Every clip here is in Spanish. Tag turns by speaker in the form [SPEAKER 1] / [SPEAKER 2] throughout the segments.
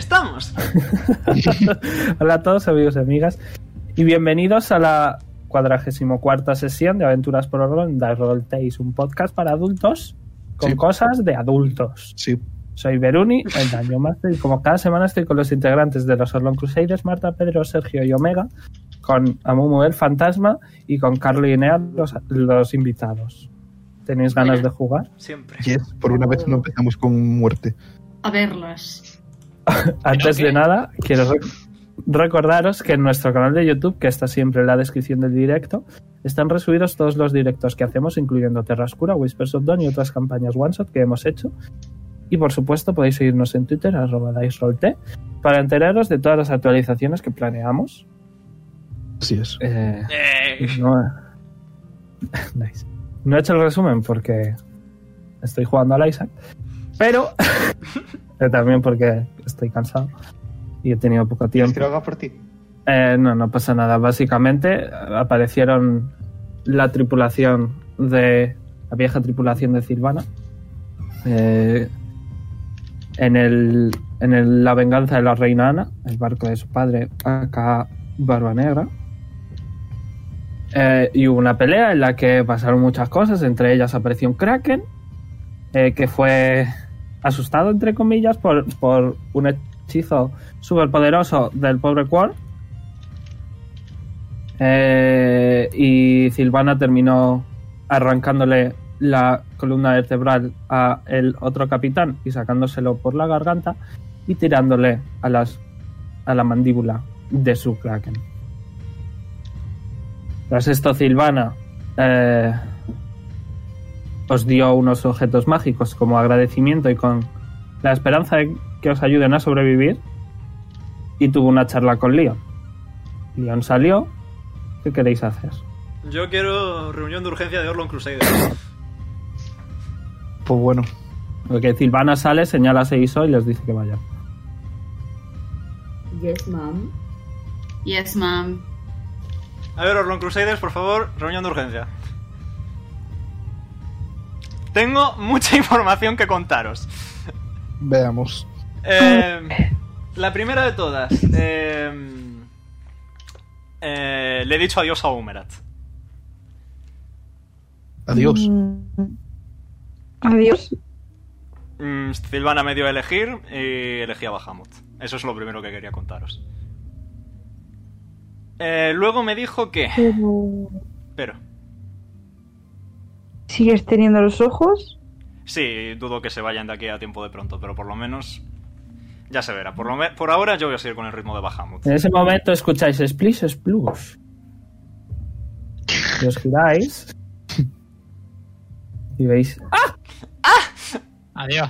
[SPEAKER 1] ¡Estamos!
[SPEAKER 2] Hola a todos, amigos y amigas, y bienvenidos a la cuadragésimo cuarta sesión de Aventuras por Ronda Rolteis, un podcast para adultos con
[SPEAKER 3] Sí.
[SPEAKER 2] cosas de adultos.
[SPEAKER 3] Sí,
[SPEAKER 2] Soy Beruni, el Daño Master, y como cada semana estoy con los integrantes de los Orlon Crusaders, Marta, Pedro, Sergio y Omega, con Amumu el Fantasma y con Carlo y Nea los, los invitados. ¿Tenéis ganas de jugar?
[SPEAKER 1] Siempre.
[SPEAKER 3] yes, por una vez no empezamos con muerte.
[SPEAKER 4] a verlas.
[SPEAKER 2] Antes de nada, quiero rec- recordaros que en nuestro canal de YouTube, que está siempre en la descripción del directo, están resubidos todos los directos que hacemos, incluyendo Terra Oscura, Whispers of Dawn y otras campañas One Shot que hemos hecho. Y por supuesto podéis seguirnos en Twitter, arroba DiceRollT, para enteraros de todas las actualizaciones que planeamos.
[SPEAKER 3] Así es.
[SPEAKER 2] Eh,
[SPEAKER 1] Eh,
[SPEAKER 2] no, Nice. No he hecho el resumen porque estoy jugando al Isaac, pero eh, también porque estoy cansado y he tenido poco
[SPEAKER 5] ¿Quieres que
[SPEAKER 2] tiempo.
[SPEAKER 5] lo haga por ti?
[SPEAKER 2] Eh, no, no pasa nada. Básicamente eh, aparecieron la tripulación de la vieja tripulación de Silvana eh, en el en el- la venganza de la reina Ana, el barco de su padre acá Barba Negra. Eh, y hubo una pelea en la que pasaron muchas cosas, entre ellas apareció un kraken eh, que fue asustado entre comillas por, por un hechizo superpoderoso del pobre Quor eh, y Silvana terminó arrancándole la columna vertebral a el otro capitán y sacándoselo por la garganta y tirándole a las a la mandíbula de su kraken. Tras esto, Silvana eh, os dio unos objetos mágicos como agradecimiento y con la esperanza de que os ayuden a sobrevivir. Y tuvo una charla con Leon. Leon salió. ¿Qué queréis hacer?
[SPEAKER 1] yo quiero reunión de urgencia de Orlon Crusader.
[SPEAKER 3] Pues bueno,
[SPEAKER 2] Porque Silvana sale, señala a Seiso y les dice que vayan.
[SPEAKER 6] Yes, ma'am.
[SPEAKER 4] Yes, ma'am.
[SPEAKER 1] A ver, Orlon Crusaders, por favor, reunión de urgencia. Tengo mucha información que contaros.
[SPEAKER 3] veamos.
[SPEAKER 1] Eh, la primera de todas. eh, eh, le he dicho adiós a Humerat.
[SPEAKER 3] Adiós.
[SPEAKER 6] Mm. Adiós.
[SPEAKER 1] Mm, Silvana me dio a elegir y elegí a Bahamut. Eso es lo primero que quería contaros. Eh, luego me dijo que...
[SPEAKER 6] Pero,
[SPEAKER 1] Pero...
[SPEAKER 6] ¿Sigues teniendo los ojos?
[SPEAKER 1] Sí, dudo que se vayan de aquí a tiempo de pronto, pero por lo menos ya se verá. Por, lo me- por ahora yo voy a seguir con el ritmo de Bahamut.
[SPEAKER 2] En ese momento escucháis Splish Splush. Y os giráis. Y veis.
[SPEAKER 3] Ah.
[SPEAKER 7] Adiós.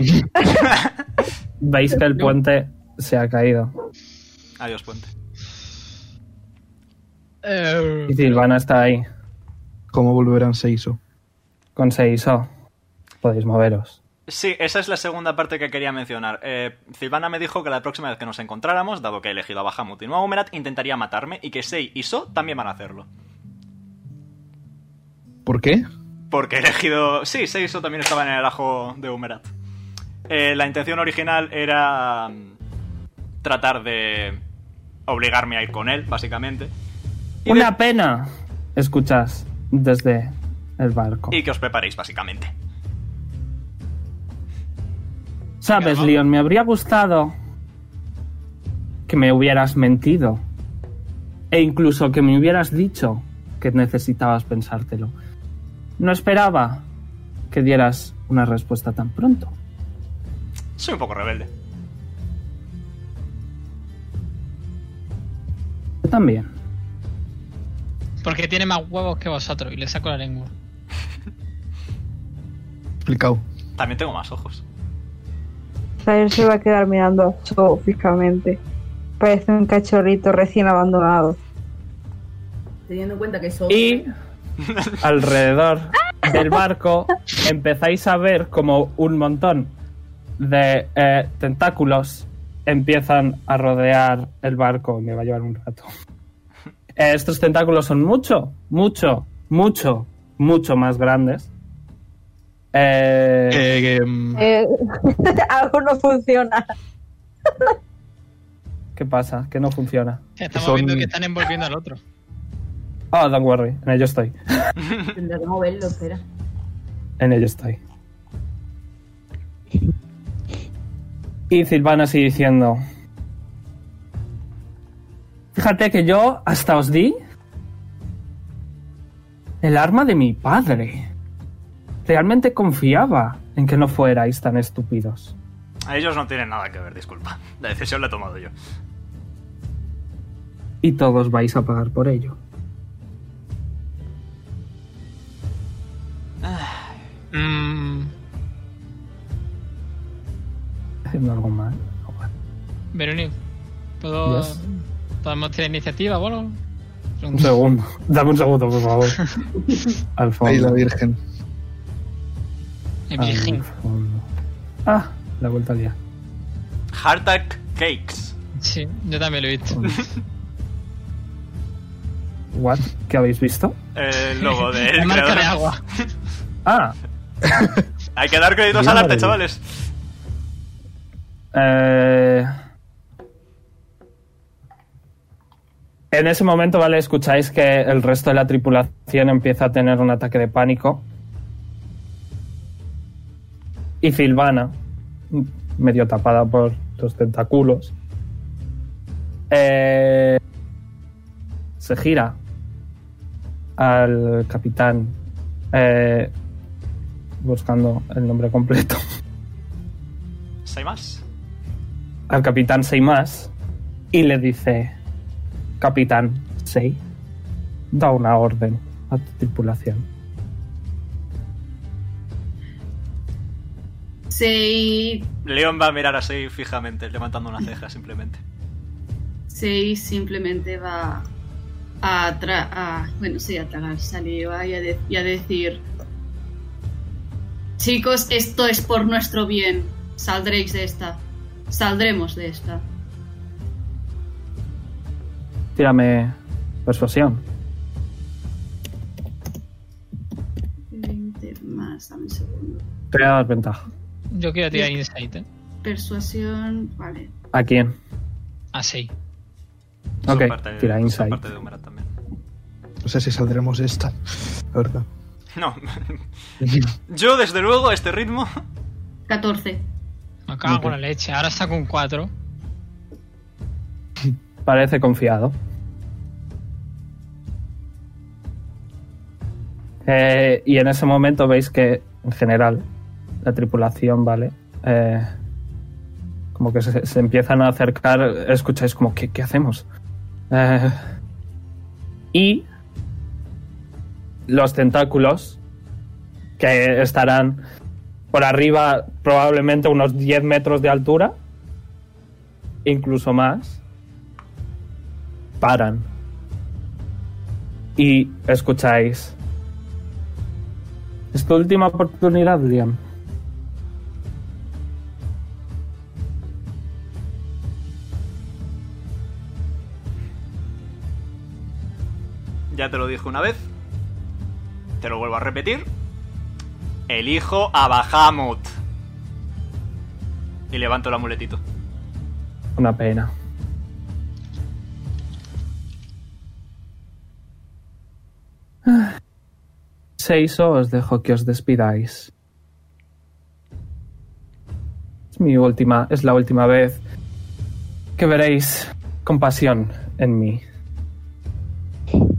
[SPEAKER 2] Veis que el puente se ha caído.
[SPEAKER 1] Adiós, puente.
[SPEAKER 7] Eh,
[SPEAKER 2] Y Silvana está ahí.
[SPEAKER 3] ¿Cómo volverán Seiso?
[SPEAKER 2] Con Seiso. Podéis moveros.
[SPEAKER 1] Sí, esa es la segunda parte que quería mencionar. Eh, Silvana me dijo que la próxima vez que nos encontráramos, dado que he elegido a Bahamut y no a Humerat, intentaría matarme y que Sei y So también van a hacerlo.
[SPEAKER 3] ¿Por qué?
[SPEAKER 1] Porque he elegido... Sí, Sei y So también estaban en el ajo de Humerat. Eh, la intención original era mm, tratar de obligarme a ir con él, básicamente. Y de-
[SPEAKER 2] ¡Una pena! Escuchas desde el barco.
[SPEAKER 1] y que os preparéis, básicamente.
[SPEAKER 2] Sabes,
[SPEAKER 1] Claro.
[SPEAKER 2] Leon, me habría gustado que me hubieras mentido. E incluso que me hubieras dicho que necesitabas pensártelo. No esperaba que dieras una respuesta tan pronto.
[SPEAKER 1] Soy un poco rebelde.
[SPEAKER 2] Yo también.
[SPEAKER 7] porque tiene más huevos que vosotros y le saco la lengua.
[SPEAKER 3] Explicado.
[SPEAKER 1] También tengo más ojos.
[SPEAKER 6] Zaire se va a quedar mirando a So fijamente. Parece un cachorrito recién abandonado.
[SPEAKER 8] Teniendo en cuenta que son.
[SPEAKER 2] Y alrededor del barco empezáis a ver como un montón de eh, tentáculos empiezan a rodear el barco. Me va a llevar un rato. Eh, estos tentáculos son mucho, mucho, mucho, mucho más grandes. Eh,
[SPEAKER 3] Eh, em,
[SPEAKER 6] algo no funciona.
[SPEAKER 2] ¿Qué pasa? Que no funciona.
[SPEAKER 7] Estamos
[SPEAKER 3] Son-
[SPEAKER 7] viendo que están envolviendo al otro.
[SPEAKER 2] Ah, don't worry. En ello estoy.
[SPEAKER 8] Tendré que moverlo, espera.
[SPEAKER 2] En ello estoy. Y Silvana sigue diciendo. Fíjate que yo hasta os di el arma de mi padre. Realmente confiaba en que no fuerais tan estúpidos.
[SPEAKER 1] A ellos no tienen nada que ver, disculpa. La decisión la he tomado yo.
[SPEAKER 2] Y todos vais a pagar por ello.
[SPEAKER 7] Mm,
[SPEAKER 2] Haciendo algo mal. No, bueno.
[SPEAKER 7] Veroni, ¿puedo,
[SPEAKER 2] Yes.
[SPEAKER 7] ¿podemos tirar iniciativa o algo?
[SPEAKER 2] Un segundo. Dame un segundo, por favor. Al fondo.
[SPEAKER 3] Ahí la Virgen.
[SPEAKER 7] Eh,
[SPEAKER 2] Al
[SPEAKER 7] Virgen.
[SPEAKER 2] fondo. Ah, la vuelta al día.
[SPEAKER 1] Hardtack Cakes.
[SPEAKER 7] Sí, yo también lo he visto.
[SPEAKER 2] What? ¿Qué habéis visto?
[SPEAKER 1] El logo
[SPEAKER 7] La
[SPEAKER 1] del
[SPEAKER 7] marca
[SPEAKER 1] creador.
[SPEAKER 7] de agua.
[SPEAKER 2] Ah,
[SPEAKER 1] Hay que dar créditos al
[SPEAKER 2] Madre
[SPEAKER 1] arte,
[SPEAKER 2] mía.
[SPEAKER 1] chavales.
[SPEAKER 2] eh... en ese momento, vale, escucháis que el resto de la tripulación empieza a tener un ataque de pánico. Y Silvana, medio tapada por los tentáculos, eh, se gira al capitán eh, buscando el nombre completo.
[SPEAKER 1] ¿Hay más?
[SPEAKER 2] al capitán Seimas y le dice, capitán Sei, da una orden a tu tripulación.
[SPEAKER 4] Sei,
[SPEAKER 1] León va a mirar así fijamente, levantando una ceja simplemente.
[SPEAKER 4] Sei simplemente va a, tra- a bueno, sí, a tragar saliva y a, de- y a decir, chicos, esto es por nuestro bien, saldréis de esta, saldremos de esta.
[SPEAKER 2] Tírame persuasión.
[SPEAKER 4] 20 más, dame un segundo.
[SPEAKER 2] Te voy a dar ventaja.
[SPEAKER 7] Yo quiero tirar insight, ¿eh?
[SPEAKER 4] Persuasión, vale.
[SPEAKER 2] ¿A quién?
[SPEAKER 7] Ah, sí.
[SPEAKER 1] Son
[SPEAKER 2] Ok,
[SPEAKER 1] parte de-
[SPEAKER 2] tira
[SPEAKER 1] son
[SPEAKER 2] insight.
[SPEAKER 1] parte de Humerat también.
[SPEAKER 3] No sé si saldremos de esta. La verdad.
[SPEAKER 1] No. Yo, desde luego, a este ritmo.
[SPEAKER 4] 14.
[SPEAKER 7] Me cago
[SPEAKER 3] Ok.
[SPEAKER 7] en la leche. Ahora saco un 4.
[SPEAKER 2] Parece confiado. Eh, y en ese momento veis que, en general, la tripulación, ¿vale? Eh, como que se, se empiezan a acercar, escucháis como, ¿qué, qué hacemos? Eh, y los tentáculos, que estarán por arriba probablemente unos 10 metros de altura, incluso más, paran y escucháis. Es tu última oportunidad, Liam.
[SPEAKER 1] Ya te lo dije una vez. Te lo vuelvo a repetir. Elijo a Bahamut. Y levanto el amuletito.
[SPEAKER 2] Una pena. Ah. Seiso, os dejo que os despidáis. Es mi última, es la última vez que veréis compasión en mí.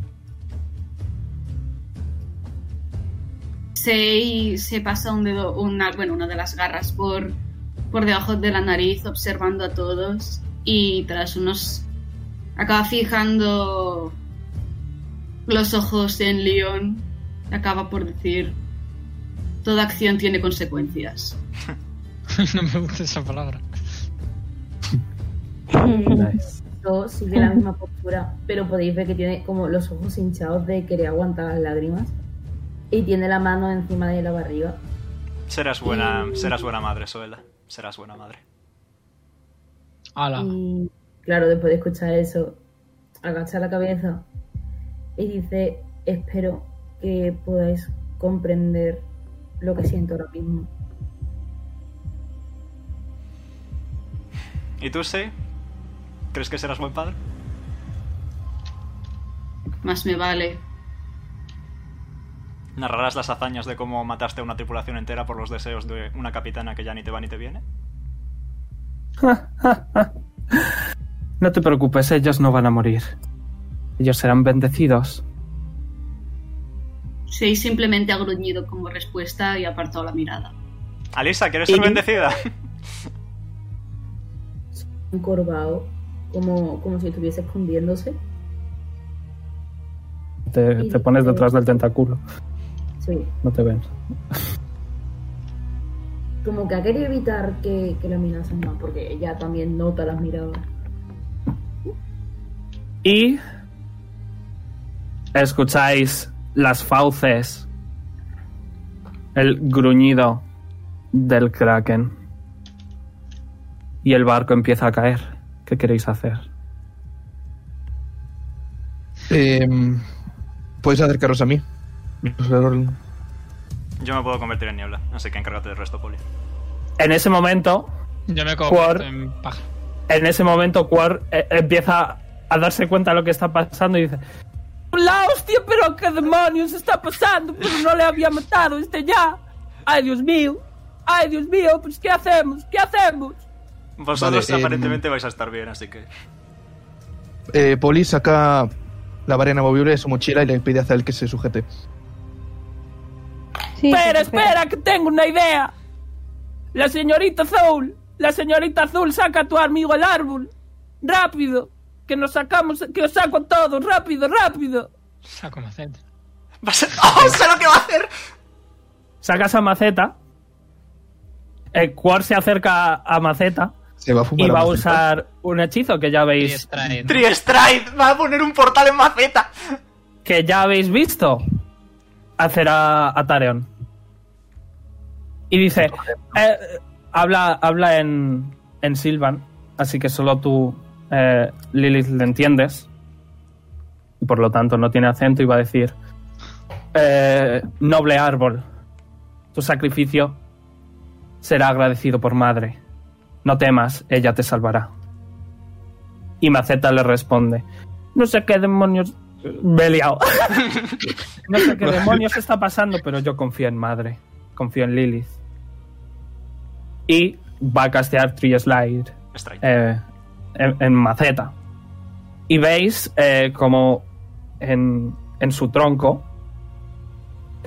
[SPEAKER 4] Sei se pasa un dedo, una, bueno, una de las garras por, por debajo de la nariz, observando a todos. Y tras unos. acaba fijando los ojos en León. Acaba por decir: Toda acción tiene consecuencias.
[SPEAKER 7] no me gusta esa palabra.
[SPEAKER 2] Nice.
[SPEAKER 8] Yo sigue la misma postura, pero podéis ver que tiene como los ojos hinchados de querer aguantar las lágrimas. Y tiene la mano encima de la barriga.
[SPEAKER 1] Serás buena, serás buena madre, Soela. Serás buena madre.
[SPEAKER 7] Ala.
[SPEAKER 8] Y claro, después de escuchar eso, agacha la cabeza y dice, espero que podáis comprender lo que siento ahora mismo.
[SPEAKER 1] ¿Y tú, Sei? ¿Crees que serás buen padre?
[SPEAKER 4] Más me vale.
[SPEAKER 1] ¿Narrarás las hazañas de cómo mataste a una tripulación entera por los deseos de una capitana que ya ni te va ni te viene?
[SPEAKER 2] No te preocupes, ellos no van a morir. Ellos serán bendecidos.
[SPEAKER 4] Sei simplemente ha gruñido como respuesta y ha apartado la mirada.
[SPEAKER 1] Alisa, ¿quieres ser
[SPEAKER 8] Y-
[SPEAKER 1] bendecida?
[SPEAKER 8] encorvado, como, como si estuviese escondiéndose.
[SPEAKER 2] Te, te pones detrás del tentáculo.
[SPEAKER 8] Sí,
[SPEAKER 2] No te ven.
[SPEAKER 8] como que ha querido evitar que, que la amenazan más, porque ella también nota las miradas.
[SPEAKER 2] Y escucháis las fauces, el gruñido del kraken. Y el barco empieza a caer. ¿Qué queréis hacer?
[SPEAKER 3] Em, Puedes acercaros a mí. Profesor
[SPEAKER 1] Yo me puedo convertir en niebla, así que encárgate del resto, Poli.
[SPEAKER 2] En ese momento,
[SPEAKER 7] Yo
[SPEAKER 2] Cuar-
[SPEAKER 7] me convierto en paja.
[SPEAKER 2] en ese momento, Quar eh, empieza a darse cuenta de lo que está pasando y dice: ¡La hostia, pero qué demonios está pasando! Pero no le había matado este ya. ¡Ay, Dios mío! ¡Ay, Dios mío! Pues, ¿qué hacemos? ¿Qué hacemos?
[SPEAKER 1] Vosotros
[SPEAKER 3] Vale, em,
[SPEAKER 1] aparentemente vais a estar bien, así que...
[SPEAKER 3] Eh, Poli saca la varena movible de su mochila y le pide a Zael que se sujete.
[SPEAKER 6] Sí,
[SPEAKER 5] Espera,
[SPEAKER 6] sí, sí,
[SPEAKER 5] espera, que tengo una idea. La señorita Azul, la señorita Azul, saca a tu amigo el árbol. Rápido, que nos sacamos, que os saco a todos, rápido, rápido.
[SPEAKER 7] Saco maceta.
[SPEAKER 1] ¡Va a ser- ¡Oh, sé lo que va a hacer!
[SPEAKER 2] Sacas a Maceta. El Quar se acerca a- a Maceta
[SPEAKER 3] Se va a fumar.
[SPEAKER 2] y va a
[SPEAKER 3] Macedo.
[SPEAKER 2] usar un hechizo que ya
[SPEAKER 7] Y
[SPEAKER 2] habéis
[SPEAKER 7] extrae. ¿no?
[SPEAKER 1] ¡Tri-Stride! ¡Va a poner un portal en maceta!
[SPEAKER 2] que ya habéis visto hacer a, a Tareon. Y dice, eh, habla, habla en, en Silvan, así que solo tú, eh, Lilith, le entiendes. Y por lo tanto no tiene acento y va a decir, eh, noble árbol, tu sacrificio será agradecido por madre. No temas, ella te salvará. Y Maceta le responde, no sé qué demonios... Me he liado. no sé qué demonios está pasando, pero yo confío en madre. Confío en Lilith. Y va a castear Tree Slide
[SPEAKER 1] Stride.
[SPEAKER 2] eh, en, en maceta. Y veis eh, como en, en su tronco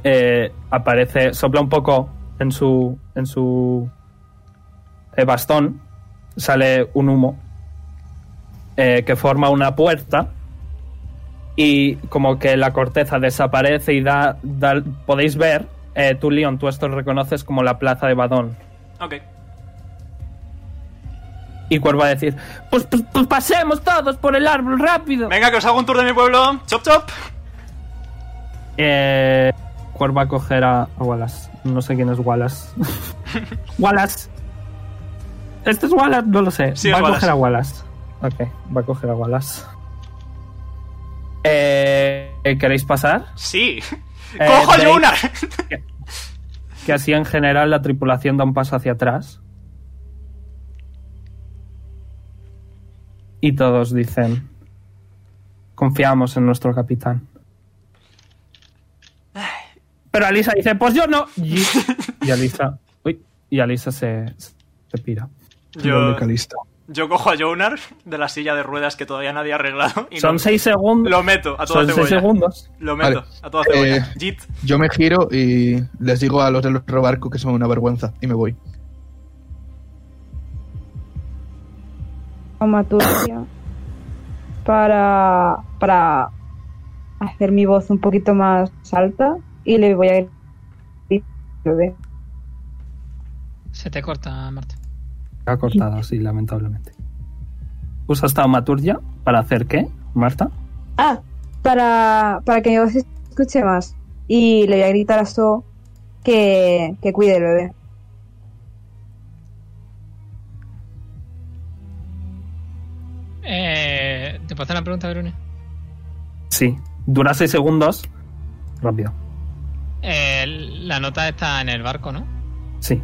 [SPEAKER 2] eh, aparece, sopla un poco en su, en su eh, bastón, sale un humo eh, que forma una puerta y como que la corteza desaparece y da, da- podéis ver, eh, tú Leon, tú esto lo reconoces como la plaza de Badón.
[SPEAKER 1] Ok.
[SPEAKER 2] Y Cuervo va a decir, pues, pues, pues pasemos todos por el árbol, rápido.
[SPEAKER 1] Venga, que os hago un tour de mi pueblo. ¡Chop, chop!
[SPEAKER 2] Eh, Cuervo va a coger a, a Wallace. No sé quién es Wallace. Wallace. ¿Este es Wallace? No lo sé.
[SPEAKER 1] Sí,
[SPEAKER 2] va
[SPEAKER 1] es
[SPEAKER 2] a
[SPEAKER 1] Wallace.
[SPEAKER 2] coger a Wallace. Ok, va a coger a Wallace. Eh, ¿Queréis pasar?
[SPEAKER 1] ¡Sí!
[SPEAKER 2] Eh,
[SPEAKER 1] ¡Cojo
[SPEAKER 2] Drake.
[SPEAKER 1] yo una!
[SPEAKER 2] Que así en general la tripulación da un paso hacia atrás. Y todos dicen, confiamos en nuestro capitán. Pero Alisa dice, pues yo no. Y, y Alisa, uy, y Alisa se, se pira.
[SPEAKER 3] La
[SPEAKER 1] Yo,
[SPEAKER 3] única lista.
[SPEAKER 1] yo cojo a Jonar de la silla de ruedas que todavía nadie ha arreglado y
[SPEAKER 2] Son
[SPEAKER 1] lo-
[SPEAKER 2] seis segundos.
[SPEAKER 1] lo meto a toda
[SPEAKER 2] Son seis
[SPEAKER 1] cebolla.
[SPEAKER 2] segundos.
[SPEAKER 1] Lo meto
[SPEAKER 3] Vale.
[SPEAKER 1] a toda cebolla.
[SPEAKER 3] Eh,
[SPEAKER 1] Jit.
[SPEAKER 3] Yo me giro y les digo a los del otro barco que son una vergüenza y me voy.
[SPEAKER 6] dramaturgia para, para hacer mi voz un poquito más alta y le voy a gritar ¿eh? bebé.
[SPEAKER 7] Se te corta, Marta.
[SPEAKER 2] Ha cortado, sí, lamentablemente. Usa esta maturgia para hacer qué, Marta?
[SPEAKER 6] Ah, para, para que mi voz se escuche más. Y le voy a gritar a So que, que cuide el bebé.
[SPEAKER 7] Eh, ¿Te puedo hacer la pregunta, Verone?
[SPEAKER 2] Sí, dura 6 segundos. Rápido.
[SPEAKER 7] Eh, la nota está en el barco, ¿no?
[SPEAKER 2] Sí.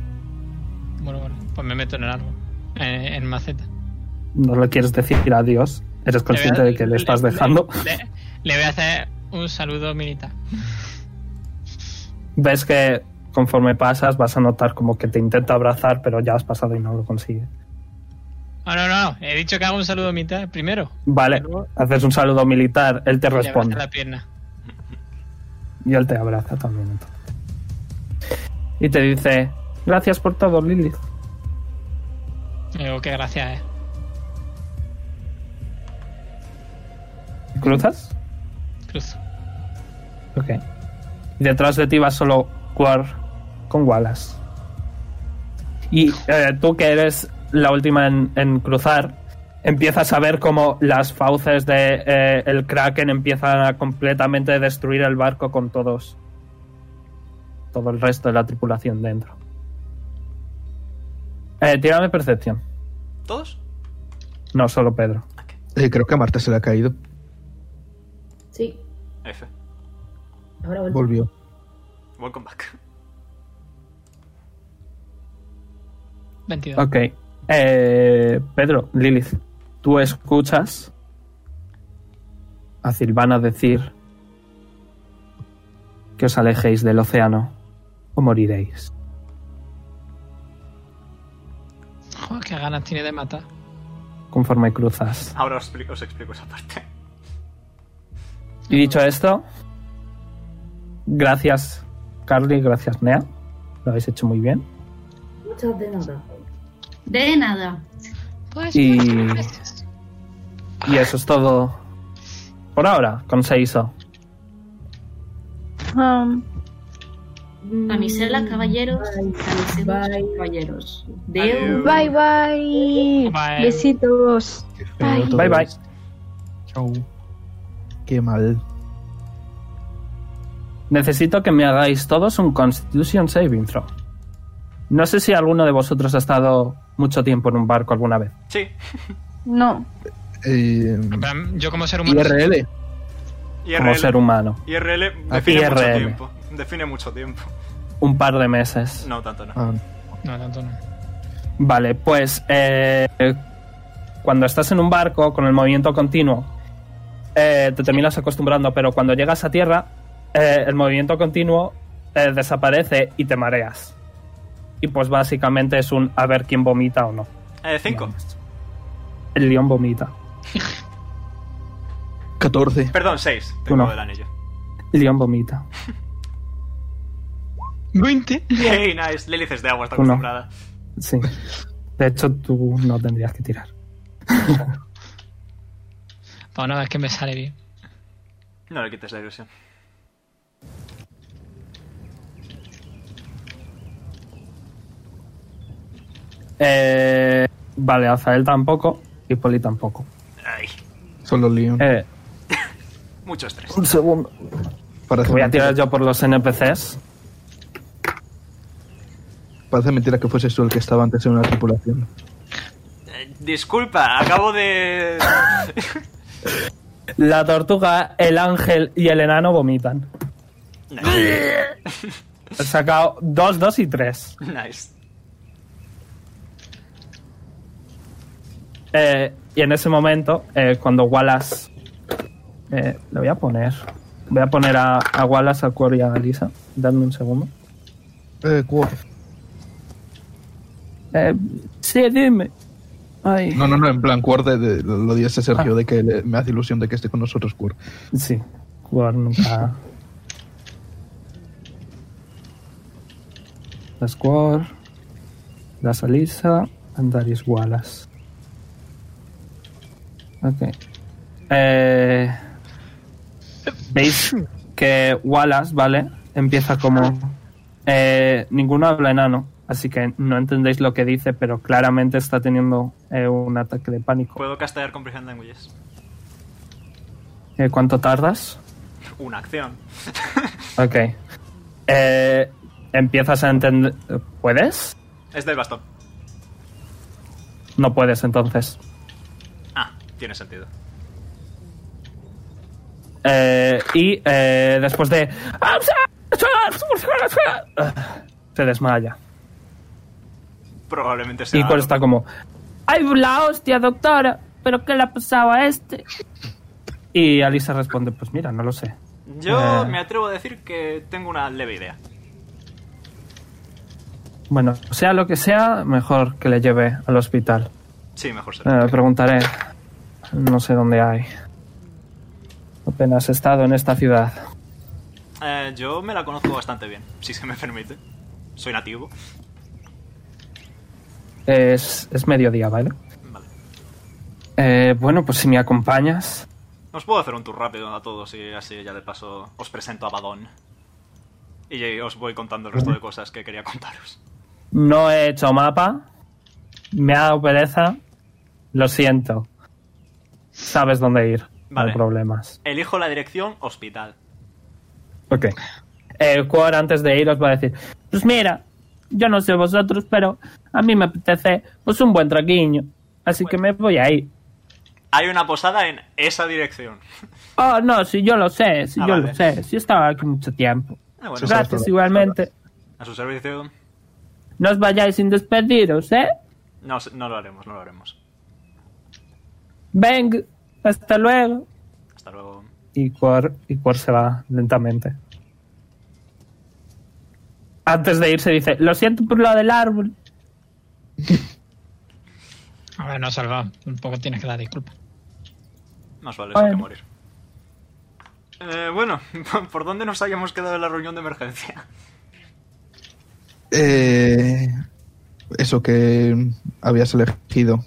[SPEAKER 7] Bueno, bueno. Pues me meto en el árbol. En, en maceta.
[SPEAKER 2] no le quieres decir adiós. Eres consciente de que le estás dejando.
[SPEAKER 7] Le, le voy a hacer un saludo militar.
[SPEAKER 2] Ves que conforme pasas vas a notar como que te intenta abrazar, pero ya has pasado y no lo consigue.
[SPEAKER 7] No, no, no. He dicho que hago un saludo militar primero.
[SPEAKER 2] Vale,
[SPEAKER 7] Luego-
[SPEAKER 2] haces un saludo militar, él te
[SPEAKER 7] Le abrazo
[SPEAKER 2] responde.
[SPEAKER 7] la pierna.
[SPEAKER 2] Y él te abraza también. entonces. Y te dice, gracias por todo, Lilith.
[SPEAKER 7] Le digo que gracias, eh.
[SPEAKER 2] ¿Cruzas?
[SPEAKER 7] Cruz.
[SPEAKER 2] Ok. Y detrás de ti va solo Quar con Wallace. Y eh, tú que eres la última en, en cruzar, empiezas a ver cómo las fauces de eh, el Kraken empiezan a completamente destruir el barco con todos. Todo el resto de la tripulación dentro. Eh, tírame percepción.
[SPEAKER 1] ¿Todos?
[SPEAKER 2] No solo Pedro.
[SPEAKER 3] Eh, creo que a Marta se le ha caído.
[SPEAKER 8] Sí,
[SPEAKER 1] F.
[SPEAKER 8] ahora vuelvo.
[SPEAKER 3] Volvió.
[SPEAKER 1] Welcome back.
[SPEAKER 7] 22.
[SPEAKER 2] Ok. Eh, Pedro, Lilith, tú escuchas a Silvana decir que os alejéis del océano o moriréis.
[SPEAKER 7] Joder, qué ganas tiene de matar.
[SPEAKER 2] Conforme cruzas.
[SPEAKER 1] Ahora os explico, os explico esa parte.
[SPEAKER 2] Y dicho esto, gracias Carly, gracias Nea. Lo habéis hecho muy bien.
[SPEAKER 8] Muchas de nada.
[SPEAKER 4] De nada.
[SPEAKER 7] Pues,
[SPEAKER 2] Y-
[SPEAKER 7] muchas gracias.
[SPEAKER 2] Y eso es todo por ahora con Seiso.
[SPEAKER 6] Um,
[SPEAKER 4] Camisela, caballeros.
[SPEAKER 8] mm, Bye.
[SPEAKER 4] Camiselas,
[SPEAKER 8] Bye.
[SPEAKER 4] caballeros.
[SPEAKER 1] Adiós.
[SPEAKER 4] Deo.
[SPEAKER 6] bye, bye.
[SPEAKER 7] Bye.
[SPEAKER 6] Besitos. Bye.
[SPEAKER 3] Todo
[SPEAKER 2] Bye, bye.
[SPEAKER 3] esto. Chau. Qué mal.
[SPEAKER 2] Necesito que me hagáis todos un Constitution Saving Throw. No sé si alguno de vosotros ha estado mucho tiempo en un barco alguna vez.
[SPEAKER 1] Sí.
[SPEAKER 6] No.
[SPEAKER 3] Eh,
[SPEAKER 7] En plan, Yo como ser humano...
[SPEAKER 3] IRL.
[SPEAKER 2] Como ser humano.
[SPEAKER 1] IRL
[SPEAKER 3] Ah,
[SPEAKER 1] define mucho
[SPEAKER 2] IRL.
[SPEAKER 1] tiempo. Define mucho tiempo.
[SPEAKER 2] Un par de meses.
[SPEAKER 1] No, tanto no.
[SPEAKER 3] Ah,
[SPEAKER 7] No, tanto no.
[SPEAKER 2] Vale, pues eh, cuando estás en un barco con el movimiento continuo, eh, te terminas acostumbrando, pero cuando llegas a tierra, eh, el movimiento continuo eh, desaparece y te mareas. Y pues básicamente es un a ver quién vomita o no.
[SPEAKER 1] Eh, cinco.
[SPEAKER 2] El león vomita.
[SPEAKER 3] 14.
[SPEAKER 1] Perdón, seis. Tengo
[SPEAKER 2] Uno.
[SPEAKER 1] el anillo.
[SPEAKER 2] El león vomita.
[SPEAKER 7] 20.
[SPEAKER 1] Hey, nice. Lilith es de agua, está
[SPEAKER 2] Uno.
[SPEAKER 1] acostumbrada.
[SPEAKER 2] Sí. De hecho, tú no tendrías que tirar.
[SPEAKER 7] Para una vez Pues que me sale bien.
[SPEAKER 1] No le quites la ilusión.
[SPEAKER 2] Eh, vale, Azael tampoco y Poli tampoco.
[SPEAKER 1] Ay,
[SPEAKER 3] Solo Leon.
[SPEAKER 2] Eh,
[SPEAKER 1] mucho estrés.
[SPEAKER 2] un segundo.
[SPEAKER 3] Parece,
[SPEAKER 2] Voy a
[SPEAKER 3] mentira,
[SPEAKER 2] tirar yo por los NPCs.
[SPEAKER 3] parece mentira que fueses tú el que estaba antes en una tripulación.
[SPEAKER 1] Eh, disculpa, acabo de.
[SPEAKER 2] La tortuga, el ángel y el enano vomitan.
[SPEAKER 1] nice.
[SPEAKER 2] He sacado 2, 2 y 3.
[SPEAKER 1] Nice.
[SPEAKER 2] Eh, y en ese momento, eh, cuando Wallace... eh, le voy a poner... Voy a poner a, a Wallace, a Quor y a Lisa. Dadme un segundo.
[SPEAKER 3] Eh, Quor.
[SPEAKER 2] Eh, sí, dime. Ay. Ah.
[SPEAKER 3] No, no, no, en plan, Quor, de, de- lo dijese Sergio, de que le- me hace ilusión de que esté con nosotros, Quor.
[SPEAKER 2] Sí, jugar nunca. La Squad, la Salisa, Andaris Wallace. Ok. Eh, Veis que Wallace, ¿vale? Empieza como. eh, ninguno habla enano, así que no entendéis lo que dice, pero claramente está teniendo eh, un ataque de pánico.
[SPEAKER 1] Puedo castear Comprehend Languages.
[SPEAKER 2] Eh, ¿Cuánto tardas?
[SPEAKER 1] Una acción.
[SPEAKER 2] Ok. Eh, empiezas a entender... ¿Puedes?
[SPEAKER 1] Es del bastón.
[SPEAKER 2] No puedes entonces.
[SPEAKER 1] Ah, tiene sentido.
[SPEAKER 2] Eh, y eh, después de... Se desmaya.
[SPEAKER 1] Probablemente sea.
[SPEAKER 2] Y Cor está como...
[SPEAKER 5] ¡Ay, la hostia, doctora! ¿Pero qué le ha pasado a este?
[SPEAKER 2] Y Alisa responde, pues mira, no lo sé.
[SPEAKER 1] Yo
[SPEAKER 2] Eh.
[SPEAKER 1] me atrevo a decir que tengo una leve idea.
[SPEAKER 2] Bueno, sea lo que sea, mejor que le lleve al hospital.
[SPEAKER 1] Sí, mejor
[SPEAKER 2] Eh,
[SPEAKER 1] será.
[SPEAKER 2] le preguntaré. No sé dónde hay. Apenas he estado en esta ciudad.
[SPEAKER 1] Eh, yo me la conozco bastante bien, si se me permite. Soy nativo.
[SPEAKER 2] Es, es mediodía, ¿vale?
[SPEAKER 1] Vale.
[SPEAKER 2] Eh, bueno, pues si me acompañas.
[SPEAKER 1] Os puedo hacer un tour rápido a todos y así ya de paso os presento a Badón. Y os voy contando el resto de cosas que quería contaros.
[SPEAKER 2] No he hecho mapa. Me ha dado pereza. Lo siento. Sabes dónde ir. No
[SPEAKER 1] Vale.
[SPEAKER 2] hay problemas.
[SPEAKER 1] Elijo la dirección hospital.
[SPEAKER 2] Ok. El cuor antes de ir os va a decir,
[SPEAKER 5] Pues mira, yo no sé vosotros, pero a mí me apetece pues un buen traguiño.
[SPEAKER 2] así que me voy ahí.
[SPEAKER 1] Hay una posada en esa dirección.
[SPEAKER 5] Oh, no, si yo lo sé, si
[SPEAKER 1] Ah,
[SPEAKER 5] yo
[SPEAKER 1] vale.
[SPEAKER 5] lo sé, si he estado aquí mucho tiempo.
[SPEAKER 1] Ah, bueno,
[SPEAKER 3] Sí, sí.
[SPEAKER 5] Gracias igualmente.
[SPEAKER 1] a su servicio.
[SPEAKER 5] No os vayáis sin despediros, ¿eh?
[SPEAKER 1] No, s- no lo haremos, no lo haremos.
[SPEAKER 5] Venga, hasta luego.
[SPEAKER 1] Hasta luego.
[SPEAKER 2] Y Quor, y Quor se va lentamente.
[SPEAKER 5] Antes de irse dice, lo siento por lo del árbol.
[SPEAKER 7] A ver, no salvado. Tampoco tienes que dar disculpas.
[SPEAKER 1] Más vale
[SPEAKER 5] Bueno.
[SPEAKER 1] eso que morir. Eh, bueno, ¿por dónde nos hayamos quedado en la reunión de emergencia?
[SPEAKER 3] Eh, eso que habías elegido.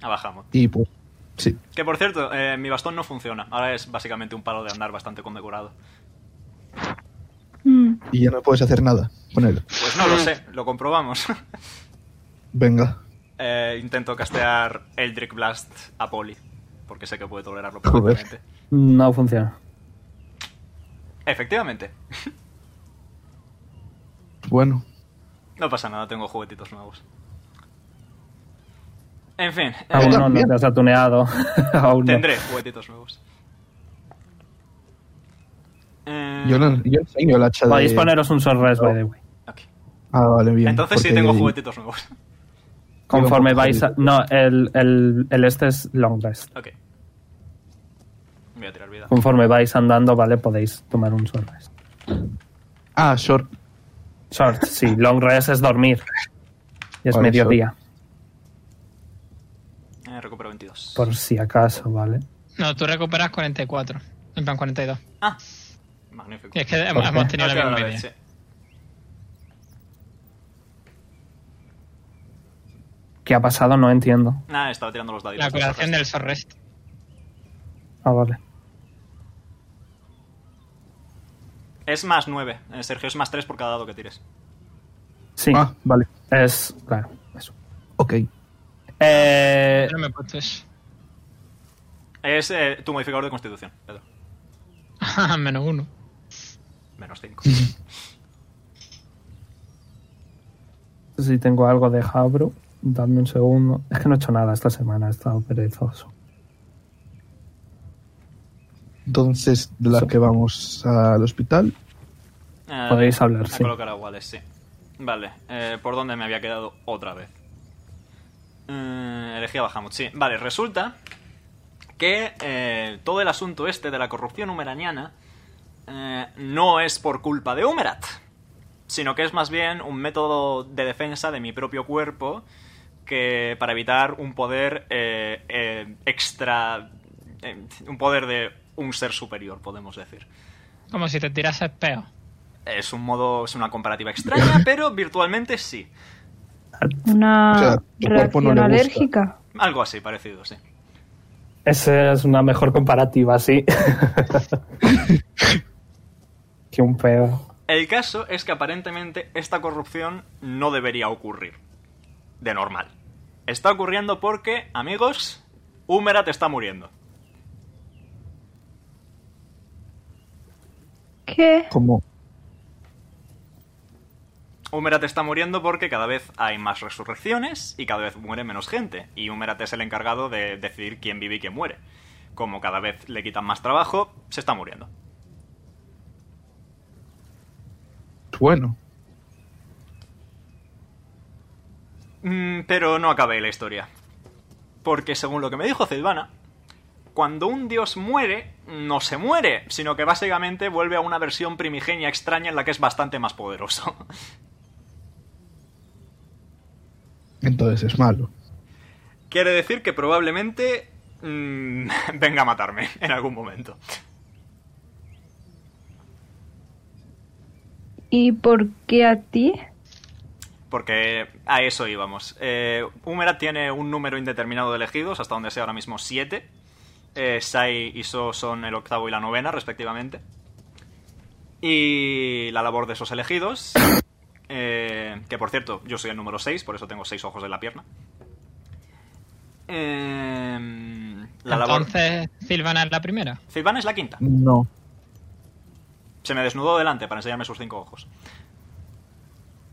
[SPEAKER 1] A Bahamut.
[SPEAKER 3] Y pues, sí.
[SPEAKER 1] Ah, Que por cierto, eh, mi bastón no funciona. Ahora es básicamente un palo de andar bastante condecorado.
[SPEAKER 3] Y ya no puedes hacer nada con él.
[SPEAKER 1] Pues no lo sé, lo comprobamos.
[SPEAKER 3] Venga.
[SPEAKER 1] Eh, intento castear Eldrick Blast a Poli, porque sé que puede tolerarlo
[SPEAKER 3] Joder.
[SPEAKER 1] perfectamente.
[SPEAKER 2] No funciona.
[SPEAKER 1] Efectivamente.
[SPEAKER 3] Bueno.
[SPEAKER 1] No pasa nada, tengo juguetitos nuevos. En fin, eh,
[SPEAKER 2] Aún Ah, no, no
[SPEAKER 3] Bien.
[SPEAKER 2] te has atuneado. Aún no.
[SPEAKER 1] tendré juguetitos nuevos. Eh,
[SPEAKER 3] Yo, no, yo enseño el hacha
[SPEAKER 2] Podéis
[SPEAKER 3] de...
[SPEAKER 2] poneros un sorres, by the way.
[SPEAKER 1] ok.
[SPEAKER 3] Ah, vale, bien.
[SPEAKER 1] Entonces sí
[SPEAKER 3] porque-
[SPEAKER 1] tengo juguetitos nuevos.
[SPEAKER 2] Conforme
[SPEAKER 3] Tengo un poco
[SPEAKER 2] vais a...
[SPEAKER 3] de-
[SPEAKER 2] No, el, el, el este es long rest.
[SPEAKER 1] Ok. Voy a tirar vida.
[SPEAKER 2] Conforme vais andando, ¿vale? Podéis tomar un short rest.
[SPEAKER 3] Ah, short.
[SPEAKER 2] Short, sí. Long rest es dormir. Y es
[SPEAKER 3] Vale,
[SPEAKER 2] mediodía,
[SPEAKER 1] Eh, recupero 22.
[SPEAKER 2] por si acaso, ¿vale?
[SPEAKER 7] No, tú recuperas 44. En plan, 42.
[SPEAKER 1] Ah, magnífico.
[SPEAKER 7] Y es que hemos,
[SPEAKER 2] qué?
[SPEAKER 7] hemos tenido la
[SPEAKER 1] Ocho a
[SPEAKER 7] misma
[SPEAKER 1] la
[SPEAKER 7] media.
[SPEAKER 1] vez, sí.
[SPEAKER 2] ¿Qué ha pasado? No entiendo.
[SPEAKER 1] Nada, estaba tirando los daditos.
[SPEAKER 7] La curación del Sorrest.
[SPEAKER 2] Ah, vale.
[SPEAKER 1] Es más 9. Sergio, es más 3 por cada dado que tires.
[SPEAKER 2] Sí,
[SPEAKER 3] Ah, vale.
[SPEAKER 2] es... Claro, eso.
[SPEAKER 3] Ok.
[SPEAKER 2] Eh,
[SPEAKER 7] Yo no me he puesto eso.
[SPEAKER 1] Es eh, tu modificador de constitución, Pedro.
[SPEAKER 7] Menos uno.
[SPEAKER 1] Menos 5.
[SPEAKER 2] No sé si tengo algo de Habro. Dame un segundo. Es que no he hecho nada esta semana, he estado perezoso.
[SPEAKER 3] Entonces, de la que vamos al hospital.
[SPEAKER 1] Ah,
[SPEAKER 2] Podéis hablar,
[SPEAKER 1] A
[SPEAKER 2] sí.
[SPEAKER 1] colocar a Wallace, sí. Vale, eh, ¿por dónde me había quedado otra vez? Eh, elegí a Bahamut, sí. Vale, resulta que eh, todo el asunto este de la corrupción humeraniana eh, no es por culpa de Humerat, sino que es más bien un método de defensa de mi propio cuerpo que para evitar un poder eh, eh, extra... eh, un poder de un ser superior, podemos decir.
[SPEAKER 7] Como si te tirases peo.
[SPEAKER 1] Es un modo, es una comparativa extraña, pero virtualmente sí.
[SPEAKER 2] Ah,
[SPEAKER 6] Una
[SPEAKER 3] O sea, tu cuerpo
[SPEAKER 6] reacción
[SPEAKER 3] no le gusta.
[SPEAKER 6] alérgica.
[SPEAKER 1] Algo así, parecido, sí.
[SPEAKER 2] Esa es una mejor comparativa, sí. que un pedo.
[SPEAKER 1] El caso es que aparentemente esta corrupción no debería ocurrir. De normal. Está ocurriendo porque, amigos, Humerat está muriendo.
[SPEAKER 6] ¿Qué?
[SPEAKER 3] Como...
[SPEAKER 1] Humerat está muriendo porque cada vez hay más resurrecciones y cada vez muere menos gente. Y Humerat es el encargado de decidir quién vive y quién muere. Como cada vez le quitan más trabajo, se está muriendo.
[SPEAKER 3] Bueno.
[SPEAKER 1] Mm, pero no acabé la historia. Porque según lo que me dijo Silvana, cuando un dios muere, no se muere, sino que básicamente vuelve a una versión primigenia extraña en la que es bastante más poderoso.
[SPEAKER 3] Entonces es malo.
[SPEAKER 1] Quiere decir que probablemente mm, venga a matarme en algún momento.
[SPEAKER 6] ¿Y por qué a ti?
[SPEAKER 1] Porque a eso íbamos. Eh, Humera tiene un número indeterminado de elegidos, hasta donde sea ahora mismo siete. Eh, Sai y So son el octavo y la novena, respectivamente. Y la labor de esos elegidos, eh, que por cierto, yo soy el número 6, por eso tengo seis ojos en la pierna. Em, la labor...
[SPEAKER 7] Entonces, Silvana es la primera.
[SPEAKER 1] Silvana es la quinta.
[SPEAKER 2] No.
[SPEAKER 1] Se me desnudó delante para enseñarme sus cinco ojos.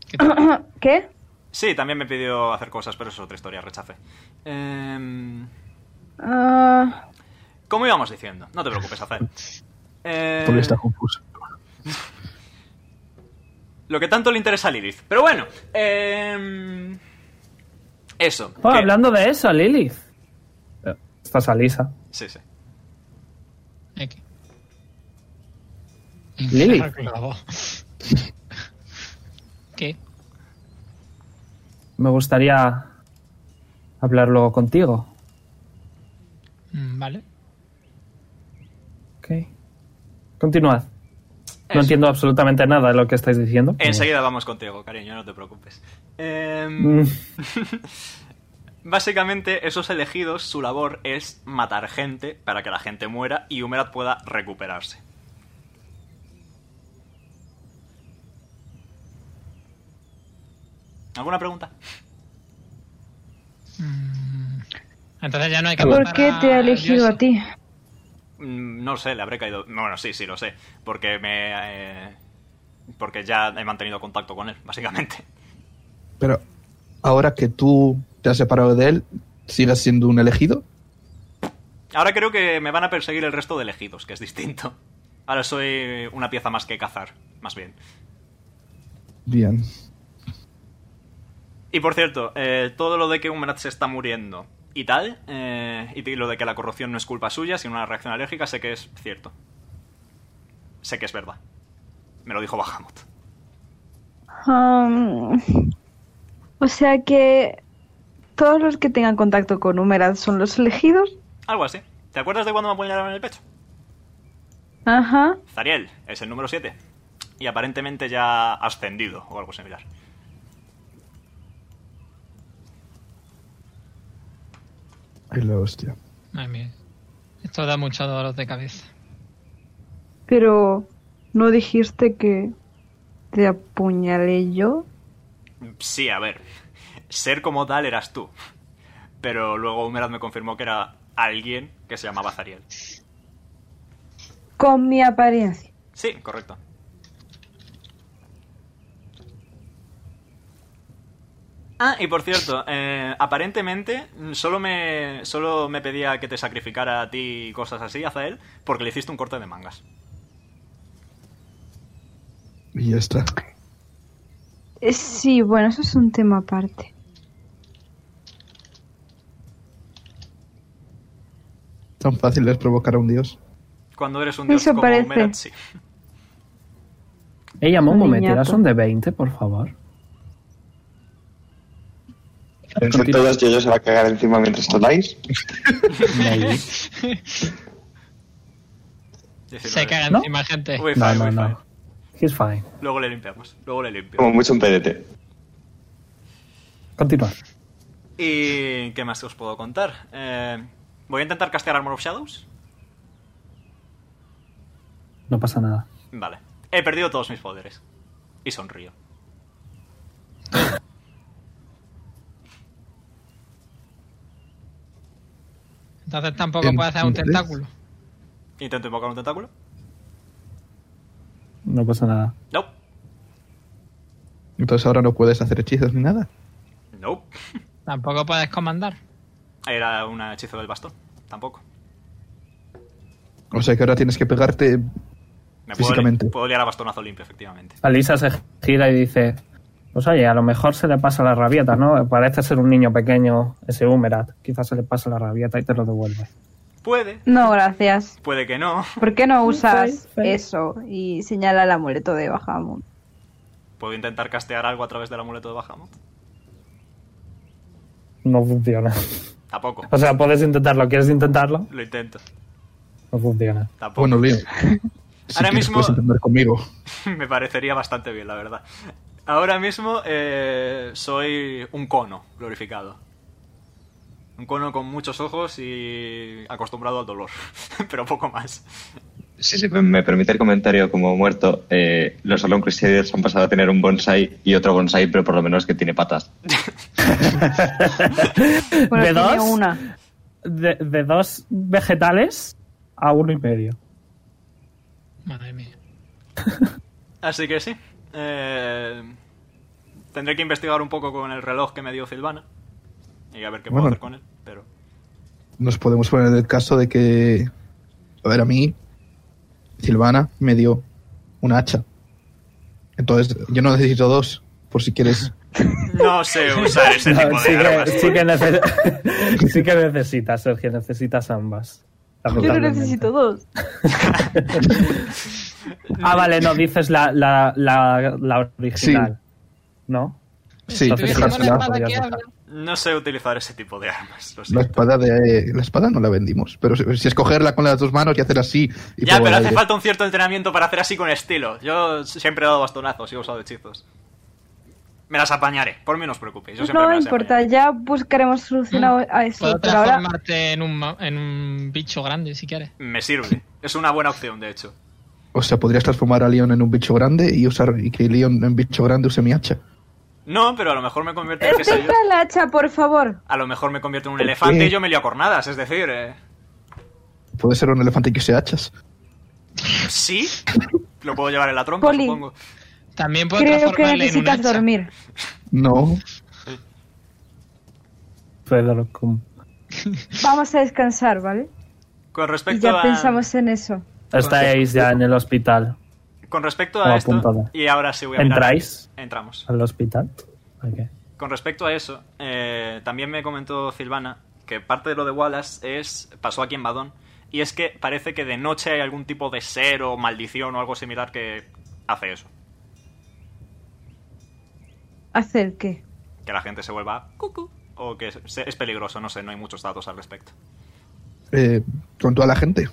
[SPEAKER 7] ¿Qué tal?
[SPEAKER 6] ¿Qué?
[SPEAKER 1] Sí, también me pidió hacer cosas, pero eso es otra historia, rechace. Em,
[SPEAKER 6] Ah,
[SPEAKER 1] como íbamos diciendo, no te preocupes, Eh, hacer.
[SPEAKER 3] Porque está confuso.
[SPEAKER 1] Lo que tanto le interesa a Lilith. Pero bueno, em, eso.
[SPEAKER 2] Oh,
[SPEAKER 1] que-
[SPEAKER 2] hablando de eso, Lilith. Eh, Estás a Lisa.
[SPEAKER 1] Sí, sí.
[SPEAKER 7] X.
[SPEAKER 2] Lili.
[SPEAKER 7] Clavo. ¿Qué?
[SPEAKER 2] Me gustaría hablarlo contigo.
[SPEAKER 7] Mm, Vale.
[SPEAKER 2] Ok. Continuad.
[SPEAKER 1] Eso.
[SPEAKER 2] No entiendo absolutamente nada de lo que estáis diciendo.
[SPEAKER 1] Enseguida vamos contigo, cariño, no te preocupes. Em,
[SPEAKER 2] Mm,
[SPEAKER 1] Básicamente, esos elegidos, su labor es matar gente para que la gente muera y Humerad pueda recuperarse. ¿Alguna pregunta?
[SPEAKER 7] Mm, Entonces ya no hay que
[SPEAKER 6] ¿Por
[SPEAKER 7] matar
[SPEAKER 6] qué te ha
[SPEAKER 7] al
[SPEAKER 6] elegido
[SPEAKER 7] dios.
[SPEAKER 6] a ti?
[SPEAKER 1] Mm, No sé, le habré caído. Bueno, sí, sí, lo sé. Porque me. eh, porque ya he mantenido contacto con él, básicamente.
[SPEAKER 3] Pero ahora que tú te has separado de él, ¿sigues siendo un elegido?
[SPEAKER 1] Ahora creo que me van a perseguir el resto de elegidos, que es distinto. Ahora soy una pieza más que cazar, más bien.
[SPEAKER 3] Bien.
[SPEAKER 1] Y por cierto, eh, todo lo de que Umbrad se está muriendo y tal, eh, y t- lo de que la corrupción no es culpa suya, sino una reacción alérgica, sé que es cierto. Sé que es verdad. Me lo dijo Bahamut.
[SPEAKER 6] Um, o sea que todos los que tengan contacto con Humerad son los elegidos.
[SPEAKER 1] Algo así. ¿Te acuerdas de cuando me apuñalaron en el pecho?
[SPEAKER 6] Ajá.
[SPEAKER 1] Zariel es el número 7. Y aparentemente ya ascendido o algo similar.
[SPEAKER 3] Ay, la hostia.
[SPEAKER 7] Madre mía. Esto da mucho dolor de cabeza.
[SPEAKER 6] Pero no dijiste que te apuñalé yo.
[SPEAKER 1] Sí, a ver. Ser como tal eras tú. Pero luego Humerad me confirmó que era alguien que se llamaba Zariel.
[SPEAKER 6] Con mi apariencia.
[SPEAKER 1] Sí, correcto. Ah, y por cierto, eh, aparentemente mm, solo me, solo me pedía que te sacrificara a ti y cosas así, Azael, porque le hiciste un corte de mangas.
[SPEAKER 3] Y ya está.
[SPEAKER 6] Eh, Sí, bueno, eso es un tema aparte.
[SPEAKER 3] Tan fácil es provocar a un dios.
[SPEAKER 1] Cuando eres un dios
[SPEAKER 6] Eso
[SPEAKER 1] como
[SPEAKER 6] parece.
[SPEAKER 1] Humerad, sí.
[SPEAKER 2] Ey, Momo, ¿me
[SPEAKER 6] Niñato.
[SPEAKER 2] tiras un de 20, por favor?
[SPEAKER 9] Son todos y ellos se va a cagar encima mientras tomáis.
[SPEAKER 2] Maybe.
[SPEAKER 7] Se
[SPEAKER 1] 19.
[SPEAKER 7] caga
[SPEAKER 2] ¿No?
[SPEAKER 7] encima gente.
[SPEAKER 1] Wi-Fi,
[SPEAKER 2] No, no,
[SPEAKER 1] Wi-Fi.
[SPEAKER 2] no. He's fine.
[SPEAKER 1] Luego le limpiamos, luego le
[SPEAKER 9] Como
[SPEAKER 1] limpiamos.
[SPEAKER 9] mucho un PDT.
[SPEAKER 2] Continuad.
[SPEAKER 1] ¿Y qué más os puedo contar? Eh, voy a intentar castear Armor of Shadows.
[SPEAKER 2] No pasa nada.
[SPEAKER 1] Vale. He perdido todos mis poderes. Y sonrío.
[SPEAKER 7] Entonces tampoco puede hacer un
[SPEAKER 3] Entonces-
[SPEAKER 7] tentáculo.
[SPEAKER 1] Intento invocar un tentáculo.
[SPEAKER 2] No pasa nada.
[SPEAKER 1] Nope.
[SPEAKER 3] Entonces ahora no puedes hacer hechizos ni nada.
[SPEAKER 1] Nope.
[SPEAKER 7] Tampoco puedes comandar.
[SPEAKER 1] Era un hechizo del bastón. Tampoco.
[SPEAKER 3] O sea que ahora tienes que pegarte.
[SPEAKER 1] Me puedo,
[SPEAKER 3] Físicamente.
[SPEAKER 1] puedo liar a bastonazo limpio, efectivamente.
[SPEAKER 2] Alisa se gira y dice: Pues oye, a lo mejor se le pasa la rabieta, ¿no? Parece ser un niño pequeño ese Humerat. Quizás se le pasa la rabieta y te lo devuelve.
[SPEAKER 1] Puede,
[SPEAKER 6] No, gracias.
[SPEAKER 1] puede que no.
[SPEAKER 6] ¿Por qué no usas
[SPEAKER 2] fe.
[SPEAKER 6] eso y señala el amuleto de Bahamut?
[SPEAKER 1] Puedo intentar castear algo a través del amuleto de Bahamut.
[SPEAKER 2] No funciona.
[SPEAKER 1] Tampoco.
[SPEAKER 2] O sea, puedes intentarlo. ¿Quieres intentarlo?
[SPEAKER 1] Lo intento.
[SPEAKER 2] No funciona.
[SPEAKER 1] Tampoco.
[SPEAKER 3] Bueno, Leo. Si
[SPEAKER 1] Ahora
[SPEAKER 3] quieres,
[SPEAKER 1] mismo-
[SPEAKER 3] puedes entender conmigo.
[SPEAKER 1] Me parecería bastante bien, la verdad. Ahora mismo eh, soy un cono glorificado. Un cono con muchos ojos y acostumbrado al dolor, pero poco más.
[SPEAKER 9] Si se me permite el comentario como muerto, eh, los Alone Crusaders han pasado a tener un bonsai y otro bonsai, pero por lo menos que tiene patas.
[SPEAKER 6] Bueno,
[SPEAKER 2] ¿De
[SPEAKER 6] tiene
[SPEAKER 2] dos?
[SPEAKER 6] una.
[SPEAKER 2] De, de dos vegetales a uno y medio.
[SPEAKER 7] Madre mía.
[SPEAKER 1] Así que sí. eh, tendré que investigar un poco con el reloj que me dio Silvana y a ver qué puedo
[SPEAKER 3] Bueno.
[SPEAKER 1] hacer con él. Pero
[SPEAKER 3] Nos podemos poner en el caso de que. A ver, a mí. Silvana me dio una hacha. Entonces, yo no necesito dos, por si quieres.
[SPEAKER 1] no sé usar ese
[SPEAKER 2] No,
[SPEAKER 1] tipo
[SPEAKER 2] sí,
[SPEAKER 1] de armas.
[SPEAKER 2] que, sí que nece- sí que necesitas, Sergio. Necesitas ambas.
[SPEAKER 6] Yo no
[SPEAKER 2] lamentablemente.
[SPEAKER 6] necesito dos.
[SPEAKER 2] Ah, vale, no, dices la, la, la, la original. ¿No?
[SPEAKER 3] Sí,
[SPEAKER 2] Entonces,
[SPEAKER 7] Estoy
[SPEAKER 3] dejársela.
[SPEAKER 7] viendo
[SPEAKER 2] sí,
[SPEAKER 7] una
[SPEAKER 2] sí,
[SPEAKER 7] espada
[SPEAKER 2] podrías
[SPEAKER 7] que
[SPEAKER 2] dejar.
[SPEAKER 7] habla.
[SPEAKER 1] No sé utilizar ese tipo de armas. Lo
[SPEAKER 3] La
[SPEAKER 1] siento.
[SPEAKER 3] espada, de, la espada no la vendimos, pero si, si escogerla con las dos manos y hacer así. Y
[SPEAKER 1] Ya,
[SPEAKER 3] por
[SPEAKER 1] pero
[SPEAKER 3] el
[SPEAKER 1] hace
[SPEAKER 3] aire.
[SPEAKER 1] falta un cierto entrenamiento para hacer así con estilo. Yo siempre he dado bastonazos y he usado hechizos. Me las apañaré, por mí no os preocupéis. Yo siempre
[SPEAKER 6] No
[SPEAKER 1] me
[SPEAKER 6] me
[SPEAKER 1] las he
[SPEAKER 6] importa,
[SPEAKER 1] apañado.
[SPEAKER 6] ya buscaremos solución a- a eso.
[SPEAKER 7] Puedo
[SPEAKER 6] Pero ahora
[SPEAKER 7] transformarte en, un, ma- en un bicho grande si quieres.
[SPEAKER 1] Me sirve. Es una buena opción, de hecho.
[SPEAKER 3] O sea, podrías transformar a Leon en un bicho grande y usar y que Leon en bicho grande use mi hacha.
[SPEAKER 1] No, pero a lo mejor me convierto en qué sé yo.
[SPEAKER 6] Deja la hacha, por favor.
[SPEAKER 1] A lo mejor me convierto en un elefante y yo me lío a cornadas, es decir, eh,
[SPEAKER 3] Puede ser un elefante que use hachas.
[SPEAKER 1] sí, lo puedo llevar en la trompa,
[SPEAKER 6] Poli.
[SPEAKER 1] supongo.
[SPEAKER 7] También puedo
[SPEAKER 6] Creo que
[SPEAKER 7] transformarle en un
[SPEAKER 6] necesitas
[SPEAKER 7] hacha.
[SPEAKER 6] dormir.
[SPEAKER 3] No.
[SPEAKER 2] Pedro, ¿cómo?
[SPEAKER 6] Vamos a descansar, ¿vale?
[SPEAKER 1] Con
[SPEAKER 6] Y
[SPEAKER 1] respecto
[SPEAKER 6] ya
[SPEAKER 1] a
[SPEAKER 6] pensamos en eso.
[SPEAKER 2] Estáis ya en el hospital.
[SPEAKER 1] con respecto
[SPEAKER 2] Como
[SPEAKER 1] a esto
[SPEAKER 2] apuntado.
[SPEAKER 1] y ahora sí voy a mirar.
[SPEAKER 2] ¿Entráis
[SPEAKER 1] Entramos.
[SPEAKER 2] al hospital? Ok.
[SPEAKER 1] Con respecto a eso, eh, también me comentó Silvana que parte de lo de Wallace es pasó aquí en Badón y es que parece que de noche hay algún tipo de ser o maldición o algo similar que hace eso,
[SPEAKER 6] ¿Hacer qué?
[SPEAKER 1] que la gente se vuelva cucú o que es, es peligroso, no sé, no hay muchos datos al respecto.
[SPEAKER 3] Eh, con toda la gente.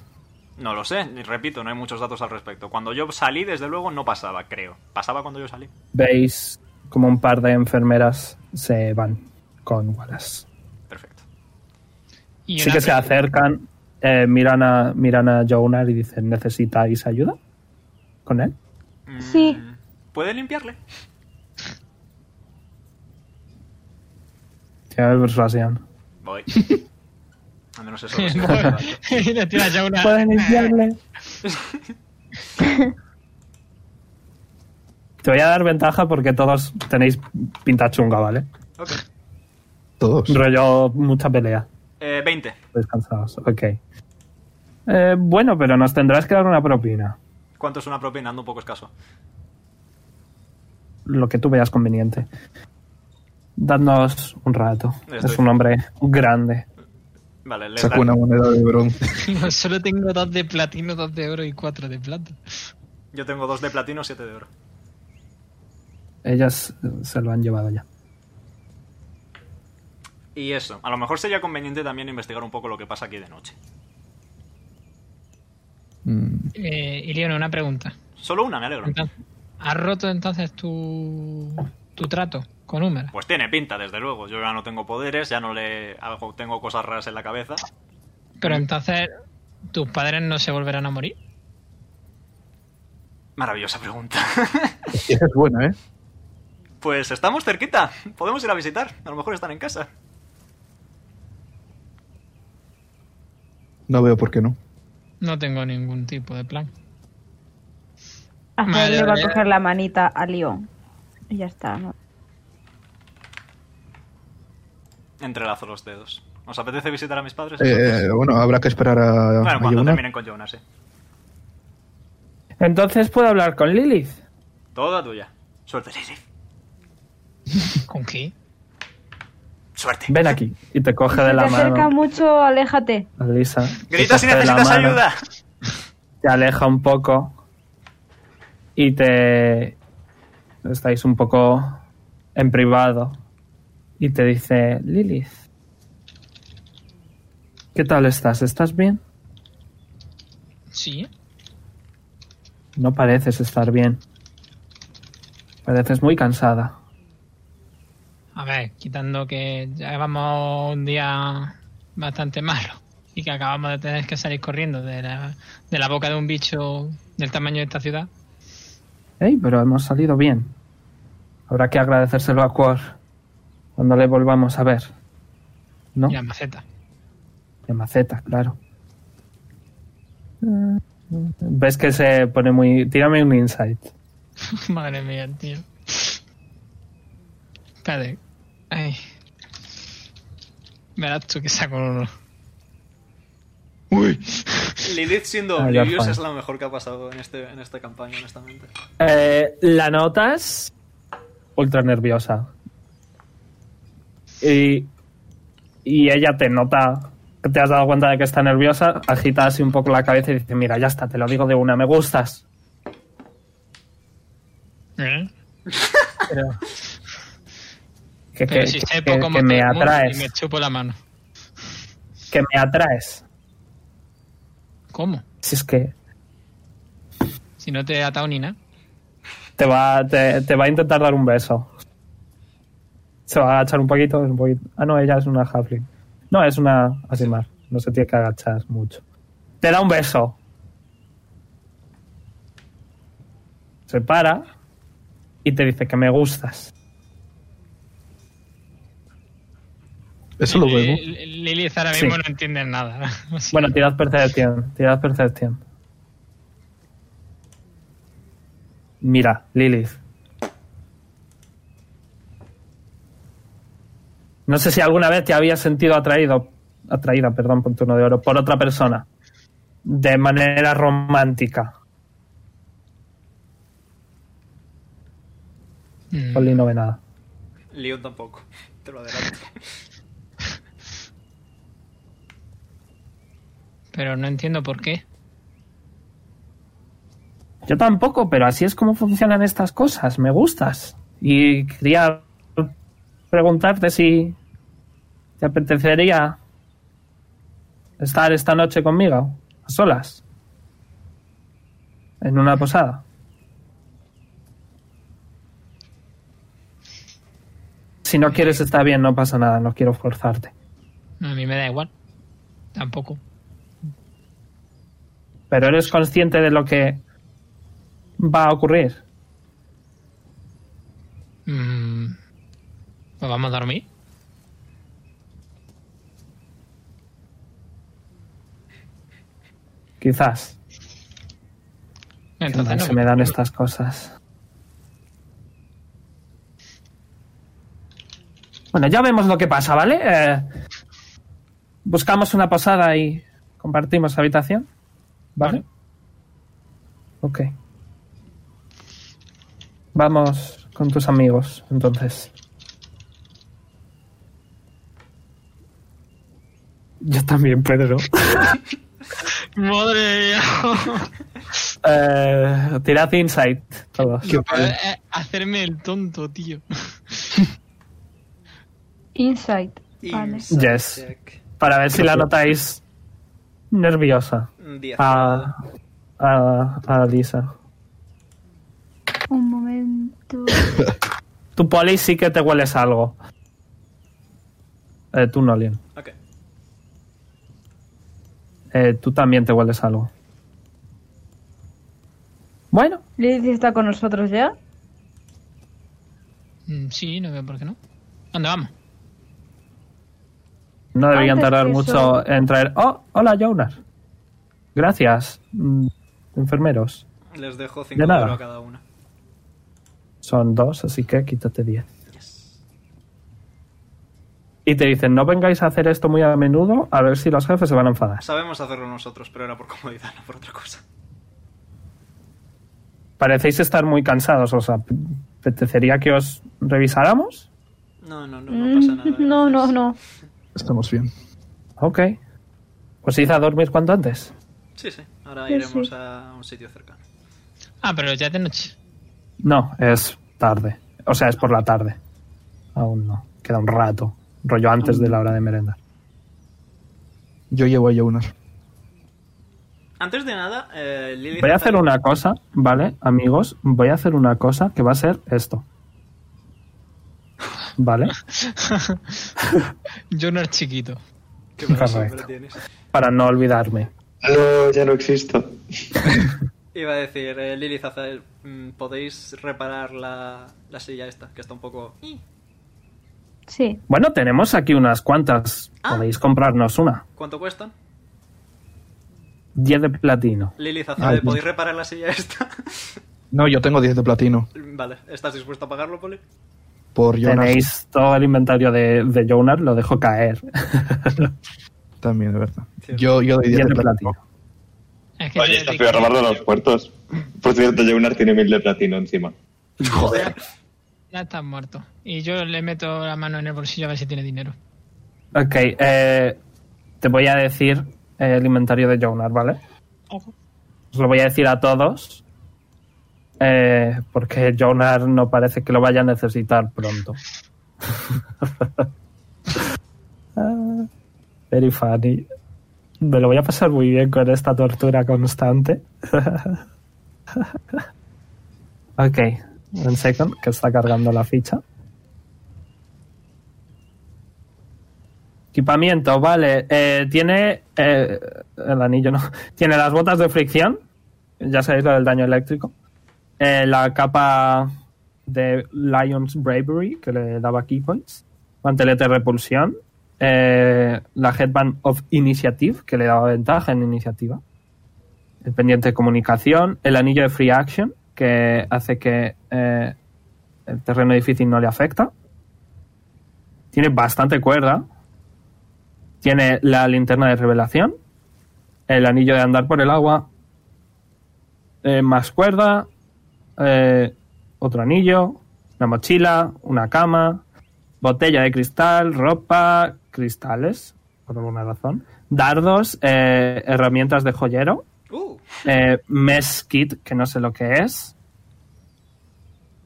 [SPEAKER 1] No lo sé, repito, no hay muchos datos al respecto. Cuando yo salí, desde luego, no pasaba, creo. Pasaba cuando yo salí.
[SPEAKER 2] Veis como un par de enfermeras se van con Wallace.
[SPEAKER 1] Perfecto.
[SPEAKER 7] Y
[SPEAKER 2] Sí
[SPEAKER 7] una
[SPEAKER 2] que se
[SPEAKER 7] pre-
[SPEAKER 2] acercan, eh, miran, a, miran a Jonar y dicen, ¿necesitáis ayuda? ¿Con él?
[SPEAKER 1] Mm,
[SPEAKER 6] Sí.
[SPEAKER 1] ¿Puede limpiarle?
[SPEAKER 2] Tiene persuasión.
[SPEAKER 1] Voy. Al menos eso. lo sé.
[SPEAKER 7] Y le tiras ya
[SPEAKER 3] Pues
[SPEAKER 7] una.
[SPEAKER 2] ¿Pueden limpiarle? Te voy a dar ventaja porque todos tenéis pinta chunga, ¿vale?
[SPEAKER 1] Ok.
[SPEAKER 3] Todos.
[SPEAKER 2] Rollo mucha pelea.
[SPEAKER 1] Eh, 20.
[SPEAKER 2] Descansados, ok. Eh, bueno, pero nos tendrás que dar una propina.
[SPEAKER 1] ¿Cuánto es una propina? Ando un poco escaso.
[SPEAKER 2] Lo que tú veas conveniente. Dadnos un rato.
[SPEAKER 1] Estoy-
[SPEAKER 2] Es un hombre grande.
[SPEAKER 1] Vale, le
[SPEAKER 3] Saco una moneda de bronce.
[SPEAKER 7] Solo tengo dos de platino, dos de oro y cuatro de plata.
[SPEAKER 1] Yo tengo dos de platino, siete de oro.
[SPEAKER 2] Ellas eh, se lo han llevado ya.
[SPEAKER 1] Y eso. A lo mejor sería conveniente también investigar un poco lo que pasa aquí de noche.
[SPEAKER 3] Mm,
[SPEAKER 7] Eh, Ilione, una pregunta.
[SPEAKER 1] Solo una, me alegro.
[SPEAKER 7] Entonces, ¿Has roto entonces tu, tu trato con Húmera?
[SPEAKER 1] Pues tiene pinta, desde luego. Yo ya no tengo poderes, ya no le hago, tengo cosas raras en la cabeza.
[SPEAKER 7] Pero entonces, ¿tus padres no se volverán a morir?
[SPEAKER 1] Maravillosa pregunta.
[SPEAKER 3] Esa es buena, ¿eh?
[SPEAKER 1] pues estamos cerquita. Podemos ir a visitar. A lo mejor están en casa.
[SPEAKER 3] No veo por qué no.
[SPEAKER 7] No tengo ningún tipo de plan.
[SPEAKER 6] Hacer
[SPEAKER 7] Madre
[SPEAKER 6] le va a
[SPEAKER 7] mía.
[SPEAKER 6] coger la manita a León. Y ya está, ¿no?
[SPEAKER 1] Entrelazo los dedos. ¿Os apetece visitar a mis padres?
[SPEAKER 3] Eh, bueno, habrá que esperar a,
[SPEAKER 1] bueno,
[SPEAKER 3] a
[SPEAKER 1] cuando
[SPEAKER 3] Yuna.
[SPEAKER 1] terminen con Jonas, eh.
[SPEAKER 2] Entonces puedo hablar con Lilith.
[SPEAKER 1] Toda tuya. Suerte, Lilith.
[SPEAKER 7] ¿Con qué?
[SPEAKER 1] Suerte.
[SPEAKER 2] Ven aquí. Y te coge de
[SPEAKER 6] Si
[SPEAKER 2] la
[SPEAKER 6] te acerca
[SPEAKER 2] mano.
[SPEAKER 6] mucho, aléjate.
[SPEAKER 2] a Lisa. Te
[SPEAKER 1] Grita si
[SPEAKER 2] coge de la
[SPEAKER 1] necesitas
[SPEAKER 2] mano,
[SPEAKER 1] ayuda.
[SPEAKER 2] Te aleja un poco. Y te. Estáis un poco en privado. Y te dice: Lilith. ¿Qué tal estás? ¿Estás bien?
[SPEAKER 7] Sí.
[SPEAKER 2] No pareces estar bien. Pareces muy cansada.
[SPEAKER 7] A ver, quitando que ya llevamos un día bastante malo y que acabamos de tener que salir corriendo de la, de la boca de un bicho del tamaño de esta ciudad.
[SPEAKER 2] Ey, pero hemos salido bien. Habrá que agradecérselo a Quor cuando le volvamos a ver. ¿No?
[SPEAKER 7] Y la maceta.
[SPEAKER 2] De maceta, claro. Ves que se pone muy... Tírame un insight.
[SPEAKER 7] Madre mía, tío. Espérate. Ay. Verás tú que saco un uno. Uy.
[SPEAKER 1] Lilith siendo
[SPEAKER 2] Ah, ya
[SPEAKER 1] Oblivious
[SPEAKER 2] fue.
[SPEAKER 1] es lo mejor que ha pasado en, este, en esta campaña, honestamente.
[SPEAKER 2] Eh, la notas ultra nerviosa. Y, y ella te nota que te has dado cuenta de que está nerviosa, agita así un poco la cabeza y dice, mira, ya está, te lo digo de una, me gustas.
[SPEAKER 7] ¿Eh?
[SPEAKER 2] Pero, que,
[SPEAKER 7] Pero
[SPEAKER 2] que-
[SPEAKER 7] si
[SPEAKER 2] que-
[SPEAKER 7] sepo
[SPEAKER 2] que me
[SPEAKER 7] como todo el mundo
[SPEAKER 2] atraes,
[SPEAKER 7] y me chupo la mano.
[SPEAKER 2] que me atraes.
[SPEAKER 7] ¿Cómo?
[SPEAKER 2] Si es que
[SPEAKER 7] Si no te he atado ni nada.
[SPEAKER 2] te va, te, te va a intentar dar un beso. Se va a agachar un poquito, es un poquito. Ah, no, ella es una halfling. No, es una asimar. No se tiene que agachar mucho. Te da un beso. Se para y te dice que me gustas.
[SPEAKER 3] Eso lo veo.
[SPEAKER 7] Li- Li- Lilith ahora
[SPEAKER 2] Sí.
[SPEAKER 7] mismo no entiende nada. Así
[SPEAKER 2] Bueno, tirad percepción, tirad percepción. Mira, Lilith. No sé si alguna vez te habías sentido atraído, atraída, perdón, por turno de oro, por otra persona. De manera romántica.
[SPEAKER 7] que- Mm.
[SPEAKER 2] Oli no ve nada.
[SPEAKER 1] Leon tampoco. Te lo adelanto.
[SPEAKER 7] Pero no entiendo por qué.
[SPEAKER 2] Yo tampoco, pero así es como funcionan estas cosas. Me gustas. Y quería preguntarte si te apetecería estar esta noche conmigo, a solas, en una posada. Si no quieres, está bien, no pasa nada, no quiero forzarte.
[SPEAKER 7] A mí me da igual. Tampoco.
[SPEAKER 2] Pero eres consciente de lo que va a ocurrir.
[SPEAKER 7] Mm. Pues vamos a dormir.
[SPEAKER 2] Quizás. Qué
[SPEAKER 7] Entonces
[SPEAKER 2] mal
[SPEAKER 7] no.
[SPEAKER 2] se me dan estas cosas. Bueno, ya vemos lo que pasa, ¿vale? Eh, buscamos una posada y compartimos habitación, ¿vale? Ok. Vamos con tus amigos, entonces. Yo también, Pedro.
[SPEAKER 7] Madre
[SPEAKER 2] Eh, tirad insight, todos.
[SPEAKER 3] Qué
[SPEAKER 7] eh,
[SPEAKER 3] padre.
[SPEAKER 7] hacerme el tonto, tío.
[SPEAKER 6] Insight. Vale.
[SPEAKER 1] Insight
[SPEAKER 2] Yes.
[SPEAKER 1] check.
[SPEAKER 2] Para ver si la notáis nerviosa
[SPEAKER 1] Diez.
[SPEAKER 2] a, a, a Lisa.
[SPEAKER 6] Un momento.
[SPEAKER 2] Tu poli sí que te hueles algo. Eh, tú no, Leon.
[SPEAKER 1] Ok.
[SPEAKER 2] Eh, tú también te hueles algo. Bueno,
[SPEAKER 6] Lilith está con nosotros ya.
[SPEAKER 7] Mm, Sí, no veo por qué no. ¿Dónde vamos?
[SPEAKER 2] no deberían
[SPEAKER 6] Antes
[SPEAKER 2] tardar
[SPEAKER 6] que
[SPEAKER 2] mucho
[SPEAKER 6] eso-
[SPEAKER 2] en traer... ¡Oh! Hola, Jonas. Gracias, mm, enfermeros.
[SPEAKER 1] Les dejo 5
[SPEAKER 2] De nada.
[SPEAKER 1] euros a cada una.
[SPEAKER 2] Son dos, así que quítate diez. Y te dicen, no vengáis a hacer esto muy a menudo, a ver si los jefes se van a enfadar.
[SPEAKER 1] Sabemos hacerlo nosotros, pero era por comodidad, no por otra cosa.
[SPEAKER 2] Parecéis estar muy cansados, o sea, p- apetecería que os revisáramos?
[SPEAKER 1] No, no, no, no pasa
[SPEAKER 6] Mm,
[SPEAKER 1] nada.
[SPEAKER 10] No, no, no.
[SPEAKER 3] Estamos bien.
[SPEAKER 2] Ok. Os id a dormir cuanto antes.
[SPEAKER 1] Sí, sí. Ahora
[SPEAKER 10] Sí,
[SPEAKER 1] iremos
[SPEAKER 10] sí.
[SPEAKER 1] a un sitio cercano.
[SPEAKER 7] Ah, pero ya es de noche.
[SPEAKER 2] No, es tarde. O sea, es por la tarde. Aún no. Queda un rato. Rollo antes de la hora de merendar.
[SPEAKER 3] Yo llevo a Jonas.
[SPEAKER 1] Antes de nada, eh, Lilith
[SPEAKER 2] Voy a
[SPEAKER 1] hace-
[SPEAKER 2] hacer una cosa, ¿vale? Amigos, voy a hacer una cosa que va a ser esto. ¿Vale?
[SPEAKER 7] Yo no era chiquito.
[SPEAKER 1] Qué buena
[SPEAKER 2] Correcto.
[SPEAKER 1] sombra tienes.
[SPEAKER 2] Para no olvidarme.
[SPEAKER 9] No, ya no existo.
[SPEAKER 1] Iba a decir, eh, Lilith, hace- mm, ¿podéis reparar la, la silla esta? Que está un poco...
[SPEAKER 10] Sí.
[SPEAKER 2] Bueno, tenemos aquí unas cuantas.
[SPEAKER 1] Ah.
[SPEAKER 2] Podéis comprarnos una.
[SPEAKER 1] ¿Cuánto cuestan?
[SPEAKER 2] 10 de platino.
[SPEAKER 1] Lilith, hace
[SPEAKER 3] Ay,
[SPEAKER 1] de, ¿podéis reparar la silla esta?
[SPEAKER 3] No, yo tengo 10 de platino
[SPEAKER 1] vale, ¿estás dispuesto a pagarlo, Poli?
[SPEAKER 3] por Jonas.
[SPEAKER 2] Tenéis todo el inventario de, de Jonar, lo dejo caer.
[SPEAKER 3] También, de verdad.
[SPEAKER 1] Cierto.
[SPEAKER 3] Yo, yo doy
[SPEAKER 2] 10
[SPEAKER 3] 10
[SPEAKER 2] de platino.
[SPEAKER 7] Es que
[SPEAKER 9] Oye,
[SPEAKER 7] yo
[SPEAKER 9] estás
[SPEAKER 7] era
[SPEAKER 9] voy a robar de los puertos. Por cierto, Jonar tiene mil de platino encima.
[SPEAKER 3] Joder.
[SPEAKER 7] Ya está muerto. Y yo le meto la mano en el bolsillo a ver si tiene dinero.
[SPEAKER 2] Ok, eh, te voy a decir eh, el inventario de Jonar, ¿vale? Os lo voy a decir a todos. eh, porque Jonar no parece que lo vaya a necesitar pronto. Ah, Very funny. Me lo voy a pasar muy bien con esta tortura constante. ok, un second, que está cargando la ficha. Equipamiento, vale. Eh, tiene eh, el anillo, no. Tiene las botas de fricción. Ya sabéis lo del daño eléctrico. Eh, la capa de Lion's Bravery, que le daba key points. Mantelete de repulsión. Eh, la Headband of Initiative, que le daba ventaja en iniciativa. El pendiente de comunicación. El anillo de Free Action, que hace que eh, el terreno difícil no le afecta. Tiene bastante cuerda. Tiene la linterna de revelación, el anillo de andar por el agua, eh, más cuerda, eh, otro anillo, una mochila, una cama, botella de cristal, ropa, cristales, por alguna razón, dardos, eh, herramientas de joyero,
[SPEAKER 1] ¡Uh!
[SPEAKER 2] eh, mess kit, que no sé lo que es,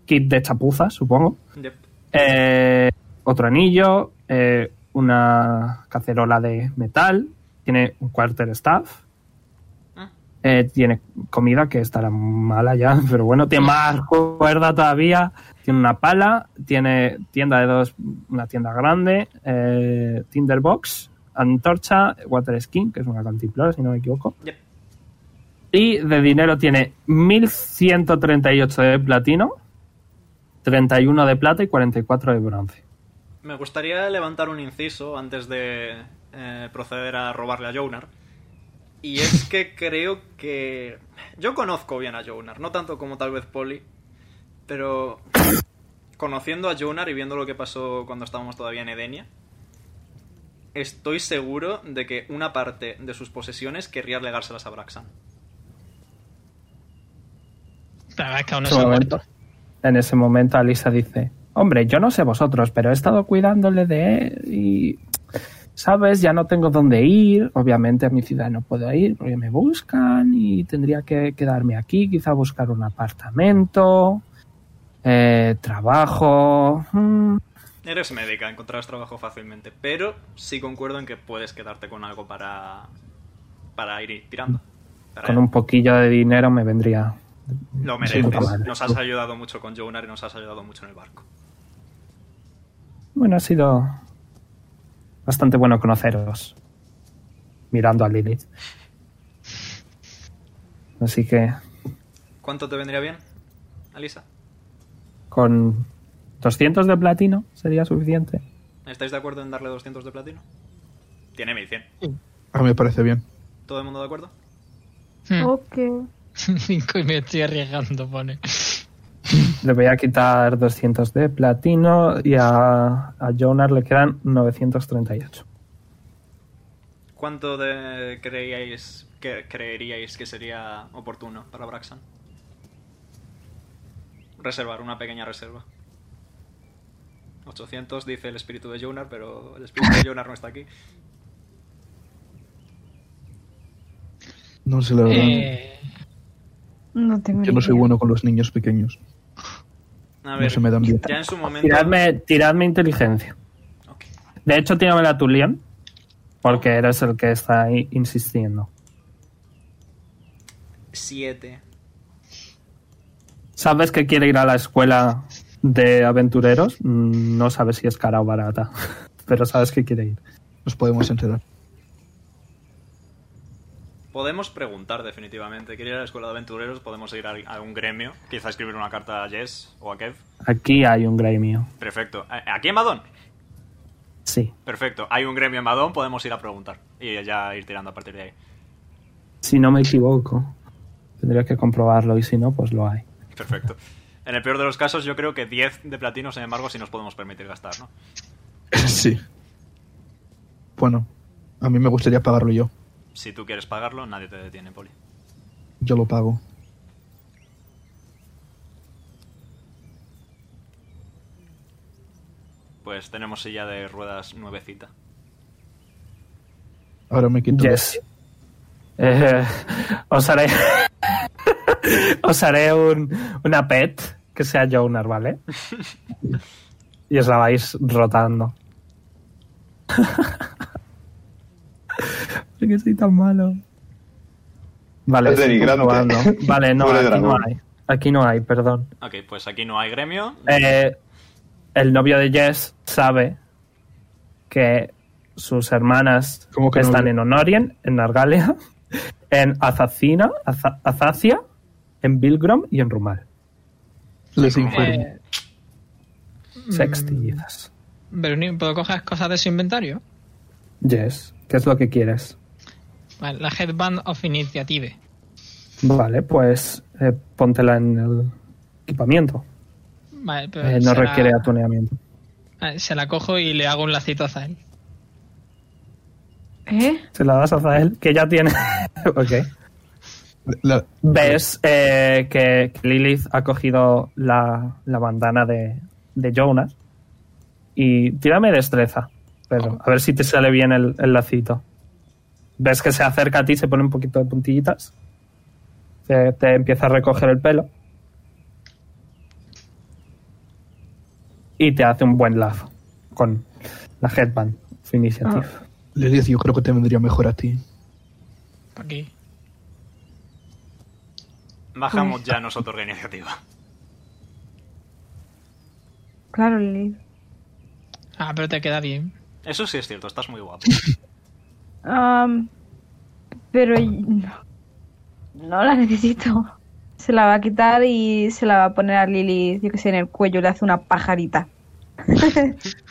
[SPEAKER 2] kit de chapuza, supongo.
[SPEAKER 1] Yep.
[SPEAKER 2] Eh, otro anillo, eh, una cacerola de metal, tiene un quarter staff,
[SPEAKER 1] Ah.
[SPEAKER 2] eh, tiene comida que estará mala ya, pero bueno, tiene más cuerda todavía, tiene una pala, tiene tienda de dos, una tienda grande, eh, tinderbox, antorcha, water skin, que es una cantimplora si no me equivoco.
[SPEAKER 1] Yep.
[SPEAKER 2] Y de dinero tiene 1138 de platino, 31 de plata y 44 de bronce.
[SPEAKER 1] Me gustaría levantar un inciso antes de eh, proceder a robarle a Jonar. Y es que creo que... Yo conozco bien a Jonar, no tanto como tal vez Polly, pero conociendo a Jonar y viendo lo que pasó cuando estábamos todavía en Edenia, estoy seguro de que una parte de sus posesiones querría legárselas a Braxan.
[SPEAKER 7] La verdad es que aún no
[SPEAKER 2] ese
[SPEAKER 7] se ha
[SPEAKER 2] momento.
[SPEAKER 7] muerto.
[SPEAKER 2] En ese momento Alisa dice, hombre, yo no sé vosotros, pero he estado cuidándole de él y, ¿sabes? Ya no tengo dónde ir, obviamente a mi ciudad no puedo ir porque me buscan y tendría que quedarme aquí, quizá buscar un apartamento, eh, trabajo. mm,
[SPEAKER 1] Eres médica, encontrarás trabajo fácilmente, pero sí concuerdo en que puedes quedarte con algo para, para ir tirando. Para-
[SPEAKER 2] con un poquillo de dinero me vendría
[SPEAKER 1] Lo
[SPEAKER 2] puta
[SPEAKER 1] mereces.
[SPEAKER 2] madre.
[SPEAKER 1] Nos has ayudado mucho con Jonar y nos has ayudado mucho en el barco.
[SPEAKER 2] Bueno, ha sido bastante bueno conoceros. Mirando a Lilith. Así que
[SPEAKER 1] ¿Cuánto te vendría bien, Alisa?
[SPEAKER 2] con 200 de platino sería suficiente.
[SPEAKER 1] ¿Estáis de acuerdo en darle 200 de platino? Tiene 1100.
[SPEAKER 3] A mí me parece bien.
[SPEAKER 1] ¿Todo el mundo de acuerdo?
[SPEAKER 10] Ok.
[SPEAKER 7] Mm. Cinco y me estoy arriesgando, pone.
[SPEAKER 2] Le voy a quitar 200 de platino y a, a Jonar le quedan 938.
[SPEAKER 1] ¿Cuánto de creíais que creeríais que sería oportuno para Braxan? Reservar, una pequeña reserva. 800 dice el espíritu de Jonar, pero el espíritu de Jonar no está aquí.
[SPEAKER 3] No sé, la verdad.
[SPEAKER 7] Eh,
[SPEAKER 10] No tengo
[SPEAKER 3] Yo
[SPEAKER 10] ni
[SPEAKER 3] no soy
[SPEAKER 1] eh.
[SPEAKER 10] idea.
[SPEAKER 3] bueno con los niños pequeños.
[SPEAKER 1] A
[SPEAKER 3] No
[SPEAKER 1] ver,
[SPEAKER 3] se me dan bien.
[SPEAKER 1] ya en su momento...
[SPEAKER 2] Tiradme, tiradme inteligencia.
[SPEAKER 1] Ok. Oh.
[SPEAKER 2] De hecho, tírame la Tulian. Porque eres el que está ahí insistiendo.
[SPEAKER 1] 7.
[SPEAKER 2] ¿Sabes que quiere ir a la escuela de aventureros? Mm, No sabes si es cara o barata. Pero sabes que quiere ir.
[SPEAKER 3] Nos podemos enterar.
[SPEAKER 1] Podemos preguntar definitivamente. Quería ir a la escuela de aventureros, podemos ir a a un gremio. Quizá escribir una carta a Jess o a Kev.
[SPEAKER 2] Aquí hay un gremio.
[SPEAKER 1] Perfecto. ¿A- ¿Aquí en Madón?
[SPEAKER 2] Sí.
[SPEAKER 1] Perfecto. Hay un gremio en Madón, podemos ir a preguntar. Y ya ir tirando a partir de ahí.
[SPEAKER 2] Si no me equivoco. Tendría que comprobarlo y si no, pues lo hay.
[SPEAKER 1] Perfecto. En el peor de los casos, yo creo que 10 de platino, sin embargo, si nos podemos permitir gastar, ¿no?
[SPEAKER 3] sí. Bueno, a mí me gustaría pagarlo yo.
[SPEAKER 1] Si tú quieres pagarlo, nadie te detiene, Poli.
[SPEAKER 3] Yo lo pago.
[SPEAKER 1] Pues tenemos silla de ruedas nuevecita.
[SPEAKER 3] Ahora me quito.
[SPEAKER 2] Yes. Eh, os haré. os haré un, una pet que sea Jonar, ¿vale? ¿eh? Y os la vais rotando. ¿Por qué soy tan malo? Vale,
[SPEAKER 9] Es
[SPEAKER 2] estoy
[SPEAKER 9] denigrante.
[SPEAKER 2] comprobando. Vale, no,
[SPEAKER 9] Pobre
[SPEAKER 2] aquí no
[SPEAKER 9] dragón.
[SPEAKER 2] hay. Aquí no hay, perdón.
[SPEAKER 1] Ok, pues aquí no hay gremio.
[SPEAKER 2] Eh, el novio de Jess sabe que sus hermanas
[SPEAKER 3] ¿Cómo que
[SPEAKER 2] están
[SPEAKER 3] novio?
[SPEAKER 2] en Honorien, en Nargalia, en Azacina, Aza- Azacia, en Bilgrom y en Rumal.
[SPEAKER 3] Les informo.
[SPEAKER 7] eh,
[SPEAKER 2] Sextillizas.
[SPEAKER 7] Veruni, Mm. ¿puedo coger cosas de su inventario?
[SPEAKER 2] Jess, ¿qué es lo que quieres?
[SPEAKER 7] Vale, la Headband of Initiative.
[SPEAKER 2] Vale, pues eh, póntela en el equipamiento.
[SPEAKER 7] Vale, pero
[SPEAKER 2] Eh, no
[SPEAKER 7] se la-
[SPEAKER 2] requiere atuneamiento.
[SPEAKER 7] vale, Se la cojo y le hago un lacito a Zael.
[SPEAKER 10] ¿Eh?
[SPEAKER 2] Se la das a Zael, que ya tiene. ok.
[SPEAKER 3] La-
[SPEAKER 2] Ves eh, que que Lilith ha cogido la, la bandana de, de Jonas y tírame destreza, pero a ver si te sale bien el, el lacito. Ves que se acerca a ti, se pone un poquito de puntillitas, se- te empieza a recoger el pelo y te hace un buen lazo con la headband, su iniciativa.
[SPEAKER 3] Ah. Lilith, yo creo que te vendría mejor a ti.
[SPEAKER 7] Aquí.
[SPEAKER 1] Bajamos ya nosotros la iniciativa.
[SPEAKER 6] Claro, Lilith.
[SPEAKER 7] Ah, pero te queda bien.
[SPEAKER 1] Eso sí es cierto, estás muy guapo.
[SPEAKER 10] Am, pero y- no. no la necesito.
[SPEAKER 6] Se la va a quitar y se la va a poner a Lilith, yo que sé, en el cuello, le hace una pajarita.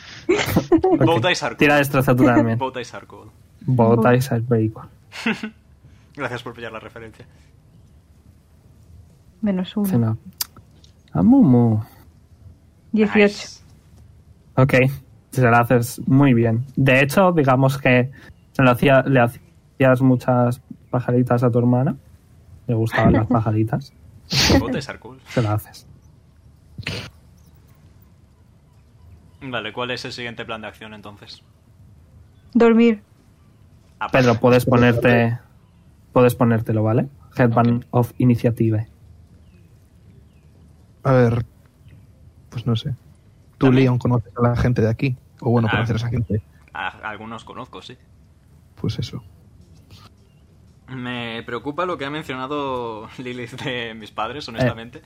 [SPEAKER 2] Ok.
[SPEAKER 1] Bowtie Sarco.
[SPEAKER 2] Tira destreza tú también.
[SPEAKER 1] Bota y Sarco.
[SPEAKER 2] Bowtie Sarco.
[SPEAKER 1] Gracias por pillar la referencia.
[SPEAKER 6] Menos
[SPEAKER 2] Dice, no.
[SPEAKER 6] uno.
[SPEAKER 2] A Mumu.
[SPEAKER 6] 18.
[SPEAKER 1] Nice.
[SPEAKER 2] Ok, se la haces muy bien. De hecho, digamos que se lo hacía, le hacías muchas pajaritas a tu hermana. Le gustaban las pajaritas.
[SPEAKER 1] Bota y Sarco.
[SPEAKER 2] Se la haces.
[SPEAKER 1] Vale, ¿cuál es el siguiente plan de acción entonces?
[SPEAKER 6] Dormir.
[SPEAKER 1] Ah, pues,
[SPEAKER 2] Pedro, puedes ponerte. Puedes ponértelo, ¿vale? Headband of Initiative.
[SPEAKER 3] A ver. Pues no sé. Tú,
[SPEAKER 1] Dame.
[SPEAKER 3] Leon, conoces a la gente de aquí. O bueno,
[SPEAKER 1] Ah.
[SPEAKER 3] conoces a esa gente.
[SPEAKER 1] a- a algunos conozco, sí.
[SPEAKER 3] Pues eso.
[SPEAKER 1] Me preocupa lo que ha mencionado Lilith de mis
[SPEAKER 2] Eh.
[SPEAKER 1] padres, honestamente.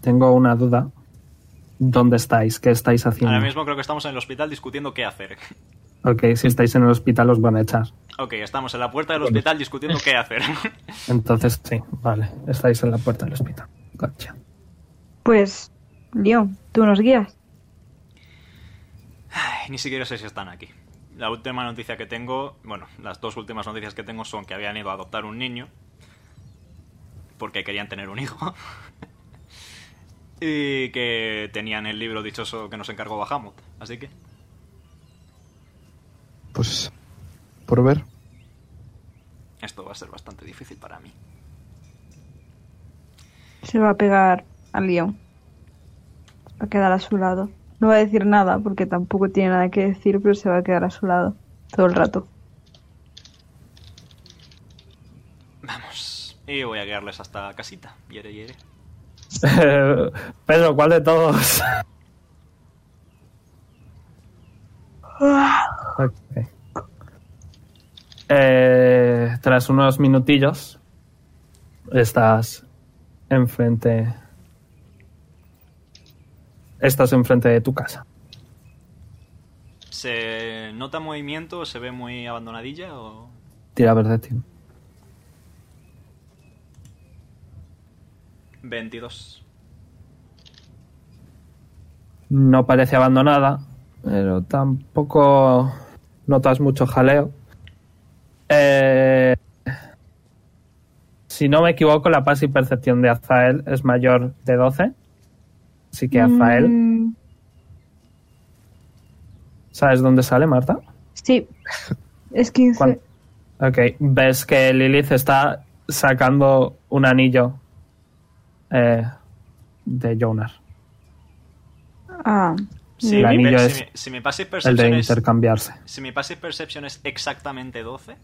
[SPEAKER 2] Tengo una duda. ¿Dónde estáis? ¿Qué estáis haciendo?
[SPEAKER 1] Ahora mismo creo que estamos en el hospital discutiendo qué hacer.
[SPEAKER 2] Ok, si estáis en el hospital os van a echar.
[SPEAKER 1] Ok, estamos en la puerta del hospital discutiendo qué hacer.
[SPEAKER 2] Entonces, sí, vale. Estáis en la puerta del hospital. Gotcha.
[SPEAKER 6] Pues, Leon, tú nos guías.
[SPEAKER 1] Ay, Eh, Ni siquiera sé si están aquí. La última noticia que tengo, bueno, las dos últimas noticias que tengo son que habían ido a adoptar un niño porque querían tener un hijo y que tenían el libro dichoso que nos encargó Bahamut. Así que,
[SPEAKER 3] Pues. Por ver.
[SPEAKER 1] esto va a ser bastante difícil para mí.
[SPEAKER 6] Se va a pegar a Leon.
[SPEAKER 10] Va a quedar a su lado. No va a decir nada porque tampoco tiene nada que decir, pero se va a quedar a su lado todo el rato.
[SPEAKER 1] Vamos. Y voy a guiarles hasta casita. Yere, yere.
[SPEAKER 2] Pedro, ¿cuál de todos? Ok. Eh, tras unos minutillos, estás enfrente. Estás enfrente de tu casa.
[SPEAKER 1] ¿Se nota movimiento? ¿Se ve muy abandonadilla? O...
[SPEAKER 2] Tira Percepción.
[SPEAKER 1] 22.
[SPEAKER 2] No parece abandonada, pero tampoco notas mucho jaleo. Eh, si no me equivoco, la paz y percepción de Azael es mayor de 12. Así que Azael,
[SPEAKER 10] Mm,
[SPEAKER 2] ¿sabes dónde sale Marta?
[SPEAKER 10] sí. Es 15.
[SPEAKER 2] Cuan- Ok, ves que Lilith está sacando un anillo eh, de Jonar.
[SPEAKER 10] Ah,
[SPEAKER 1] Si,
[SPEAKER 2] El
[SPEAKER 1] mi,
[SPEAKER 2] anillo
[SPEAKER 1] per-
[SPEAKER 2] es
[SPEAKER 1] si mi- si mi passive
[SPEAKER 2] El de
[SPEAKER 1] perception es,
[SPEAKER 2] intercambiarse.
[SPEAKER 1] si mi passive perception es exactamente 12,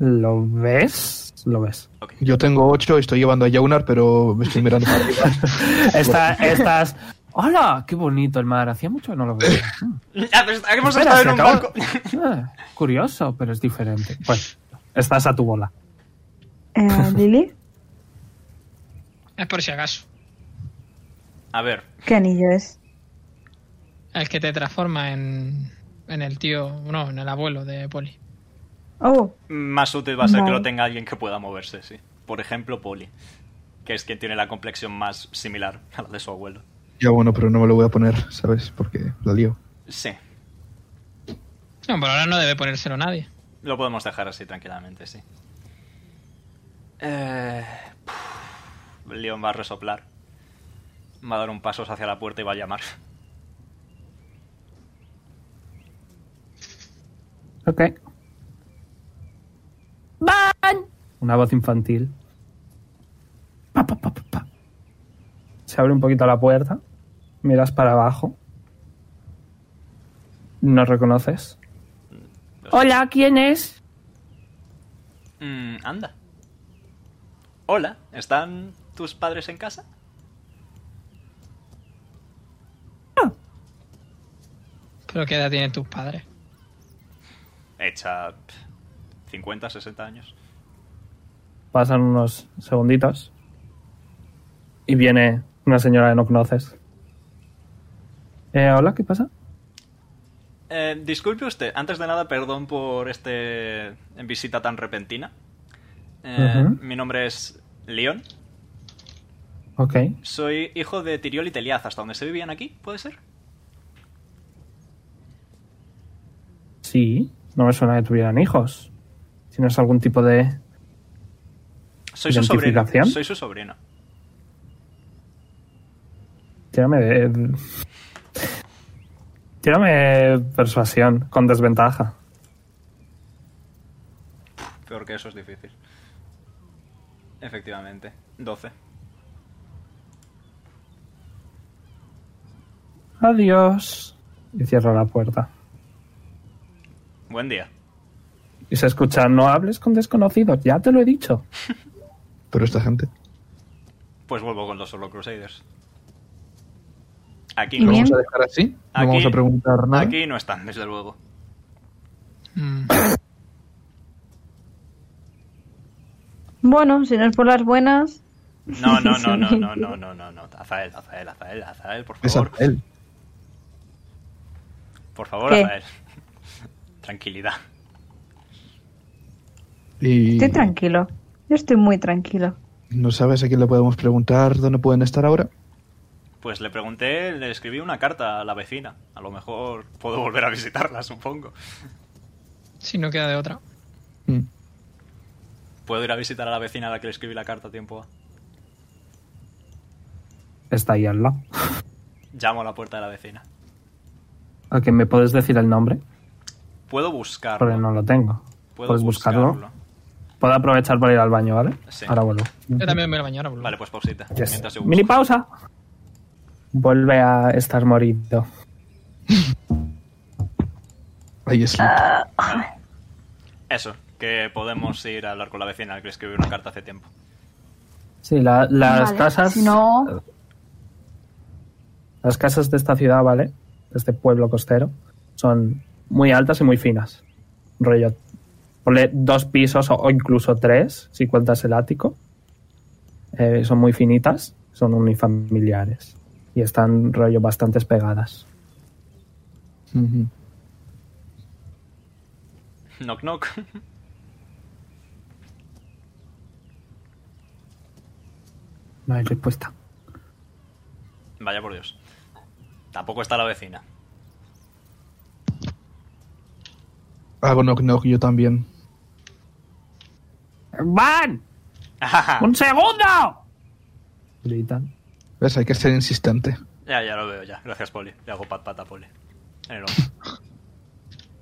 [SPEAKER 2] ¿Lo ves? Lo ves.
[SPEAKER 3] Yo tengo 8, estoy llevando a Jaunar, pero me estoy mirando para arriba.
[SPEAKER 2] Está- estás. ¡Hola! ¡Qué bonito el mar! Hacía mucho que no lo veía. Mm.
[SPEAKER 1] Ya, pero está- hemos
[SPEAKER 2] Espera,
[SPEAKER 1] estado
[SPEAKER 2] se
[SPEAKER 1] en un
[SPEAKER 2] acaba-
[SPEAKER 1] barco.
[SPEAKER 2] Ah, curioso, pero es diferente. Pues, estás a tu bola.
[SPEAKER 10] eh, Lili,
[SPEAKER 7] Es por si acaso.
[SPEAKER 1] A ver,
[SPEAKER 10] ¿qué anillo es?
[SPEAKER 7] El que te transforma en, en el tío, no, en el abuelo de Poli.
[SPEAKER 10] Oh,
[SPEAKER 1] más útil va a ser que
[SPEAKER 10] Vale.
[SPEAKER 1] lo tenga alguien que pueda moverse, sí. Por ejemplo, Poli, que es quien tiene la complexión más similar a la de su abuelo.
[SPEAKER 3] Ya bueno, pero no me lo voy a poner, ¿sabes? Porque la lío.
[SPEAKER 1] Sí,
[SPEAKER 7] No, por ahora no debe ponérselo nadie.
[SPEAKER 1] lo podemos dejar así tranquilamente, sí. Eh, puf, Leon va a resoplar. Va a dar un paso hacia la puerta y va a llamar.
[SPEAKER 2] Ok. Una voz infantil. Pa, pa, pa, pa, pa. Se abre un poquito la puerta. Miras para abajo. No reconoces.
[SPEAKER 5] Hola, ¿quién es?
[SPEAKER 1] Mm, anda. Hola, ¿están tus padres en casa?
[SPEAKER 7] Pero ¿qué edad tienen tus padres?
[SPEAKER 1] Hecha 50, 60 años.
[SPEAKER 2] Pasan unos segunditos. Y viene una señora que no conoces. Eh, Hola, ¿qué pasa?
[SPEAKER 1] Eh, disculpe usted, antes de nada, perdón por este en visita tan repentina. Eh,
[SPEAKER 2] Ujú.
[SPEAKER 1] Mi nombre es León.
[SPEAKER 2] Ok.
[SPEAKER 1] Soy hijo de Tiriol y Teliaz, hasta donde se vivían aquí, ¿puede ser?
[SPEAKER 2] Sí, no me suena que tuvieran hijos. ¿Tienes algún tipo de
[SPEAKER 1] Soy su sobrino.
[SPEAKER 2] ¿Identificación?
[SPEAKER 1] Soy su sobrino.
[SPEAKER 2] Tírame de... Tírame persuasión con desventaja.
[SPEAKER 1] Peor que eso es difícil. Efectivamente. 12.
[SPEAKER 2] Adiós. Y cierra la puerta.
[SPEAKER 1] Buen día.
[SPEAKER 2] Y se escucha, no hables con desconocidos, ya te lo he dicho.
[SPEAKER 3] Pero esta gente.
[SPEAKER 1] Pues vuelvo con los Solo Crusaders. Aquí
[SPEAKER 10] ¿Y
[SPEAKER 3] ¿Lo
[SPEAKER 1] no,
[SPEAKER 10] bien?
[SPEAKER 3] vamos a dejar así? ¿No
[SPEAKER 1] Aquí-
[SPEAKER 3] vamos a preguntar nada?
[SPEAKER 1] aquí no están, desde luego.
[SPEAKER 7] Mm.
[SPEAKER 10] bueno, si no es por las buenas.
[SPEAKER 1] No, no, no, no, no, no, no, no, no. Azael, Azael, Azael, Azael, por
[SPEAKER 3] Es
[SPEAKER 1] favor.
[SPEAKER 3] él.
[SPEAKER 1] Por favor,
[SPEAKER 10] ¿Qué?
[SPEAKER 1] Azael. Tranquilidad.
[SPEAKER 3] Y
[SPEAKER 10] Estoy tranquilo. Yo estoy muy tranquilo.
[SPEAKER 3] no sabes a quién le podemos preguntar dónde pueden estar ahora.
[SPEAKER 1] Pues le pregunté, le escribí una carta a la vecina. A lo mejor puedo volver a visitarla, supongo.
[SPEAKER 7] Si no queda de otra.
[SPEAKER 3] Mm.
[SPEAKER 1] ¿Puedo ir a visitar a la vecina a la que le escribí la carta a tiempo?
[SPEAKER 2] Está ahí al lado.
[SPEAKER 1] Llamo a la puerta de la vecina.
[SPEAKER 2] Ok, ¿me puedes decir el nombre?
[SPEAKER 1] Puedo
[SPEAKER 2] Porque
[SPEAKER 1] buscarlo.
[SPEAKER 2] no lo tengo.
[SPEAKER 1] Puedo
[SPEAKER 2] ¿Puedes buscarlo?
[SPEAKER 1] buscarlo.
[SPEAKER 2] Puedo aprovechar para ir al baño, ¿vale?
[SPEAKER 1] Sí.
[SPEAKER 2] Ahora vuelvo.
[SPEAKER 7] Yo también voy a bañar a
[SPEAKER 1] Vale, pues pausita.
[SPEAKER 2] Yes.
[SPEAKER 1] Mientras yo
[SPEAKER 2] Mini
[SPEAKER 1] busco.
[SPEAKER 2] pausa. Vuelve a estar morido.
[SPEAKER 3] Ahí es.
[SPEAKER 1] Eso, que podemos ir a hablar con la vecina que escribió una carta hace tiempo.
[SPEAKER 2] Sí, la- las
[SPEAKER 10] Vale,
[SPEAKER 2] casas.
[SPEAKER 10] Si no,
[SPEAKER 2] Las casas de esta ciudad, ¿vale? De este pueblo costero, son muy altas y muy finas. Rollo. Ponle dos pisos o, o incluso tres, si cuentas el ático. Eh, son muy finitas, son unifamiliares. Y están, rollo, bastante pegadas.
[SPEAKER 3] Ujú.
[SPEAKER 1] Knock, knock.
[SPEAKER 2] No hay respuesta.
[SPEAKER 1] Vaya por Dios. Tampoco está la vecina.
[SPEAKER 3] Hago knock knock Ah, yo también.
[SPEAKER 2] ¡Van!
[SPEAKER 1] Ah,
[SPEAKER 2] ¡Un segundo! Gritan.
[SPEAKER 3] ¿Ves? Hay que ser insistente.
[SPEAKER 1] ya, ya lo veo, ya. Gracias, Poli. Le hago pat pat a Poli. En el hombro.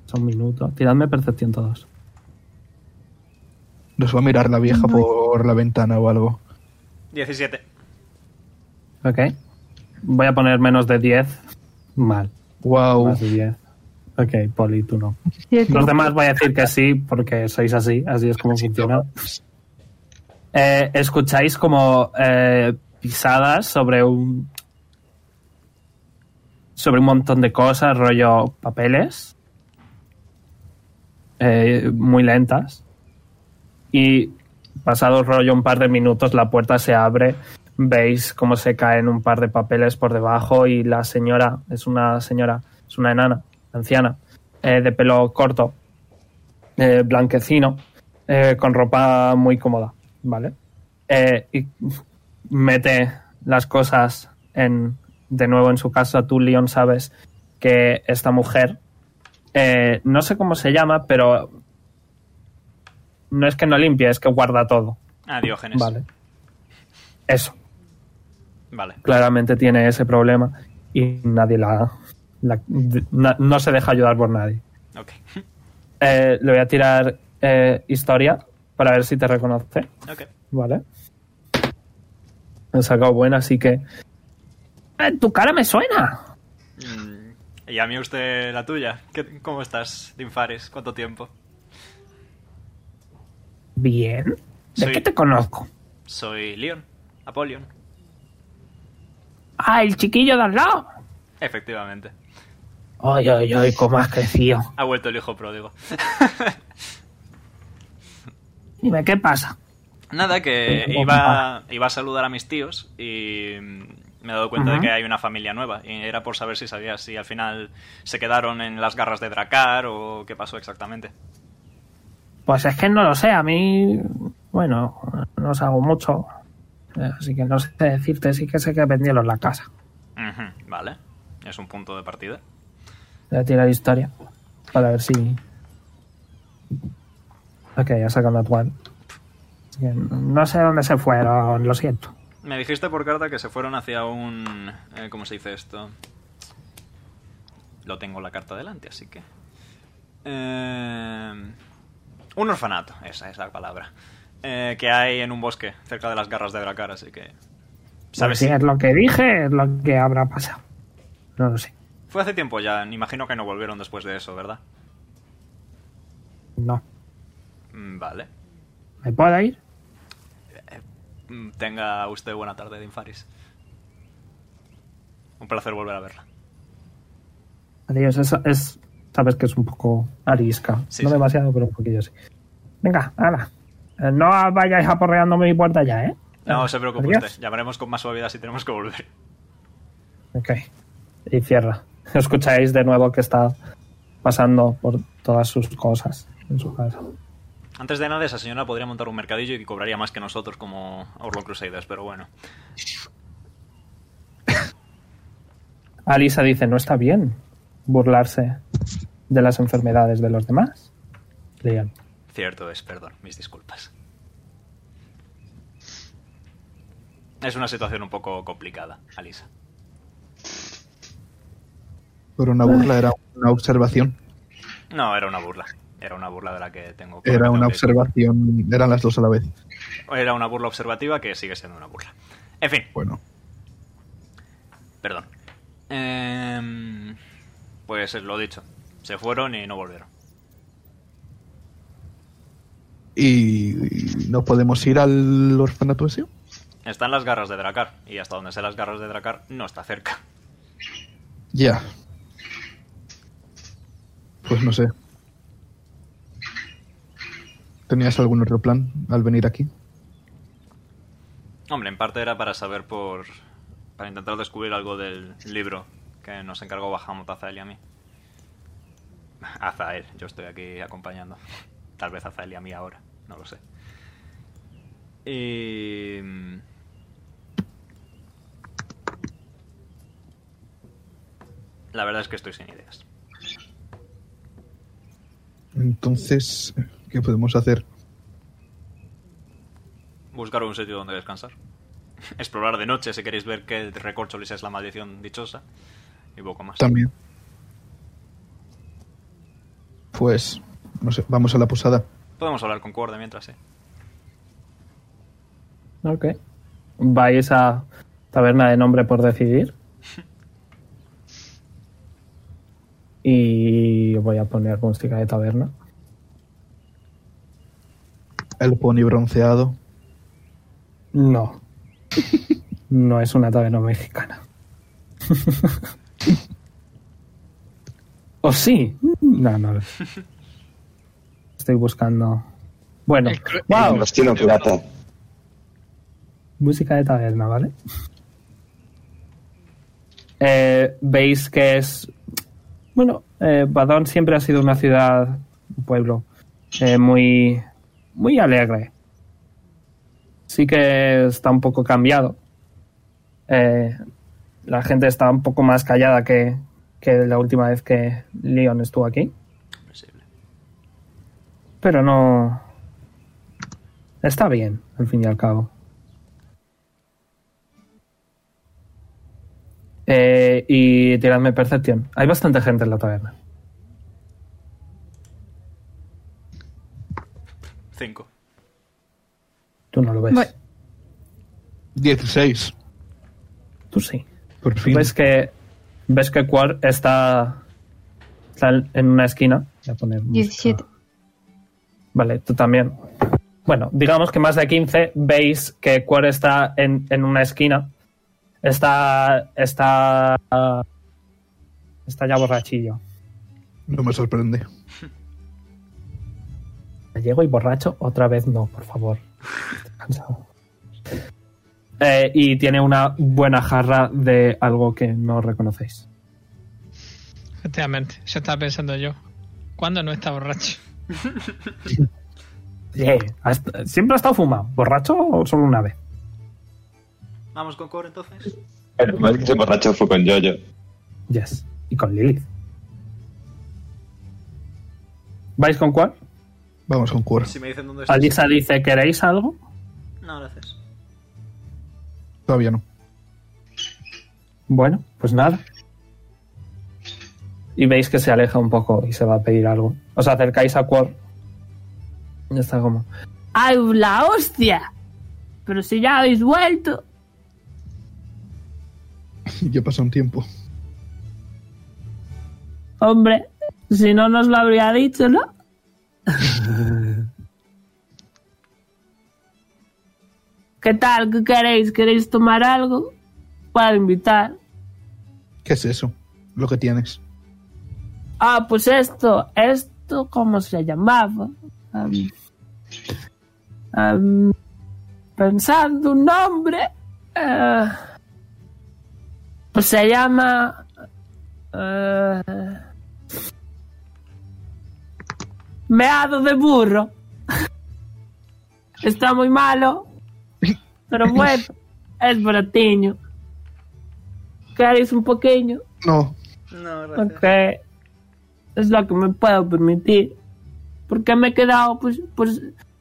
[SPEAKER 2] Son minutos. Tiradme percepción todos.
[SPEAKER 3] Nos va a mirar la vieja por la ventana o algo.
[SPEAKER 1] 17.
[SPEAKER 2] Ok. Voy a poner menos de 10. Mal.
[SPEAKER 3] Wow.
[SPEAKER 2] Más de 10. Ok, Poli, tú no.
[SPEAKER 10] siete.
[SPEAKER 2] Los demás voy a decir que sí, porque sois así, así es como funciona. Eh, escucháis como eh, pisadas sobre un. sobre un montón de cosas, rollo papeles. eh, muy lentas. Y pasado rollo un par de minutos, la puerta se abre. Veis cómo se caen un par de papeles por debajo y la señora, es una señora, es una enana, anciana, eh, de pelo corto, eh, blanquecino, eh, con ropa muy cómoda, ¿vale? Eh, y mete las cosas en, de nuevo en su casa. Tú, Leon, sabes que esta mujer, eh, no sé cómo se llama, pero no es que no limpie, es que guarda todo,
[SPEAKER 1] Ah, Diógenes.
[SPEAKER 2] ¿vale? Eso
[SPEAKER 1] Vale.
[SPEAKER 2] claramente tiene ese problema y nadie la, la- d- na- no se deja ayudar por nadie.
[SPEAKER 1] Ok.
[SPEAKER 2] Eh, le voy a tirar eh, historia para ver si te reconoce,
[SPEAKER 1] Ok.
[SPEAKER 2] ¿vale? Me he sacado buena, así que... Eh, tu cara me suena.
[SPEAKER 1] Mm, Y a mí usted la tuya. ¿Qué- ¿Cómo estás, Dinfares? ¿Cuánto tiempo?
[SPEAKER 2] Bien. ¿De
[SPEAKER 1] Sí.
[SPEAKER 2] qué te conozco?
[SPEAKER 1] Soy Leon. Apolion.
[SPEAKER 5] Ah, el chiquillo de al lado.
[SPEAKER 1] Efectivamente.
[SPEAKER 2] Ay, ay, ay, cómo has crecido.
[SPEAKER 1] Ha vuelto el hijo pródigo.
[SPEAKER 2] Dime, ¿qué pasa?
[SPEAKER 1] Nada, que
[SPEAKER 2] Tengo
[SPEAKER 1] iba, iba a saludar a mis tíos y mm, me he dado cuenta de
[SPEAKER 2] Ajá.
[SPEAKER 1] que hay una familia nueva. Y era por saber si sabías si al final se quedaron en las garras de Dracar o qué pasó exactamente.
[SPEAKER 2] Pues es que no lo sé, a mí... Bueno, no hago mucho. eh, Así que no sé decirte, sí que sé que vendieron la casa.
[SPEAKER 1] Ujú, vale, es un punto de partida.
[SPEAKER 2] Voy a tirar historia para ver si. Ok, ya sacan la one. Eh, No sé dónde se fueron, lo siento.
[SPEAKER 1] Me dijiste por carta que se fueron hacia un... eh, ¿Cómo se dice esto? Lo tengo la carta delante, así que... Eh, un orfanato, esa es la palabra. eh, que hay en un bosque, cerca de las garras de Dracar, así que... ¿Sabes?
[SPEAKER 2] Si es lo que dije, es lo que habrá pasado. No lo sé.
[SPEAKER 1] Fue hace tiempo ya, imagino que no volvieron después de eso, ¿verdad?
[SPEAKER 2] No.
[SPEAKER 1] Mm, Vale.
[SPEAKER 2] ¿Me puedo ir?
[SPEAKER 1] Mm, Tenga usted buena tarde, Dinfaris. Un placer volver a verla.
[SPEAKER 2] Adiós, es, es- sabes que es un poco arisca.
[SPEAKER 1] Sí,
[SPEAKER 2] no
[SPEAKER 1] sí.
[SPEAKER 2] demasiado, pero un poquillo sí. Venga, hala. Eh, No vayáis aporreando mi puerta ya, ¿eh?
[SPEAKER 1] No se preocupe
[SPEAKER 2] Adiós.
[SPEAKER 1] usted, llamaremos con más suavidad si tenemos que volver.
[SPEAKER 2] Ok. Y cierra. Escucháis de nuevo que está pasando por todas sus cosas en su casa.
[SPEAKER 1] Antes de nada, esa señora podría montar un mercadillo y cobraría más que nosotros como Orlo Crusaders, pero bueno.
[SPEAKER 2] Alisa dice, no está bien burlarse de las enfermedades de los demás. Leon.
[SPEAKER 1] Cierto es, perdón, mis disculpas. Es una situación un poco complicada, Alisa.
[SPEAKER 3] Pero una burla era una observación.
[SPEAKER 1] No, era una burla. Era una burla de la que tengo que...
[SPEAKER 3] Era
[SPEAKER 1] tengo
[SPEAKER 3] una
[SPEAKER 1] que-
[SPEAKER 3] observación. Eran las dos a la vez.
[SPEAKER 1] Era una burla observativa que sigue siendo una burla. En fin,
[SPEAKER 3] Bueno.
[SPEAKER 1] Perdón. Em, pues es lo dicho. Se fueron y no volvieron.
[SPEAKER 3] ¿Y nos podemos ir al orfanato ese?
[SPEAKER 1] Están las garras de Dracar. Y hasta donde sé las garras de Dracar, no está cerca.
[SPEAKER 3] Ya. Pues no sé. ¿Tenías algún otro plan al venir aquí?
[SPEAKER 1] Hombre, en parte era para saber por... Para intentar descubrir algo del libro que nos encargó Bahamut Azael y a mí. Azael, yo estoy aquí acompañando. Tal vez Azael y a mí ahora, no lo sé. Y... mm, La verdad es que estoy sin ideas.
[SPEAKER 3] Entonces, ¿qué podemos hacer?
[SPEAKER 1] Buscar un sitio donde descansar. Explorar de noche si queréis ver qué recorcholis es la maldición dichosa. Y poco más.
[SPEAKER 3] También. Pues, no sé, vamos a la posada.
[SPEAKER 1] Podemos hablar con Cuorde mientras, sí.
[SPEAKER 2] Ok. ¿Vais a taberna de nombre por decidir? Y voy a poner música de taberna.
[SPEAKER 3] El pony bronceado.
[SPEAKER 2] No. No es una taberna mexicana. ¿O sí? No, no. Estoy buscando. Bueno, wow.
[SPEAKER 9] Mastino Plata.
[SPEAKER 2] Música de taberna, ¿vale? Eh, Veis que es. Bueno, eh, Badón siempre ha sido una ciudad, un pueblo, eh, muy. muy alegre. Sí que está un poco cambiado. Eh, la gente está un poco más callada que, que la última vez que Leon estuvo aquí.
[SPEAKER 1] Imposible.
[SPEAKER 2] Pero no. Está bien, al fin y al cabo. Eh, y tiradme percepción. Hay bastante gente en la taberna.
[SPEAKER 1] Cinco.
[SPEAKER 2] Tú no lo ves.
[SPEAKER 10] Voy.
[SPEAKER 3] 16.
[SPEAKER 2] Tú sí.
[SPEAKER 3] Por fin.
[SPEAKER 2] Ves que ves que Quar está, está en una esquina. Voy a poner música.
[SPEAKER 10] 17.
[SPEAKER 2] Vale, tú también. Bueno, digamos que más de 15 veis que Quar está en, en una esquina. Está. Está. ah, Está ya borrachillo.
[SPEAKER 3] No me sorprende.
[SPEAKER 2] Llego y borracho, otra vez no, por favor. Estoy cansado. Eh, y tiene una buena jarra de algo que no reconocéis.
[SPEAKER 7] Efectivamente, eso estaba pensando yo. ¿Cuándo no está borracho?
[SPEAKER 2] Eh, hasta- siempre ha estado fumado. ¿Borracho o solo una vez?
[SPEAKER 1] Vamos con Cuorde entonces.
[SPEAKER 9] El mal que se borracho fue con Yoyo.
[SPEAKER 2] Yes. Y con Lilith. ¿Vais con cuál?
[SPEAKER 3] Vamos con Cuor.
[SPEAKER 1] Si me dicen dónde estás.
[SPEAKER 2] Alisa dice, ¿queréis algo?
[SPEAKER 1] No, gracias.
[SPEAKER 3] Todavía no.
[SPEAKER 2] Bueno, pues nada. Y veis que se aleja un poco y se va a pedir algo. Os acercáis a Quor. Y Está como...
[SPEAKER 5] ¡Ay, la hostia! Pero si ya habéis vuelto.
[SPEAKER 3] Ya pasa un tiempo.
[SPEAKER 5] Hombre, si no nos lo habría dicho, ¿no? ¿Qué tal? ¿Qué queréis? ¿Queréis tomar algo? Para invitar.
[SPEAKER 3] ¿Qué es eso? Lo que tienes.
[SPEAKER 5] Ah, pues esto, esto, ¿cómo se llamaba? Am, am, pensando un nombre, eh, pues se llama... eh, meado de burro. Está muy malo, pero bueno, es baratiño. ¿Queréis un pequeño?
[SPEAKER 3] No.
[SPEAKER 1] No, gracias.
[SPEAKER 5] Ok. Es lo que me puedo permitir. Porque me he quedado pues, pues,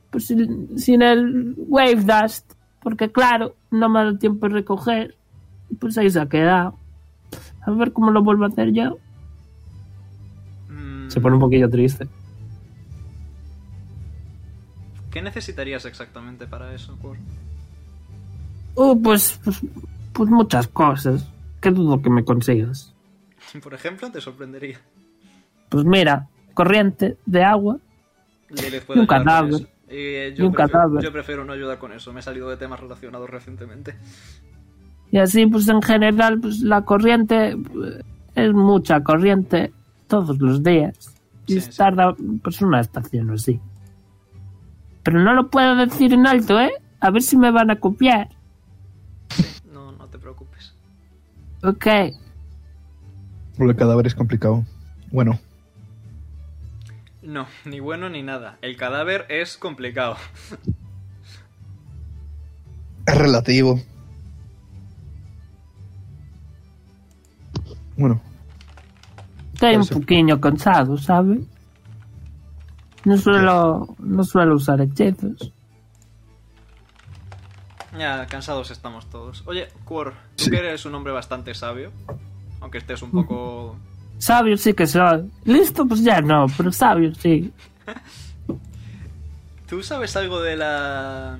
[SPEAKER 5] pues, sin sin el Wave Dust. Porque claro, no me ha dado tiempo de recoger. Y, Pues ahí se ha quedado. A ver cómo lo vuelvo a hacer yo.
[SPEAKER 1] Mm,
[SPEAKER 2] Se pone un poquillo triste.
[SPEAKER 1] ¿Qué necesitarías exactamente para eso, Cuor?
[SPEAKER 5] Uh, pues, pues, pues muchas cosas. que dudo que me consigas.
[SPEAKER 1] Por ejemplo, te sorprendería.
[SPEAKER 5] Pues mira, corriente de agua.
[SPEAKER 1] Lilith
[SPEAKER 5] Y un
[SPEAKER 1] ayudar con
[SPEAKER 5] cadáver.
[SPEAKER 1] eso. Y, eh,
[SPEAKER 5] Y
[SPEAKER 1] yo,
[SPEAKER 5] un
[SPEAKER 1] prefiero,
[SPEAKER 5] cadáver.
[SPEAKER 1] yo prefiero no ayudar con eso. Me he salido de temas relacionados recientemente.
[SPEAKER 5] Y así, pues en general, pues la corriente eh, es mucha corriente todos los días. Y
[SPEAKER 1] Sí, sí.
[SPEAKER 5] tarda, pues una estación o así. Pero no lo puedo decir en alto, ¿eh? A ver si me van a copiar.
[SPEAKER 1] No, no te preocupes.
[SPEAKER 5] Ok.
[SPEAKER 3] Lo del cadáver es complicado. Bueno,
[SPEAKER 1] No, ni bueno ni nada. El cadáver es complicado.
[SPEAKER 3] es relativo. Bueno,
[SPEAKER 5] Estoy un
[SPEAKER 3] Pues-
[SPEAKER 5] poquillo cansado, ¿sabes? No suelo, no suelo usar hechizos.
[SPEAKER 1] Ya, cansados estamos todos. Oye, Quor, tú
[SPEAKER 3] Sí.
[SPEAKER 1] que eres un hombre bastante sabio, aunque estés un poco...
[SPEAKER 5] Sabio sí que soy. Listo, pues ya no, pero sabio sí.
[SPEAKER 1] ¿Tú sabes algo de la...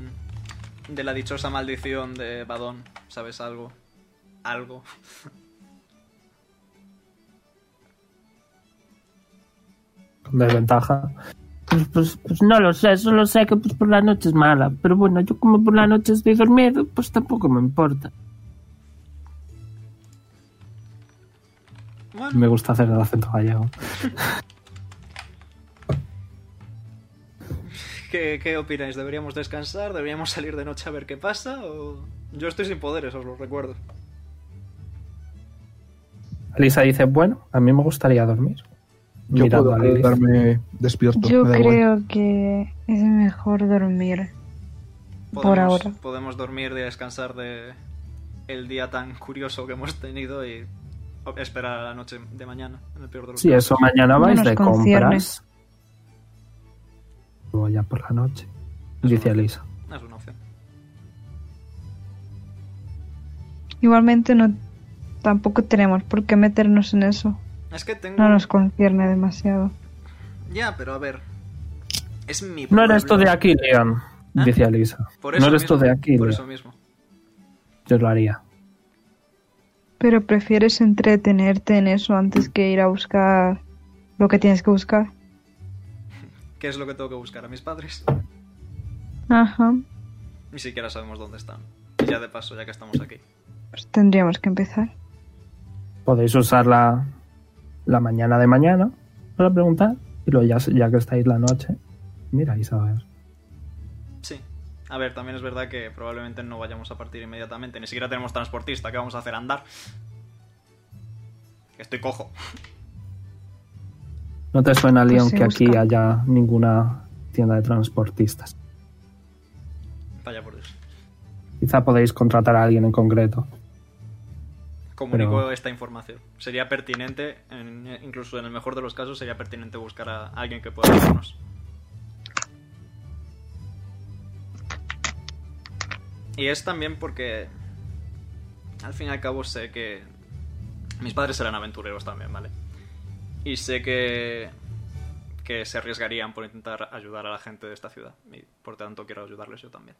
[SPEAKER 1] de la dichosa maldición de Badón? ¿Sabes algo? Algo.
[SPEAKER 5] Con desventaja. Pues, pues, pues no lo sé, solo sé que pues, por la noche es mala. Pero bueno, yo como por la noche estoy dormido, pues tampoco me importa.
[SPEAKER 1] Bueno,
[SPEAKER 2] Me gusta hacer el acento gallego.
[SPEAKER 1] ¿qué, qué opináis? ¿Deberíamos descansar? ¿Deberíamos salir de noche a ver qué pasa? ¿O... Yo estoy sin poderes, os lo recuerdo.
[SPEAKER 2] Alisa dice, bueno, a mí me gustaría dormir.
[SPEAKER 3] yo
[SPEAKER 2] Mirando a
[SPEAKER 3] puedo
[SPEAKER 2] Lilith.
[SPEAKER 3] quedarme despierto.
[SPEAKER 10] Yo
[SPEAKER 3] me da igual.
[SPEAKER 10] creo que es mejor dormir. Por ahora.
[SPEAKER 1] Podemos dormir y descansar de el día tan curioso que hemos tenido y esperar a la noche de mañana, en el peor de los
[SPEAKER 2] Sí,
[SPEAKER 1] casos.
[SPEAKER 2] eso mañana vais
[SPEAKER 10] nos
[SPEAKER 2] de
[SPEAKER 10] concierne.
[SPEAKER 2] compras. Luego ya por la noche. Dice Alisa.
[SPEAKER 1] Es una opción.
[SPEAKER 10] Igualmente no tampoco tenemos por qué meternos en eso.
[SPEAKER 1] Es que tengo...
[SPEAKER 10] No nos concierne demasiado.
[SPEAKER 1] Ya, pero a ver. Es mi
[SPEAKER 2] No
[SPEAKER 1] pueblo.
[SPEAKER 2] eres tú de aquí, Leon.
[SPEAKER 1] ¿Ah?
[SPEAKER 2] Dice Alisa.
[SPEAKER 1] Por eso
[SPEAKER 2] no eres tú
[SPEAKER 1] mismo,
[SPEAKER 2] de aquí,
[SPEAKER 1] Por
[SPEAKER 2] Leon.
[SPEAKER 1] eso mismo.
[SPEAKER 2] Yo lo haría.
[SPEAKER 10] Pero prefieres entretenerte en eso antes que ir a buscar lo que tienes que buscar.
[SPEAKER 1] ¿Qué es lo que tengo que buscar a mis padres?
[SPEAKER 10] Ajá.
[SPEAKER 1] Ni siquiera sabemos dónde están. Y ya de paso, ya que estamos aquí.
[SPEAKER 10] Pues tendríamos que empezar.
[SPEAKER 2] Podéis usar la, la mañana de mañana para preguntar. Y luego ya, ya que estáis la noche, miráis a ver.
[SPEAKER 1] Sí. A ver, también es verdad que probablemente no vayamos a partir inmediatamente. Ni siquiera tenemos transportista. ¿Qué vamos a hacer? ¿Andar? Estoy cojo.
[SPEAKER 2] ¿No te suena,
[SPEAKER 10] Pues
[SPEAKER 2] Leon,
[SPEAKER 10] se
[SPEAKER 2] que aquí
[SPEAKER 10] busca.
[SPEAKER 2] haya ninguna tienda de transportistas?
[SPEAKER 1] Vaya por Dios.
[SPEAKER 2] Quizá podéis contratar a alguien en concreto.
[SPEAKER 1] Comunico
[SPEAKER 2] Pero-
[SPEAKER 1] esta información. Sería pertinente, en- incluso en el mejor de los casos, sería pertinente buscar a alguien que pueda ayudarnos. Y es también porque, al fin y al cabo, sé que mis padres serán aventureros también, ¿vale? Y sé que, que se arriesgarían por intentar ayudar a la gente de esta ciudad. Y por tanto, quiero ayudarles yo también.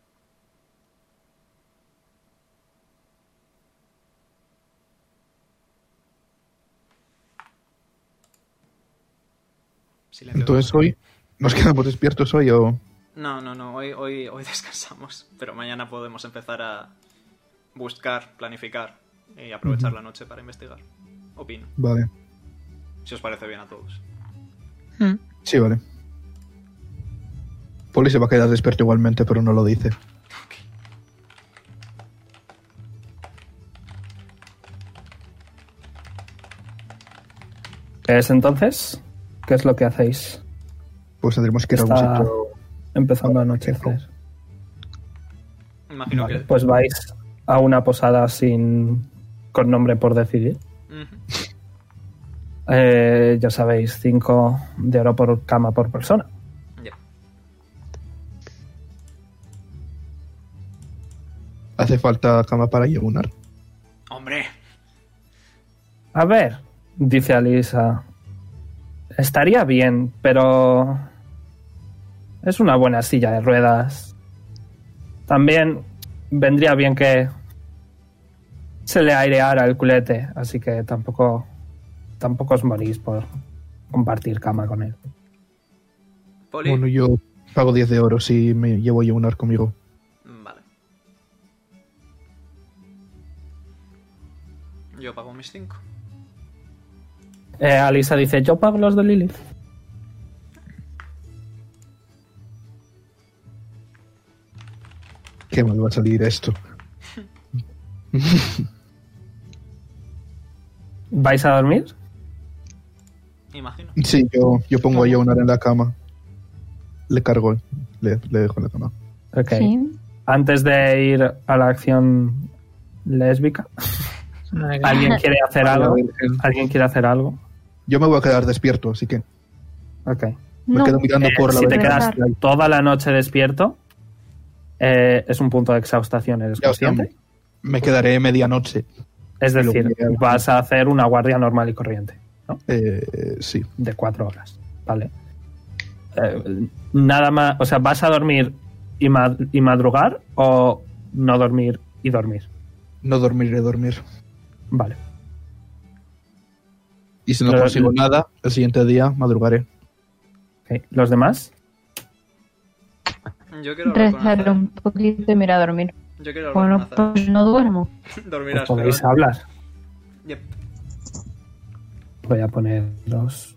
[SPEAKER 1] Silencio.
[SPEAKER 3] Entonces hoy, ¿nos quedamos despiertos hoy o...?
[SPEAKER 1] No, no, no, hoy, hoy, hoy descansamos, pero mañana podemos empezar a buscar, planificar y aprovechar la noche para investigar. Opino,
[SPEAKER 3] Vale,
[SPEAKER 1] si os parece bien a todos.
[SPEAKER 7] Mm.
[SPEAKER 3] sí, vale. Poli se va a quedar despierto igualmente, pero no lo dice.
[SPEAKER 2] ¿Qué es entonces? ¿Qué es lo que hacéis?
[SPEAKER 3] Pues tendremos que ir a algún
[SPEAKER 2] Está
[SPEAKER 3] sitio.
[SPEAKER 2] empezando a anochecer.
[SPEAKER 1] Imagino
[SPEAKER 2] Vale,
[SPEAKER 1] que...
[SPEAKER 2] pues vais a una posada sin con nombre por decidir.
[SPEAKER 1] Ujú.
[SPEAKER 2] Eh, ya sabéis, 5 de oro por cama por persona.
[SPEAKER 1] Ya.
[SPEAKER 3] ¿Hace falta cama para llegunar?
[SPEAKER 1] Hombre,
[SPEAKER 2] A ver, dice Alisa. Estaría bien, pero es una buena silla de ruedas. También vendría bien que se le aireara el culete, así que tampoco, tampoco os morís por compartir cama con él.
[SPEAKER 1] Poli.
[SPEAKER 3] Bueno, yo pago 10 de oro si me llevo yo un ar conmigo.
[SPEAKER 1] mm, Vale. Yo pago mis 5.
[SPEAKER 2] Eh, Alisa dice, yo pago los de Lilith.
[SPEAKER 3] Qué mal va a salir esto.
[SPEAKER 2] ¿Vais a dormir?
[SPEAKER 1] Imagino.
[SPEAKER 3] Sí, yo, yo pongo a Jonar en la cama. Le cargo, le, le dejo en la cama.
[SPEAKER 2] Ok.
[SPEAKER 10] Sí.
[SPEAKER 2] Antes de ir a la acción lésbica, ¿alguien quiere hacer
[SPEAKER 3] Vale,
[SPEAKER 2] algo?
[SPEAKER 3] a ver, el-
[SPEAKER 2] ¿Alguien quiere hacer algo?
[SPEAKER 3] Yo me voy a quedar despierto, así que
[SPEAKER 2] Ok.
[SPEAKER 3] me
[SPEAKER 10] No.
[SPEAKER 3] quedo mirando
[SPEAKER 2] Eh,
[SPEAKER 3] por la
[SPEAKER 2] si te
[SPEAKER 3] ventana.
[SPEAKER 2] quedas toda la noche despierto, eh, es un punto de exhaustación, ¿eres
[SPEAKER 3] Ya, o sea,
[SPEAKER 2] consciente?
[SPEAKER 3] Me quedaré medianoche.
[SPEAKER 2] Es
[SPEAKER 3] y luego
[SPEAKER 2] decir,
[SPEAKER 3] llegué a la-
[SPEAKER 2] vas a hacer una guardia normal y corriente, ¿no?
[SPEAKER 3] Eh, sí.
[SPEAKER 2] De cuatro horas, ¿vale? Eh, nada más, o sea, ¿vas a dormir y, ma- y madrugar o no dormir y dormir?
[SPEAKER 3] No dormiré, dormir.
[SPEAKER 2] Vale.
[SPEAKER 3] Y si no
[SPEAKER 2] Pero-
[SPEAKER 3] consigo nada, el siguiente día madrugaré.
[SPEAKER 2] ok. ¿Los demás?
[SPEAKER 1] Yo quiero hablar con
[SPEAKER 10] Rezar
[SPEAKER 1] Azar.
[SPEAKER 10] un poquito y mirar a dormir.
[SPEAKER 1] Yo quiero hablar
[SPEAKER 10] Bueno,
[SPEAKER 1] con
[SPEAKER 10] pues no duermo.
[SPEAKER 1] Azar.
[SPEAKER 2] Pues
[SPEAKER 1] Dormirás,
[SPEAKER 2] podéis
[SPEAKER 1] pero-
[SPEAKER 2] hablar.
[SPEAKER 1] Yep.
[SPEAKER 2] Voy a poneros.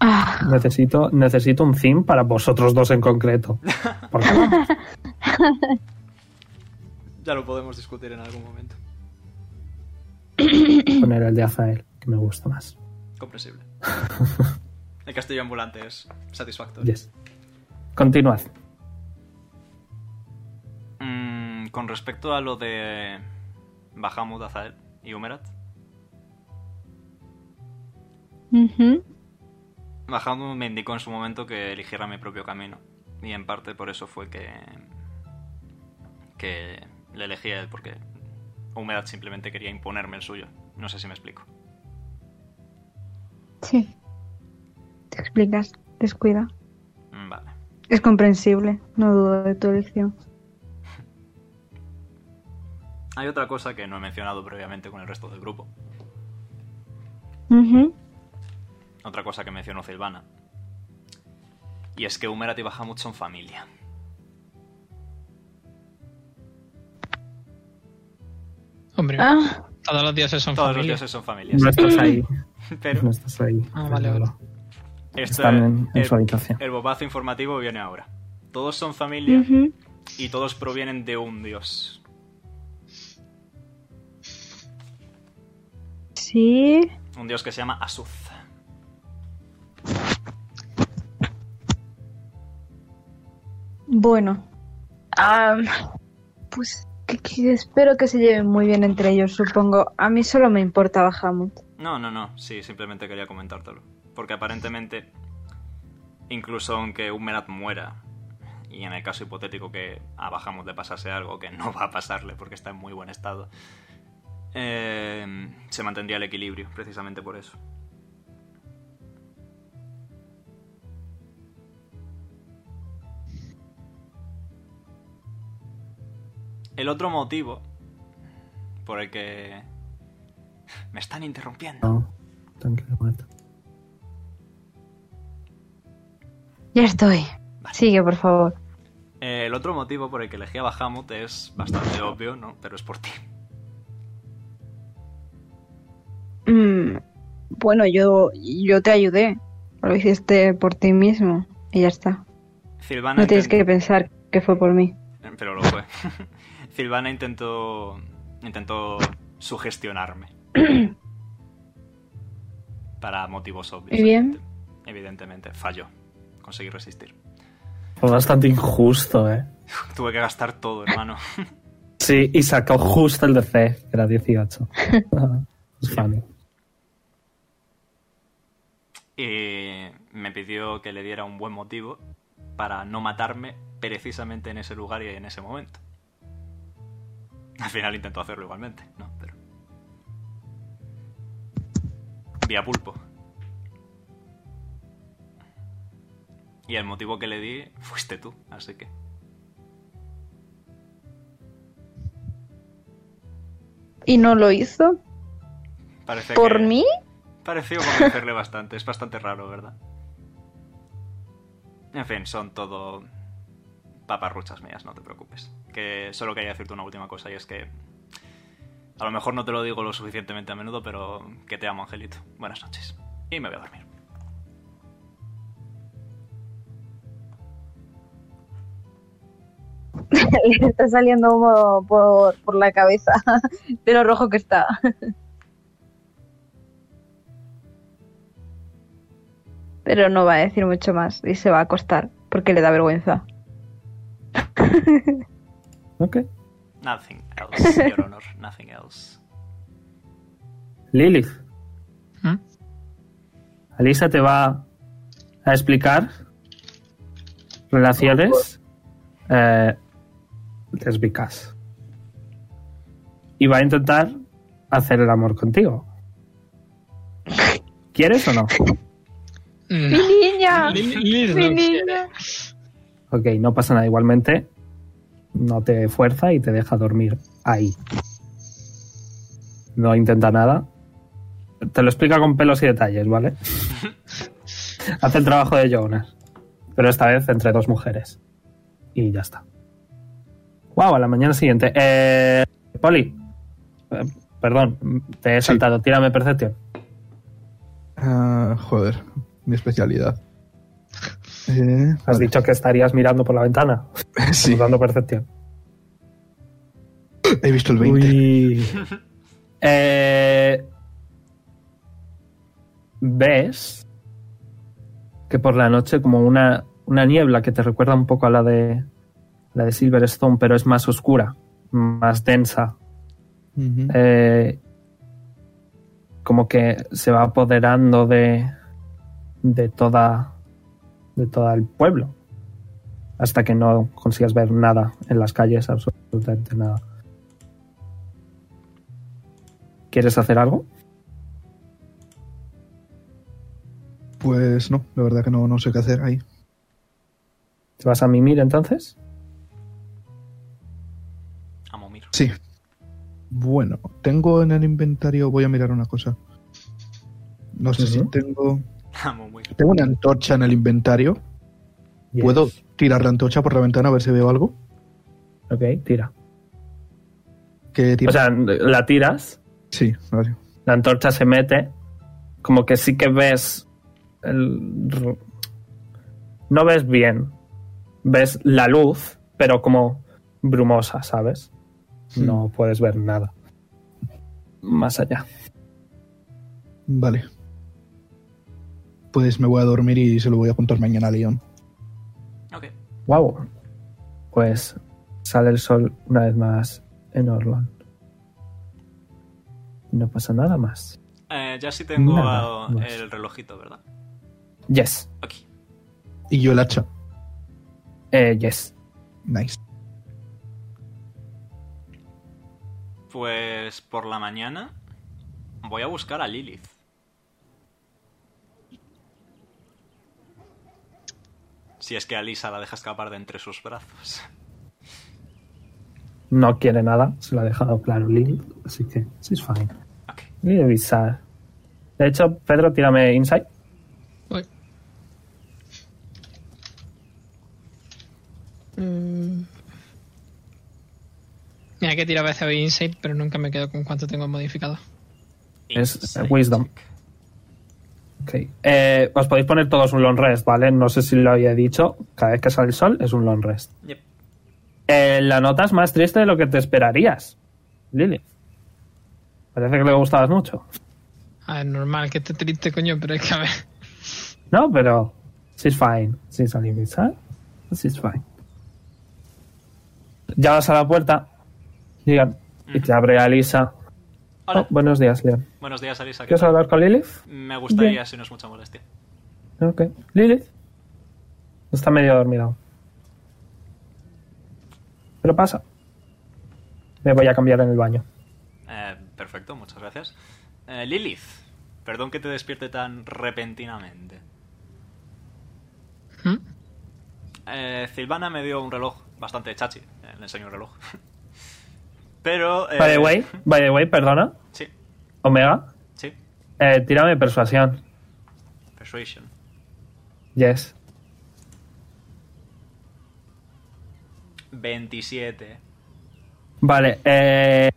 [SPEAKER 10] Ah,
[SPEAKER 2] Necesito, necesito un theme para vosotros dos en concreto. Porque vamos,
[SPEAKER 1] Ya lo podemos discutir en algún momento.
[SPEAKER 2] poner el de Azael, que me gusta más.
[SPEAKER 1] Comprensible. El castillo ambulante es satisfactorio.
[SPEAKER 2] Yes. Continuad.
[SPEAKER 1] Mm, con respecto a lo de Bahamut, Azael y Humerat.
[SPEAKER 10] ujú.
[SPEAKER 1] Bahamut me indicó en su momento que eligiera mi propio camino. Y en parte por eso fue que. que le elegí a él, porque Humerat simplemente quería imponerme el suyo. No sé si me explico.
[SPEAKER 10] Sí. Te explicas. Descuida.
[SPEAKER 1] Mm, Vale.
[SPEAKER 10] Es comprensible. No dudo de tu elección.
[SPEAKER 1] Hay otra cosa que no he mencionado previamente con el resto del grupo.
[SPEAKER 10] Ujú.
[SPEAKER 1] Otra cosa que mencionó Silvana. Y es que Humerat y Bahamut son familia.
[SPEAKER 7] Hombre,
[SPEAKER 10] Ah,
[SPEAKER 7] todos los dioses son
[SPEAKER 1] Todos los
[SPEAKER 7] familia.
[SPEAKER 1] dioses son familias.
[SPEAKER 2] No estás ahí. No
[SPEAKER 1] Pero
[SPEAKER 2] estás ahí.
[SPEAKER 7] Ah, vale, vale.
[SPEAKER 1] esto-
[SPEAKER 2] Están en, en
[SPEAKER 1] el-
[SPEAKER 2] su habitación.
[SPEAKER 1] el bobazo informativo viene ahora. Todos son familia
[SPEAKER 10] ujú.
[SPEAKER 1] y todos provienen de un dios.
[SPEAKER 10] Sí.
[SPEAKER 1] Un dios que se llama Azuz.
[SPEAKER 10] Bueno. Am, pues que, que espero que se lleven muy bien entre ellos, supongo. A mí solo me importa Bahamut.
[SPEAKER 1] No, no, no. Sí, simplemente quería comentártelo. Porque aparentemente, incluso aunque Humerat muera, y en el caso hipotético que a Bahamut le pasase algo, que no va a pasarle porque está en muy buen estado, eh, se mantendría el equilibrio, precisamente por eso. El otro motivo por el que... Me están interrumpiendo.
[SPEAKER 2] No, tranquilo, Marta.
[SPEAKER 10] Ya estoy. Sigue, por favor.
[SPEAKER 1] Eh, el otro motivo por el que elegí a Bahamut es bastante obvio, ¿no? Pero es por ti.
[SPEAKER 10] Mm, bueno, yo, yo te ayudé. Lo hiciste por ti mismo. Y ya está.
[SPEAKER 1] Silvana
[SPEAKER 10] No tienes que
[SPEAKER 1] intent-
[SPEAKER 10] pensar que fue por mí.
[SPEAKER 1] Eh, Pero lo fue. Silvana intentó... Intentó sugestionarme. Para motivos obvios.
[SPEAKER 10] Muy bien.
[SPEAKER 1] Evidentemente, falló. Conseguí resistir.
[SPEAKER 2] Fue bastante injusto, ¿eh?
[SPEAKER 1] Tuve que gastar todo, hermano.
[SPEAKER 2] Sí, y sacó justo el de C, que era 18. Ah, es funny.
[SPEAKER 1] Y me pidió que le diera un buen motivo para no matarme precisamente en ese lugar y en ese momento. Al final intentó hacerlo igualmente, ¿no? Pero... Vía pulpo. Y el motivo que le di fuiste tú, así que...
[SPEAKER 10] y no lo hizo.
[SPEAKER 1] Parece
[SPEAKER 10] ¿Por
[SPEAKER 1] que-
[SPEAKER 10] mí?
[SPEAKER 1] Pareció conocerle bastante, es bastante raro, ¿verdad? En fin, son todo paparruchas mías, no te preocupes. Que solo quería decirte una última cosa y es que a lo mejor no te lo digo lo suficientemente a menudo, pero que te amo, Angelito. Buenas noches. Y me voy a dormir.
[SPEAKER 10] Le está saliendo humo por, por la cabeza de lo rojo que está. Pero no va a decir mucho más y se va a acostar porque le da vergüenza.
[SPEAKER 2] Ok.
[SPEAKER 1] Nothing else, Your Honor, nothing else.
[SPEAKER 2] Lilith.
[SPEAKER 7] ¿Mm?
[SPEAKER 2] Alisa te va a explicar relaciones eh, lésbicas. Y va a intentar hacer el amor contigo. ¿Quieres o no?
[SPEAKER 10] ¡Mi
[SPEAKER 7] No.
[SPEAKER 10] niña!
[SPEAKER 7] Li- Liz
[SPEAKER 10] Mm. ¡Mi
[SPEAKER 7] no quiere.
[SPEAKER 10] niña!
[SPEAKER 2] Ok, no pasa nada. Igualmente, no te fuerza y te deja dormir ahí. No intenta nada. Te lo explica con pelos y detalles, ¿vale? Hace el trabajo de Jonas. Pero esta vez entre dos mujeres. Y ya está. Wow, a la mañana siguiente. Eh, Poli. Eh, perdón, te he
[SPEAKER 3] Sí.
[SPEAKER 2] saltado. Tírame percepción.
[SPEAKER 3] Ah, joder, mi especialidad. Eh,
[SPEAKER 2] Has dicho que estarías mirando por la ventana.
[SPEAKER 3] Sí,
[SPEAKER 2] Dando percepción.
[SPEAKER 3] he visto el 20.
[SPEAKER 2] Uy. Eh, ¿Ves? Que por la noche como una, una niebla que te recuerda un poco a la de la de Silverstone, pero es más oscura, más densa.
[SPEAKER 3] Ujú.
[SPEAKER 2] Eh, como que se va apoderando de de toda de todo el pueblo hasta que no consigas ver nada en las calles absolutamente nada ¿quieres hacer algo?
[SPEAKER 3] Pues no, la verdad que no, no sé qué hacer ahí.
[SPEAKER 2] ¿te vas a mimir entonces?
[SPEAKER 1] Amo Mir.
[SPEAKER 3] Sí. Bueno, tengo en el inventario, voy a mirar una cosa. No sé si
[SPEAKER 2] Ujú.
[SPEAKER 3] tengo...
[SPEAKER 1] Amo Mir.
[SPEAKER 3] Tengo una antorcha en el inventario. ¿Puedo tirar la antorcha por la ventana a ver si veo algo?
[SPEAKER 2] ok tira
[SPEAKER 3] ¿Qué tiro?
[SPEAKER 2] o sea la tiras
[SPEAKER 3] sí, vale.
[SPEAKER 2] la antorcha se mete, como que sí que ves. el r- no ves bien. Ves la luz, pero como brumosa, ¿sabes?
[SPEAKER 3] Sí.
[SPEAKER 2] No puedes ver nada. Más allá.
[SPEAKER 3] Vale. Pues me voy a dormir y se lo voy a contar mañana a León.
[SPEAKER 1] Ok.
[SPEAKER 2] ¡Wow! Pues sale el sol una vez más en Orlon. No pasa nada más.
[SPEAKER 1] Eh, ya sí tengo
[SPEAKER 2] Nada
[SPEAKER 1] ah,
[SPEAKER 2] más.
[SPEAKER 1] el relojito, ¿verdad?
[SPEAKER 2] Yes,
[SPEAKER 1] Aquí.
[SPEAKER 3] Y yo el hacha.
[SPEAKER 2] eh, yes.
[SPEAKER 3] Nice.
[SPEAKER 1] Pues por la mañana voy a buscar a Lilith. Si es que a Lisa la deja escapar de entre sus brazos.
[SPEAKER 2] No quiere nada, se lo ha dejado claro Lily, así que she's fine.
[SPEAKER 1] Ok.
[SPEAKER 2] Voy a avisar. De hecho, Pedro, tírame insight.
[SPEAKER 7] Voy. Mm. Mira que tiro a veces hoy Insight, pero nunca me quedo con cuánto tengo modificado.
[SPEAKER 2] Es, eh,
[SPEAKER 1] Insight
[SPEAKER 2] wisdom.
[SPEAKER 1] check.
[SPEAKER 2] Ok. Eh, os podéis poner todos un long rest, ¿vale? No sé si lo había dicho. Cada vez que sale el sol es un long rest.
[SPEAKER 1] Yep.
[SPEAKER 2] Eh, la nota es más triste de lo que te esperarías, Lily. Parece que le gustabas mucho.
[SPEAKER 7] Ah, es normal que esté triste, coño, pero es que a ver.
[SPEAKER 2] No, pero she's fine. She's on the inside. She's fine. Llamas a la puerta, Leon, y te abre Alisa.
[SPEAKER 1] Hola.
[SPEAKER 2] Oh, buenos días, Leon.
[SPEAKER 1] Buenos días, Alisa. ¿qué
[SPEAKER 2] ¿Quieres
[SPEAKER 1] tal? Mm,
[SPEAKER 2] hablar con Lilith?
[SPEAKER 1] Me gustaría, si no es mucha molestia.
[SPEAKER 2] Ok. Lilith. Está medio dormida. Pero pasa. Me voy a cambiar en el baño.
[SPEAKER 1] Eh, perfecto, muchas gracias. Eh, Lilith, perdón que te despierte tan repentinamente.
[SPEAKER 7] ¿Mm?
[SPEAKER 1] Eh, Silvana me dio un reloj bastante chachi. Eh, le enseño el reloj. Pero. eh,
[SPEAKER 2] By the way, by the way, perdona.
[SPEAKER 1] Sí,
[SPEAKER 2] Omega,
[SPEAKER 1] sí.
[SPEAKER 2] eh, tírame persuasión.
[SPEAKER 1] Persuasion.
[SPEAKER 2] Yes.
[SPEAKER 1] 27.
[SPEAKER 2] Vale, eh,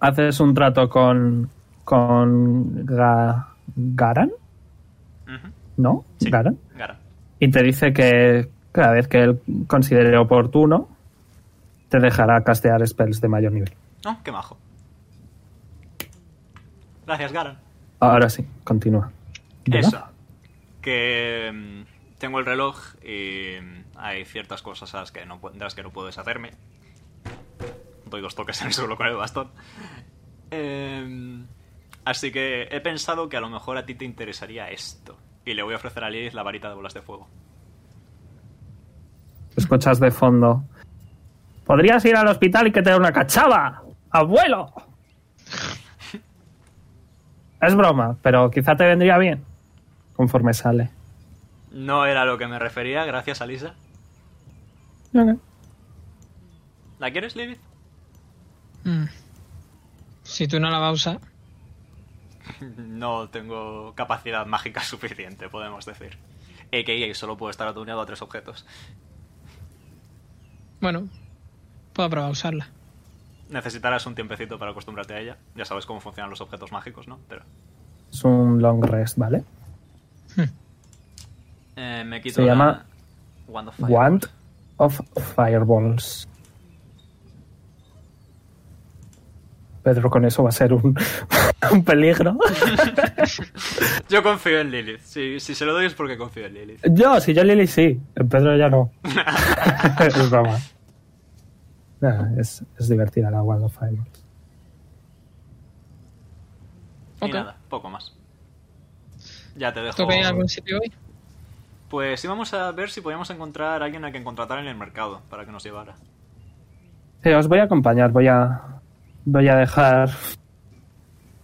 [SPEAKER 2] haces un trato con. con. Ga- Garan,
[SPEAKER 1] Ujú,
[SPEAKER 2] ¿no?
[SPEAKER 1] Sí.
[SPEAKER 2] Garan.
[SPEAKER 1] Gara.
[SPEAKER 2] Y te dice que cada vez que él considere oportuno, te dejará castear spells de mayor nivel.
[SPEAKER 1] No, Oh, qué majo. Gracias, Garan.
[SPEAKER 2] Ahora sí, continúa. ¿Verdad?
[SPEAKER 1] Eso. Que mm, tengo el reloj y mm, hay ciertas cosas a las que no, pu- de las que no puedo deshacerme. Doy dos toques en el suelo con el bastón. Em, así que he pensado que a lo mejor a ti te interesaría esto. Y le voy a ofrecer a Lilith la varita de bolas de fuego.
[SPEAKER 2] Escuchas de fondo. Podrías ir al hospital y que te dé una cachava, abuelo. Es broma, pero quizá te vendría bien conforme sale.
[SPEAKER 1] No era a lo que me refería, gracias Alisa. ¿La quieres, Lilith?
[SPEAKER 7] Mm. Si tú no la vas a usar,
[SPEAKER 1] No tengo capacidad mágica suficiente, podemos decir. AKA solo puedo estar atuneado a tres objetos.
[SPEAKER 7] bueno, puedo probar a usarla.
[SPEAKER 1] Necesitarás un tiempecito para acostumbrarte a ella. Ya sabes cómo funcionan los objetos mágicos, ¿no? Pero
[SPEAKER 2] Es un long rest, ¿vale?
[SPEAKER 1] Hmm. eh, me quito
[SPEAKER 2] Se
[SPEAKER 1] la-
[SPEAKER 2] llama
[SPEAKER 1] Wand of Fire.
[SPEAKER 2] Wand of Fireballs. Pedro, con eso va a ser un, un peligro.
[SPEAKER 1] Yo confío en Lilith. Si, si se lo doy es porque confío en Lilith.
[SPEAKER 2] Yo, si yo Lily sí, Pedro ya no. es broma. Nada, es, es divertida la Wand of Fireballs.
[SPEAKER 7] Ok.
[SPEAKER 1] Y nada, poco más. Ya te dejo.
[SPEAKER 7] ¿Toca ir a algún sitio hoy?
[SPEAKER 1] Pues íbamos a ver si podíamos encontrar a alguien a quien contratar en el mercado para que nos llevara.
[SPEAKER 2] Sí, os voy a acompañar, voy a. Voy a dejar.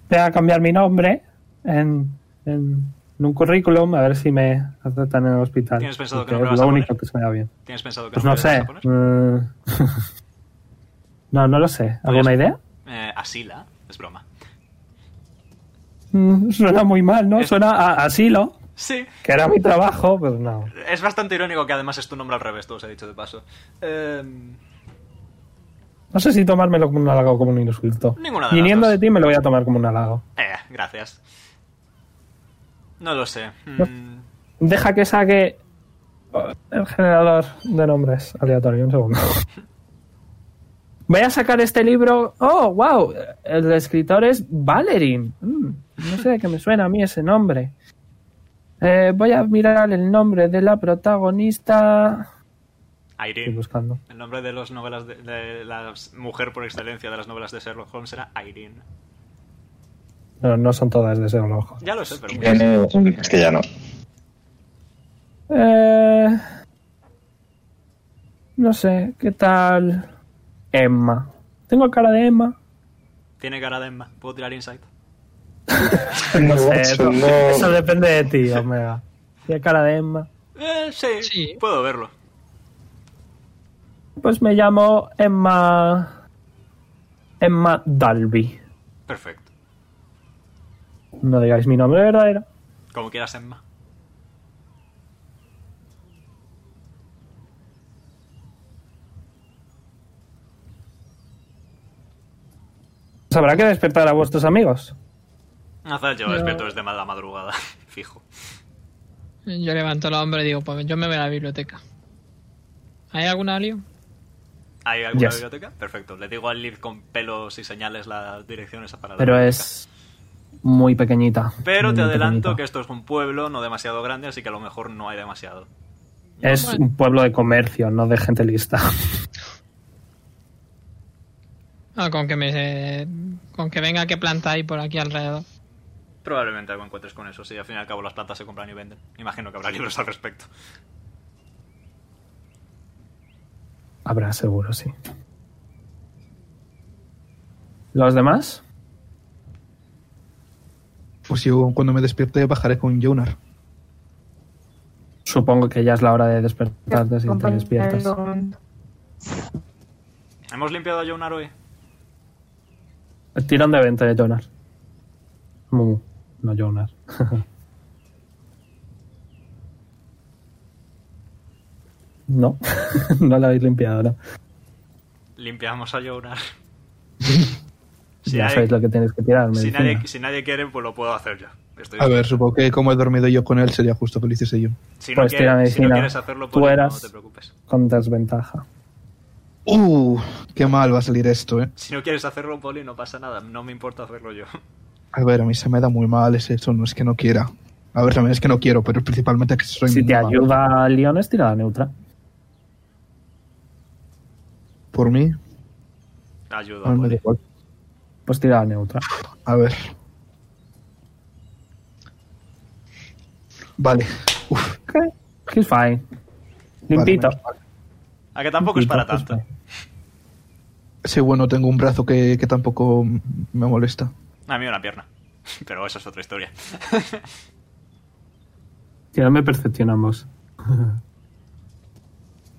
[SPEAKER 2] Voy a cambiar mi nombre en, en, en un currículum, a ver si me aceptan en el hospital.
[SPEAKER 1] ¿Tienes pensado que no lo
[SPEAKER 2] Porque es
[SPEAKER 1] vas
[SPEAKER 2] lo
[SPEAKER 1] a
[SPEAKER 2] único
[SPEAKER 1] poner?
[SPEAKER 2] que se me da bien.
[SPEAKER 1] ¿Tienes pensado que
[SPEAKER 2] Pues
[SPEAKER 1] no
[SPEAKER 2] no
[SPEAKER 1] te vas
[SPEAKER 2] sé.
[SPEAKER 1] a poner?
[SPEAKER 2] mm, no, no lo sé. ¿Alguna
[SPEAKER 1] Podrías-
[SPEAKER 2] idea?
[SPEAKER 1] Eh, Asila, es broma.
[SPEAKER 2] Mm, suena muy mal, ¿no?
[SPEAKER 1] Es-
[SPEAKER 2] Suena a asilo,
[SPEAKER 1] Sí,
[SPEAKER 2] que era mi trabajo, pero no.
[SPEAKER 1] Es bastante irónico que además es tu nombre al revés, todo se ha dicho de paso. Em,
[SPEAKER 2] No sé si tomármelo como un halago o como un insulto.
[SPEAKER 1] Ninguna de las
[SPEAKER 2] Viniendo
[SPEAKER 1] dos.
[SPEAKER 2] de ti me lo voy a tomar como un halago.
[SPEAKER 1] eh, gracias. No lo sé. Mm,
[SPEAKER 2] Deja que saque eh, el generador de nombres aleatorio. Un segundo. Voy a sacar este libro. Oh, wow. El escritor es Valerin. Mm, no sé de qué me suena a mí ese nombre. Eh, voy a mirar el nombre de la protagonista. Estoy
[SPEAKER 1] Irene.
[SPEAKER 2] buscando.
[SPEAKER 1] El nombre de las novelas de, de la mujer por excelencia de las novelas de Sherlock Holmes era Irene.
[SPEAKER 2] No, no son todas de ese ojo.
[SPEAKER 1] Ya lo sé, pero muchas.
[SPEAKER 9] Irene, Es que ya no.
[SPEAKER 2] Eh, no sé, ¿qué tal? Emma. Tengo cara de Emma.
[SPEAKER 1] tiene cara de Emma. ¿Puedo tirar insight?
[SPEAKER 2] No sé,
[SPEAKER 9] macho,
[SPEAKER 2] eso,
[SPEAKER 9] no.
[SPEAKER 2] eso depende de ti, Omega. Tiene cara de Emma.
[SPEAKER 1] Eh, sí,
[SPEAKER 7] Sí.
[SPEAKER 1] puedo verlo.
[SPEAKER 2] Pues me llamo Emma. Emma Dalby.
[SPEAKER 1] Perfecto.
[SPEAKER 2] No digáis mi nombre verdadero.
[SPEAKER 1] Como quieras, Emma.
[SPEAKER 2] Os habrá que despertar a vuestros amigos.
[SPEAKER 1] Azal lleva
[SPEAKER 7] No.
[SPEAKER 1] despierto desde la madrugada, fijo.
[SPEAKER 7] Yo levanto la hombro y digo, pues yo me voy a la biblioteca. ¿Hay alguna lío?
[SPEAKER 1] ¿Hay alguna
[SPEAKER 2] Yes.
[SPEAKER 1] biblioteca? Perfecto. Le digo al Lid con pelos y señales las direcciones para la
[SPEAKER 2] Pero
[SPEAKER 1] biblioteca.
[SPEAKER 2] es muy pequeñita.
[SPEAKER 1] Pero
[SPEAKER 2] muy
[SPEAKER 1] te adelanto
[SPEAKER 2] pequeñita.
[SPEAKER 1] que esto es un pueblo no demasiado grande, así que a lo mejor no hay demasiado.
[SPEAKER 2] Es un pueblo de comercio, no de gente lista.
[SPEAKER 7] Ah, con que me... eh, con que venga qué planta hay por aquí alrededor.
[SPEAKER 1] Probablemente algo encuentres con eso, si al fin y al cabo las plantas se compran y venden. Imagino que habrá libros al respecto.
[SPEAKER 2] Habrá seguro, sí. ¿Los demás?
[SPEAKER 3] Pues yo cuando me despierte bajaré con Jonar.
[SPEAKER 2] Supongo que ya es la hora de despertarte si te
[SPEAKER 10] Compañero,
[SPEAKER 2] despiertas.
[SPEAKER 10] con-
[SPEAKER 1] ¿Hemos limpiado a Jonar hoy?
[SPEAKER 2] Tirón de 20 de Jonar. Mumu, no Jonar. no, no lo habéis limpiado, ¿no?
[SPEAKER 1] Limpiamos a Jonar. Si
[SPEAKER 2] ya
[SPEAKER 1] nadie-
[SPEAKER 2] sabéis lo que tenéis que tirar.
[SPEAKER 1] Si
[SPEAKER 2] medicina.
[SPEAKER 1] nadie, si nadie quiere, pues lo puedo hacer yo. Estoy-
[SPEAKER 3] A ver, supongo que como he dormido yo con él, sería justo que lo hiciese yo.
[SPEAKER 1] si, no quieres,
[SPEAKER 2] pues tira
[SPEAKER 1] si no
[SPEAKER 2] medicina.
[SPEAKER 1] quieres hacerlo,
[SPEAKER 2] Tú
[SPEAKER 1] pues no
[SPEAKER 2] eras-
[SPEAKER 1] te preocupes.
[SPEAKER 2] Con desventaja.
[SPEAKER 3] Uh, qué mal va a salir esto, eh.
[SPEAKER 1] Si no quieres hacerlo, Poli, no pasa nada. No me importa hacerlo yo.
[SPEAKER 3] A ver, a mí se me da muy mal ese eso, no es que no quiera. A ver, también es que no quiero, pero principalmente que soy
[SPEAKER 2] si
[SPEAKER 3] muy
[SPEAKER 2] te
[SPEAKER 3] malo.
[SPEAKER 2] ayuda León, es tirada neutra.
[SPEAKER 3] Por mí,
[SPEAKER 1] Ayuda,
[SPEAKER 3] a mí me da
[SPEAKER 1] Poli.
[SPEAKER 3] igual.
[SPEAKER 2] Pues tirada neutra.
[SPEAKER 3] A ver. Vale. Uf,
[SPEAKER 2] He's fine. Limpito.
[SPEAKER 3] vale, menos mal.
[SPEAKER 1] A que tampoco es para tanto.
[SPEAKER 3] Sí, bueno, tengo un brazo que, que tampoco me molesta.
[SPEAKER 1] A mí una pierna. Pero eso es otra historia.
[SPEAKER 2] Tírame percepción ambos.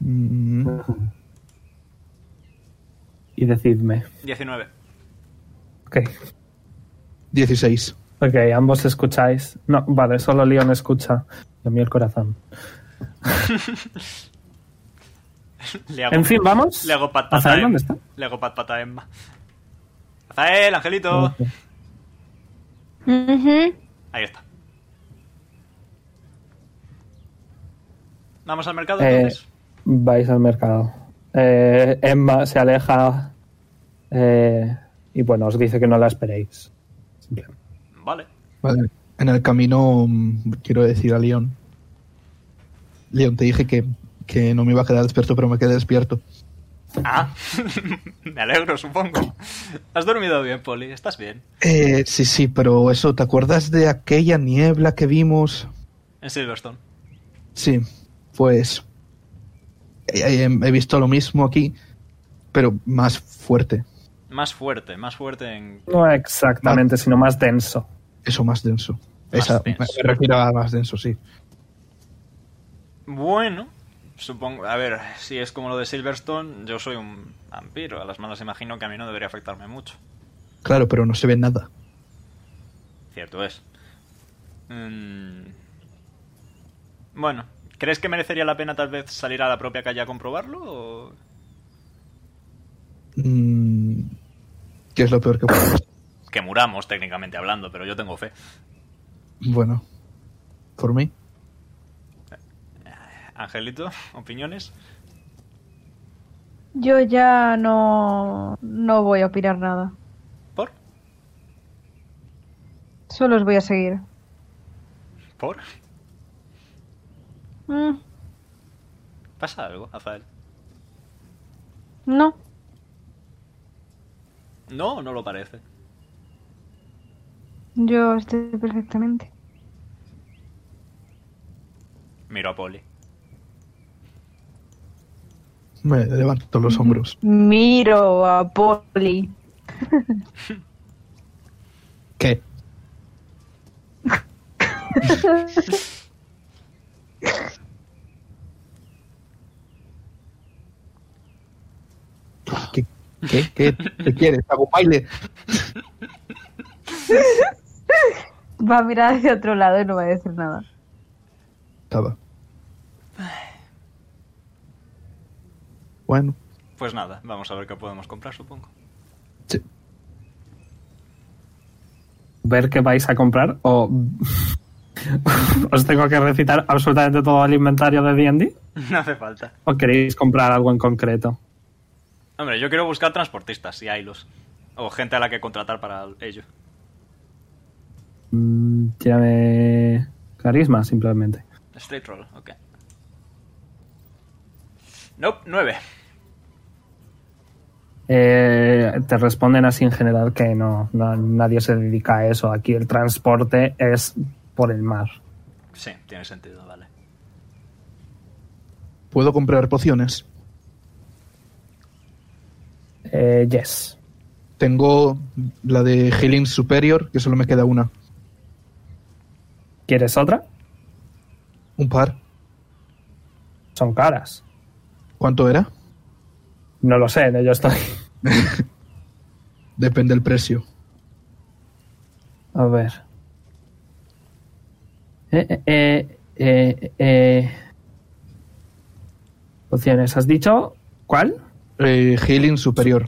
[SPEAKER 3] Mm,
[SPEAKER 2] Y decidme.
[SPEAKER 1] 19.
[SPEAKER 2] Ok.
[SPEAKER 3] 16.
[SPEAKER 2] Ok, ambos escucháis. No, vale, solo Leon escucha. De mí el corazón.
[SPEAKER 1] Le hago,
[SPEAKER 2] En fin, vamos.
[SPEAKER 1] le hago pat pat a
[SPEAKER 2] ¿Azael
[SPEAKER 1] Emma.
[SPEAKER 2] dónde está?
[SPEAKER 1] Le hago pat pat a Emma. Azael, Angelito.
[SPEAKER 2] Ok.
[SPEAKER 10] Ujú.
[SPEAKER 8] Mm-hmm.
[SPEAKER 1] Ahí está. ¿Vamos al mercado
[SPEAKER 2] Eh,
[SPEAKER 1] entonces?
[SPEAKER 2] vais al mercado. Eh, Emma se aleja. eh, y bueno, os dice que no la esperéis. Simplemente.
[SPEAKER 1] Vale.
[SPEAKER 3] Vale. En el camino mm, quiero decir a León. León, te dije que, que no me iba a quedar despierto, pero me quedé despierto.
[SPEAKER 1] Ah, me alegro, supongo. Has dormido bien, Poli. ¿Estás bien?
[SPEAKER 3] Eh, sí, sí, pero eso, ¿te acuerdas de aquella niebla que vimos?
[SPEAKER 1] En Silverstone.
[SPEAKER 3] Sí, pues eh, eh, he visto lo mismo aquí, pero más fuerte,
[SPEAKER 1] Más fuerte, más fuerte en...
[SPEAKER 2] No exactamente, sino más denso.
[SPEAKER 3] eso más denso.
[SPEAKER 1] Más
[SPEAKER 3] Esa-
[SPEAKER 1] denso.
[SPEAKER 3] Me refiero a más denso, sí.
[SPEAKER 1] Bueno, supongo... A ver, si es como lo de Silverstone, yo soy un vampiro. A las malas imagino que a mí no debería afectarme mucho.
[SPEAKER 3] Claro, pero no se ve nada.
[SPEAKER 1] Cierto es. Mm. Bueno, ¿crees que merecería la pena tal vez salir a la propia calle a comprobarlo? o-
[SPEAKER 3] Mm, ¿Qué es lo peor que puede pasar?
[SPEAKER 1] Que muramos, técnicamente hablando, pero yo tengo fe.
[SPEAKER 3] Bueno, por mí.
[SPEAKER 1] Angelito, ¿opiniones?
[SPEAKER 10] Yo ya no, no voy a opinar nada.
[SPEAKER 1] ¿Por?
[SPEAKER 10] Solo os voy a seguir.
[SPEAKER 1] ¿Por?
[SPEAKER 10] Mm,
[SPEAKER 1] ¿Pasa algo, Azael?
[SPEAKER 10] no.
[SPEAKER 1] No, no lo parece.
[SPEAKER 10] Yo estoy perfectamente.
[SPEAKER 1] Miro a Poli.
[SPEAKER 3] Me levanto los hombros.
[SPEAKER 10] Miro a Poli.
[SPEAKER 3] ¿Qué? ¿Qué? ¿Qué? ¿Qué? ¿Qué quieres? ¿Hago un baile?
[SPEAKER 10] Va a mirar hacia otro lado y no va a decir nada.
[SPEAKER 3] Estaba. Bueno,
[SPEAKER 1] Pues nada, vamos a ver qué podemos comprar, supongo.
[SPEAKER 3] sí.
[SPEAKER 2] Ver qué vais a comprar o. ¿Os tengo que recitar absolutamente todo el inventario de DD?
[SPEAKER 1] No hace falta.
[SPEAKER 2] ¿O queréis comprar algo en concreto?
[SPEAKER 1] Hombre, yo quiero buscar transportistas, si hay los. O gente a la que contratar para ello.
[SPEAKER 2] Mm, tírame. Carisma, simplemente.
[SPEAKER 1] Straight roll, ok. Nope, 9.
[SPEAKER 2] Eh, te responden así en general que no, no- nadie se dedica a eso. Aquí el transporte es por el mar.
[SPEAKER 1] Sí, tiene sentido, vale.
[SPEAKER 3] ¿Puedo comprar pociones?
[SPEAKER 2] Eh, yes.
[SPEAKER 3] Tengo la de Healing Superior, que solo me queda una.
[SPEAKER 2] ¿Quieres otra?
[SPEAKER 3] Un par.
[SPEAKER 2] Son caras.
[SPEAKER 3] ¿Cuánto era?
[SPEAKER 2] No lo sé, en ello estoy.
[SPEAKER 3] Depende del precio.
[SPEAKER 2] A ver. Eh, eh, eh, eh. Pociones, ¿has dicho cuál?
[SPEAKER 3] Eh, healing superior.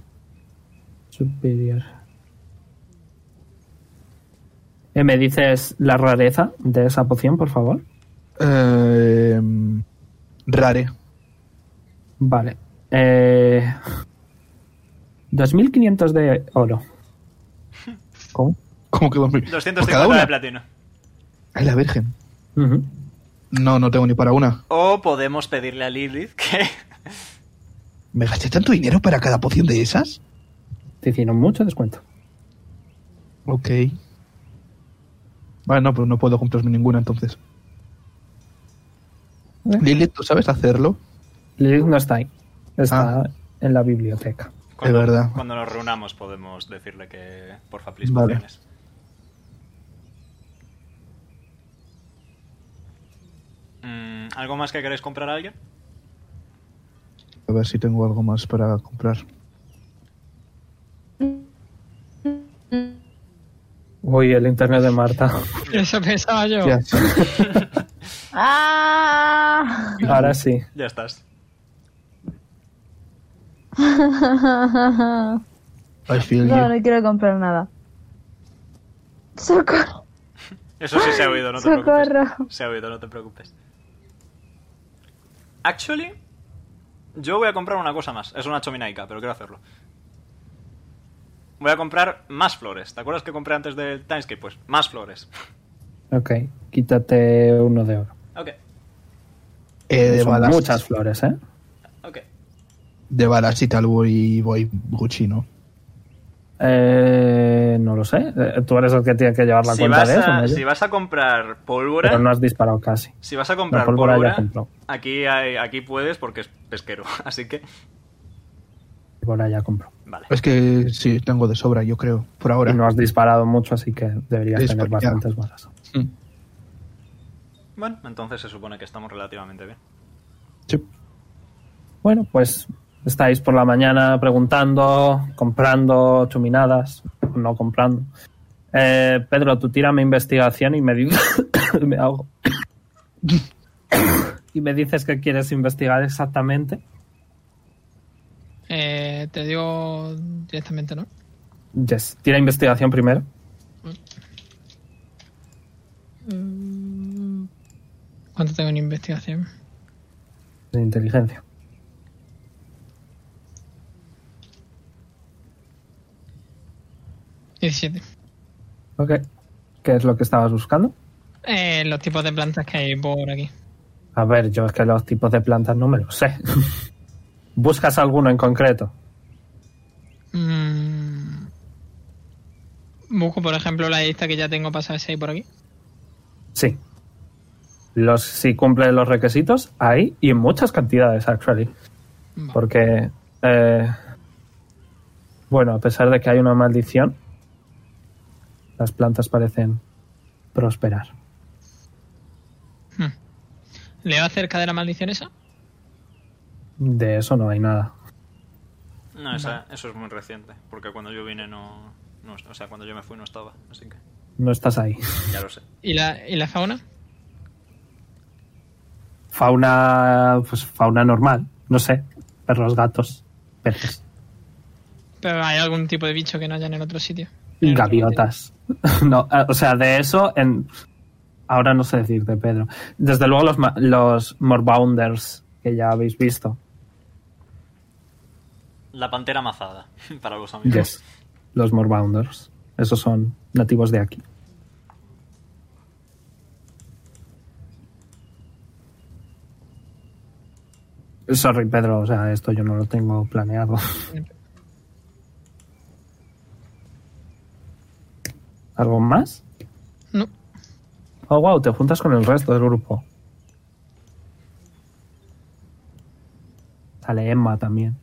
[SPEAKER 2] Superior. Eh, ¿Me dices la rareza de esa poción, por favor?
[SPEAKER 3] Eh, rare.
[SPEAKER 2] Vale. Eh, 2.500 de oro.
[SPEAKER 3] ¿Cómo? ¿Cómo que 2000? ¿Por Pues cada
[SPEAKER 1] 250 de
[SPEAKER 3] una?
[SPEAKER 1] platino.
[SPEAKER 3] Ay, la Virgen.
[SPEAKER 2] Ujú.
[SPEAKER 3] No, no tengo ni para una.
[SPEAKER 1] O podemos pedirle a Lilith que.
[SPEAKER 3] ¿Me gasté tanto dinero para cada poción de esas?
[SPEAKER 2] Te hicieron mucho descuento.
[SPEAKER 3] Ok. Vale, no, pero no puedo comprarme ninguna entonces.
[SPEAKER 2] Eh.
[SPEAKER 3] Lilith, ¿tú sabes hacerlo? Ah.
[SPEAKER 2] Lilith no está ahí. Está en la biblioteca.
[SPEAKER 1] Cuando,
[SPEAKER 3] verdad.
[SPEAKER 1] Cuando nos reunamos podemos decirle que. Porfa, please,
[SPEAKER 3] Vale.
[SPEAKER 1] pociones. Mm, ¿Algo más que queréis comprar a alguien?
[SPEAKER 3] A ver si tengo algo más para comprar.
[SPEAKER 2] Uy, el internet de Marta.
[SPEAKER 7] Eso pensaba yo.
[SPEAKER 3] Ya, sí.
[SPEAKER 10] ¡Ah!
[SPEAKER 2] Ahora sí.
[SPEAKER 1] Ya estás.
[SPEAKER 3] I feel
[SPEAKER 10] No,
[SPEAKER 3] you.
[SPEAKER 10] no quiero comprar nada. ¡Socorro!
[SPEAKER 1] Eso sí se ha oído, no te
[SPEAKER 10] Socorro.
[SPEAKER 1] preocupes. Se ha oído, no te preocupes. Actually, yo voy a comprar una cosa más. Es una chominaica, pero quiero hacerlo. Voy a comprar más flores. ¿Te acuerdas que compré antes del Timescape? Pues más flores.
[SPEAKER 2] Ok, quítate uno de oro.
[SPEAKER 1] Ok,
[SPEAKER 3] Eh, de
[SPEAKER 2] Son
[SPEAKER 3] balas.
[SPEAKER 2] muchas flores, ¿eh?
[SPEAKER 1] ok.
[SPEAKER 3] De balas y tal voy, voy Gucci, ¿no?
[SPEAKER 2] Eh, no lo sé. Eh, Tú eres el que tiene que llevar la
[SPEAKER 1] Si
[SPEAKER 2] cuenta
[SPEAKER 1] vas,
[SPEAKER 2] de eso.
[SPEAKER 1] a,
[SPEAKER 2] ¿no?
[SPEAKER 1] si vas a comprar pólvora,
[SPEAKER 2] Pero no has disparado casi.
[SPEAKER 1] si vas a
[SPEAKER 2] La
[SPEAKER 1] comprar
[SPEAKER 2] pólvora
[SPEAKER 1] pólvora,
[SPEAKER 2] ya compró.
[SPEAKER 1] aquí, hay- aquí puedes porque es pesquero. Así que,
[SPEAKER 2] La pólvora ya compró.
[SPEAKER 1] vale.
[SPEAKER 3] Es que sí, tengo de sobra, yo creo, por ahora.
[SPEAKER 2] Y no has disparado mucho, así que deberías tener
[SPEAKER 3] Dispar- ya.
[SPEAKER 2] bastantes balas.
[SPEAKER 3] Mm.
[SPEAKER 1] Bueno, entonces se supone que estamos relativamente bien.
[SPEAKER 3] Sí.
[SPEAKER 2] Bueno, pues estáis por la mañana preguntando, comprando chuminadas, no comprando. Eh, Pedro, tú tírame investigación y me dices... me hago. y me dices que quieres investigar exactamente.
[SPEAKER 7] Eh, te digo directamente, ¿no?
[SPEAKER 2] Yes, tira investigación primero.
[SPEAKER 7] Mm. ¿Cuánto tengo en investigación?
[SPEAKER 2] De inteligencia.
[SPEAKER 7] Diecisiete.
[SPEAKER 2] Ok. ¿Qué es lo que estabas buscando?
[SPEAKER 7] Eh, los tipos de plantas que hay por aquí.
[SPEAKER 2] A ver, yo es que los tipos de plantas no me los sé. ¿Buscas alguno en concreto?
[SPEAKER 7] Mm. Busco, por ejemplo, la lista que ya tengo pasada si hay por aquí.
[SPEAKER 2] Sí. Los, si cumple los requisitos, hay y en muchas cantidades, actually.
[SPEAKER 7] Vale.
[SPEAKER 2] Porque, eh, bueno, a pesar de que hay una maldición, las plantas parecen prosperar.
[SPEAKER 7] ¿Leo acerca de la maldición esa?
[SPEAKER 2] De eso no hay nada.
[SPEAKER 1] No, esa- eso es muy reciente, porque cuando yo vine no, no- O sea, cuando yo me fui no estaba, así que
[SPEAKER 2] No estás ahí.
[SPEAKER 1] ya lo sé.
[SPEAKER 7] ¿Y la, y la fauna?
[SPEAKER 2] Fauna, pues fauna normal, no sé. Perros, gatos, peces,
[SPEAKER 7] ¿Pero hay algún tipo de bicho que no haya en el otro sitio? En el otro
[SPEAKER 2] gaviotas. no, eh, o sea, de eso, en, ahora no sé decirte, Pedro. Desde luego los, ma- los Morbounders que ya habéis visto.
[SPEAKER 1] La pantera mazada, para los amigos.
[SPEAKER 2] Yes. Los Morbounders. Esos son nativos de aquí. Sorry, Pedro, o sea, esto yo no lo tengo planeado. ¿Algo más?
[SPEAKER 7] No.
[SPEAKER 2] Oh, wow, te juntas con el resto del grupo. Sale Emma también.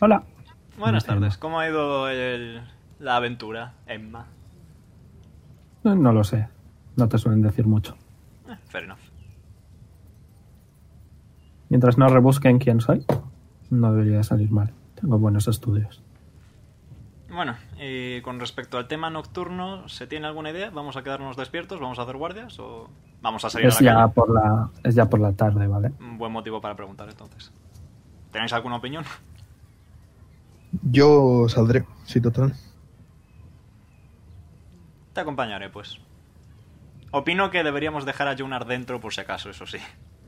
[SPEAKER 2] Hola.
[SPEAKER 1] Buenas
[SPEAKER 2] No
[SPEAKER 1] tardes, ¿cómo ha ido el- la aventura, Emma?
[SPEAKER 2] Eh, No lo sé. No te suelen decir mucho.
[SPEAKER 1] Eh, fair enough.
[SPEAKER 2] Mientras no rebusquen quién soy, no debería salir mal. Tengo buenos estudios.
[SPEAKER 1] Bueno, y con respecto al tema nocturno, ¿se tiene alguna idea? ¿Vamos a quedarnos despiertos? ¿Vamos a hacer guardias? ¿O vamos a salir
[SPEAKER 2] Es
[SPEAKER 1] a la
[SPEAKER 2] ya,
[SPEAKER 1] calle?
[SPEAKER 2] por la, es ya por la tarde, ¿vale?
[SPEAKER 1] Un buen motivo para preguntar entonces. ¿Tenéis alguna opinión?
[SPEAKER 3] Yo saldré, sí, total.
[SPEAKER 1] Te acompañaré, pues. Opino que deberíamos dejar a Jonar dentro por si acaso, eso sí.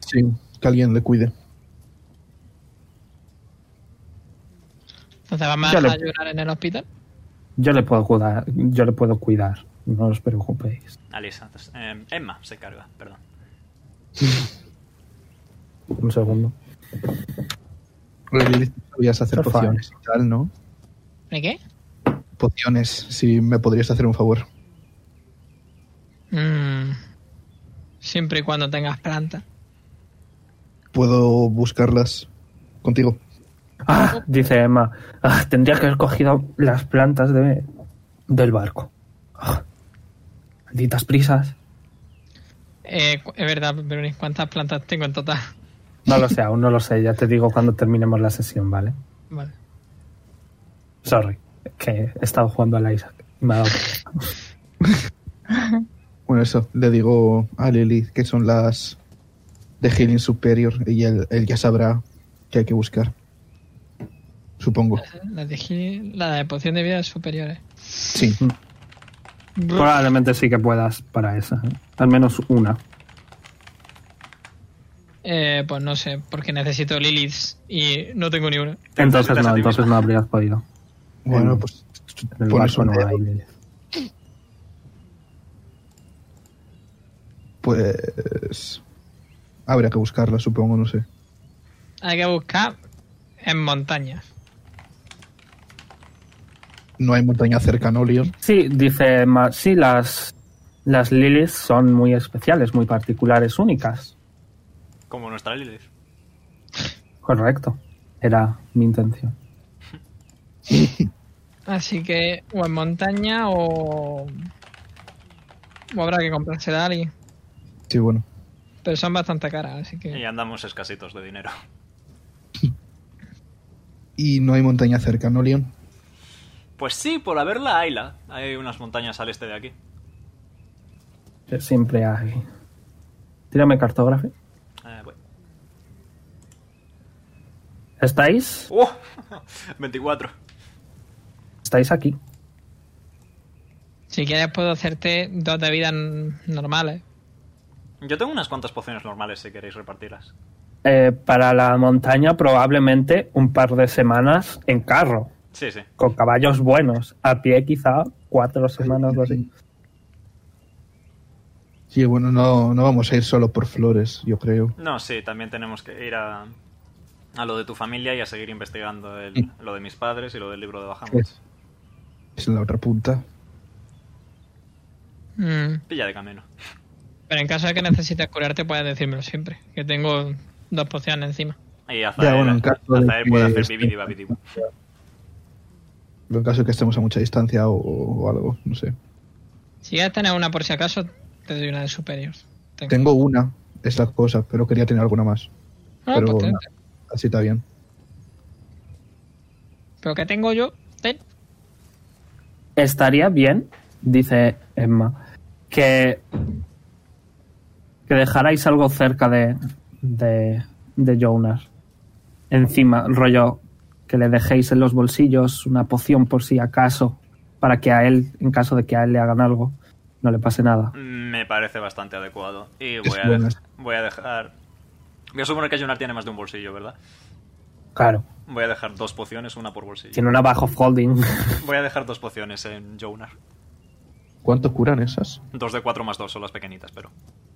[SPEAKER 3] Sí, que alguien le cuide.
[SPEAKER 7] Entonces vamos a
[SPEAKER 2] Ya lo-
[SPEAKER 7] dejar llorar en el hospital.
[SPEAKER 2] Yo le puedo cuidar, yo le puedo cuidar, no os preocupéis.
[SPEAKER 1] Alisa. eh, Emma se carga, perdón.
[SPEAKER 2] Un segundo.
[SPEAKER 3] Pero Lilith, Podrías hacer
[SPEAKER 2] Por favor.
[SPEAKER 3] pociones y tal, ¿no?
[SPEAKER 7] ¿De qué?
[SPEAKER 3] Pociones, si me podrías hacer un favor.
[SPEAKER 7] Mm. Siempre y cuando tengas planta.
[SPEAKER 3] Puedo buscarlas contigo.
[SPEAKER 2] Ah, dice Emma, ah, tendría que haber cogido las plantas de, del barco. Ah, malditas prisas.
[SPEAKER 7] Eh, cu- es verdad, Verónica, ¿cuántas plantas tengo en total?
[SPEAKER 2] No lo sé, aún no lo sé, ya te digo cuando terminemos la sesión, ¿vale?
[SPEAKER 7] Vale.
[SPEAKER 2] Sorry, que he estado jugando al Isaac. y me ha dado prisa.
[SPEAKER 3] Bueno, eso, le digo a Lilith que son las de Healing Superior y él, él ya sabrá que hay que buscar. Supongo.
[SPEAKER 7] La de, Gil- la de poción de vida superiores.
[SPEAKER 3] Sí,
[SPEAKER 2] Probablemente sí que puedas para esa, ¿eh? al menos una.
[SPEAKER 7] Eh, pues no sé, porque necesito Liliths y no tengo ni una.
[SPEAKER 2] Entonces
[SPEAKER 1] necesitas a
[SPEAKER 2] no,
[SPEAKER 1] ti
[SPEAKER 2] entonces no habrías podido.
[SPEAKER 3] bueno,
[SPEAKER 2] En-
[SPEAKER 3] pues
[SPEAKER 2] En el
[SPEAKER 3] pones
[SPEAKER 2] barco
[SPEAKER 3] un
[SPEAKER 2] no
[SPEAKER 3] dedo,
[SPEAKER 2] hay Lilith.
[SPEAKER 3] pues habrá que buscarlas, supongo, no sé.
[SPEAKER 7] Hay que buscar en montaña.
[SPEAKER 3] No hay montaña cerca, ¿no, Leon?
[SPEAKER 2] Sí, dice Ma- sí, las, las lilies son muy especiales, muy particulares, únicas.
[SPEAKER 1] Como nuestra Lilith.
[SPEAKER 2] Correcto. Era mi intención.
[SPEAKER 7] Así que o en montaña o... o habrá que comprarse a alguien.
[SPEAKER 3] Sí, bueno.
[SPEAKER 7] Pero son bastante caras, así
[SPEAKER 1] Y
[SPEAKER 7] que...
[SPEAKER 1] andamos escasitos de dinero.
[SPEAKER 3] Y no hay montaña cerca, ¿no, Leon?
[SPEAKER 1] Pues sí, por haberla, hayla. Hay unas montañas al este de aquí.
[SPEAKER 2] Que Siempre hay. Tírame cartografía.
[SPEAKER 1] Eh, voy.
[SPEAKER 2] ¿Estáis?
[SPEAKER 1] ¡Oh! 24.
[SPEAKER 2] Estáis aquí.
[SPEAKER 7] Si quieres puedo hacerte dos de vida n- normales.
[SPEAKER 1] Yo tengo unas cuantas pociones normales si queréis repartirlas.
[SPEAKER 2] Eh, para la montaña probablemente un par de semanas en carro,
[SPEAKER 1] Sí, sí.
[SPEAKER 2] con caballos buenos. A pie quizá cuatro semanas o así.
[SPEAKER 3] Sí, bueno, no, no vamos a ir solo por flores, yo creo.
[SPEAKER 1] No, sí, también tenemos que ir a, a lo de tu familia y a seguir investigando el-
[SPEAKER 3] Sí.
[SPEAKER 1] lo de mis padres y lo del libro de Bahamut.
[SPEAKER 3] Sí. Es la otra punta.
[SPEAKER 7] Mm.
[SPEAKER 1] Pilla de camino.
[SPEAKER 7] Pero en caso de que necesites curarte puedes decírmelo siempre. Que tengo dos pociones encima.
[SPEAKER 1] Y Azael,
[SPEAKER 3] Ya, bueno, en caso de
[SPEAKER 1] Azael puede
[SPEAKER 3] que
[SPEAKER 1] hacer
[SPEAKER 3] esté-
[SPEAKER 1] bibidi babidi.
[SPEAKER 3] En caso de que estemos a mucha distancia o, o algo, no sé.
[SPEAKER 7] Si quieres tener una por si acaso, te doy una de superior. Tengo.
[SPEAKER 3] Tengo una, es la cosa, pero quería tener alguna más.
[SPEAKER 7] Ah,
[SPEAKER 3] pero
[SPEAKER 7] pues ten-
[SPEAKER 3] nada, así está bien.
[SPEAKER 7] Pero que tengo yo, ten.
[SPEAKER 2] Estaría bien, dice Emma, que, que dejarais algo cerca de, de, de Jonas. Encima, rollo, que le dejéis en los bolsillos una poción por si acaso, para que a él, en caso de que a él le hagan algo, no le pase nada.
[SPEAKER 1] Me parece bastante adecuado. Y voy a,
[SPEAKER 3] buena.
[SPEAKER 1] dej- voy a dejar. Voy a suponer que Jonar tiene más de un bolsillo, ¿verdad?
[SPEAKER 2] Claro,
[SPEAKER 1] Voy a dejar dos pociones, una por bolsillo.
[SPEAKER 2] tiene una bajo folding.
[SPEAKER 1] Voy a dejar dos pociones en Jonar.
[SPEAKER 3] ¿Cuánto curan esas?
[SPEAKER 1] Dos de cuatro más dos son las pequeñitas, pero.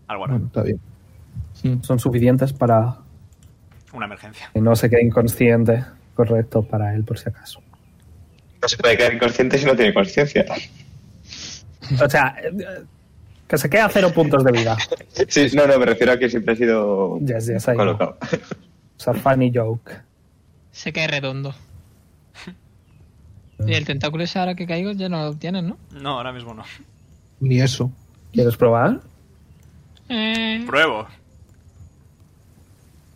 [SPEAKER 1] Algo hará.
[SPEAKER 3] Bueno, está bien.
[SPEAKER 2] Son suficientes para
[SPEAKER 1] Una emergencia.
[SPEAKER 2] que no se quede inconsciente. Correcto, para él, por si acaso.
[SPEAKER 9] No se puede quedar inconsciente si no tiene conciencia.
[SPEAKER 2] O sea, eh, eh, que se quede a cero puntos de vida.
[SPEAKER 9] Sí, no, no, me refiero a que siempre ha sido
[SPEAKER 2] Ya, ya está ahí.
[SPEAKER 9] colocado.
[SPEAKER 2] O sea, funny joke.
[SPEAKER 7] Se cae redondo. Y el tentáculo ese ahora que caigo ya no lo tienes, ¿no?
[SPEAKER 1] No, ahora mismo no.
[SPEAKER 3] Ni eso.
[SPEAKER 2] ¿Quieres probar?
[SPEAKER 7] Eh,
[SPEAKER 1] Pruebo.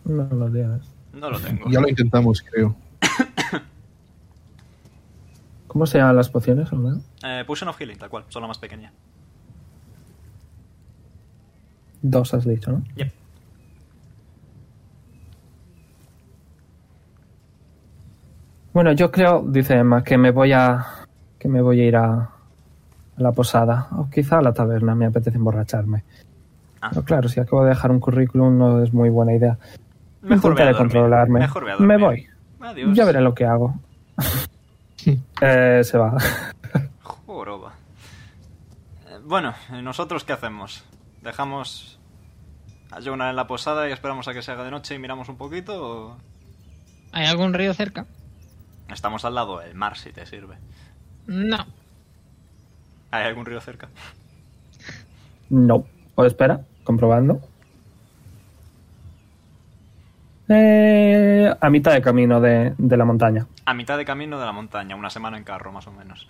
[SPEAKER 2] No lo tienes.
[SPEAKER 1] No lo tengo.
[SPEAKER 3] Ya lo intentamos, creo.
[SPEAKER 2] ¿Cómo se llaman las pociones, hermano?
[SPEAKER 1] Eh, Potion of Healing, tal cual, son la más pequeña.
[SPEAKER 2] Dos has dicho, ¿no?
[SPEAKER 1] Yep.
[SPEAKER 2] Bueno, yo creo, dice Emma, que me voy a. que me voy a ir a, a la posada. O quizá a la taberna, me apetece emborracharme.
[SPEAKER 1] Ah.
[SPEAKER 2] Pero claro, si acabo de dejar un currículum no es muy buena idea.
[SPEAKER 1] Mejor ve a
[SPEAKER 2] Intentaré
[SPEAKER 1] dormir.
[SPEAKER 2] controlarme.
[SPEAKER 1] Mejor ve a
[SPEAKER 2] me
[SPEAKER 1] dormir.
[SPEAKER 2] voy.
[SPEAKER 1] Adiós.
[SPEAKER 2] Ya veré lo que hago. Eh, se va.
[SPEAKER 1] Joroba. Eh, Bueno, ¿y ¿nosotros qué hacemos? ¿Dejamos a Jonah en la posada y esperamos a que se haga de noche y miramos un poquito? o-
[SPEAKER 7] ¿Hay algún río cerca?
[SPEAKER 1] Estamos al lado del mar, si te sirve.
[SPEAKER 7] No.
[SPEAKER 1] ¿Hay algún río cerca?
[SPEAKER 2] No. O espera, comprobando. Eh, a mitad de camino de, de la montaña.
[SPEAKER 1] A mitad de camino de la montaña, una semana en carro más o menos.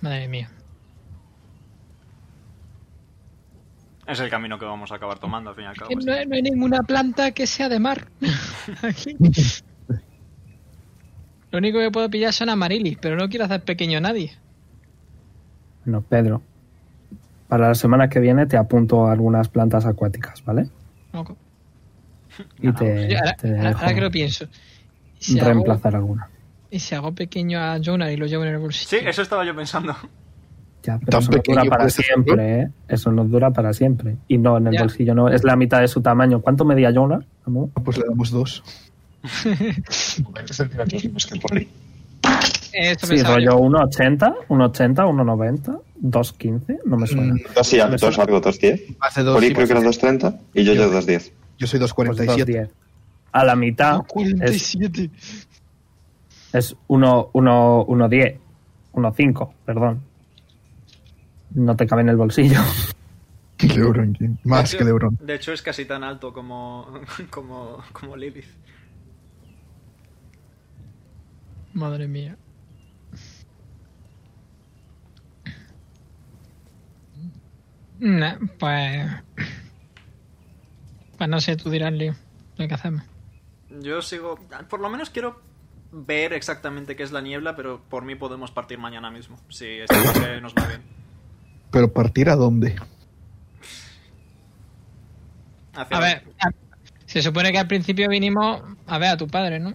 [SPEAKER 7] Madre mía.
[SPEAKER 1] Es el camino que vamos a acabar tomando al fin y al cabo.
[SPEAKER 7] Que
[SPEAKER 1] así
[SPEAKER 7] no, hay, no hay ninguna planta que sea de mar. Aquí. Lo único que puedo pillar son amarilis, pero no quiero hacer pequeño a nadie.
[SPEAKER 2] Bueno, Pedro, para la semana que viene te apunto algunas plantas acuáticas, ¿vale?
[SPEAKER 7] Loco.
[SPEAKER 2] Y te,
[SPEAKER 7] Yo ahora,
[SPEAKER 2] Eh, te
[SPEAKER 7] ahora-
[SPEAKER 2] dejo
[SPEAKER 7] ahora que lo pienso. ¿Y si, hago,
[SPEAKER 2] reemplazar alguna.
[SPEAKER 7] y si hago pequeño a Jonah y lo llevo en el
[SPEAKER 1] Sí,
[SPEAKER 7] bolsillo.
[SPEAKER 1] eso estaba yo pensando.
[SPEAKER 2] Ya, pero
[SPEAKER 3] Tan
[SPEAKER 2] eso no dura
[SPEAKER 3] pequeño
[SPEAKER 2] para
[SPEAKER 3] puede ser,
[SPEAKER 2] siempre, ¿eh? Eso no dura para siempre. Y no, en el
[SPEAKER 7] Ya.
[SPEAKER 2] bolsillo no, es la mitad de su tamaño. ¿Cuánto medía Jonah? amor?
[SPEAKER 3] Pues le damos dos.
[SPEAKER 7] Eso
[SPEAKER 2] Sí,
[SPEAKER 7] pensaba
[SPEAKER 2] rollo
[SPEAKER 7] yo.
[SPEAKER 2] 1,80, 1,80, 1,90, 2,15, no me suena.
[SPEAKER 3] Mm,
[SPEAKER 9] Dos y a- dos algo, dos diez.
[SPEAKER 3] Más de dos.
[SPEAKER 9] Oli
[SPEAKER 3] sí,
[SPEAKER 9] creo que era 2.30 y yo
[SPEAKER 3] Yo-
[SPEAKER 9] llevo 2.10.
[SPEAKER 3] Yo soy
[SPEAKER 2] Pues
[SPEAKER 3] 247.
[SPEAKER 2] 2,10. A la mitad es
[SPEAKER 7] 47.
[SPEAKER 2] Es 1, 1, 1, 10. 1, 5, perdón. No te cabe en el bolsillo.
[SPEAKER 3] Lebron James. Más
[SPEAKER 1] De
[SPEAKER 3] que
[SPEAKER 1] hecho-
[SPEAKER 3] Lebron.
[SPEAKER 1] De hecho, es casi tan alto como, como, como Lilith.
[SPEAKER 7] Madre mía. Nah, pues. Pues no sé, tú dirás, Leo, lo que hacemos.
[SPEAKER 1] Yo sigo. Por lo menos quiero ver exactamente qué es la niebla, pero por mí podemos partir mañana mismo. Si esta noche nos va bien.
[SPEAKER 3] Pero partir a dónde?
[SPEAKER 1] Hacia-
[SPEAKER 7] A ver, a- se supone que al principio vinimos a ver a tu padre, ¿no?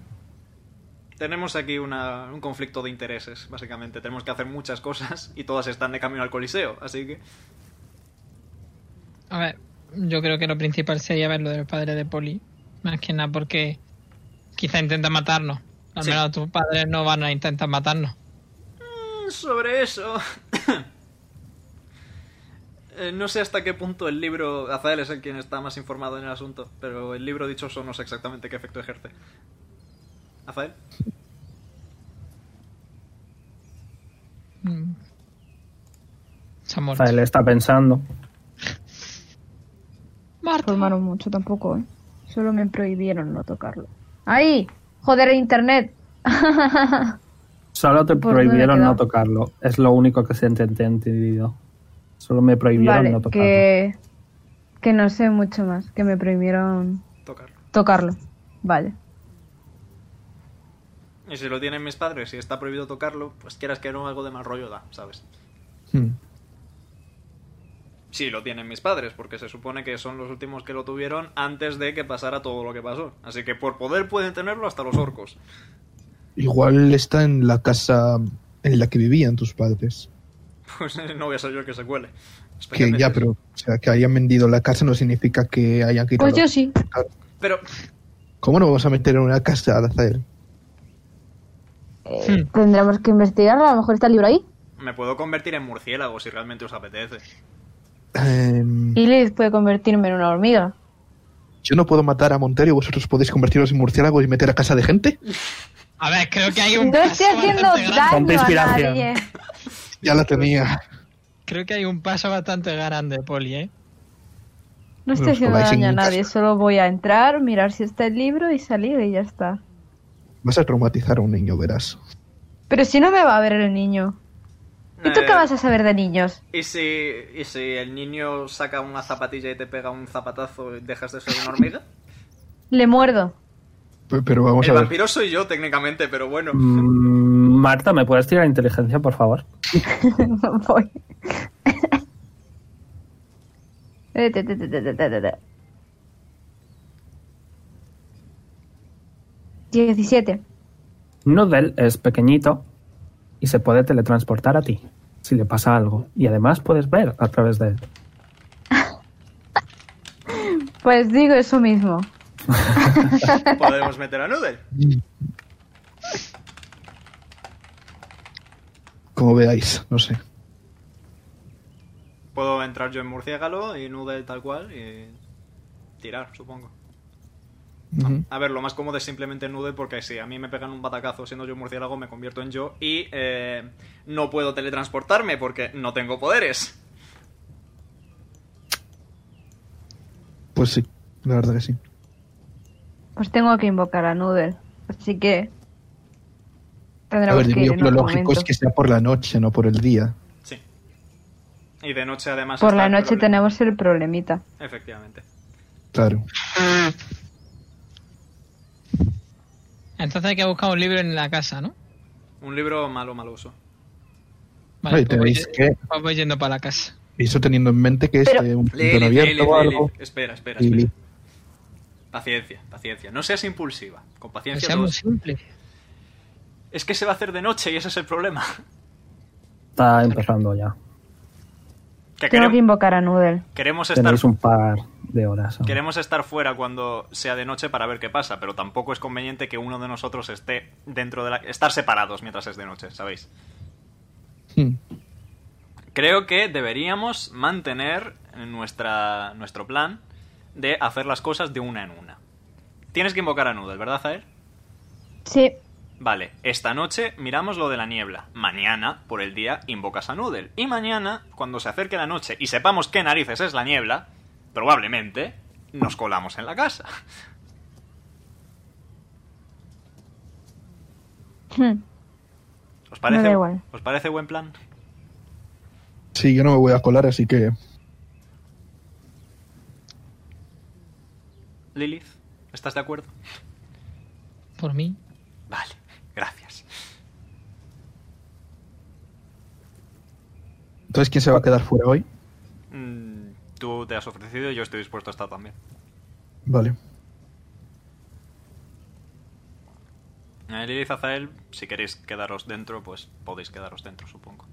[SPEAKER 1] Tenemos aquí una- un conflicto de intereses, básicamente. Tenemos que hacer muchas cosas y todas están de camino al coliseo, así que.
[SPEAKER 7] A ver, yo creo que lo principal sería ver lo del padre de Poli. Más que nada porque quizá intenta matarnos. Al
[SPEAKER 1] Sí.
[SPEAKER 7] menos a tus padres no van a intentar matarnos.
[SPEAKER 1] Mm, Sobre eso. Eh, No sé hasta qué punto el libro. Azael es el quien está más informado en el asunto, pero el libro dichoso no sé exactamente qué efecto ejerce. ¿Azael?
[SPEAKER 7] Mm. Se ha
[SPEAKER 2] O
[SPEAKER 7] muerto.
[SPEAKER 2] sea, él está pensando.
[SPEAKER 7] Marta.
[SPEAKER 10] formaron mucho tampoco, ¿eh? Solo me prohibieron no tocarlo. ¡Ay! ¡Joder, internet!
[SPEAKER 2] Solo te
[SPEAKER 10] ¿Por dónde
[SPEAKER 2] prohibieron
[SPEAKER 10] queda?
[SPEAKER 2] no tocarlo. Es lo único que se te he entendido. Solo me prohibieron
[SPEAKER 10] vale,
[SPEAKER 2] no tocarlo.
[SPEAKER 10] que, que no sé mucho más, que me prohibieron
[SPEAKER 1] Tocarlo.
[SPEAKER 10] tocarlo. Vale.
[SPEAKER 1] Y si lo tienen mis padres y está prohibido tocarlo, pues quieras que no, algo de mal rollo da, ¿sabes?
[SPEAKER 3] Hmm.
[SPEAKER 1] Sí, lo tienen mis padres, porque se supone que son los últimos que lo tuvieron antes de que pasara todo lo que pasó. Así que por poder pueden tenerlo hasta los orcos.
[SPEAKER 3] Igual está en la casa en la que vivían tus padres.
[SPEAKER 1] Pues eh, no voy a ser yo el que se cuele.
[SPEAKER 3] Que ya, pero o sea, que hayan vendido la casa no significa que hayan quitado.
[SPEAKER 10] Pues yo sí.
[SPEAKER 1] Pero
[SPEAKER 3] ¿Cómo no vamos a meter en una casa al hacer?
[SPEAKER 10] Eh, Tendremos que investigar, a lo mejor está el libro ahí.
[SPEAKER 1] me puedo convertir en murciélago si realmente os apetece.
[SPEAKER 3] Em,
[SPEAKER 10] Y Liz puede convertirme en una hormiga.
[SPEAKER 3] yo no puedo matar a Montero, vosotros podéis convertiros en murciélagos y meter a casa de gente.
[SPEAKER 7] A ver, creo que hay un.
[SPEAKER 10] No estoy
[SPEAKER 7] paso
[SPEAKER 10] haciendo
[SPEAKER 7] bastante grande.
[SPEAKER 2] Ponte
[SPEAKER 10] daño a
[SPEAKER 2] inspiración.
[SPEAKER 10] nadie.
[SPEAKER 3] Ya la tenía.
[SPEAKER 7] Creo que hay un paso bastante grande, Poli, ¿eh?
[SPEAKER 10] No estoy
[SPEAKER 3] Los
[SPEAKER 10] haciendo
[SPEAKER 3] coláis en
[SPEAKER 10] daño a
[SPEAKER 3] mi casa.
[SPEAKER 10] nadie, solo voy a entrar, mirar si está el libro y salir y ya está.
[SPEAKER 3] Vas a traumatizar a un niño, verás.
[SPEAKER 10] Pero si no me va a ver el niño. ¿Y tú
[SPEAKER 1] Eh,
[SPEAKER 10] qué vas a saber de niños?
[SPEAKER 1] ¿Y si, ¿Y si el niño saca una zapatilla y te pega un zapatazo y dejas de ser una hormiga?
[SPEAKER 10] Le muerdo.
[SPEAKER 3] Pe- Pero vamos
[SPEAKER 1] el
[SPEAKER 3] a ver.
[SPEAKER 1] vampiro soy yo, técnicamente, pero bueno.
[SPEAKER 2] Mm, Marta, ¿me puedes tirar inteligencia, por favor?
[SPEAKER 10] Voy. Eh, te, te, te, te, te, te, te. 17.
[SPEAKER 2] Noodle es pequeñito y se puede teletransportar a ti si le pasa algo. Y además puedes ver a través de él.
[SPEAKER 10] Pues digo eso mismo.
[SPEAKER 1] Podemos meter a Noodle.
[SPEAKER 3] Como veáis, no sé.
[SPEAKER 1] Puedo entrar yo en murciélago y Noodle tal cual y tirar, supongo.
[SPEAKER 3] Ujú.
[SPEAKER 1] A ver, lo más cómodo es simplemente Noodle porque si a mí me pegan un batacazo siendo yo murciélago me convierto en yo y eh, no puedo teletransportarme porque no tengo poderes.
[SPEAKER 3] Pues sí, la verdad que sí.
[SPEAKER 10] Pues tengo que invocar a Noodle. Así que.
[SPEAKER 3] A
[SPEAKER 10] Tendremos
[SPEAKER 3] ver, digo
[SPEAKER 10] que ir
[SPEAKER 3] yo
[SPEAKER 10] en
[SPEAKER 3] que lo
[SPEAKER 10] otro
[SPEAKER 3] lógico
[SPEAKER 10] momento.
[SPEAKER 3] es que sea por la noche, no por el día.
[SPEAKER 1] Sí. Y de noche además...
[SPEAKER 10] Por
[SPEAKER 1] está
[SPEAKER 10] la
[SPEAKER 1] el
[SPEAKER 10] noche
[SPEAKER 1] problema.
[SPEAKER 10] tenemos el problemita.
[SPEAKER 1] Efectivamente.
[SPEAKER 3] Claro.
[SPEAKER 7] Entonces hay que buscar un libro en la casa, ¿no?
[SPEAKER 1] Un libro malo, malo uso.
[SPEAKER 7] Vale,
[SPEAKER 3] Ahí
[SPEAKER 7] pues voy
[SPEAKER 3] tenéis
[SPEAKER 7] ye-
[SPEAKER 3] que.
[SPEAKER 7] pues voy yendo para la casa.
[SPEAKER 3] Y eso teniendo en mente que es
[SPEAKER 10] Pero-
[SPEAKER 3] eh, un punto
[SPEAKER 1] Lilith,
[SPEAKER 3] abierto
[SPEAKER 1] Lilith,
[SPEAKER 3] o
[SPEAKER 1] Lilith.
[SPEAKER 3] algo.
[SPEAKER 1] Espera, espera,
[SPEAKER 3] Y-
[SPEAKER 1] espera. Paciencia, paciencia. No seas impulsiva. Con
[SPEAKER 7] Que
[SPEAKER 1] paciencia
[SPEAKER 7] sea muy
[SPEAKER 1] todos.
[SPEAKER 7] simple.
[SPEAKER 1] Es que se va a hacer de noche y ese es el problema.
[SPEAKER 2] Está empezando ya.
[SPEAKER 1] Que
[SPEAKER 10] Tengo que
[SPEAKER 1] queremos,
[SPEAKER 10] invocar a Noodle.
[SPEAKER 1] queremos estar
[SPEAKER 2] Tenéis un par de horas. aún.
[SPEAKER 1] Queremos estar fuera cuando sea de noche para ver qué pasa, pero tampoco es conveniente que uno de nosotros esté dentro de la... estar separados mientras es de noche, ¿sabéis?
[SPEAKER 3] Hmm.
[SPEAKER 1] Creo que deberíamos mantener nuestra, nuestro plan de hacer las cosas de una en una. Tienes que invocar a Noodle, ¿verdad, Zaer?
[SPEAKER 10] Sí,
[SPEAKER 1] Vale, esta noche miramos lo de la niebla. Mañana, por el día, invocas a Noodle. Y mañana, cuando se acerque la noche y sepamos qué narices es la niebla, probablemente nos colamos en la casa.
[SPEAKER 10] Hmm.
[SPEAKER 1] ¿Os parece,
[SPEAKER 10] da igual.
[SPEAKER 1] ¿Os parece buen plan?
[SPEAKER 3] Sí, yo no me voy a colar, así que.
[SPEAKER 1] Lilith, ¿estás de acuerdo?
[SPEAKER 7] Por mí.
[SPEAKER 1] Vale, gracias.
[SPEAKER 3] Entonces, ¿quién se va a quedar fuera hoy?
[SPEAKER 1] Mm, tú te has ofrecido y yo estoy dispuesto a estar también.
[SPEAKER 3] Vale.
[SPEAKER 1] Eh, Lilith, Azael, si queréis quedaros dentro, pues podéis quedaros dentro, supongo.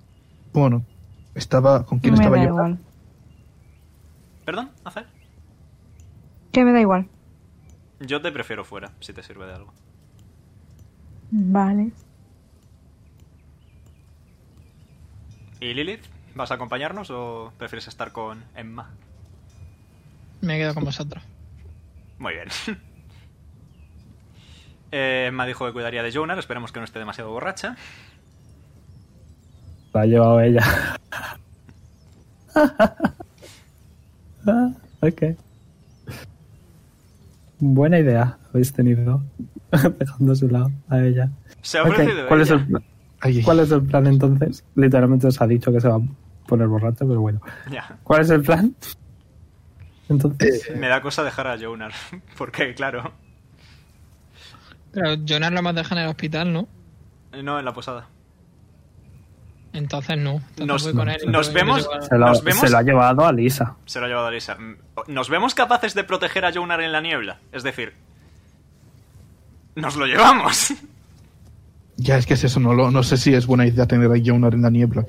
[SPEAKER 3] Bueno, estaba. ¿Con quién
[SPEAKER 10] me
[SPEAKER 3] estaba
[SPEAKER 10] da
[SPEAKER 3] yo?
[SPEAKER 10] igual.
[SPEAKER 1] ¿Perdón, Azael?
[SPEAKER 10] Que me da igual.
[SPEAKER 1] Yo te prefiero fuera, si te sirve de algo.
[SPEAKER 10] Vale.
[SPEAKER 1] ¿Y Lilith? ¿Vas a acompañarnos o prefieres estar con Emma?
[SPEAKER 7] Me quedo con vosotros.
[SPEAKER 1] Muy bien. Eh, Emma dijo que cuidaría de Jonar, esperemos que no esté demasiado borracha.
[SPEAKER 2] La ha llevado ella. Ah, ok. Buena idea habéis tenido. Dejando a su lado a ella.
[SPEAKER 1] Se ha
[SPEAKER 2] Ok,
[SPEAKER 1] ofrecido
[SPEAKER 2] ¿Cuál, es
[SPEAKER 1] ella.
[SPEAKER 2] el, pla-
[SPEAKER 3] Ay, ay.
[SPEAKER 2] ¿Cuál es el plan entonces? Literalmente os ha dicho que se va a poner borracho, pero bueno.
[SPEAKER 1] Ya.
[SPEAKER 2] ¿Cuál es el plan? Entonces,
[SPEAKER 3] Eh,
[SPEAKER 1] Me da cosa dejar a Jonar, porque claro,
[SPEAKER 7] Pero Jonas lo hemos dejado en el hospital, ¿no?
[SPEAKER 1] no en la posada. Entonces
[SPEAKER 7] no.
[SPEAKER 1] Nos,
[SPEAKER 7] voy con él y
[SPEAKER 1] nos
[SPEAKER 7] voy-
[SPEAKER 1] vemos.
[SPEAKER 2] se, lo,
[SPEAKER 1] nos vemos.
[SPEAKER 2] se lo ha llevado a Lisa.
[SPEAKER 1] Se lo ha llevado Alisa. Mm, Nos vemos capaces de proteger a Jonar en la niebla. Es decir, nos lo llevamos.
[SPEAKER 3] Ya es que es eso, no, lo- no sé si es buena idea tener a Jonar en la niebla.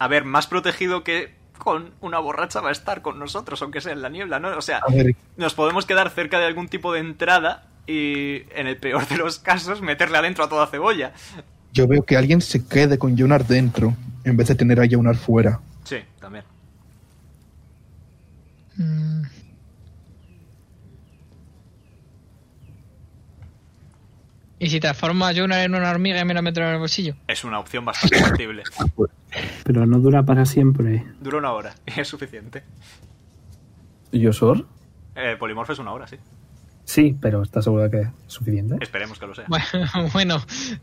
[SPEAKER 1] A ver, más protegido que con una borracha va a estar con nosotros, aunque sea en la niebla, ¿no? O sea,
[SPEAKER 3] A ver,
[SPEAKER 1] nos podemos quedar cerca de algún tipo de entrada y, en el peor de los casos, meterle adentro a toda cebolla.
[SPEAKER 3] yo veo que alguien se quede con Jonar dentro en vez de tener a Jonar fuera.
[SPEAKER 1] Sí, también.
[SPEAKER 7] Mm, ¿Y si transformo a Jonas en una hormiga y me la meto en el bolsillo?
[SPEAKER 1] Es una opción bastante factible.
[SPEAKER 2] Pero no dura para siempre.
[SPEAKER 1] Dura una hora y es suficiente.
[SPEAKER 2] ¿Yosur?
[SPEAKER 1] Eh, polimorfo es una hora, sí.
[SPEAKER 2] Sí, pero ¿estás seguro de que es suficiente?
[SPEAKER 1] Esperemos que lo sea.
[SPEAKER 7] Bueno, bueno,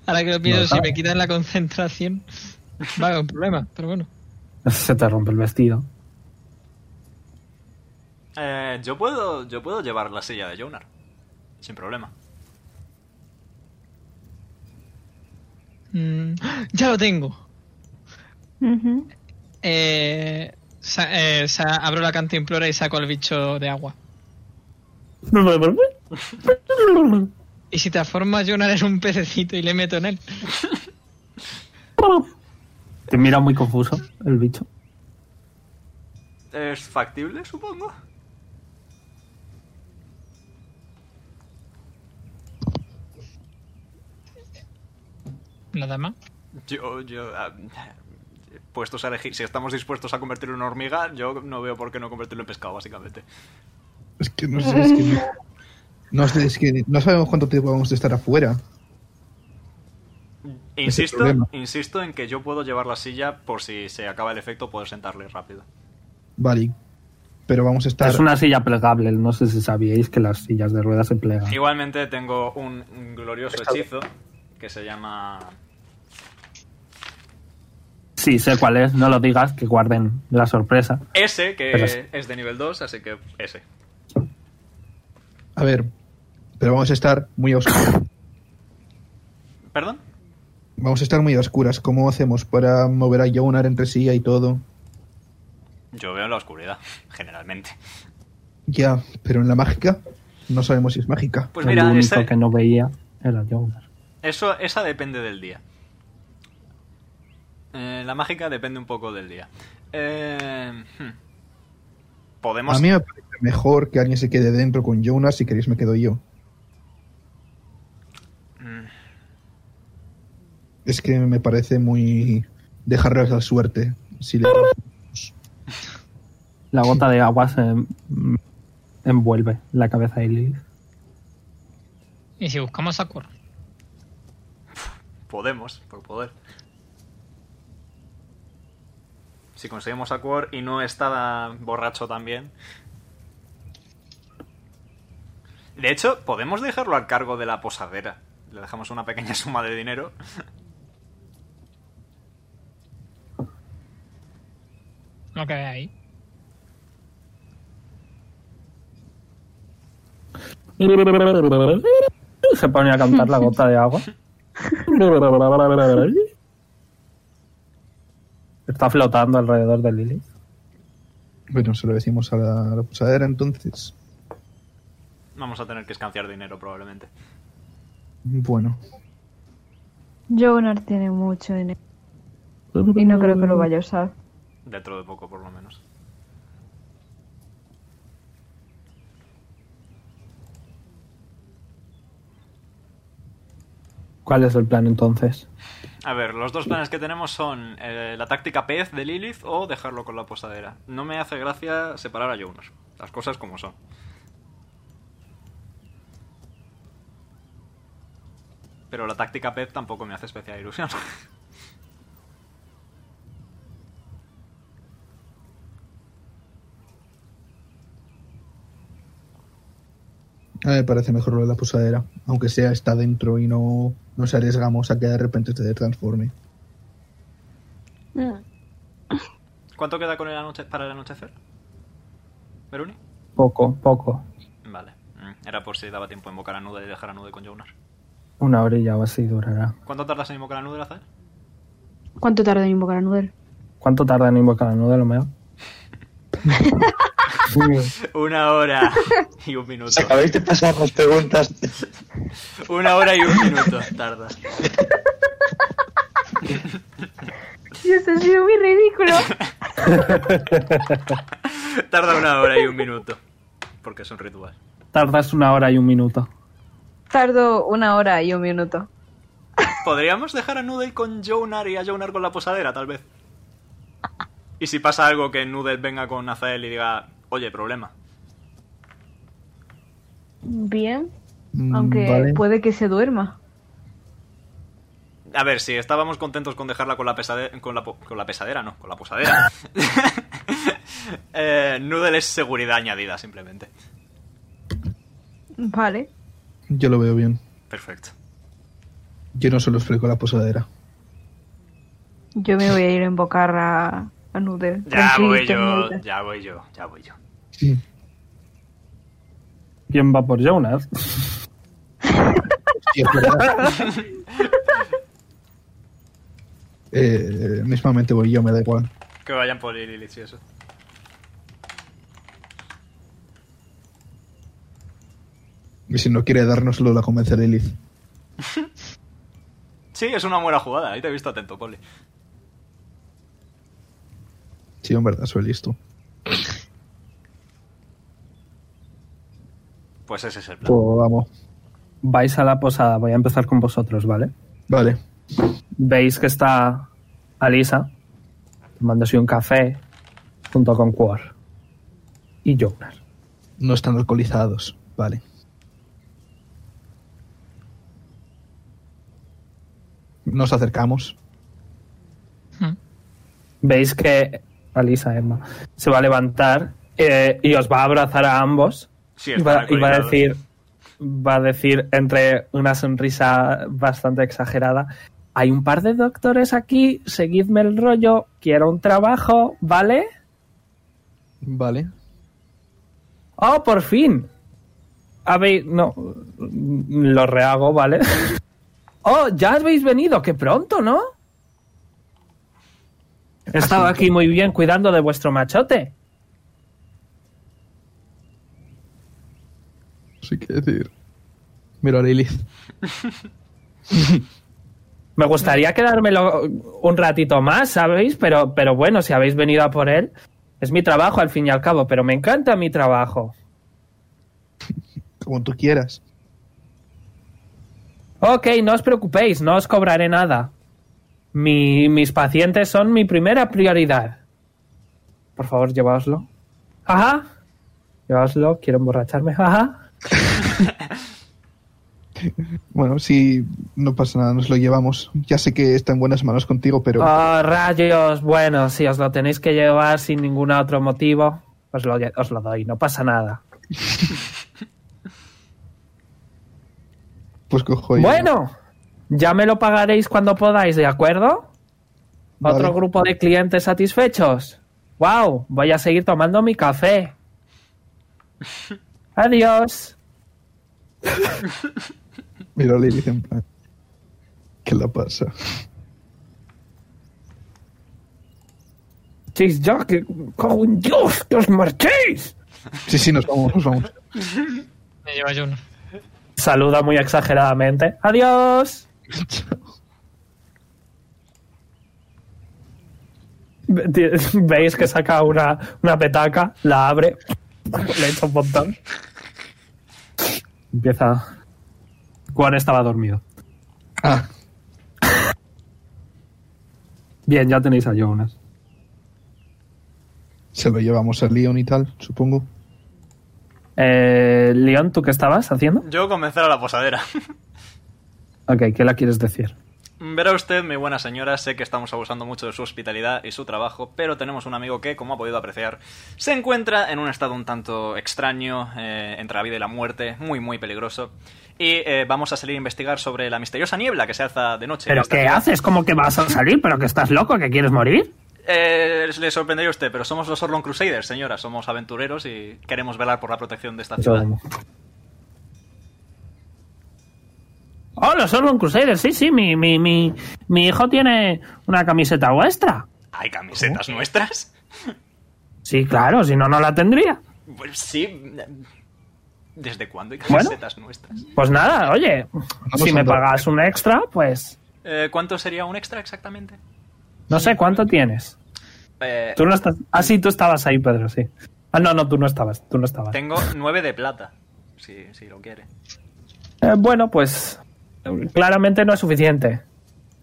[SPEAKER 7] ahora que lo pienso,
[SPEAKER 2] No,
[SPEAKER 7] si
[SPEAKER 2] vale.
[SPEAKER 7] me quitan la concentración, va a haber un problema, pero bueno.
[SPEAKER 2] Se te rompe el vestido.
[SPEAKER 1] Eh, yo puedo, yo puedo llevar la silla de Jonar. Sin problema.
[SPEAKER 7] Mm, ¡Ya lo tengo!
[SPEAKER 10] Ujú.
[SPEAKER 7] Eh, sa- eh, sa- abro la cantimplora y saco el bicho de agua. Y si transformas Jonar en un pececito y le meto en él.
[SPEAKER 2] Te mira muy confuso el bicho.
[SPEAKER 1] ¿Es factible, supongo?
[SPEAKER 7] Nada más.
[SPEAKER 1] Yo, yo... ah, puestos a elegir, si estamos dispuestos a convertirlo en hormiga, yo no veo por qué no convertirlo en pescado, básicamente.
[SPEAKER 3] Es que no sé, es que no. No, sé, es que no sabemos cuánto tiempo vamos a estar afuera.
[SPEAKER 1] Insisto,
[SPEAKER 3] problema.
[SPEAKER 1] insisto en que yo puedo llevar la silla por si se acaba el efecto, poder sentarle rápido.
[SPEAKER 3] Vale. Pero vamos a estar.
[SPEAKER 2] Es una silla plegable. No sé si sabíais que las sillas de ruedas se
[SPEAKER 3] Ah.
[SPEAKER 2] plegan.
[SPEAKER 1] Igualmente tengo un un glorioso hechizo que se llama...
[SPEAKER 2] Sí, sé cuál es. No lo digas, que guarden la sorpresa.
[SPEAKER 1] S,
[SPEAKER 2] Pero
[SPEAKER 1] que
[SPEAKER 2] es-
[SPEAKER 1] es de nivel 2, así que S.
[SPEAKER 3] A ver. Pero vamos a estar muy a oscuras.
[SPEAKER 1] ¿Perdón?
[SPEAKER 3] Vamos a estar muy a oscuras. ¿Cómo hacemos para mover a Jonar entre silla y todo?
[SPEAKER 1] Yo veo en la oscuridad, generalmente.
[SPEAKER 3] Ya, pero en la mágica no sabemos si es mágica.
[SPEAKER 1] Pues
[SPEAKER 2] el
[SPEAKER 1] mira,
[SPEAKER 2] único
[SPEAKER 1] esa,
[SPEAKER 2] que no veía era Jonar.
[SPEAKER 1] eso, esa depende del día. Eh, la mágica depende un poco del día. Eh, hmm. Podemos...
[SPEAKER 3] A mí me parece mejor que alguien se quede dentro con Jonar. Si queréis, me quedo yo.
[SPEAKER 1] Mm.
[SPEAKER 3] Es que me parece muy. dejarles a la suerte. Si le...
[SPEAKER 2] La gota de agua se mm, envuelve la cabeza de Lilith.
[SPEAKER 7] Y si buscamos a Sakura.
[SPEAKER 1] Podemos, por poder. Si conseguimos a Quor y no está borracho también. De hecho, podemos dejarlo al cargo de la posadera. Le dejamos una pequeña suma de dinero.
[SPEAKER 7] Lo que hay ahí.
[SPEAKER 2] Se pone a cantar la gota de agua. Está flotando alrededor de Lilith.
[SPEAKER 3] Bueno, se lo decimos a la, a la posadera entonces.
[SPEAKER 1] Vamos a tener que escanciar dinero probablemente.
[SPEAKER 3] Bueno,
[SPEAKER 10] Jonar tiene mucho en él. Y no creo que lo vaya a usar.
[SPEAKER 1] Dentro de poco, por lo menos.
[SPEAKER 2] ¿Cuál es el plan entonces?
[SPEAKER 1] A ver, los dos planes que tenemos son eh, la táctica pez de Lilith o dejarlo con la posadera. No me hace gracia separar a Jonas. Las cosas como son. Pero la táctica pez tampoco me hace especial ilusión.
[SPEAKER 3] a mí me parece mejor lo de la posadera. Aunque sea, está dentro y no nos arriesgamos a que de repente se transforme.
[SPEAKER 1] ¿Cuánto queda con el anoche para el anochecer? ¿Veruni?
[SPEAKER 2] Poco, poco.
[SPEAKER 1] Vale. Mm, Era por si daba tiempo a invocar a Nude y dejar a Nude con Jonas.
[SPEAKER 2] Una orilla o así durará.
[SPEAKER 1] ¿Cuánto tardas en invocar a Nude, hacer?
[SPEAKER 10] ¿Cuánto tarda en invocar a Nudel?
[SPEAKER 2] ¿Cuánto tarda en invocar a Nude, lo mejor?
[SPEAKER 1] Una hora y un minuto.
[SPEAKER 9] Acabáis Pues de pasar las preguntas.
[SPEAKER 1] Una hora y un minuto tarda.
[SPEAKER 10] Dios, ha sido muy ridículo.
[SPEAKER 1] Tarda una hora y un minuto. Porque es un ritual.
[SPEAKER 2] Tardas una hora y un minuto.
[SPEAKER 10] Tardo una hora y un minuto.
[SPEAKER 1] Podríamos dejar a Noodle con Jonar y a Jonar con la posadera, tal vez. Y si pasa algo que Noodle venga con Azael y diga, oye, problema.
[SPEAKER 10] Bien,
[SPEAKER 3] Mm,
[SPEAKER 10] aunque
[SPEAKER 3] vale.
[SPEAKER 10] puede que se duerma.
[SPEAKER 1] A ver, si estábamos contentos con dejarla con la pesadera. Con la, po- con la pesadera, no, con la posadera. eh, Noodle es seguridad añadida, simplemente.
[SPEAKER 10] Vale.
[SPEAKER 3] Yo lo veo bien.
[SPEAKER 1] Perfecto.
[SPEAKER 3] Yo no solo explico la posadera.
[SPEAKER 10] Yo me voy a ir a invocar a, a Nudel.
[SPEAKER 1] Ya voy
[SPEAKER 10] Tranquilito,
[SPEAKER 1] yo,
[SPEAKER 10] Nudel.
[SPEAKER 1] ya voy yo, ya voy yo.
[SPEAKER 3] Sí.
[SPEAKER 2] ¿Quién va por Jonas?
[SPEAKER 3] Sí, es verdad. Eh, mismamente voy yo, me da igual.
[SPEAKER 1] Que vayan por Lilith y eso.
[SPEAKER 3] Y si no quiere dárnoslo, la convence Lilith.
[SPEAKER 1] Sí, es una buena jugada. Ahí te he visto atento, Poli.
[SPEAKER 3] Sí, en verdad, soy listo.
[SPEAKER 1] Pues ese es el plan.
[SPEAKER 3] Pues vamos.
[SPEAKER 2] Vais a la posada, voy a empezar con vosotros, ¿vale?
[SPEAKER 3] Vale.
[SPEAKER 2] Veis que está Alisa tomándose un café junto con Quor y Jonar.
[SPEAKER 3] No están alcoholizados. Vale. Nos acercamos.
[SPEAKER 2] Veis que Alisa, Emma, se va a levantar eh, y os va a abrazar a ambos
[SPEAKER 1] Sí,
[SPEAKER 2] y
[SPEAKER 1] están
[SPEAKER 2] va, y va a
[SPEAKER 1] alcoholizados.
[SPEAKER 2] decir va a decir entre una sonrisa bastante exagerada hay un par de doctores aquí seguidme el rollo quiero un trabajo vale
[SPEAKER 3] Vale.
[SPEAKER 2] oh por fin habéis no lo rehago vale oh ya habéis venido que pronto no he estado aquí muy bien cuidando de vuestro machote
[SPEAKER 3] Sí que decir. Miro a Lilith.
[SPEAKER 2] Me gustaría quedármelo un ratito más, ¿sabéis? Pero, pero bueno, si habéis venido a por él, es mi trabajo al fin y al cabo, pero me encanta mi trabajo.
[SPEAKER 3] Como tú quieras.
[SPEAKER 2] Ok, no os preocupéis, no os cobraré nada. Mi- mis pacientes son mi primera prioridad. Por favor, lleváoslo. Ajá. Lleváoslo, quiero emborracharme. Ajá.
[SPEAKER 3] Bueno, si no pasa nada, nos lo llevamos. Ya sé que está en buenas manos contigo, pero
[SPEAKER 2] Oh, rayos, bueno, si os lo tenéis que llevar sin ningún otro motivo, os lo, lle- os lo doy, no pasa nada.
[SPEAKER 3] pues cojo y-
[SPEAKER 2] Bueno, ya me lo pagaréis cuando podáis, ¿de acuerdo?
[SPEAKER 3] Vale.
[SPEAKER 2] Otro grupo de clientes satisfechos. ¡Wow! Voy a seguir tomando mi café. Adiós.
[SPEAKER 3] Miro a Lilith en plan. ¿Qué le pasa?
[SPEAKER 2] Chis, ya, que cago en Dios, que os marchéis.
[SPEAKER 3] Sí, sí, nos vamos, nos vamos.
[SPEAKER 7] Me lleva yo uno.
[SPEAKER 2] Saluda muy exageradamente. Adiós. Ve- Veis que saca una, una petaca, la abre, le echa un montón. Empieza. Juan estaba dormido.
[SPEAKER 3] Ah,
[SPEAKER 2] Bien, ya tenéis a Jonas.
[SPEAKER 3] se lo llevamos a Leon y tal, supongo.
[SPEAKER 2] Eh, León, ¿tú qué estabas haciendo?
[SPEAKER 1] Yo comenzar a la posadera.
[SPEAKER 2] Ok, ¿qué la quieres decir?
[SPEAKER 1] Verá usted, mi buena señora, sé que estamos abusando mucho de su hospitalidad y su trabajo, pero tenemos un amigo que, como ha podido apreciar, se encuentra en un estado un tanto extraño, eh, entre la vida y la muerte, muy, muy peligroso. Y eh, vamos a salir a investigar sobre la misteriosa niebla que se alza de noche. en
[SPEAKER 2] ¿Pero
[SPEAKER 1] esta
[SPEAKER 2] qué
[SPEAKER 1] ciudad.
[SPEAKER 2] haces? ¿Cómo que vas a salir? ¿Pero que estás loco? ¿Que quieres morir?
[SPEAKER 1] Eh, le sorprendería a usted, pero somos los Orlon Crusaders, señora. Somos aventureros y queremos velar por la protección de esta ciudad.
[SPEAKER 2] Hola, solo un Crusader. Sí, sí, mi, mi, mi, mi hijo tiene una camiseta vuestra.
[SPEAKER 1] ¿Hay camisetas nuestras?
[SPEAKER 2] Sí, claro, si no, no la tendría.
[SPEAKER 1] Pues sí. ¿Desde cuándo hay
[SPEAKER 2] Bueno.
[SPEAKER 1] camisetas nuestras?
[SPEAKER 2] Pues nada, oye, si me
[SPEAKER 3] anda.
[SPEAKER 2] pagas un extra, pues
[SPEAKER 1] Eh, ¿Cuánto sería un extra exactamente?
[SPEAKER 2] no sé cuánto tienes.
[SPEAKER 1] Eh,
[SPEAKER 2] Tú no estás. Ah, sí, tú estabas ahí, Pedro, sí. Ah, no, no, tú no estabas, tú no estabas.
[SPEAKER 1] Tengo nueve de plata, si, si lo quiere.
[SPEAKER 2] Eh, bueno, pues claramente no es suficiente.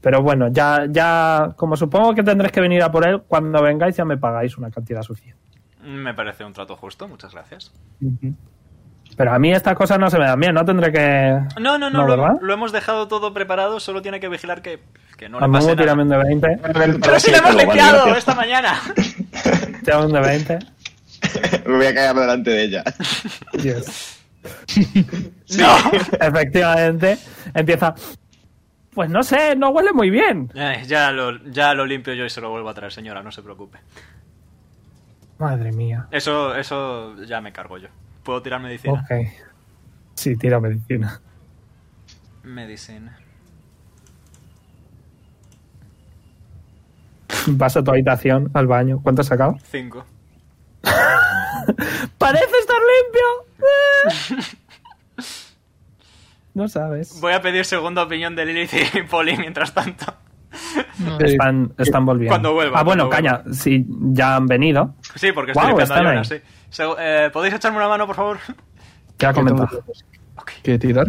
[SPEAKER 2] Pero bueno, ya, ya, como supongo que tendréis que venir a por él, cuando vengáis ya me pagáis una cantidad suficiente.
[SPEAKER 1] Me parece un trato justo, muchas gracias.
[SPEAKER 2] Pero a mí estas cosas no se me dan bien, no tendré que...
[SPEAKER 1] No, no, no,
[SPEAKER 2] ¿verdad?
[SPEAKER 1] lo, lo hemos dejado todo preparado, solo tiene que vigilar que, que no
[SPEAKER 2] a
[SPEAKER 1] le
[SPEAKER 2] mí
[SPEAKER 1] pase nada.
[SPEAKER 2] tiramen de 20,
[SPEAKER 1] ¡Pero si lo hemos limpiado esta mañana!
[SPEAKER 2] tiramen de 20.
[SPEAKER 9] Me voy a caer delante de ella.
[SPEAKER 2] Efectivamente, empieza... Pues no sé, no huele muy bien.
[SPEAKER 1] Eh, ya, lo, ya lo limpio yo y se lo vuelvo a traer, señora, no se preocupe.
[SPEAKER 2] Madre mía.
[SPEAKER 1] Eso, eso ya me cargo yo. ¿Puedo tirar medicina?
[SPEAKER 2] Ok. Sí, tira medicina.
[SPEAKER 1] Medicine.
[SPEAKER 2] Vas a tu habitación, al baño. ¿Cuánto has sacado?
[SPEAKER 1] 5.
[SPEAKER 2] ¡Parece estar limpio! no sabes.
[SPEAKER 1] Voy a pedir segunda opinión de Lilith y Polly mientras tanto.
[SPEAKER 2] Están, están volviendo.
[SPEAKER 1] Cuando vuelva,
[SPEAKER 2] Ah, bueno,
[SPEAKER 1] cuando
[SPEAKER 2] caña, si ya han venido.
[SPEAKER 1] Sí, porque estoy
[SPEAKER 2] Guau,
[SPEAKER 1] limpiando a Jonas,
[SPEAKER 2] están
[SPEAKER 1] sí. Segu- eh, ¿Podéis echarme una mano, por favor?
[SPEAKER 2] Ya con
[SPEAKER 3] ¿Qué
[SPEAKER 2] ventaja.
[SPEAKER 3] ¿Qué tirar?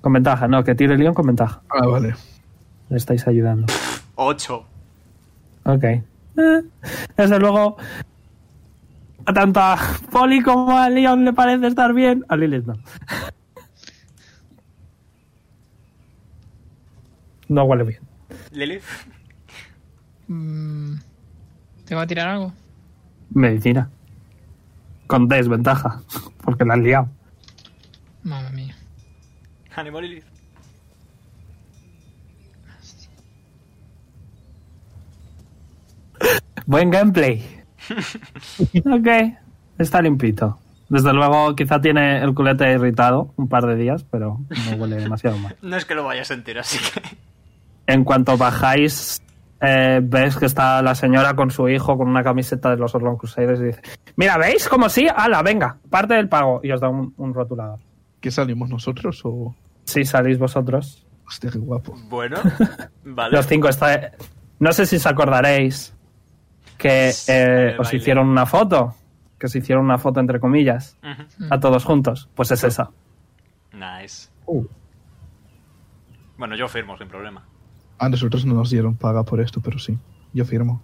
[SPEAKER 2] Con ventaja, no, que tire Leon con ventaja.
[SPEAKER 3] Ah, vale.
[SPEAKER 2] Le estáis ayudando.
[SPEAKER 1] 8.
[SPEAKER 2] Ok. Eh, Desde luego, a tanto a Polly como a Leon le parece estar bien. A Lilith no. No huele bien.
[SPEAKER 1] Lilith.
[SPEAKER 7] Mm, ¿Tengo que tirar algo?
[SPEAKER 2] Medicina. Con desventaja, porque la han liado.
[SPEAKER 7] Mamma mía.
[SPEAKER 1] Ánimo, Lilith.
[SPEAKER 2] Buen gameplay. ok. Está limpito. Desde luego, quizá tiene el culete irritado un par de días, pero no huele demasiado mal.
[SPEAKER 1] No es que lo vaya a sentir, así que...
[SPEAKER 2] En cuanto bajáis, eh, ves que está la señora con su hijo con una camiseta de los Orlon Crusaders y dice: Mira, ¿veis? Como sí, ala, venga, parte del pago. Y os da un, un rotulador.
[SPEAKER 3] ¿Que salimos nosotros o...?
[SPEAKER 2] Si salís vosotros,
[SPEAKER 3] Hostia, qué guapo.
[SPEAKER 1] Bueno, vale.
[SPEAKER 2] los cinco está. No sé si os acordaréis que eh,
[SPEAKER 1] el
[SPEAKER 2] os
[SPEAKER 1] baile.
[SPEAKER 2] hicieron una foto. Que se hicieron una foto entre comillas.
[SPEAKER 1] Ujú.
[SPEAKER 2] A todos juntos. Pues es esa.
[SPEAKER 1] Nice.
[SPEAKER 3] Uh.
[SPEAKER 1] Bueno, yo firmo sin problema.
[SPEAKER 3] A Ah, nosotros no nos dieron paga por esto, pero sí. Yo firmo.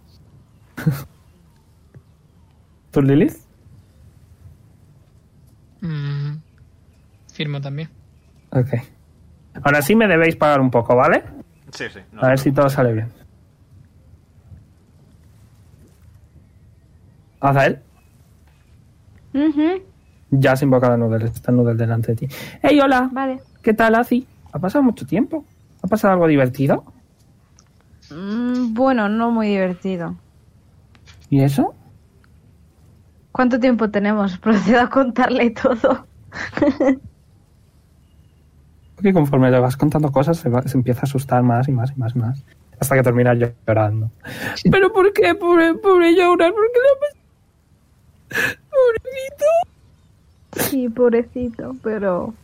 [SPEAKER 2] ¿Tú, Lilith?
[SPEAKER 7] Mm, firmo también.
[SPEAKER 2] Ok. Ahora sí me debéis pagar un poco, ¿vale?
[SPEAKER 1] Sí, sí. no
[SPEAKER 2] A ver
[SPEAKER 1] te
[SPEAKER 2] si todo sale bien. Azael,
[SPEAKER 10] Ujú,
[SPEAKER 2] ya has invocado a Noodle, está Noodle delante de ti. ¡Hey, hola!
[SPEAKER 10] Vale.
[SPEAKER 2] ¿Qué tal, Azi? ¿Ha pasado mucho tiempo? ¿Ha pasado algo divertido?
[SPEAKER 10] Mm, bueno, no muy divertido.
[SPEAKER 2] ¿Y eso?
[SPEAKER 10] ¿Cuánto tiempo tenemos? Procedo a contarle todo.
[SPEAKER 2] Porque conforme le vas contando cosas se, va- se empieza a asustar más y más y más y más. Hasta que termina llo- llorando. ¿Pero por qué? Pobre, pobre llorar, ¿por qué le ha pasado? Pobrecito.
[SPEAKER 10] Sí, pobrecito, pero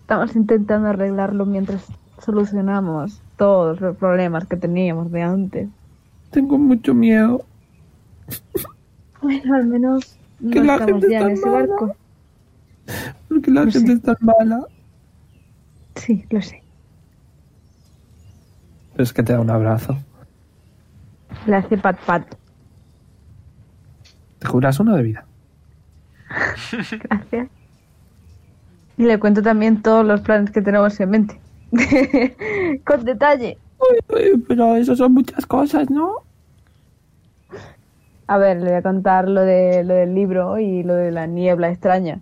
[SPEAKER 10] estamos intentando arreglarlo mientras solucionamos todos los problemas que teníamos de antes.
[SPEAKER 2] Tengo mucho miedo.
[SPEAKER 10] Bueno, al menos no
[SPEAKER 2] Que la
[SPEAKER 10] estamos
[SPEAKER 2] gente
[SPEAKER 10] ya en
[SPEAKER 2] está
[SPEAKER 10] ese
[SPEAKER 2] mala.
[SPEAKER 10] barco.
[SPEAKER 2] Porque
[SPEAKER 10] Pues
[SPEAKER 2] la gente es tan mala.
[SPEAKER 10] Sí, lo sé.
[SPEAKER 2] Es que te da un abrazo.
[SPEAKER 10] Le hace pat pat.
[SPEAKER 2] Te juras uno de vida.
[SPEAKER 10] Gracias. Y le cuento también todos los planes que tenemos en mente. Con detalle.
[SPEAKER 2] pero eso son muchas cosas, ¿no?
[SPEAKER 10] A ver, le voy a contar lo, de, lo del libro y lo de la niebla extraña.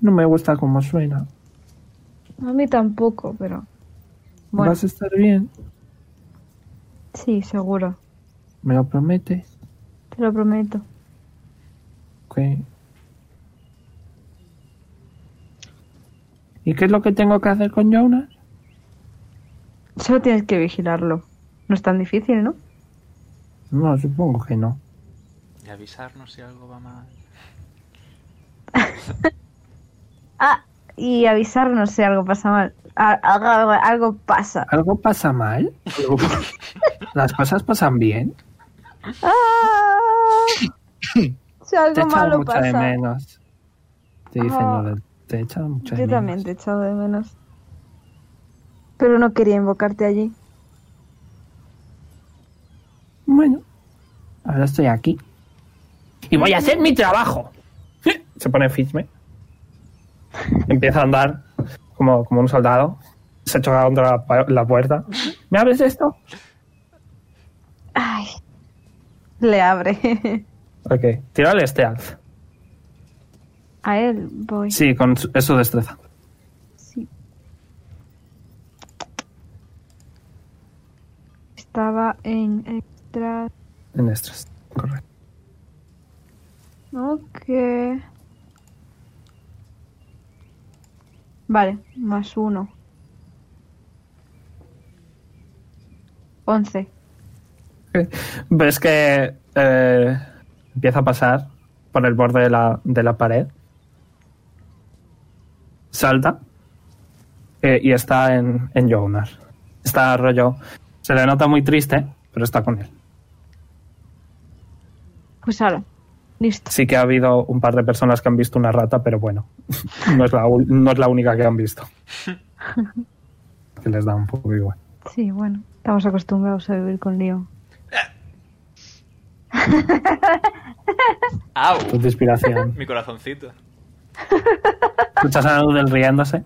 [SPEAKER 2] No me gusta cómo suena.
[SPEAKER 10] A mí tampoco, pero... Bueno,
[SPEAKER 2] Vas a estar bien.
[SPEAKER 10] sí, seguro.
[SPEAKER 2] Me lo prometes.
[SPEAKER 10] Te lo prometo.
[SPEAKER 2] Ok. ¿Y qué es lo que tengo que hacer con Jonas?
[SPEAKER 10] Solo tienes que vigilarlo. No es tan difícil, ¿no?
[SPEAKER 2] No, supongo que no.
[SPEAKER 1] Y avisarnos si algo va mal.
[SPEAKER 10] Ah, y avisarnos si algo pasa mal. Ah, Algo, algo pasa.
[SPEAKER 2] ¿Algo pasa mal? ¿Las cosas pasan bien?
[SPEAKER 10] Ah, si
[SPEAKER 2] Te he
[SPEAKER 10] algo
[SPEAKER 2] echado
[SPEAKER 10] malo
[SPEAKER 2] mucho de
[SPEAKER 10] pasa.
[SPEAKER 2] menos. Te dicen,
[SPEAKER 10] Ah.
[SPEAKER 2] no, te he echado mucho de
[SPEAKER 10] Yo
[SPEAKER 2] menos.
[SPEAKER 10] también te he echado de menos. Pero no quería invocarte allí.
[SPEAKER 2] Bueno, ahora estoy aquí. Y voy a hacer mi trabajo. Se pone Fitchme. Empieza a andar como, como un soldado. Se choca contra la, pu- la puerta. ¿Me abres esto?
[SPEAKER 10] Ay. Le abre.
[SPEAKER 2] Ok, tírale este alz.
[SPEAKER 10] A él voy.
[SPEAKER 2] Sí, con su, es su destreza.
[SPEAKER 10] Sí. Estaba en extra.
[SPEAKER 2] En extras. Correcto.
[SPEAKER 10] Ok. Vale, más uno. Once.
[SPEAKER 2] Ves que eh, empieza a pasar por el borde de la, de la pared. Salta. eh, y está en, en Jonar. Está rollo. Se le nota muy triste, pero está con él.
[SPEAKER 10] Pues ahora. Listo.
[SPEAKER 2] Sí que ha habido un par de personas que han visto una rata, pero bueno, no es la, ul- no es la única que han visto. Que les da un poco igual.
[SPEAKER 10] Sí, bueno. Estamos acostumbrados a vivir con Leon.
[SPEAKER 1] ¡Au!
[SPEAKER 2] Tu inspiración.
[SPEAKER 1] Mi corazoncito.
[SPEAKER 2] Escuchas a Nudel riéndose.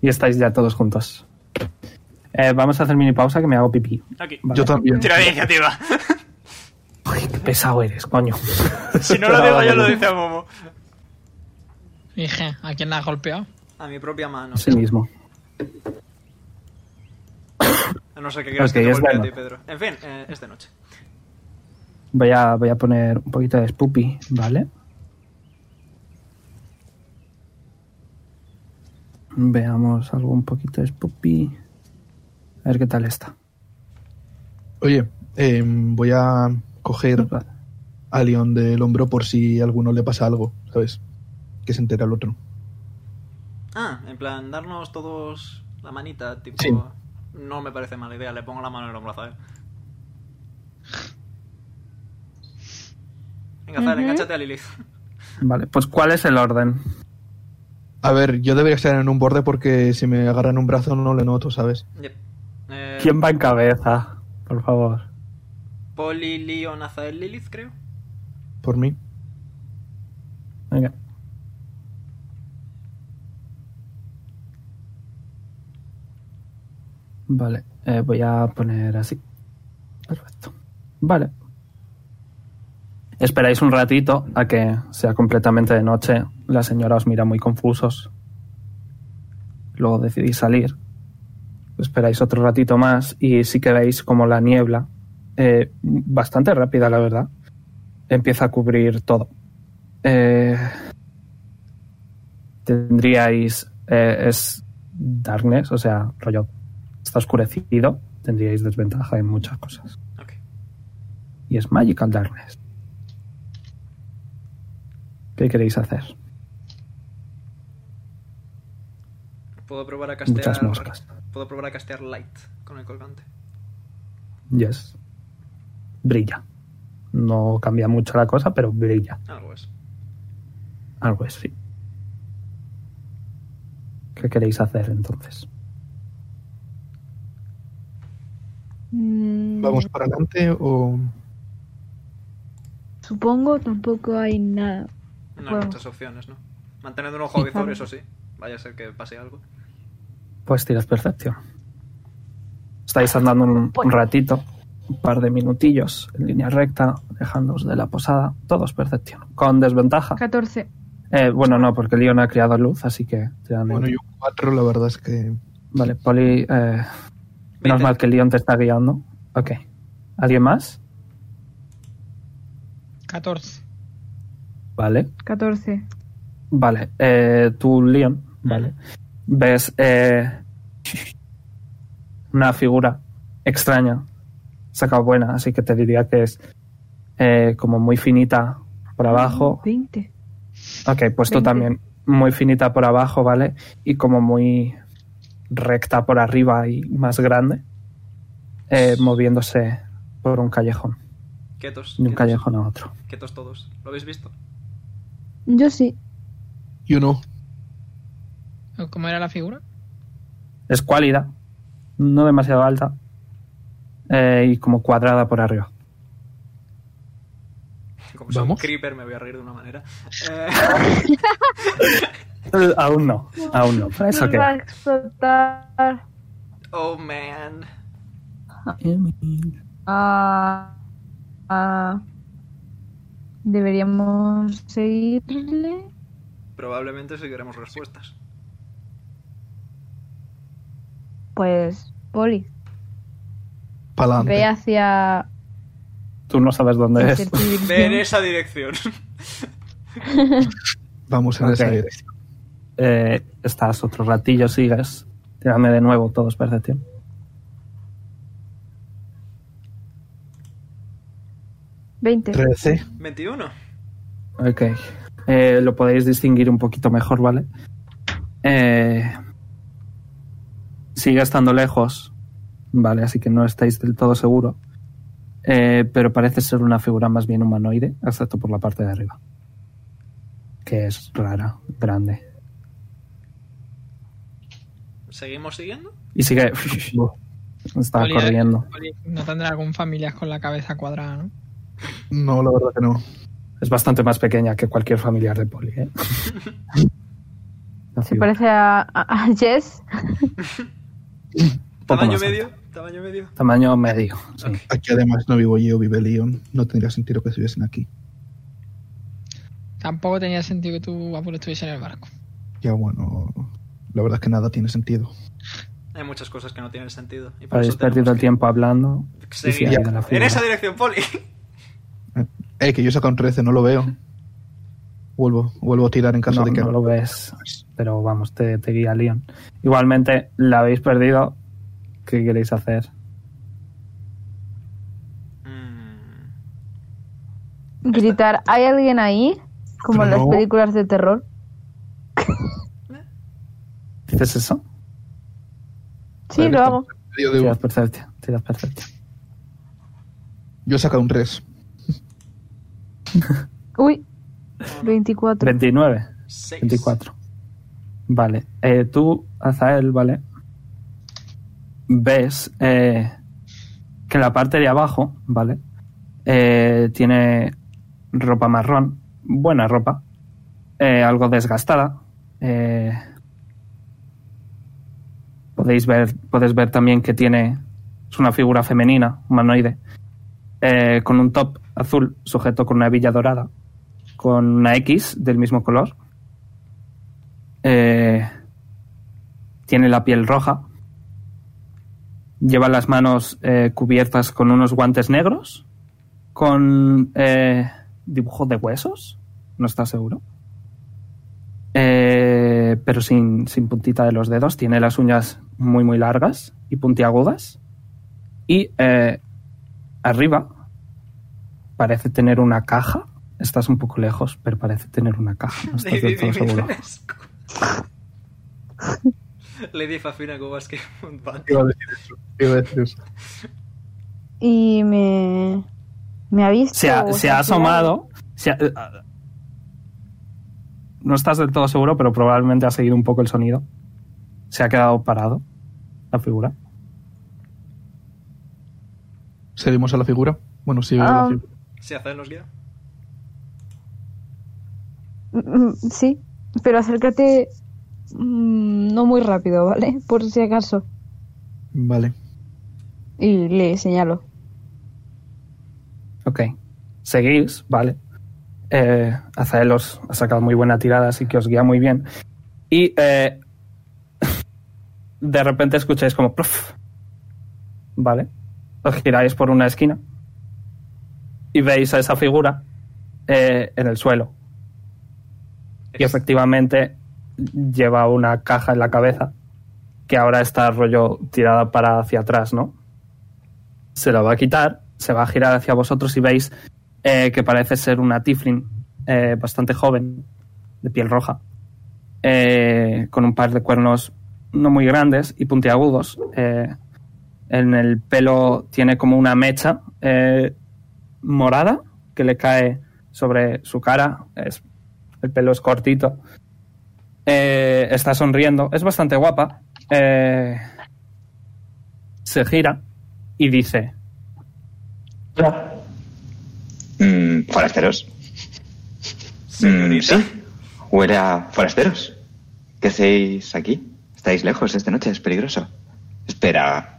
[SPEAKER 2] Y estáis ya todos juntos. Eh, vamos a hacer mini pausa que me hago pipí.
[SPEAKER 1] Aquí.
[SPEAKER 2] Vale.
[SPEAKER 3] Yo también.
[SPEAKER 1] Tira de iniciativa.
[SPEAKER 2] Uy, qué pesado eres, Ah, coño.
[SPEAKER 1] Si no lo digo yo, lo dice a Momo.
[SPEAKER 7] Dije, ¿a quién la has golpeado?
[SPEAKER 1] A mi propia mano.
[SPEAKER 2] Sí mismo.
[SPEAKER 1] A no ser que quieras que
[SPEAKER 2] Ok,
[SPEAKER 1] te
[SPEAKER 2] es
[SPEAKER 1] golpee a ti,
[SPEAKER 2] bueno.
[SPEAKER 1] Pedro. En fin, eh, esta noche.
[SPEAKER 2] Voy a, voy a poner un poquito de Spoopy, ¿vale? Veamos algo un poquito de Spoopy. A ver qué tal está.
[SPEAKER 3] Oye, em, voy a coger a Leon del hombro por si a alguno le pasa algo, ¿sabes? Que se entera el otro.
[SPEAKER 1] Ah, en plan, darnos todos la manita, tipo.
[SPEAKER 3] Sí.
[SPEAKER 1] No me parece mala idea, le pongo la mano en el hombro a Zael. Venga, Zael, enganchate a Lilith.
[SPEAKER 2] Vale, pues ¿cuál es el orden?
[SPEAKER 3] A ver, yo debería estar en un borde porque si me agarran un brazo no le noto, ¿sabes?
[SPEAKER 1] Yep. Eh,
[SPEAKER 2] ¿Quién va en cabeza? Por favor.
[SPEAKER 1] Poli, Leon, Azael, Lilith, creo.
[SPEAKER 3] Por mí.
[SPEAKER 2] Venga. Vale, eh, voy a poner así. Perfecto. Vale. Esperáis un ratito a que sea completamente de noche. La señora os mira muy confusos. Luego decidís salir. Esperáis otro ratito más y sí que veis como la niebla, eh, bastante rápida la verdad, empieza a cubrir todo. Eh, tendríais. eh, es darkness, o sea, rollo. Está oscurecido. Tendríais desventaja en muchas cosas.
[SPEAKER 1] Ok.
[SPEAKER 2] Y es Magical Darkness. ¿Qué queréis hacer?
[SPEAKER 1] Puedo probar a
[SPEAKER 2] Muchas
[SPEAKER 1] castear.
[SPEAKER 2] moscas.
[SPEAKER 1] Puedo probar a castear Light con el colgante.
[SPEAKER 2] Yes. Brilla. No cambia mucho la cosa, pero brilla.
[SPEAKER 1] Algo es.
[SPEAKER 2] Algo es, sí. ¿Qué queréis hacer entonces?
[SPEAKER 10] Mm,
[SPEAKER 3] ¿Vamos para adelante o...?
[SPEAKER 10] Supongo tampoco hay nada.
[SPEAKER 1] No hay
[SPEAKER 10] Bueno.
[SPEAKER 1] muchas opciones, ¿no? Mantened un ojo
[SPEAKER 10] Sí,
[SPEAKER 1] visor,
[SPEAKER 10] claro.
[SPEAKER 1] eso sí. Vaya a ser que pase algo.
[SPEAKER 2] Pues tiras percepción. Estáis andando un, un ratito, un par de minutillos en línea recta, alejándoos de la posada. Todos percepción. Con desventaja.
[SPEAKER 10] 14.
[SPEAKER 2] Eh, bueno, no, porque Leon ha creado luz, así que tiran.
[SPEAKER 3] Bueno, yo cuatro, la verdad es que...
[SPEAKER 2] Vale, Poli. Eh, menos
[SPEAKER 1] Veinte.
[SPEAKER 2] mal que Leon te está guiando. Ok. ¿Alguien más?
[SPEAKER 7] 14.
[SPEAKER 2] Vale.
[SPEAKER 10] 14.
[SPEAKER 2] Vale. Eh, tú, Leon. Vale. Ves eh, una figura extraña. Saca buena, así que te diría que es eh, como muy finita por abajo.
[SPEAKER 10] 20.
[SPEAKER 2] Ok, pues tú
[SPEAKER 10] Veinte.
[SPEAKER 2] también. Muy finita por abajo, ¿vale? Y como muy recta por arriba y más grande. eh, moviéndose por un callejón.
[SPEAKER 1] Quietos.
[SPEAKER 2] De un
[SPEAKER 1] quietos,
[SPEAKER 2] callejón a otro.
[SPEAKER 1] quietos todos. ¿Lo habéis visto?
[SPEAKER 10] Yo sí.
[SPEAKER 3] Y uno.
[SPEAKER 7] ¿Cómo era la figura?
[SPEAKER 2] Es cuálida. No demasiado alta. eh, y como cuadrada por arriba.
[SPEAKER 1] Como soy un
[SPEAKER 3] ¿Vamos?
[SPEAKER 1] creeper, me voy a reír de una manera. Eh,
[SPEAKER 2] Eh, aún no. Aún no. Para eso
[SPEAKER 10] Me
[SPEAKER 2] que.
[SPEAKER 10] va a explotar.
[SPEAKER 1] oh man.
[SPEAKER 10] Ah, ah. Deberíamos seguirle.
[SPEAKER 1] Probablemente si queremos respuestas.
[SPEAKER 10] Pues, Poli,
[SPEAKER 3] Para
[SPEAKER 10] ve hacia.
[SPEAKER 2] Tú no sabes dónde es.
[SPEAKER 10] cualquier
[SPEAKER 1] Ve en
[SPEAKER 10] dirección.
[SPEAKER 1] esa dirección.
[SPEAKER 3] Vamos en
[SPEAKER 2] Ok.
[SPEAKER 3] esa dirección.
[SPEAKER 2] Eh, estás otro ratillo, sigues. Tírame de nuevo todos percepción.
[SPEAKER 10] Veinte.
[SPEAKER 3] 13.
[SPEAKER 1] 21.
[SPEAKER 2] Ok. Eh, lo podéis distinguir un poquito mejor, ¿vale? Eh, sigue estando lejos, ¿vale? Así que no estáis del todo seguro. Eh, pero parece ser una figura más bien humanoide, excepto por la parte de arriba. Que es rara, grande.
[SPEAKER 1] ¿Seguimos siguiendo?
[SPEAKER 2] Y sigue. Estaba
[SPEAKER 7] Oli,
[SPEAKER 2] corriendo.
[SPEAKER 7] Oli, no tendrá algún familiar con la cabeza cuadrada, ¿no?
[SPEAKER 3] No, la verdad que no.
[SPEAKER 2] Es bastante más pequeña que cualquier familiar de Poli, ¿eh? La
[SPEAKER 10] Se
[SPEAKER 2] figura.
[SPEAKER 10] parece a, a- a Jess.
[SPEAKER 2] Poco
[SPEAKER 1] ¿Tamaño
[SPEAKER 2] más
[SPEAKER 1] medio? ¿Tamaño medio?
[SPEAKER 2] Tamaño medio, sí.
[SPEAKER 3] Aquí además no vivo yo, vive Leon. No tendría sentido que estuviesen aquí.
[SPEAKER 7] Tampoco tenía sentido que tu abuelo estuviese en el barco.
[SPEAKER 3] Ya bueno, la verdad es que nada tiene sentido.
[SPEAKER 1] Hay muchas cosas que no tienen sentido. Y por
[SPEAKER 2] Habéis
[SPEAKER 1] eso tenemos
[SPEAKER 2] perdido el
[SPEAKER 1] que
[SPEAKER 2] tiempo hablando. y
[SPEAKER 1] seguir.
[SPEAKER 2] sí, ha habido la
[SPEAKER 1] En
[SPEAKER 2] figura.
[SPEAKER 1] esa dirección, Poli.
[SPEAKER 3] Eh, que yo he sacado un 13, no lo veo. Vuelvo, vuelvo a tirar en caso
[SPEAKER 2] No,
[SPEAKER 3] de que
[SPEAKER 2] no lo ves, pero vamos, te, te guía Leon. Igualmente, la habéis perdido. ¿Qué queréis hacer?
[SPEAKER 1] Mm,
[SPEAKER 10] Gritar, ¿hay alguien ahí? Como en
[SPEAKER 3] Pero
[SPEAKER 10] las
[SPEAKER 3] no.
[SPEAKER 10] películas de terror.
[SPEAKER 2] ¿Dices eso?
[SPEAKER 10] Sí,
[SPEAKER 3] Vale,
[SPEAKER 10] lo
[SPEAKER 3] está.
[SPEAKER 10] hago.
[SPEAKER 3] Yo digo,
[SPEAKER 2] Tiras percepción. Tiras percepción.
[SPEAKER 3] Yo he sacado un 3.
[SPEAKER 10] Uy, 24.
[SPEAKER 2] 29.
[SPEAKER 1] seis.
[SPEAKER 2] 24. Vale. Eh, tú, Azael, ¿vale? Ves eh, que la parte de abajo, ¿vale? Eh, tiene ropa marrón, buena ropa, eh, algo desgastada. eh, podéis ver, podéis ver también que tiene. Es una figura femenina, humanoide, eh, con un top azul sujeto con una hebilla dorada, con una X del mismo color, eh, tiene la piel roja. Lleva las manos eh, cubiertas con unos guantes negros. Con eh, dibujos de huesos. No está seguro. Eh, pero sin, sin puntita de los dedos. Tiene las uñas muy, muy largas y puntiagudas. Y eh, arriba parece tener una caja. Estás un poco lejos, pero parece tener una caja. No estás del todo seguro.
[SPEAKER 1] Lady Fafina Kovaski.
[SPEAKER 3] Iba a decir eso. Iba a decir eso.
[SPEAKER 10] Y me. Me ha visto.
[SPEAKER 2] se ha,
[SPEAKER 10] o
[SPEAKER 2] se ha
[SPEAKER 10] tirado.
[SPEAKER 2] asomado. se ha- eh, ah. no estás del todo seguro, pero probablemente ha seguido un poco el sonido. Se ha quedado parado la figura.
[SPEAKER 3] ¿Seguimos a la figura? Bueno, sí, veo
[SPEAKER 10] Ah.
[SPEAKER 3] la figura.
[SPEAKER 1] Si hacen los guía.
[SPEAKER 10] Mm, mm, Sí, pero acércate. mm, No muy rápido, ¿vale? Por si acaso.
[SPEAKER 3] Vale.
[SPEAKER 10] Y le señalo.
[SPEAKER 2] Ok. Seguís, vale. Eh, Azael os ha sacado muy buena tirada, así que os guía muy bien. Y eh, de repente escucháis como... pluf. Vale. Os giráis por una esquina y veis a esa figura eh, en el suelo. Y efectivamente lleva una caja en la cabeza que ahora está rollo tirada para hacia atrás, ¿no? Se la va a quitar, se va a girar hacia vosotros y veis eh, que parece ser una tiflin eh, bastante joven, de piel roja, eh, con un par de cuernos no muy grandes y puntiagudos. eh, en el pelo tiene como una mecha eh, morada que le cae sobre su cara. Es el pelo es cortito. Eh, está sonriendo. Es bastante guapa. Eh, se gira y dice:
[SPEAKER 9] Mm, forasteros. Mm,
[SPEAKER 1] Señorita.
[SPEAKER 9] sí. Huele a forasteros. ¿Qué hacéis aquí? Estáis lejos esta noche, es peligroso. Espera.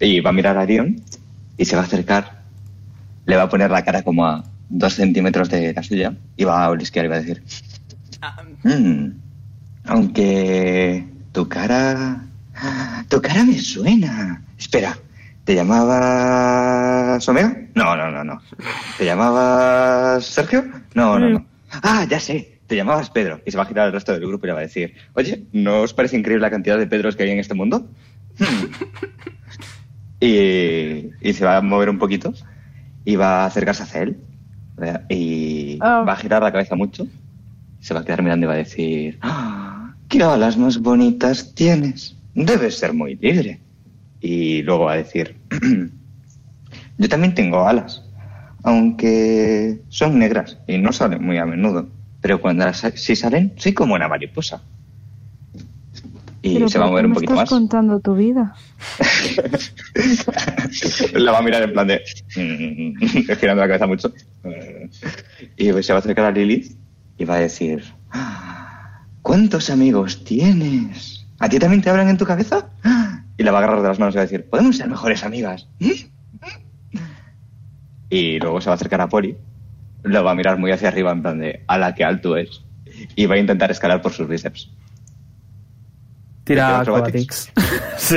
[SPEAKER 9] y va a mirar a Dion y se va a acercar. Le va a poner la cara como a dos centímetros de la suya y va a olisquear y va a decir.
[SPEAKER 1] Ah,
[SPEAKER 9] "Mm, aunque tu cara. Tu cara me suena. Espera, ¿Te llamabas Omega? No, no, no, no. ¿Te llamabas Sergio? No, no, no. Ah, ya sé. Te llamabas Pedro. Y se va a girar al resto del grupo y le va a decir, oye, ¿no os parece increíble la cantidad de Pedros que hay en este mundo? Hmm. y, y se va a mover un poquito y va a acercarse hacia él. Y
[SPEAKER 10] Oh.
[SPEAKER 9] va a girar la cabeza mucho. Se va a quedar mirando y va a decir, "Ah, ¿qué alas más bonitas tienes? Debes ser muy libre. Y luego va a decir, yo también tengo alas, aunque son negras y no salen muy a menudo. Pero cuando las, si salen, soy como una mariposa. Y
[SPEAKER 10] Pero
[SPEAKER 9] se va a
[SPEAKER 10] ¿por
[SPEAKER 9] mover
[SPEAKER 10] qué
[SPEAKER 9] un
[SPEAKER 10] me
[SPEAKER 9] poquito
[SPEAKER 10] estás
[SPEAKER 9] más.
[SPEAKER 10] contando tu vida?
[SPEAKER 9] La va a mirar en plan de. mm, girando la cabeza mucho. Y pues se va a acercar a Lilith y va a decir: "Ah, ¿Cuántos amigos tienes? ¿A ti también te hablan en tu cabeza? Ah". Y la va a agarrar de las manos y va a decir: ¿Podemos ser mejores amigas? ¿eh? Y luego se va a acercar a Poli. Lo va a mirar muy hacia arriba en plan de: ¡A la que alto es! Y va a intentar escalar por sus bíceps.
[SPEAKER 2] Tira
[SPEAKER 9] Acrobatics.
[SPEAKER 2] acrobatics. sí.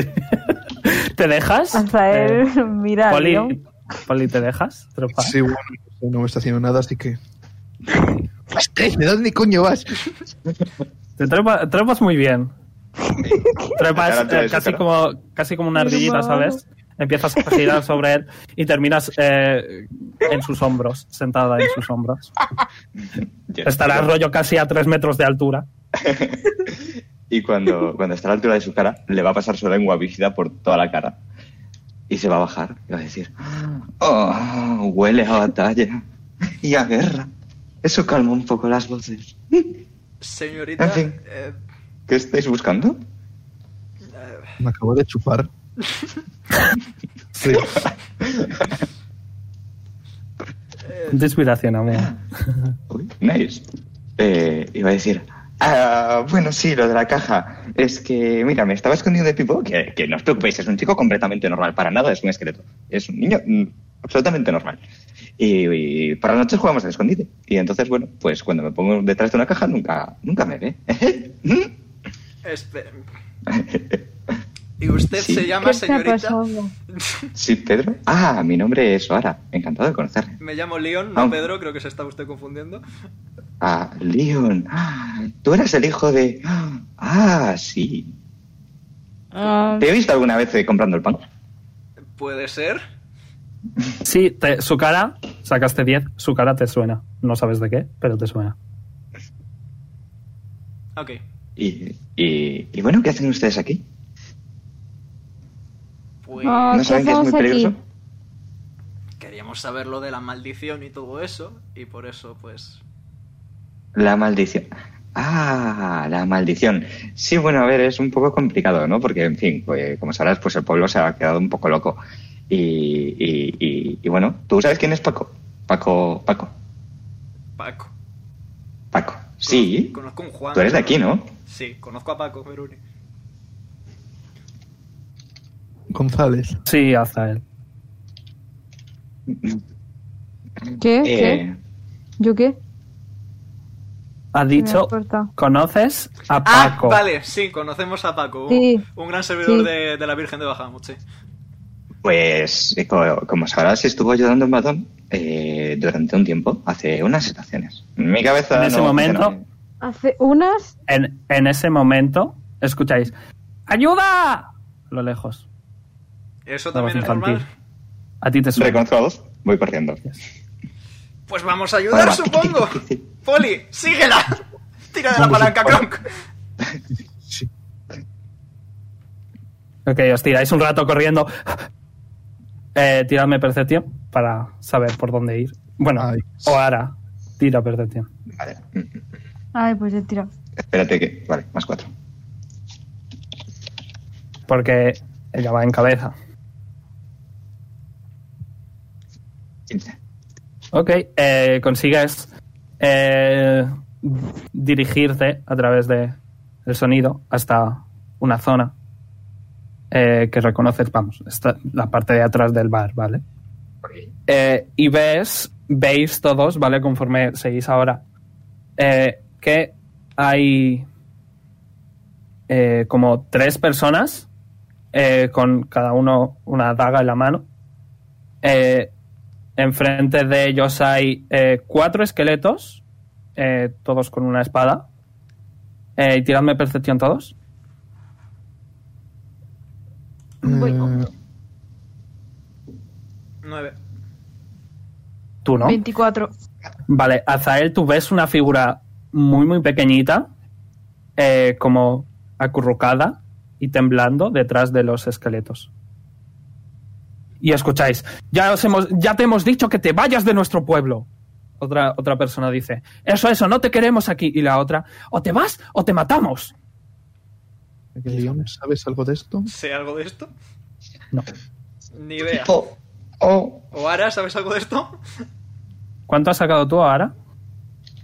[SPEAKER 2] ¿Te dejas?
[SPEAKER 10] Azael,
[SPEAKER 2] Eh,
[SPEAKER 10] mira, ¿no?
[SPEAKER 2] Poli, Poli, ¿te dejas? Tropa.
[SPEAKER 3] Sí, bueno, no me está haciendo nada, así que. ¿De dónde coño vas?
[SPEAKER 2] Te trepa- trepas muy bien. Trepas
[SPEAKER 9] Ahora tú
[SPEAKER 2] eh,
[SPEAKER 9] eres
[SPEAKER 2] casi,
[SPEAKER 9] otra.
[SPEAKER 2] como, casi como una
[SPEAKER 10] Mi
[SPEAKER 2] ardillita,
[SPEAKER 10] hermano.
[SPEAKER 2] ¿sabes? Empiezas a girar sobre él y terminas eh, en sus hombros, sentada en sus hombros. Estarás rollo casi a tres metros de altura.
[SPEAKER 9] Y cuando, cuando está a la altura de su cara, le va a pasar su lengua bífida por toda la cara. Y se va a bajar y va a decir: Oh, huele a batalla y a guerra. Eso calma un poco las voces.
[SPEAKER 1] Señorita,
[SPEAKER 9] En fin.
[SPEAKER 1] eh,
[SPEAKER 9] ¿Qué estáis buscando?
[SPEAKER 3] Me acabo de chupar. Sí.
[SPEAKER 2] Inspiración, amigo.
[SPEAKER 9] Uy, nice. Eh, y va a decir: "Ah, Bueno, sí, lo de la caja. Es que, mira, me estaba escondiendo de Pipo. Que, que no os preocupéis, es un chico completamente normal. Para nada es un esqueleto. Es un niño mm, absolutamente normal. Y, y por las noches jugamos al escondite. Y entonces, bueno, pues cuando me pongo detrás de una caja nunca, nunca me ve.
[SPEAKER 1] espe- ¿Y usted
[SPEAKER 9] Sí.
[SPEAKER 1] se
[SPEAKER 10] ¿Qué
[SPEAKER 1] llama
[SPEAKER 10] te ha
[SPEAKER 1] señorita?
[SPEAKER 10] pasado?
[SPEAKER 9] sí, Pedro. Ah, mi nombre es Oara. Encantado de conocerle.
[SPEAKER 1] Me llamo Leon, no
[SPEAKER 9] Ah.
[SPEAKER 1] Pedro, creo que se está usted confundiendo.
[SPEAKER 9] Ah, Leon. Ah, Tú eras el hijo de... Ah, sí.
[SPEAKER 10] Ah.
[SPEAKER 9] ¿Te he visto alguna vez eh, comprando el pan?
[SPEAKER 1] Puede ser.
[SPEAKER 2] Sí, te- su cara, sacaste 10, su cara te suena. No sabes de qué, pero te suena.
[SPEAKER 1] Ok.
[SPEAKER 9] Y, y, y bueno, ¿qué hacen ustedes aquí?
[SPEAKER 1] Pues
[SPEAKER 10] Ah.
[SPEAKER 9] ¿No
[SPEAKER 10] ¿qué
[SPEAKER 9] saben que es muy
[SPEAKER 10] hacemos
[SPEAKER 9] peligroso?
[SPEAKER 10] aquí?
[SPEAKER 1] queríamos saber lo de la maldición y todo eso, y por eso, pues.
[SPEAKER 9] La maldición. Ah, la maldición. Sí, bueno, a ver, es un poco complicado, ¿no? Porque, en fin, pues, como sabrás, pues el pueblo se ha quedado un poco loco. Y, y, y, y bueno, ¿tú sabes quién es Paco? Paco, Paco,
[SPEAKER 1] Paco.
[SPEAKER 9] Paco. Sí,
[SPEAKER 1] Conozco a un Juan.
[SPEAKER 9] tú eres de aquí, ¿no?
[SPEAKER 1] Sí, conozco a Paco, Meruni.
[SPEAKER 3] González.
[SPEAKER 2] Sí, Azael.
[SPEAKER 10] ¿Qué? ¿Qué?
[SPEAKER 9] Eh,
[SPEAKER 10] ¿Yo qué?
[SPEAKER 2] Ha
[SPEAKER 10] Me
[SPEAKER 2] dicho,
[SPEAKER 10] has cortado.
[SPEAKER 2] conoces a
[SPEAKER 1] Ah,
[SPEAKER 2] Paco.
[SPEAKER 1] vale, sí, conocemos a Paco. Un,
[SPEAKER 10] Sí,
[SPEAKER 1] un gran servidor
[SPEAKER 10] sí.
[SPEAKER 1] de, de la Virgen de Bahamut, sí.
[SPEAKER 9] Pues, eh, co- como sabrás, estuvo ayudando en Batón eh, durante un tiempo, hace unas estaciones. Mi cabeza.
[SPEAKER 2] En ese
[SPEAKER 9] no
[SPEAKER 2] momento-
[SPEAKER 9] funciona bien.
[SPEAKER 10] Hace unas.
[SPEAKER 2] En, en ese momento, escucháis, ¡ayuda! A lo lejos.
[SPEAKER 1] Eso
[SPEAKER 2] Una voz
[SPEAKER 1] también es
[SPEAKER 2] infantil.
[SPEAKER 1] normal.
[SPEAKER 2] A ti te suena.
[SPEAKER 9] Reconozco a dos, voy corriendo.
[SPEAKER 1] Pues vamos a ayudar,
[SPEAKER 9] Ahora va.
[SPEAKER 1] supongo. Poli, síguela. Tira de la
[SPEAKER 3] Vamos,
[SPEAKER 1] palanca,
[SPEAKER 3] Poli.
[SPEAKER 1] Kronk.
[SPEAKER 3] Sí.
[SPEAKER 2] Ok, os tiráis un rato corriendo. Eh, tiradme percepción para saber por dónde ir. Bueno,
[SPEAKER 3] Ay.
[SPEAKER 2] o ahora, tira percepción.
[SPEAKER 9] Vale. mm, mm.
[SPEAKER 10] Ay, pues he tirado.
[SPEAKER 9] Espérate que. Vale, más cuatro.
[SPEAKER 2] Porque ella va en cabeza.
[SPEAKER 9] 15.
[SPEAKER 2] Ok, eh, consigues eh, dirigirte a través de el sonido hasta una zona eh, que reconoces, vamos, está la parte de atrás del bar, ¿vale? Eh, y ves, veis todos, ¿vale? Conforme seguís ahora, eh, que hay eh, como tres personas eh, con cada uno una daga en la mano. Eh, enfrente de ellos hay eh, cuatro esqueletos, eh, todos con una espada. Eh, y tiradme percepción todos.
[SPEAKER 3] Mm,
[SPEAKER 1] 9.
[SPEAKER 2] Tú no.
[SPEAKER 10] 24.
[SPEAKER 2] Vale, Azael, tú ves una figura muy, muy pequeñita, eh, como acurrucada y temblando detrás de los esqueletos. Y escucháis, ya, os hemos, ya te hemos dicho que te vayas de nuestro pueblo. Otra, otra Eh, persona dice, eso, eso, no te queremos aquí. Y la otra, o te vas o te matamos.
[SPEAKER 3] Leon, ¿Sabes algo de esto?
[SPEAKER 1] ¿Sé algo de esto?
[SPEAKER 2] No.
[SPEAKER 1] Ni idea.
[SPEAKER 9] Oh, oh.
[SPEAKER 1] ¿O Ara, sabes algo de esto?
[SPEAKER 2] ¿Cuánto has sacado tú ahora?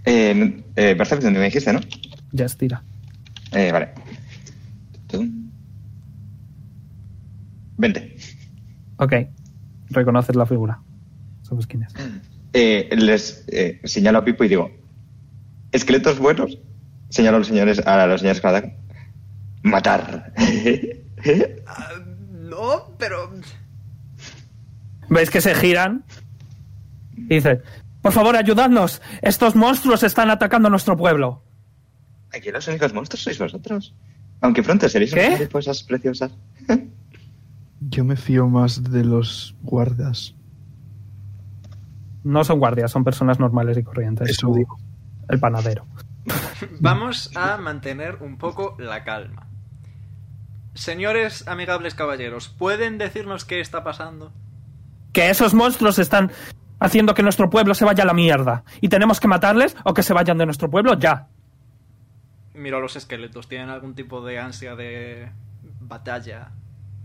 [SPEAKER 9] Eh, eh, Perception, me dijiste, ¿no?
[SPEAKER 2] Ya estira.
[SPEAKER 9] Eh, vale. Vente.
[SPEAKER 2] Ok, reconoces la figura. Sabes quién es.
[SPEAKER 9] Eh, les eh, señalo a Pipo y digo: ¿Esqueletos buenos? Señalo a los señores, a los señores con la daga. Matar.
[SPEAKER 1] Ah, no, pero.
[SPEAKER 2] ¿Veis que se giran? Y dicen, por favor, ayudadnos. Estos monstruos están atacando nuestro pueblo.
[SPEAKER 9] Aquí los únicos monstruos sois vosotros. Aunque pronto seréis
[SPEAKER 2] ¿Qué?
[SPEAKER 9] unas mariposas preciosas.
[SPEAKER 3] Yo me fío más de los guardas.
[SPEAKER 2] No son guardias, son personas normales y corrientes.
[SPEAKER 3] Eso
[SPEAKER 2] Tú,
[SPEAKER 3] digo.
[SPEAKER 2] El panadero.
[SPEAKER 1] Vamos a mantener un poco la calma. Señores amigables caballeros, ¿pueden decirnos qué está pasando?
[SPEAKER 2] Que esos monstruos están haciendo que nuestro pueblo se vaya a la mierda. Y tenemos que matarles o que se vayan de nuestro pueblo ya.
[SPEAKER 1] Miro a los esqueletos, ¿tienen algún tipo de ansia de batalla?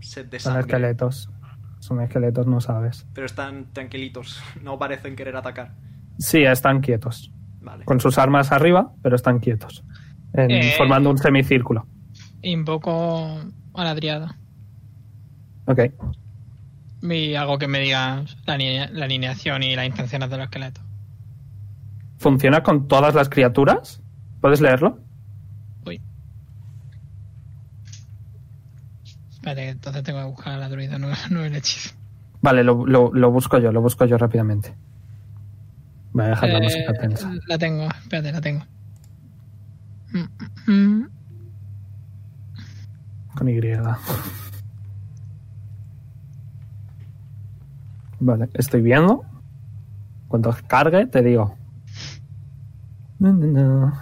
[SPEAKER 1] Sed de
[SPEAKER 2] Son
[SPEAKER 1] sangre.
[SPEAKER 2] esqueletos. Son esqueletos, no sabes.
[SPEAKER 1] Pero están tranquilitos, no parecen querer atacar.
[SPEAKER 2] Sí, están quietos.
[SPEAKER 1] Vale.
[SPEAKER 2] Con sus armas arriba, pero están quietos. En-
[SPEAKER 7] Eh.
[SPEAKER 2] Formando un semicírculo.
[SPEAKER 7] Invoco a la triada.
[SPEAKER 2] Ok.
[SPEAKER 7] Y algo que me diga la, ni- la alineación y las intenciones de los esqueletos.
[SPEAKER 2] ¿Funciona con todas las criaturas? ¿Puedes leerlo?
[SPEAKER 7] Vale, entonces tengo que buscar a la druida, no, no el hechizo.
[SPEAKER 2] Vale, lo, lo- lo busco yo, lo busco yo rápidamente. Voy a dejar la
[SPEAKER 7] Eh,
[SPEAKER 2] música tensa.
[SPEAKER 7] la tengo, espérate, la tengo. Mm, mm, mm.
[SPEAKER 2] Con Y. Vale, estoy viendo. Cuando cargue, te digo. No, no, no.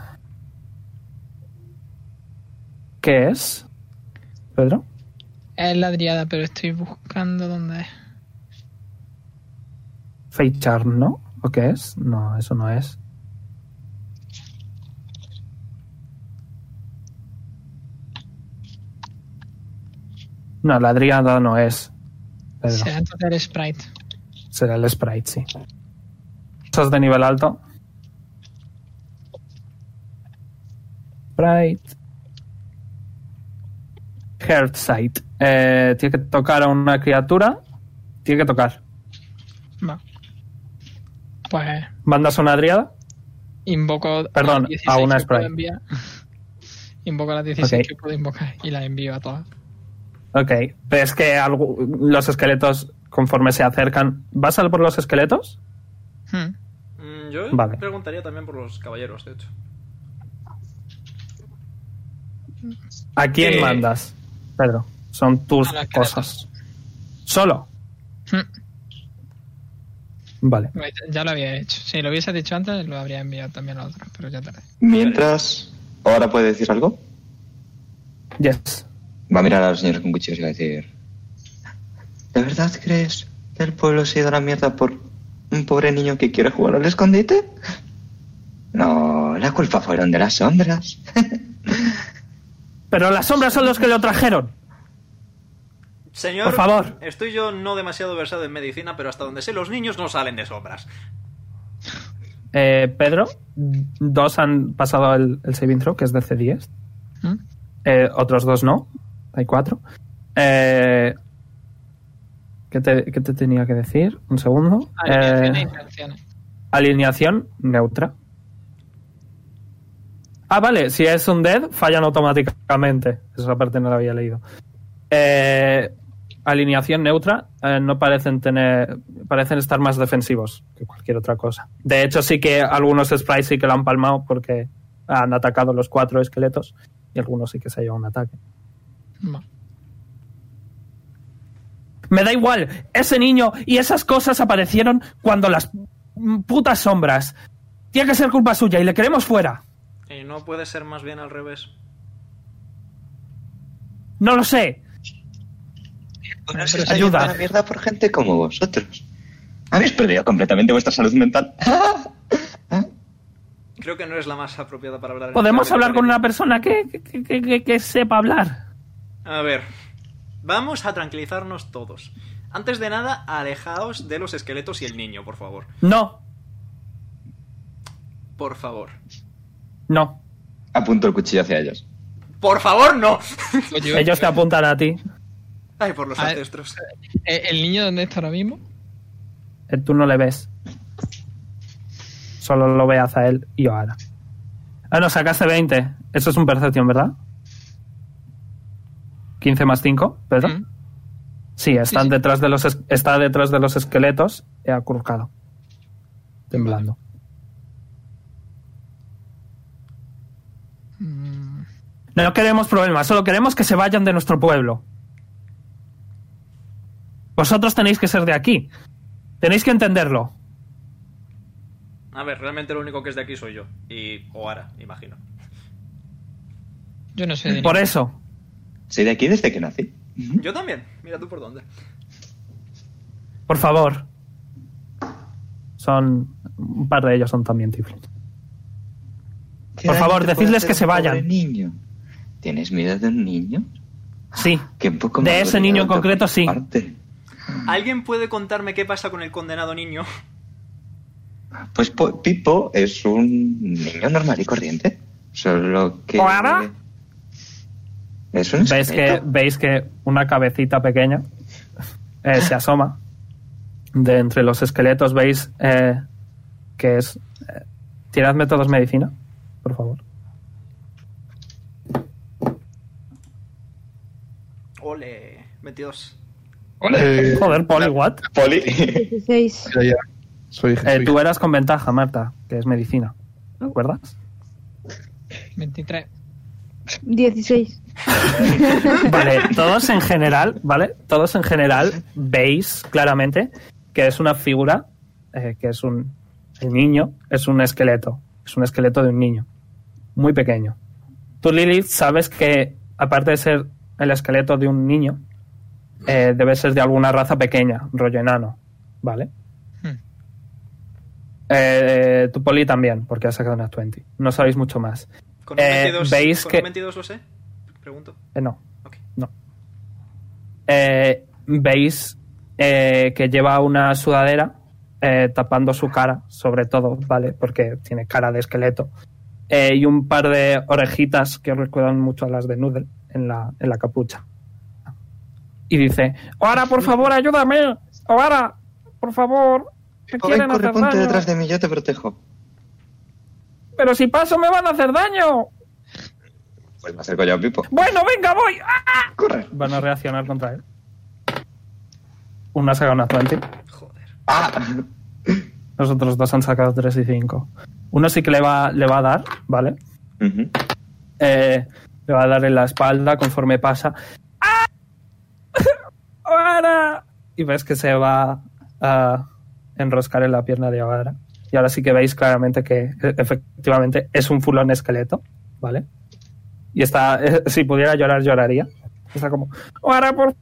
[SPEAKER 2] ¿Qué es? ¿Pedro?
[SPEAKER 7] Es ladriada, pero estoy buscando dónde es.
[SPEAKER 2] Feicharm, ¿no? ¿O qué es? No, eso no es. No, la driada no es. Pedro.
[SPEAKER 7] Será entonces el sprite.
[SPEAKER 2] Será el sprite, sí. ¿Estás de nivel alto? Sprite. Hearthsight. Eh, tiene que tocar a una criatura. Tiene que tocar.
[SPEAKER 7] Va. Pues
[SPEAKER 2] ¿Mandas una driada?
[SPEAKER 7] invoco.
[SPEAKER 2] Perdón,
[SPEAKER 7] las
[SPEAKER 2] a una
[SPEAKER 7] 16 que puedo
[SPEAKER 2] sprite.
[SPEAKER 7] enviar. invoco a las 16
[SPEAKER 2] Ok.
[SPEAKER 7] que puedo invocar y las envío a todas.
[SPEAKER 2] Ok. ¿Ves que algo- los esqueletos, conforme se acercan, vas a por los esqueletos?
[SPEAKER 7] Hmm.
[SPEAKER 1] Mm, Yo
[SPEAKER 2] Vale.
[SPEAKER 1] preguntaría también por los caballeros, de hecho.
[SPEAKER 2] ¿A quién
[SPEAKER 7] Eh.
[SPEAKER 2] mandas? Pedro, son tus
[SPEAKER 7] A los esqueletos.
[SPEAKER 2] cosas. ¿Solo?
[SPEAKER 7] Hmm.
[SPEAKER 2] Vale.
[SPEAKER 7] Ya lo había hecho. Si lo hubiese dicho antes, lo habría enviado también a otro, pero ya
[SPEAKER 2] Eh.
[SPEAKER 7] tarde.
[SPEAKER 9] Mientras, ¿ahora puede decir algo?
[SPEAKER 2] Yes.
[SPEAKER 9] Va a mirar a los señores con cuchillos y va a decir: ¿De verdad crees que el pueblo se ha ido a la mierda por un pobre niño que quiere jugar al escondite? No, la culpa fueron de las sombras.
[SPEAKER 2] Pero las sombras son los que lo trajeron.
[SPEAKER 1] Señor,
[SPEAKER 2] Por favor.
[SPEAKER 1] estoy yo no demasiado versado en medicina, pero hasta donde sé, los niños no salen de sombras.
[SPEAKER 2] Eh, Pedro, dos han pasado el, el saving throw, que es c 10.
[SPEAKER 7] ¿Mm?
[SPEAKER 2] Eh, otros dos no. Hay cuatro. Eh, ¿qué, te, qué te tenía que decir? Un segundo.
[SPEAKER 7] Ah, Alineaciones,
[SPEAKER 2] Eh,
[SPEAKER 7] intenciones.
[SPEAKER 2] alineación neutra. Ah, vale. Si es un dead, fallan automáticamente. Esa parte no la había leído. Eh, alineación neutra, eh, no parecen tener. Parecen estar más defensivos que cualquier otra cosa. De hecho, sí que algunos sprites sí que lo han palmado porque han atacado los cuatro esqueletos y algunos sí que se ha llevado un ataque.
[SPEAKER 7] Va.
[SPEAKER 2] Me da igual, ese niño y esas cosas aparecieron cuando las mm, putas sombras. Tiene que ser culpa suya y le queremos fuera.
[SPEAKER 1] Y no puede ser más bien al revés.
[SPEAKER 2] No lo sé.
[SPEAKER 9] Bueno, se
[SPEAKER 2] está Ayuda.
[SPEAKER 9] a la mierda por gente como vosotros. Habéis perdido completamente vuestra salud mental.
[SPEAKER 1] Creo que no es la más apropiada para hablar. en
[SPEAKER 2] Podemos
[SPEAKER 1] este
[SPEAKER 2] hablar con una
[SPEAKER 1] auditorio.
[SPEAKER 2] persona que, que- que- que- que sepa hablar.
[SPEAKER 1] A ver. Vamos a tranquilizarnos todos. Antes de nada, alejaos de los esqueletos y el niño, por favor.
[SPEAKER 2] No,
[SPEAKER 1] Por favor.
[SPEAKER 2] no.
[SPEAKER 9] Apunto el cuchillo hacia ellos.
[SPEAKER 1] ¡Por favor, no!
[SPEAKER 7] Oye,
[SPEAKER 2] Ellos te apuntan a ti.
[SPEAKER 1] Ay, por los
[SPEAKER 7] A ver.
[SPEAKER 1] ancestros.
[SPEAKER 7] ¿eh, ¿El niño dónde está ahora mismo?
[SPEAKER 2] Eh, Tú no le ves. Solo lo ve a él y Oara. Ah, no, sacaste 20. Eso es un percepción, ¿verdad? 15 más 5, Pedro.
[SPEAKER 7] Mm.
[SPEAKER 2] Sí, están
[SPEAKER 7] Sí, sí.
[SPEAKER 2] Detrás de los es- está detrás de los esqueletos eh, acurrucado. Temblando.
[SPEAKER 7] Mm,
[SPEAKER 2] No queremos problemas, solo queremos que se vayan de nuestro pueblo. Vosotros tenéis que ser de aquí. Tenéis que entenderlo.
[SPEAKER 1] A ver, realmente lo único que es de aquí soy yo. Y Oara, imagino.
[SPEAKER 7] Yo no sé de
[SPEAKER 2] Por
[SPEAKER 7] niño.
[SPEAKER 2] eso.
[SPEAKER 9] Soy de aquí desde que nací.
[SPEAKER 1] Yo también. Mira tú por dónde.
[SPEAKER 2] Por favor. Son. Un par de ellos son también tiflins. Por favor, decidles que se vayan.
[SPEAKER 9] niño. ¿Tienes miedo de un niño?
[SPEAKER 2] Sí.
[SPEAKER 9] Que un poco
[SPEAKER 2] De
[SPEAKER 9] más
[SPEAKER 2] ese
[SPEAKER 9] obligado
[SPEAKER 2] niño en
[SPEAKER 9] por
[SPEAKER 2] concreto,
[SPEAKER 9] tu
[SPEAKER 2] sí.
[SPEAKER 9] parte.
[SPEAKER 1] ¿Alguien puede contarme qué pasa con el condenado niño?
[SPEAKER 9] Pues Po- Pipo es un niño normal y corriente. Solo que.
[SPEAKER 2] ¿Oara?
[SPEAKER 9] Es un
[SPEAKER 2] ¿Veis que,
[SPEAKER 9] esqueleto.
[SPEAKER 2] veis que una cabecita pequeña eh, se asoma. De entre los esqueletos veis eh, que es. eh, tiradme todos medicina, por favor.
[SPEAKER 1] Ole, 22.
[SPEAKER 3] Eh,
[SPEAKER 2] Joder, Poli, what?
[SPEAKER 9] Poli.
[SPEAKER 6] 16.
[SPEAKER 3] ya, ya. Soy,
[SPEAKER 2] Eh,
[SPEAKER 3] soy-
[SPEAKER 2] tú eras con ventaja, Marta, que es medicina. ¿Te acuerdas?
[SPEAKER 7] 23.
[SPEAKER 6] 16.
[SPEAKER 2] Vale, todos en general, ¿vale? Todos en general veis claramente que es una figura, eh, que es un el niño, es un esqueleto, es un esqueleto de un niño, muy pequeño. Tú, Lilith, sabes que aparte de ser el esqueleto de un niño, eh, debe ser de alguna raza pequeña, rollo enano, ¿vale?
[SPEAKER 7] Hmm.
[SPEAKER 2] Eh, tu poli también, porque ha sacado una 20. No sabéis mucho más.
[SPEAKER 1] Con un
[SPEAKER 2] Eh,
[SPEAKER 1] 22,
[SPEAKER 2] ¿veis
[SPEAKER 1] con
[SPEAKER 2] que-
[SPEAKER 1] un 22 lo sé? Pregunto.
[SPEAKER 2] Eh, no.
[SPEAKER 1] Ok.
[SPEAKER 2] No. Eh, Veis eh, que lleva una sudadera eh, tapando su cara, sobre todo, ¿vale? Porque tiene cara de esqueleto. Eh, y un par de orejitas que recuerdan mucho a las de Noodle en la, en la capucha. Y dice: Ahora, por favor, ayúdame. Ahora, por favor. Me
[SPEAKER 9] Pipo, ven,
[SPEAKER 2] quieren
[SPEAKER 9] corre,
[SPEAKER 2] hacer
[SPEAKER 9] ponte
[SPEAKER 2] daño.
[SPEAKER 9] detrás de mí, yo te protejo.
[SPEAKER 2] Pero si paso, me van a hacer daño.
[SPEAKER 9] Pues me acerco yo a Pipo.
[SPEAKER 2] Bueno, venga, voy. ¡Ah!
[SPEAKER 9] Corre.
[SPEAKER 2] Van a reaccionar contra él. Una saga, una 20.
[SPEAKER 1] Joder.
[SPEAKER 9] Ah.
[SPEAKER 2] Los otros dos han sacado 3 y 5. Uno sí que le va, le va a dar, ¿vale?
[SPEAKER 9] Ujú.
[SPEAKER 2] Eh, le va a dar en la espalda conforme pasa. ¡Ah! ¡Ahora! Y ves que se va a enroscar en la pierna de Ahora. Y ahora sí que veis claramente que eh, efectivamente es un fulón esqueleto, ¿vale? Y está, eh, si pudiera llorar, lloraría. Está como, Ahora, por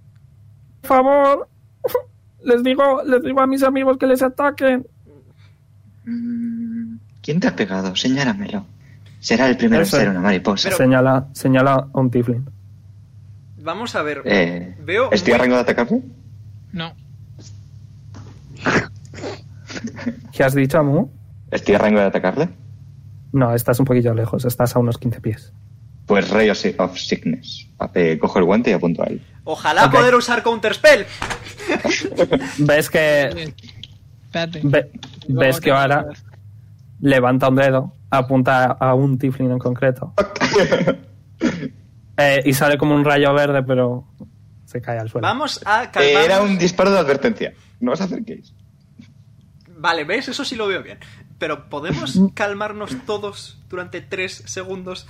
[SPEAKER 2] favor, les digo, les digo a mis amigos que les ataquen.
[SPEAKER 9] Mm, ¿Quién te ha pegado? Señálamelo. Será el primero en
[SPEAKER 2] Eso es.
[SPEAKER 9] ser una mariposa.
[SPEAKER 2] señala, señala a un tiflin.
[SPEAKER 1] Vamos a ver.
[SPEAKER 9] Eh,
[SPEAKER 1] Veo
[SPEAKER 9] ¿Estoy
[SPEAKER 1] muy-
[SPEAKER 9] a rango de atacarme?
[SPEAKER 7] No.
[SPEAKER 2] ¿Qué has dicho, Amu?
[SPEAKER 9] ¿Estoy a rango de atacarle?
[SPEAKER 2] No, estás un poquillo lejos, estás a unos 15 pies.
[SPEAKER 9] Pues Ray of Si- of Sickness. A- eh, cojo el guante y apunto a él.
[SPEAKER 1] Ojalá
[SPEAKER 2] Ok.
[SPEAKER 1] poder usar Counterspell.
[SPEAKER 2] Ves que,
[SPEAKER 7] Espérate.
[SPEAKER 2] ve-
[SPEAKER 7] Luego
[SPEAKER 2] ves que
[SPEAKER 7] tengo
[SPEAKER 2] ahora
[SPEAKER 7] que ver.
[SPEAKER 2] levanta un dedo, apunta a un tiflin en concreto eh, y sale como un rayo verde, pero Se cae al suelo.
[SPEAKER 1] Vamos a
[SPEAKER 2] Eh.
[SPEAKER 1] calmar.
[SPEAKER 9] Eh, Era un disparo de advertencia. No os acerquéis.
[SPEAKER 1] Vale, ¿ves? Eso sí lo veo bien. Pero ¿podemos
[SPEAKER 2] Mm.
[SPEAKER 1] calmarnos todos durante tres segundos?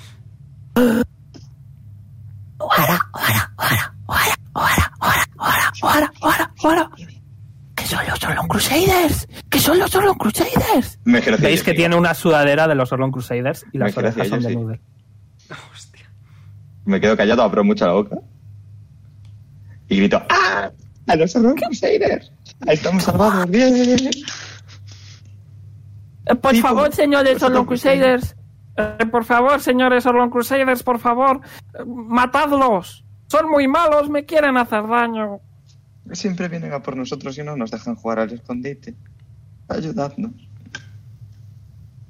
[SPEAKER 5] ¡Que son los Orlon Crusaders! ¡Que son los Orlon Crusaders!
[SPEAKER 9] Me quiero decir,
[SPEAKER 2] Veis que
[SPEAKER 9] yo,
[SPEAKER 2] tiene una sudadera de los Orlon Crusaders y las
[SPEAKER 9] Me quedo hacia
[SPEAKER 2] orejas son
[SPEAKER 9] ellos,
[SPEAKER 2] de
[SPEAKER 9] sí.
[SPEAKER 2] Noodle.
[SPEAKER 1] Hostia.
[SPEAKER 9] Me quedo callado, abro mucho la boca. Y grito, ¡Ah! ¡A los Rock Crusaders! Ahí ¡Estamos salvados! ¡Bien!
[SPEAKER 5] Ah.
[SPEAKER 9] pues,
[SPEAKER 5] Eh, Por favor, señores Orlon Crusaders. Eh, por favor, señores Orlon Crusaders, por favor, eh, matadlos. Son muy malos, me quieren hacer daño.
[SPEAKER 9] Siempre vienen a por nosotros y no nos dejan jugar al escondite. Ayudadnos.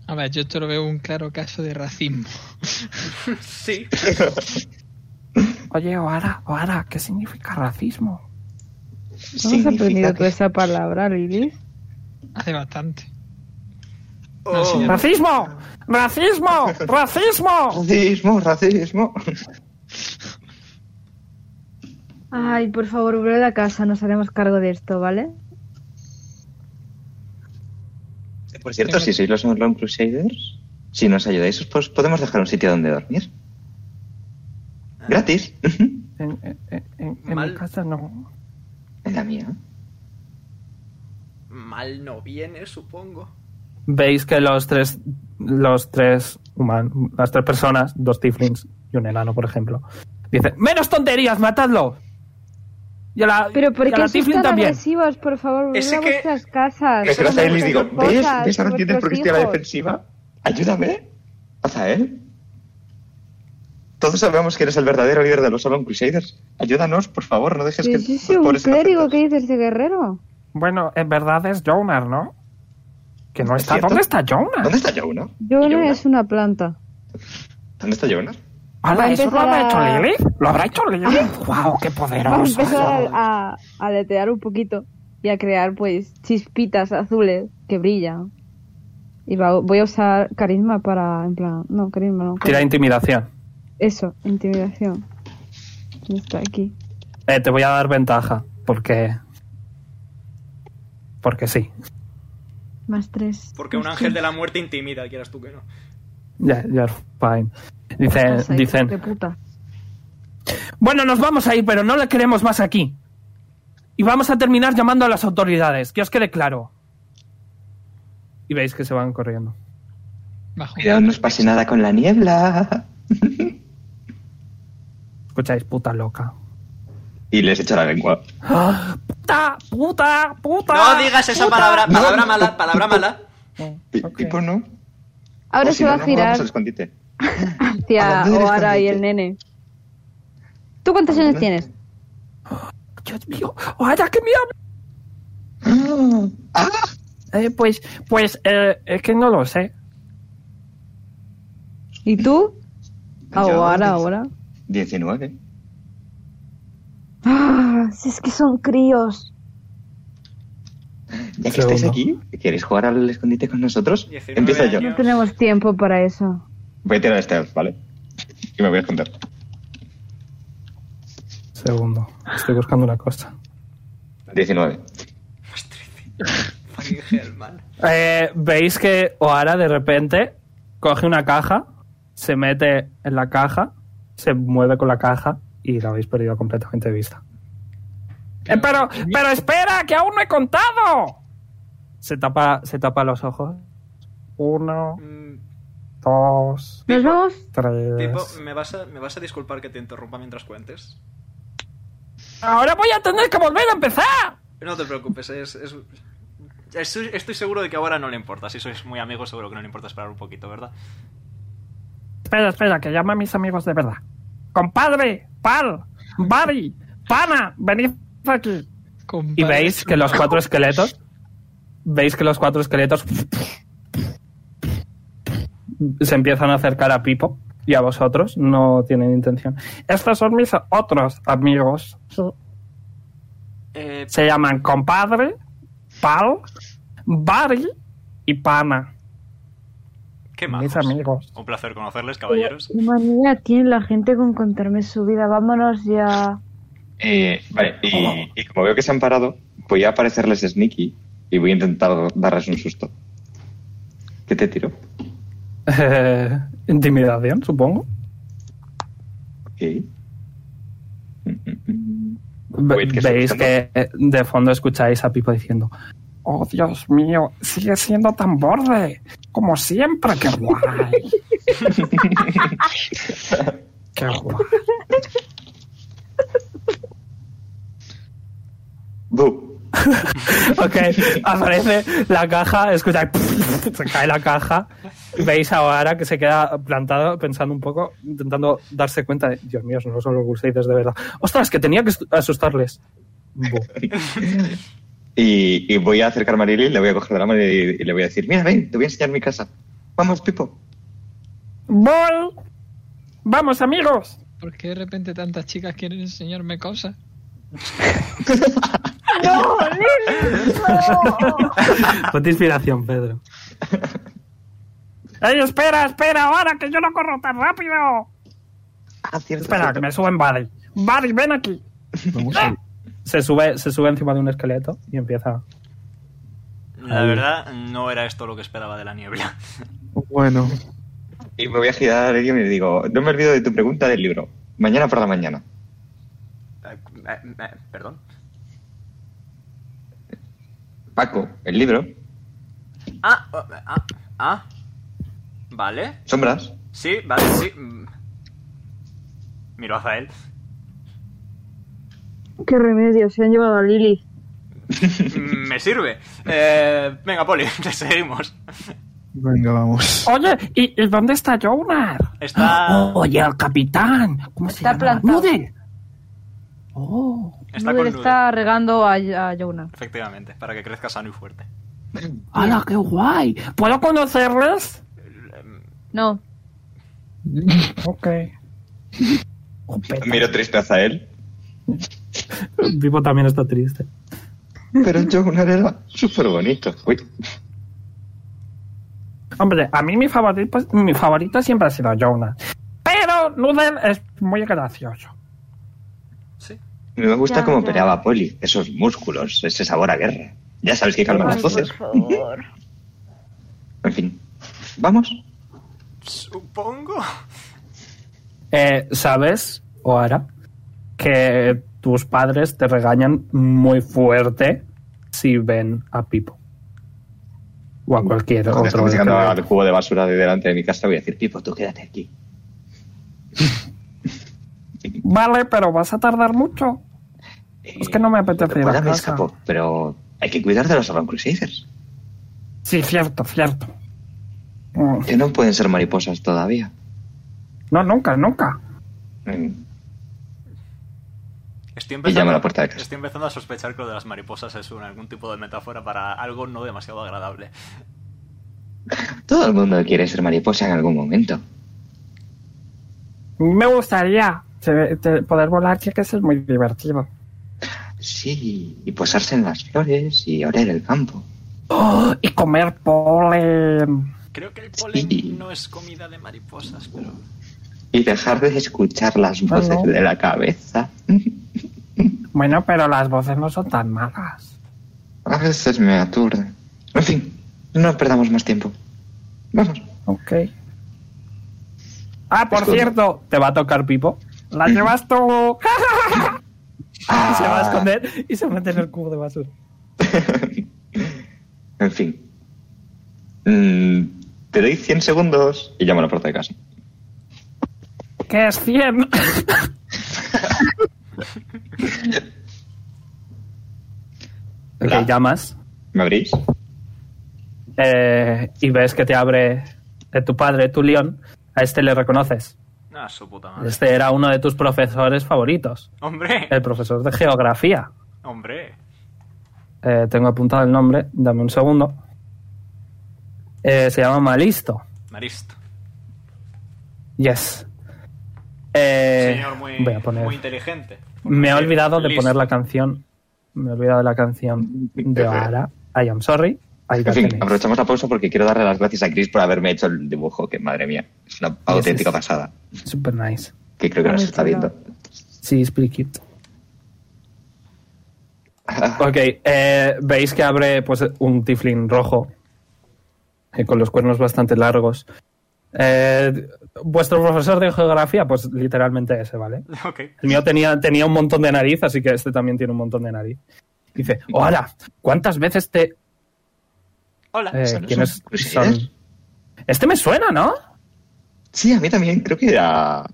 [SPEAKER 7] A ver, yo esto lo veo un claro caso de racismo.
[SPEAKER 1] Sí.
[SPEAKER 5] Oye, Oara, Oara, ¿qué significa racismo?
[SPEAKER 10] ¿No has aprendido tú esa palabra, Lili?
[SPEAKER 7] Hace bastante.
[SPEAKER 1] Oh.
[SPEAKER 7] señor.
[SPEAKER 5] ¡Racismo! ¡Racismo! ¡Racismo!
[SPEAKER 9] Racismo, racismo.
[SPEAKER 10] Ay, por favor, vuelve a casa, nos haremos cargo de esto, ¿vale?
[SPEAKER 9] Por cierto, si sois los Long Crusaders, si nos ayudáis, os pos- podemos dejar un sitio donde dormir. Gratis. en
[SPEAKER 5] En, en- en- en
[SPEAKER 1] Mal.
[SPEAKER 5] mi casa no.
[SPEAKER 9] la mía.
[SPEAKER 1] Mal no viene, supongo.
[SPEAKER 2] Veis que los tres, los tres human- las tres personas, dos tieflings y un enano, por ejemplo, dicen ¡Menos tonterías, matadlo! Y a la,
[SPEAKER 10] Pero ¿por
[SPEAKER 2] y a
[SPEAKER 10] qué
[SPEAKER 2] la
[SPEAKER 10] sois
[SPEAKER 2] tiefling
[SPEAKER 10] tan
[SPEAKER 2] también.
[SPEAKER 10] agresivos? Por favor, volved
[SPEAKER 1] Ese
[SPEAKER 10] a
[SPEAKER 1] que-
[SPEAKER 10] vuestras casas.
[SPEAKER 9] Me quedo hasta ahí y les digo,
[SPEAKER 10] vuestras
[SPEAKER 9] ¿ves?
[SPEAKER 10] cosas,
[SPEAKER 9] ¿Ves? Ahora entiendes por qué
[SPEAKER 10] vuestros
[SPEAKER 9] estoy a la
[SPEAKER 10] hijos".
[SPEAKER 9] defensiva. Ayúdame. Azael. Todos sabemos que eres el verdadero líder de los Long Crusaders. Ayúdanos, por favor, no dejes
[SPEAKER 10] Sí,
[SPEAKER 9] que...
[SPEAKER 10] sí,
[SPEAKER 9] los
[SPEAKER 10] sí, un
[SPEAKER 9] pobres se
[SPEAKER 10] clérigo,
[SPEAKER 9] afecten.
[SPEAKER 10] ¿qué dices de guerrero?
[SPEAKER 2] Bueno, en verdad es Jonar, ¿no? Que no
[SPEAKER 9] ¿Es
[SPEAKER 2] está.
[SPEAKER 9] cierto?
[SPEAKER 2] ¿Dónde está Jonar?
[SPEAKER 9] ¿Dónde está Jonah?
[SPEAKER 10] Yo no es una planta.
[SPEAKER 9] ¿Dónde está Jonah?
[SPEAKER 2] Ala,
[SPEAKER 10] Va a
[SPEAKER 2] ¿Eso lo
[SPEAKER 10] empezar
[SPEAKER 2] habrá
[SPEAKER 10] a-
[SPEAKER 2] hecho Lilith? ¿Lo habrá hecho Lilith? ¡Guau, qué
[SPEAKER 10] Vamos
[SPEAKER 2] poderoso!
[SPEAKER 10] a empezar a, a aletear un poquito y a crear pues chispitas azules que brillan. Y va- voy a usar carisma para, en plan, no, carisma no.
[SPEAKER 2] Tira intimidación.
[SPEAKER 10] Eso, intimidación. ¿Dónde Está aquí.
[SPEAKER 2] Eh, te voy a dar ventaja, porque... Porque sí.
[SPEAKER 10] Más tres.
[SPEAKER 1] Porque un
[SPEAKER 10] más
[SPEAKER 1] ángel
[SPEAKER 10] tres.
[SPEAKER 1] de la muerte intimida, quieras tú que no.
[SPEAKER 2] Ya, you're fine. Dicen,
[SPEAKER 10] Pasa, hijos de
[SPEAKER 2] dicen,
[SPEAKER 10] puta.
[SPEAKER 2] bueno, nos vamos a ir, pero no le queremos más aquí. Y vamos a terminar llamando a las autoridades, que os quede claro. Y veis que se van corriendo.
[SPEAKER 7] Bajo.
[SPEAKER 9] Cuidado, no os pase nada con la niebla.
[SPEAKER 2] Escucháis, puta loca.
[SPEAKER 9] Y les echo la lengua.
[SPEAKER 5] ¡Puta, puta, puta!
[SPEAKER 1] No digas esa
[SPEAKER 5] puta.
[SPEAKER 1] palabra,
[SPEAKER 9] No,
[SPEAKER 1] palabra
[SPEAKER 9] no.
[SPEAKER 1] mala, palabra mala.
[SPEAKER 9] Pi- Pipo no.
[SPEAKER 10] Oh, Ahora
[SPEAKER 9] O
[SPEAKER 10] se
[SPEAKER 9] si no,
[SPEAKER 10] va a
[SPEAKER 9] no
[SPEAKER 10] girar
[SPEAKER 9] jugamos al escondite. ¿A
[SPEAKER 10] hacia
[SPEAKER 9] dónde eres,
[SPEAKER 10] Oara y
[SPEAKER 9] Carmelita?
[SPEAKER 10] el nene. ¿Tú cuántos años tienes?
[SPEAKER 5] Dios mío, Oara, que me habla.
[SPEAKER 9] Ah,
[SPEAKER 5] Eh, pues, pues, eh, es que no lo sé.
[SPEAKER 10] ¿Y tú?
[SPEAKER 9] Yo,
[SPEAKER 10] Ahora,
[SPEAKER 9] diez-
[SPEAKER 10] ahora.
[SPEAKER 9] 19.
[SPEAKER 10] Ah, si es que son críos.
[SPEAKER 9] Ya que
[SPEAKER 2] Segundo.
[SPEAKER 9] estáis aquí, ¿queréis jugar al escondite con nosotros?
[SPEAKER 1] 19
[SPEAKER 9] Empiezo yo.
[SPEAKER 1] años.
[SPEAKER 10] No tenemos tiempo para eso.
[SPEAKER 9] Voy a tirar stealth, ¿vale? Y me voy a esconder.
[SPEAKER 2] Segundo, estoy buscando una cosa.
[SPEAKER 9] 19.
[SPEAKER 1] Fucking hell, man.
[SPEAKER 2] Eh, Veis que Oara de repente coge una caja, se mete en la caja, se mueve con la caja y la habéis perdido completamente de vista.
[SPEAKER 5] Eh, pero, pero espera, que aún no he contado.
[SPEAKER 2] Se tapa, se tapa los ojos. Uno,
[SPEAKER 1] Mm,
[SPEAKER 2] dos,
[SPEAKER 10] Nos vamos.
[SPEAKER 2] tres.
[SPEAKER 1] Pipo,
[SPEAKER 9] Pues-
[SPEAKER 1] ¿me vas, a, ¿me vas a disculpar que te interrumpa mientras cuentes?
[SPEAKER 5] Ahora voy a tener que volver a empezar.
[SPEAKER 1] No te preocupes, es... es- Estoy, estoy seguro de que ahora no le importa. Si sois muy amigos, seguro que no le importa esperar un poquito, ¿verdad?
[SPEAKER 5] Espera, espera, que llama a mis amigos de verdad. Compadre, pal, Bari, pana, venid aquí.
[SPEAKER 2] Y veis que los cuatro esqueletos. Veis que los cuatro esqueletos. Se empiezan a acercar a Pipo y a vosotros. No tienen intención. Estos son mis otros amigos.
[SPEAKER 1] Eh,
[SPEAKER 2] Se llaman compadre, pal, bari y pana.
[SPEAKER 1] qué
[SPEAKER 2] Mis
[SPEAKER 1] majos.
[SPEAKER 2] amigos.
[SPEAKER 1] Un placer conocerles, caballeros.
[SPEAKER 10] Qué manía tiene la gente con contarme su vida. Vámonos ya.
[SPEAKER 7] Eh,
[SPEAKER 9] Vale, y, y como veo que se han parado, voy a aparecerles sneaky y voy a intentar darles un susto. ¿Qué te tiro?
[SPEAKER 2] Eh, intimidación, supongo.
[SPEAKER 9] Ok. Mm, mm, mm.
[SPEAKER 2] Ve-
[SPEAKER 9] Wait, ¿qué estoy
[SPEAKER 2] Veis
[SPEAKER 9] escuchando?
[SPEAKER 2] que eh, de fondo escucháis a Pipo diciendo: Oh, Dios mío, sigue siendo tan borde. Como siempre, qué guay. qué guay.
[SPEAKER 9] Bu.
[SPEAKER 2] Ok, aparece la caja, escucha, se cae la caja. Veis ahora que se queda plantado pensando un poco, intentando darse cuenta de, Dios mío, no son los gulseides de verdad. Ostras, que tenía que asu- asustarles. Bu.
[SPEAKER 9] Y, y voy a acercarme a Lily, le voy a coger de la mano y, y le voy a decir, mira, ven, te voy a enseñar mi casa. Vamos, Pipo.
[SPEAKER 5] ¡Bol! ¡Vamos, amigos!
[SPEAKER 7] ¿Por qué de repente tantas chicas quieren enseñarme cosas?
[SPEAKER 2] Ponte inspiración, Pedro.
[SPEAKER 5] ¡Ey, espera, espera! ¡Ahora que yo no corro tan rápido!
[SPEAKER 9] Ah, cierto,
[SPEAKER 2] Espera,
[SPEAKER 9] cierto.
[SPEAKER 2] que me subo en Buddy.
[SPEAKER 5] ¡Barry, ven aquí!
[SPEAKER 2] Se sube, se sube encima de un esqueleto y empieza.
[SPEAKER 1] La verdad, no era esto lo que esperaba de la niebla.
[SPEAKER 3] Bueno,
[SPEAKER 9] Y me voy a girar y me digo, no me olvido de tu pregunta del libro. Mañana por la mañana.
[SPEAKER 1] Eh, eh, eh, Perdón.
[SPEAKER 9] Paco, el libro.
[SPEAKER 1] Ah, oh, ah, ah. Vale.
[SPEAKER 9] Sombras.
[SPEAKER 1] Sí, vale, sí. Mm. Miro a él.
[SPEAKER 10] Qué remedio, se han llevado a Lily.
[SPEAKER 1] Me sirve. Eh, venga, Poli, te seguimos.
[SPEAKER 3] venga, vamos.
[SPEAKER 5] Oye, ¿y, y dónde está Jonar? Ah.
[SPEAKER 1] Está,
[SPEAKER 2] Oye, el capitán. Ah, ¿Cómo se
[SPEAKER 10] Está plantado.
[SPEAKER 5] ¡Nude!
[SPEAKER 2] Oh.
[SPEAKER 1] está
[SPEAKER 10] Noodle
[SPEAKER 1] con Nude,
[SPEAKER 10] está regando a, a Jonah.
[SPEAKER 1] efectivamente, para que crezca sano y fuerte.
[SPEAKER 5] ¡Hala, qué guay! ¿Puedo conocerles?
[SPEAKER 10] No,
[SPEAKER 2] Ok.
[SPEAKER 9] Miro triste a él.
[SPEAKER 2] Pipo también está triste.
[SPEAKER 9] Pero yo una era súper bonito. Uy,
[SPEAKER 2] Hombre, a mí mi favorito, mi favorito siempre ha sido Jonah. Pero Noodle es muy gracioso.
[SPEAKER 9] me gusta
[SPEAKER 10] Ya,
[SPEAKER 9] cómo
[SPEAKER 10] ya.
[SPEAKER 9] peleaba Poli. Esos músculos, ese sabor a guerra. Ya sabes que calma las
[SPEAKER 10] Ay, por
[SPEAKER 9] voces.
[SPEAKER 10] favor.
[SPEAKER 9] En fin. ¿Vamos?
[SPEAKER 1] Supongo.
[SPEAKER 2] Eh, ¿Sabes, Oara, que tus padres te regañan muy fuerte si ven a Pipo? O a cualquier
[SPEAKER 9] Cuando
[SPEAKER 2] otro.
[SPEAKER 9] estamos llegando al cubo de basura de delante de mi casa, voy a decir, Pipo, tú quédate aquí.
[SPEAKER 2] Vale, pero vas a tardar mucho. Es que no me apetece ir a
[SPEAKER 9] Recuerda, me
[SPEAKER 2] casa.
[SPEAKER 9] escapó, pero hay que cuidar de los Urban Crusaders.
[SPEAKER 2] Sí, cierto, cierto. Mm,
[SPEAKER 9] Que no pueden ser mariposas todavía.
[SPEAKER 2] No, nunca, nunca.
[SPEAKER 9] Mm,
[SPEAKER 1] Estoy
[SPEAKER 9] Y
[SPEAKER 1] empezando,
[SPEAKER 9] llama a la puerta de casa.
[SPEAKER 1] estoy empezando a sospechar que lo de las mariposas es un- algún tipo de metáfora para algo no demasiado agradable.
[SPEAKER 9] Todo el mundo quiere ser mariposa en algún momento.
[SPEAKER 2] Me gustaría te- te- poder volar, ya que eso es muy divertido.
[SPEAKER 9] Sí, y posarse en las flores y oler el campo.
[SPEAKER 2] ¡Oh! Y comer polen.
[SPEAKER 1] Creo que el
[SPEAKER 9] Sí.
[SPEAKER 1] polen no es comida de mariposas, pero...
[SPEAKER 9] Y dejar de escuchar las voces
[SPEAKER 2] no.
[SPEAKER 9] de la cabeza.
[SPEAKER 2] Bueno, pero las voces no son tan malas.
[SPEAKER 9] A veces me aturde. En fin, no perdamos más tiempo. Vamos.
[SPEAKER 2] Ok. Ah, por
[SPEAKER 9] Esto-
[SPEAKER 2] cierto, te va a tocar Pipo. La llevas tú. y se
[SPEAKER 6] Ah.
[SPEAKER 2] va a esconder y se mete en el cubo de basura.
[SPEAKER 9] En fin. Mm, te doy 100 segundos y llamo a la puerta de casa.
[SPEAKER 2] Que es 100.
[SPEAKER 9] Hola.
[SPEAKER 2] ok, llamas.
[SPEAKER 9] ¿Me abrís?
[SPEAKER 2] eh, y ves que te abre eh, tu padre, tu león. A este le reconoces.
[SPEAKER 1] Ah, su puta madre.
[SPEAKER 2] Este era uno de tus profesores favoritos.
[SPEAKER 1] Hombre,
[SPEAKER 2] El profesor de geografía.
[SPEAKER 1] hombre.
[SPEAKER 2] Eh, tengo apuntado el nombre, dame un segundo. Eh, se llama Malisto.
[SPEAKER 1] Maristo.
[SPEAKER 2] Yes. Eh,
[SPEAKER 1] Señor muy,
[SPEAKER 2] voy a poner-
[SPEAKER 1] muy inteligente.
[SPEAKER 2] me he olvidado de
[SPEAKER 1] Listo.
[SPEAKER 2] poner la canción. Me he olvidado de la canción de Oara. I am sorry. Ahí la
[SPEAKER 9] En fin,
[SPEAKER 2] tenéis.
[SPEAKER 9] aprovechamos la pausa porque quiero darle las gracias a Chris por haberme hecho el dibujo, que madre mía, es una auténtica
[SPEAKER 2] sí.
[SPEAKER 9] pasada,
[SPEAKER 2] Super nice.
[SPEAKER 9] que creo que
[SPEAKER 10] Ah,
[SPEAKER 9] nos
[SPEAKER 10] muy
[SPEAKER 9] está
[SPEAKER 10] chulo.
[SPEAKER 9] viendo.
[SPEAKER 2] Sí, es pretty cute.
[SPEAKER 6] Ok, eh, veis que abre pues un tiflín rojo eh, con los cuernos bastante largos. Eh, vuestro profesor de geografía, pues literalmente ese, ¿vale?
[SPEAKER 1] Ok.
[SPEAKER 6] El mío tenía, tenía un montón de nariz, así que este también tiene un montón de nariz. Dice, hola, ¿cuántas veces te...
[SPEAKER 1] Hola.
[SPEAKER 6] eh,
[SPEAKER 9] son-
[SPEAKER 6] ¿Quiénes
[SPEAKER 9] son
[SPEAKER 6] son?
[SPEAKER 9] cruceros?
[SPEAKER 6] Este me suena, ¿no?
[SPEAKER 9] Sí, a mí también creo que era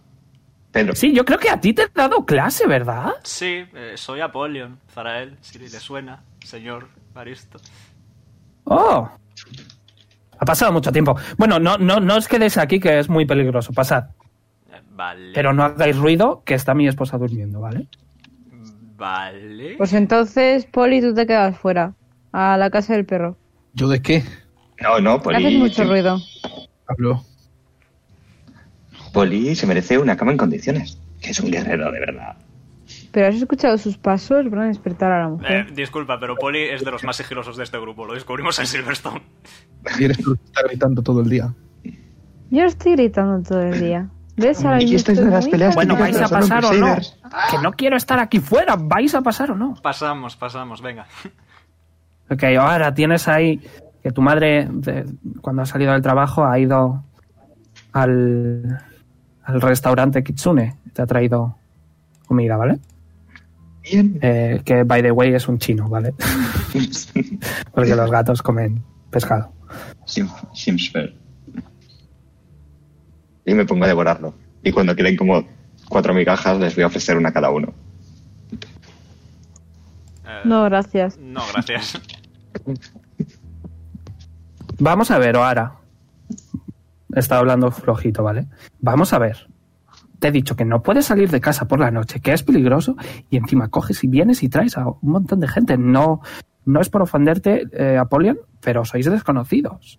[SPEAKER 9] Pedro.
[SPEAKER 6] Sí, yo creo que a ti te he dado clase, ¿verdad?
[SPEAKER 1] Sí, eh, soy Apolion, Zarael, si le suena, señor Baristo.
[SPEAKER 6] Oh. Ha pasado mucho tiempo. Bueno, no, no, no os quedéis aquí, que es muy peligroso. Pasad.
[SPEAKER 1] Eh, Vale.
[SPEAKER 6] Pero no hagáis ruido, que está mi esposa durmiendo, ¿vale?
[SPEAKER 1] Vale.
[SPEAKER 10] Pues entonces, Poli, tú te quedas fuera. A la casa del perro.
[SPEAKER 11] ¿Yo de qué?
[SPEAKER 9] No, no, Poli.
[SPEAKER 10] Haces mucho ruido.
[SPEAKER 11] Hablo.
[SPEAKER 9] Poli se merece una cama en condiciones. Que es un guerrero, de verdad.
[SPEAKER 10] Pero has escuchado sus pasos, van a despertar a la
[SPEAKER 1] Eh,
[SPEAKER 10] mujer.
[SPEAKER 1] disculpa, pero Poli es de los más sigilosos de este grupo. Lo descubrimos en Silverstone.
[SPEAKER 11] Y eres tú que está gritando todo el día.
[SPEAKER 10] Yo estoy gritando todo el día. ¿Ves? Ahora
[SPEAKER 9] Y
[SPEAKER 10] yo
[SPEAKER 9] esto es
[SPEAKER 10] estoy
[SPEAKER 9] de las
[SPEAKER 10] muy
[SPEAKER 9] peleas de
[SPEAKER 6] Bueno,
[SPEAKER 10] calmada.
[SPEAKER 6] vais a
[SPEAKER 9] Son los
[SPEAKER 6] pasar o no.
[SPEAKER 9] Crusaders.
[SPEAKER 6] Que no quiero estar aquí fuera. ¿Vais a pasar o no?
[SPEAKER 1] Pasamos, pasamos, venga.
[SPEAKER 6] Ok, ahora tienes Pues ahí que tu madre, de- cuando ha salido del trabajo, ha ido al, al restaurante Kitsune. Te ha traído comida, ¿vale?
[SPEAKER 9] Bien.
[SPEAKER 6] Eh, que, by the way, es un chino, ¿vale? Porque los gatos comen pescado.
[SPEAKER 9] Sim- Simsfer. Y me pongo a devorarlo. Y cuando queden como cuatro migajas, les voy a ofrecer una a cada uno.
[SPEAKER 1] Eh,
[SPEAKER 10] No, gracias.
[SPEAKER 1] no, gracias.
[SPEAKER 6] Vamos a ver, Oara. Está hablando flojito, ¿vale? Vamos a ver. Te he dicho que no puedes salir de casa por la noche, que es peligroso, y encima coges y vienes y traes a un montón de gente. No, no es por ofenderte, eh, Apolion, pero sois desconocidos.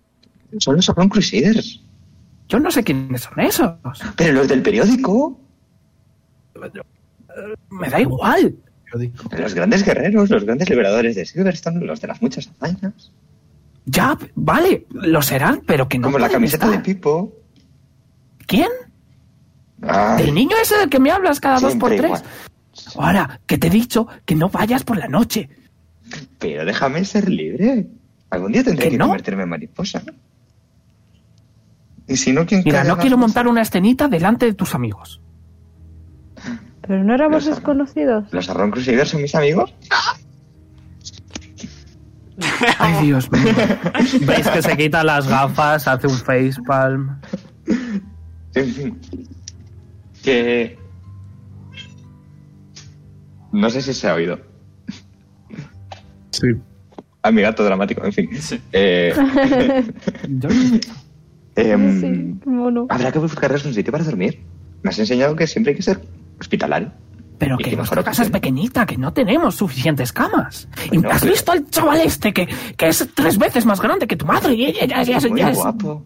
[SPEAKER 9] Solo son Crusaders.
[SPEAKER 6] Yo no sé quiénes son esos.
[SPEAKER 9] Pero los del periódico.
[SPEAKER 6] Me da igual.
[SPEAKER 11] Yo digo,
[SPEAKER 9] Los grandes guerreros, los grandes liberadores de Silverstone, los de las muchas hazañas.
[SPEAKER 6] Ya, p- vale, lo serán, pero que no.
[SPEAKER 9] como la
[SPEAKER 6] pueden
[SPEAKER 9] camiseta de
[SPEAKER 6] estar.
[SPEAKER 9] Pipo.
[SPEAKER 6] ¿Quién?
[SPEAKER 9] Ay,
[SPEAKER 6] El niño ese del que me hablas cada dos por
[SPEAKER 9] siempre
[SPEAKER 6] tres.
[SPEAKER 9] igual.
[SPEAKER 6] Ahora, que te he dicho que no vayas por la noche.
[SPEAKER 9] Pero déjame ser libre. Algún día tendré
[SPEAKER 6] ¿Que
[SPEAKER 9] que,
[SPEAKER 6] no?
[SPEAKER 9] convertirme en mariposa. Y si no, ¿quién
[SPEAKER 6] Mira,
[SPEAKER 9] calla
[SPEAKER 6] no
[SPEAKER 9] las
[SPEAKER 6] quiero
[SPEAKER 9] cosas?
[SPEAKER 6] montar una escenita delante de tus amigos.
[SPEAKER 10] Pero no éramos
[SPEAKER 9] Los-
[SPEAKER 10] desconocidos.
[SPEAKER 9] ¿Los Arron Crusaders son mis amigos?
[SPEAKER 6] Ay, Dios mío. Veis que se quita las gafas, hace un facepalm.
[SPEAKER 9] En fin. Que. No sé si se ha oído.
[SPEAKER 11] sí.
[SPEAKER 9] A mi gato dramático, en fin. Eh,
[SPEAKER 6] Yo-
[SPEAKER 9] em,
[SPEAKER 10] Sí, qué mono.
[SPEAKER 9] Habrá que buscarles un sitio para dormir. Me has enseñado que siempre hay que ser hospitalario.
[SPEAKER 6] Pero
[SPEAKER 9] ¿Y
[SPEAKER 6] que
[SPEAKER 9] qué
[SPEAKER 6] nuestra
[SPEAKER 9] mejor
[SPEAKER 6] casa es
[SPEAKER 9] opción?
[SPEAKER 6] pequeñita, que no tenemos suficientes camas. ¿Y
[SPEAKER 9] No,
[SPEAKER 6] has
[SPEAKER 9] pero-
[SPEAKER 6] visto al chaval este que, que es tres veces más grande que tu madre? Y ella ya- ya-
[SPEAKER 9] Muy
[SPEAKER 6] ya es-
[SPEAKER 9] guapo.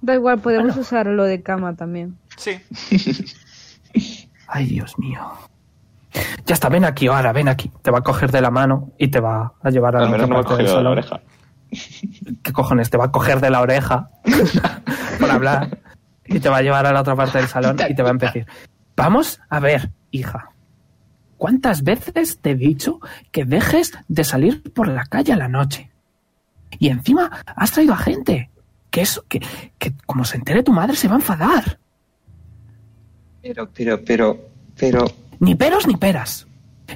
[SPEAKER 10] Da igual, podemos
[SPEAKER 6] Bueno.
[SPEAKER 10] usar lo de cama también.
[SPEAKER 1] Sí,
[SPEAKER 6] Ay, Dios mío. Ya está, ven aquí ahora, ven aquí. Te va a coger de la mano y te va a llevar a
[SPEAKER 9] Al
[SPEAKER 6] la
[SPEAKER 9] menos
[SPEAKER 6] otra
[SPEAKER 9] no me ha
[SPEAKER 6] parte del
[SPEAKER 9] cogido la
[SPEAKER 6] salón.
[SPEAKER 9] oreja.
[SPEAKER 6] ¿Qué cojones? Te va a coger de la oreja por hablar y te va a llevar a la otra parte del salón y te va a empezar. Vamos a ver, hija. ¿Cuántas veces te he dicho que dejes de salir por la calle a la noche? Y encima has traído a gente. Que eso, que, que como se entere tu madre se va a enfadar.
[SPEAKER 9] Pero, pero, pero, pero.
[SPEAKER 6] Ni peros ni peras.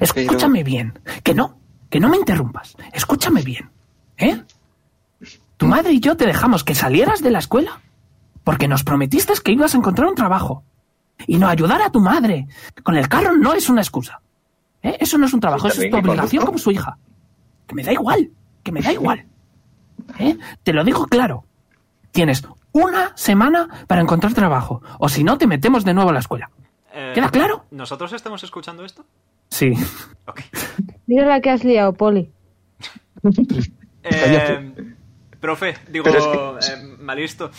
[SPEAKER 6] Escúchame bien. Que no, que no me interrumpas. Escúchame bien. ¿Eh? Tu madre y yo te dejamos que salieras de la escuela porque nos prometiste que ibas a encontrar un trabajo. Y no ayudar a tu madre con el carro no es una excusa. ¿Eh? Eso no es un
[SPEAKER 9] Sí,
[SPEAKER 6] trabajo, eso es
[SPEAKER 9] también
[SPEAKER 6] tu
[SPEAKER 9] que conduzco.
[SPEAKER 6] obligación como su hija. Que me da igual, que me da igual. ¿Eh? Te lo digo claro. Tienes una semana para encontrar trabajo, o si no te metemos de nuevo a la escuela.
[SPEAKER 1] eh,
[SPEAKER 6] ¿Queda claro?
[SPEAKER 1] ¿Nosotros estamos escuchando esto?
[SPEAKER 6] Sí.
[SPEAKER 1] Ok.
[SPEAKER 10] Mira la que has liado, Poli.
[SPEAKER 1] Eh, profe, digo,
[SPEAKER 9] Pero es que-
[SPEAKER 1] eh, malisto,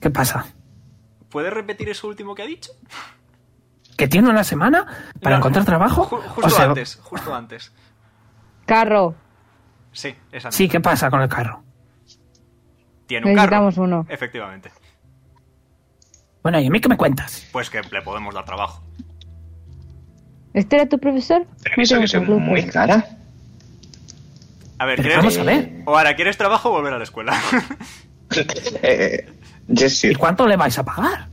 [SPEAKER 6] ¿Qué pasa?
[SPEAKER 1] ¿puedes repetir eso último que ha dicho?
[SPEAKER 6] que tiene una semana para
[SPEAKER 1] No,
[SPEAKER 6] encontrar trabajo.
[SPEAKER 1] ju- justo
[SPEAKER 6] o sea,
[SPEAKER 1] antes, justo antes.
[SPEAKER 10] Carro,
[SPEAKER 1] Sí, esa
[SPEAKER 6] Sí, ¿qué pasa con el carro?
[SPEAKER 1] Tiene un carro.
[SPEAKER 10] necesitamos uno.
[SPEAKER 1] Efectivamente.
[SPEAKER 6] Bueno, ¿y a mí qué me cuentas?
[SPEAKER 1] Pues que le podemos dar trabajo.
[SPEAKER 12] ¿Este era tu profesor?
[SPEAKER 9] Pero eso que son muy cara.
[SPEAKER 1] A ver,
[SPEAKER 6] Pero
[SPEAKER 1] ¿quieres...
[SPEAKER 6] vamos a ver.
[SPEAKER 1] O ahora, ¿quieres trabajo o volver a la escuela?
[SPEAKER 9] Eh, Jesse,
[SPEAKER 6] ¿Y cuánto le vais a pagar?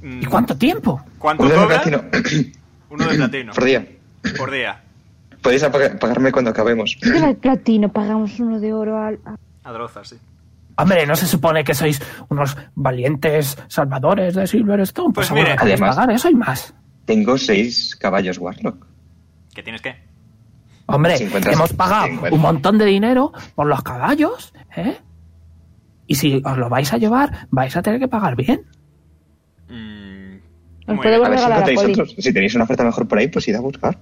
[SPEAKER 1] Mm,
[SPEAKER 6] ¿Y cuánto tiempo?
[SPEAKER 1] ¿Cuánto
[SPEAKER 9] uno de
[SPEAKER 1] cobra?
[SPEAKER 9] platino.
[SPEAKER 1] Uno de platino.
[SPEAKER 9] Por día.
[SPEAKER 1] Por día.
[SPEAKER 9] Podéis apag- pagarme cuando acabemos.
[SPEAKER 12] ¿Qué era el platino? Pagamos uno de oro al... a-
[SPEAKER 1] A Drozar, sí.
[SPEAKER 6] Hombre, ¿no se supone que sois unos valientes salvadores de Silverstone?
[SPEAKER 1] Pues
[SPEAKER 6] Pues,
[SPEAKER 1] mire,
[SPEAKER 6] ahora podéis
[SPEAKER 9] además-
[SPEAKER 6] pagar eso y más.
[SPEAKER 9] Tengo seis caballos Warlock.
[SPEAKER 1] ¿Qué tienes que?
[SPEAKER 6] Hombre,
[SPEAKER 9] 50,
[SPEAKER 6] hemos pagado
[SPEAKER 9] 50.
[SPEAKER 6] un montón de dinero por los caballos, ¿eh? Y si os lo vais a llevar, vais a tener que pagar bien.
[SPEAKER 1] Mm,
[SPEAKER 12] Os
[SPEAKER 1] muy
[SPEAKER 12] puedo
[SPEAKER 1] bien.
[SPEAKER 9] A ver si
[SPEAKER 12] regalar a
[SPEAKER 9] encontráis
[SPEAKER 12] Poli.
[SPEAKER 9] otros. Si tenéis una oferta mejor por ahí, pues id a buscar.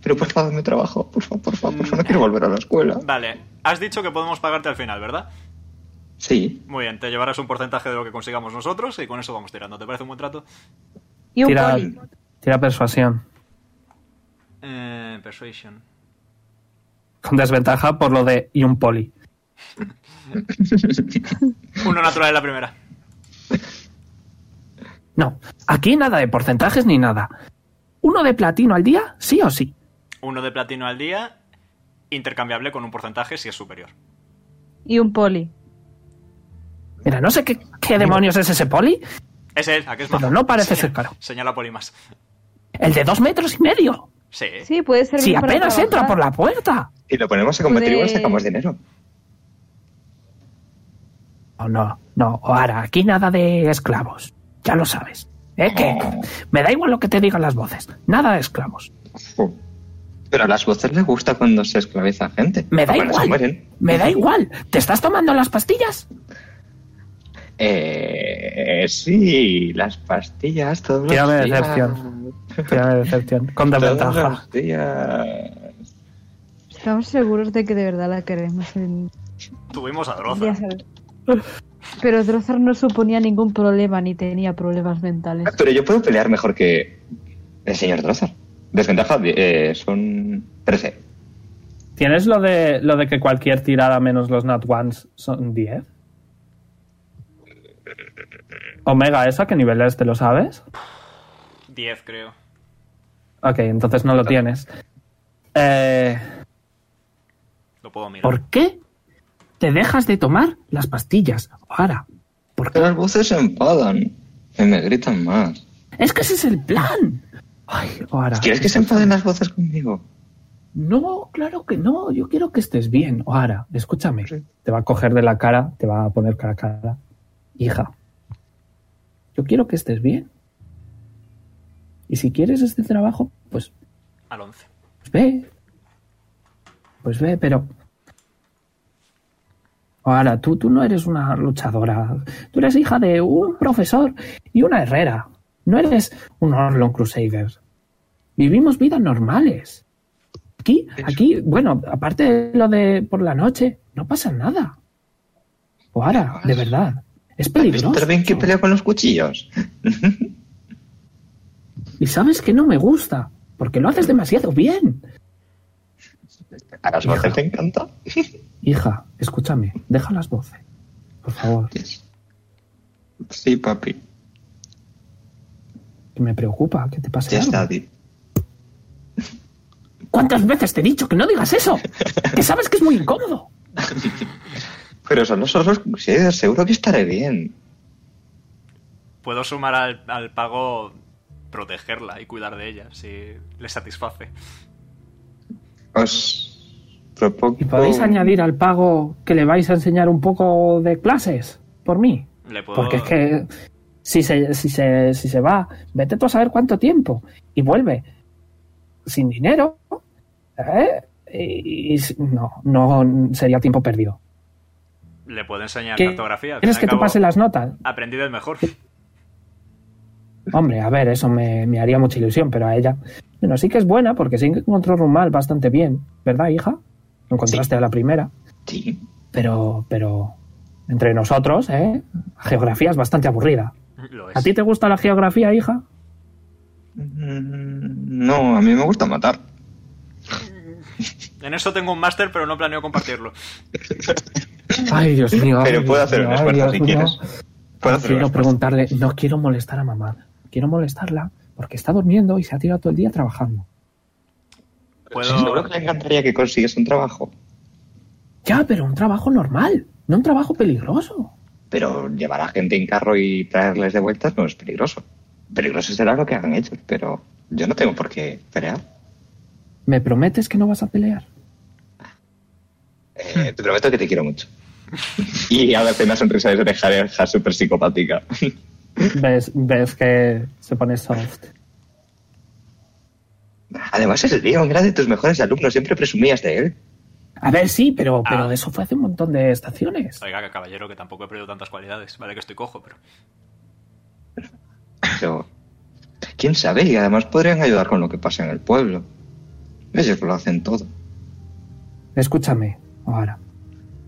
[SPEAKER 9] Pero por favor, me trabajo. Por favor, por favor, por
[SPEAKER 1] Mm.
[SPEAKER 9] favor. No quiero volver a la escuela.
[SPEAKER 1] Vale, has dicho que podemos pagarte al final, ¿verdad?
[SPEAKER 9] Sí.
[SPEAKER 1] Muy bien, te llevarás un porcentaje de lo que consigamos nosotros y con eso vamos tirando. ¿Te parece un buen trato?
[SPEAKER 10] Y un
[SPEAKER 6] Tira,
[SPEAKER 10] poli.
[SPEAKER 6] tira persuasión.
[SPEAKER 1] Eh, persuasion.
[SPEAKER 6] Con desventaja por lo de y un poli.
[SPEAKER 1] Uno natural en la primera.
[SPEAKER 6] No, aquí nada de porcentajes ni nada. Uno de platino al día, sí o sí.
[SPEAKER 1] Uno de platino al día, intercambiable con un porcentaje si es superior.
[SPEAKER 10] Y un poli.
[SPEAKER 6] Mira, no sé qué, qué demonios es ese poli.
[SPEAKER 1] Es él, ¿a qué es más?
[SPEAKER 6] Pero no parece ser caro.
[SPEAKER 1] Señala Polimas.
[SPEAKER 6] El de dos metros y medio.
[SPEAKER 1] Sí.
[SPEAKER 10] Sí, puede servir
[SPEAKER 6] Si
[SPEAKER 10] para
[SPEAKER 6] apenas
[SPEAKER 10] trabajar. Pues
[SPEAKER 6] entra por la puerta.
[SPEAKER 9] Y lo ponemos a combatir y
[SPEAKER 10] Joder.
[SPEAKER 9] sacamos dinero.
[SPEAKER 6] No, Oh, no, no, Ahora, aquí nada de esclavos. Ya lo sabes. ¿Eh? Que me da igual lo que te digan las voces. Nada de esclavos.
[SPEAKER 9] Jo. Pero a las voces les gusta cuando se esclaviza a gente.
[SPEAKER 6] Me da
[SPEAKER 9] O cuando se
[SPEAKER 6] igual.
[SPEAKER 9] mueren.
[SPEAKER 6] Me da igual. ¿Te estás tomando las pastillas?
[SPEAKER 9] Eh, sí, las pastillas todos los
[SPEAKER 6] Tírame de
[SPEAKER 9] días.
[SPEAKER 6] decepción. decepción. Con
[SPEAKER 9] Todos los días.
[SPEAKER 10] Estamos seguros de que de verdad la queremos. en-
[SPEAKER 1] Tuvimos a
[SPEAKER 10] Ya
[SPEAKER 1] Droza.
[SPEAKER 10] sabes. Pero Drozar no suponía ningún problema ni tenía problemas mentales.
[SPEAKER 9] Ah, Pero yo puedo pelear mejor que el señor Drozar. Desventaja eh, son 13.
[SPEAKER 6] ¿Tienes lo de, lo de que cualquier tirada menos los Nat Ones son 10? Omega, ¿eso a qué nivel es? ¿Te lo sabes?
[SPEAKER 1] 10, creo.
[SPEAKER 6] Ok, entonces no lo tienes. Eh,
[SPEAKER 1] Lo puedo mirar.
[SPEAKER 6] ¿Por qué te dejas de tomar las pastillas, Ahora, ¿Por
[SPEAKER 9] Pero
[SPEAKER 6] qué?
[SPEAKER 9] las voces se enfadan y me gritan más.
[SPEAKER 6] Es que ese es el plan. Ay, Ohara.
[SPEAKER 9] ¿Quieres que se enfaden las voces conmigo?
[SPEAKER 6] No, claro que no. Yo quiero que estés bien, Ohara. Escúchame. Te va a coger de la cara, te va a poner cara a cara. Hija, yo quiero que estés bien. Y si quieres este trabajo, pues,
[SPEAKER 1] Al 11.
[SPEAKER 6] pues ve. Pues ve, pero... Ahora, tú, tú no eres una luchadora. Tú eres hija de un profesor y una herrera. No eres un Orlon Crusader. Vivimos vidas normales. Aquí, aquí, bueno, aparte de lo de por la noche, no pasa nada. Ahora, de verdad, es peligroso.
[SPEAKER 9] ¿Está bien que pelea con los cuchillos?
[SPEAKER 6] Y sabes que no me gusta, porque lo haces demasiado bien.
[SPEAKER 9] ¿A las voces te encanta?
[SPEAKER 6] Hija, escúchame, deja las voces. Por favor,
[SPEAKER 9] Sí, papi.
[SPEAKER 6] que me preocupa que te pase
[SPEAKER 9] Ya
[SPEAKER 6] algo.
[SPEAKER 9] está, di.
[SPEAKER 6] ¿Cuántas veces te he dicho que no digas eso? Que sabes que es muy incómodo.
[SPEAKER 9] Pero son los otros crusaders, seguro que estaré bien.
[SPEAKER 1] Puedo sumar al, al pago protegerla y cuidar de ella, si le satisface.
[SPEAKER 9] Os propongo...
[SPEAKER 6] ¿Y podéis añadir al pago que le vais a enseñar un poco de clases por mí?
[SPEAKER 1] Le puedo...
[SPEAKER 6] Porque es que si se, si se, si se va, vete tú a saber cuánto tiempo y vuelve sin dinero. ¿eh? Y, y si- no, no sería tiempo perdido.
[SPEAKER 1] Le puedo enseñar
[SPEAKER 6] ¿Qué-
[SPEAKER 1] cartografía. al fin y
[SPEAKER 6] ¿Quieres
[SPEAKER 1] al
[SPEAKER 6] que te
[SPEAKER 1] cabo,
[SPEAKER 6] pase las notas?
[SPEAKER 1] Aprendí del mejor.
[SPEAKER 6] Hombre, a ver, eso me, me haría mucha ilusión, pero a ella. Bueno, sí que es buena porque sí que encontró rumal bastante bien, ¿verdad, hija? Lo encontraste a la primera.
[SPEAKER 9] Sí.
[SPEAKER 6] Pero, pero. Entre nosotros, ¿eh? La geografía es bastante aburrida.
[SPEAKER 1] Lo
[SPEAKER 6] ¿A
[SPEAKER 1] es.
[SPEAKER 6] ti te gusta la geografía, hija?
[SPEAKER 9] Mm, No, a mí me gusta matar.
[SPEAKER 1] En eso tengo un máster, pero no planeo compartirlo.
[SPEAKER 6] Ay, Dios mío.
[SPEAKER 9] Pero
[SPEAKER 6] ay,
[SPEAKER 9] puedo
[SPEAKER 6] Dios
[SPEAKER 9] hacer un
[SPEAKER 6] mío, ay,
[SPEAKER 9] esfuerzo
[SPEAKER 6] Dios
[SPEAKER 9] si
[SPEAKER 6] mío.
[SPEAKER 9] quieres. Puedo
[SPEAKER 6] No
[SPEAKER 9] hacer un
[SPEAKER 6] quiero
[SPEAKER 9] esfuerzo.
[SPEAKER 6] preguntarle, no quiero molestar a mamá. Quiero molestarla porque está durmiendo y se ha tirado todo el día trabajando.
[SPEAKER 9] Seguro
[SPEAKER 1] Puedo.
[SPEAKER 9] que le encantaría que consigues un trabajo.
[SPEAKER 2] Ya, pero un trabajo normal, no un trabajo peligroso.
[SPEAKER 9] Pero llevar a gente en carro y traerles de vueltas no es peligroso. Peligroso será lo que hagan ellos, pero yo no tengo por qué pelear.
[SPEAKER 2] ¿Me prometes que no vas a pelear?
[SPEAKER 9] Eh, te prometo que te quiero mucho. Y ahora hace una sonrisa de oreja súper psicopática.
[SPEAKER 2] ¿Ves, ves que se pone soft.
[SPEAKER 9] Además, es Leon, era de tus mejores alumnos, siempre presumías de él.
[SPEAKER 2] A ver, sí, pero,
[SPEAKER 1] Ah.
[SPEAKER 2] pero eso fue hace un montón de estaciones.
[SPEAKER 1] Oiga, que caballero, que tampoco he perdido tantas cualidades. Vale, que estoy cojo, pero.
[SPEAKER 9] Pero, quién sabe, y además podrían ayudar con lo que pasa en el pueblo. Ellos lo hacen todo.
[SPEAKER 2] Escúchame ahora.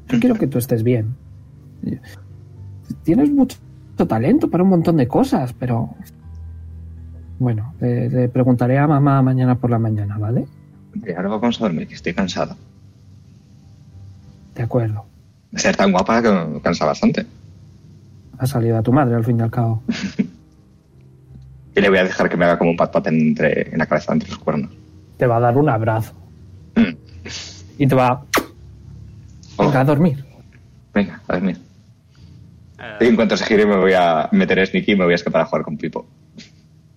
[SPEAKER 2] Yo quiero que tú estés bien. Tienes mucho talento para un montón de cosas, pero... Bueno, le, le preguntaré a mamá mañana por la mañana, ¿vale?
[SPEAKER 9] Y ahora vamos a dormir, que estoy cansado.
[SPEAKER 2] De acuerdo.
[SPEAKER 9] Ser tan guapa que me cansa bastante.
[SPEAKER 2] Ha salido a tu madre al fin y al cabo.
[SPEAKER 9] Y le voy a dejar que me haga como un pat pat entre, en la cabeza entre los cuernos.
[SPEAKER 2] Te va a dar un abrazo.
[SPEAKER 9] Mm.
[SPEAKER 2] Y te va
[SPEAKER 9] Oh,
[SPEAKER 2] venga, a dormir.
[SPEAKER 9] venga, a dormir.
[SPEAKER 1] eh,
[SPEAKER 9] Y en cuanto se gire me voy a meter a Sneaky y me voy a escapar a jugar con Pipo.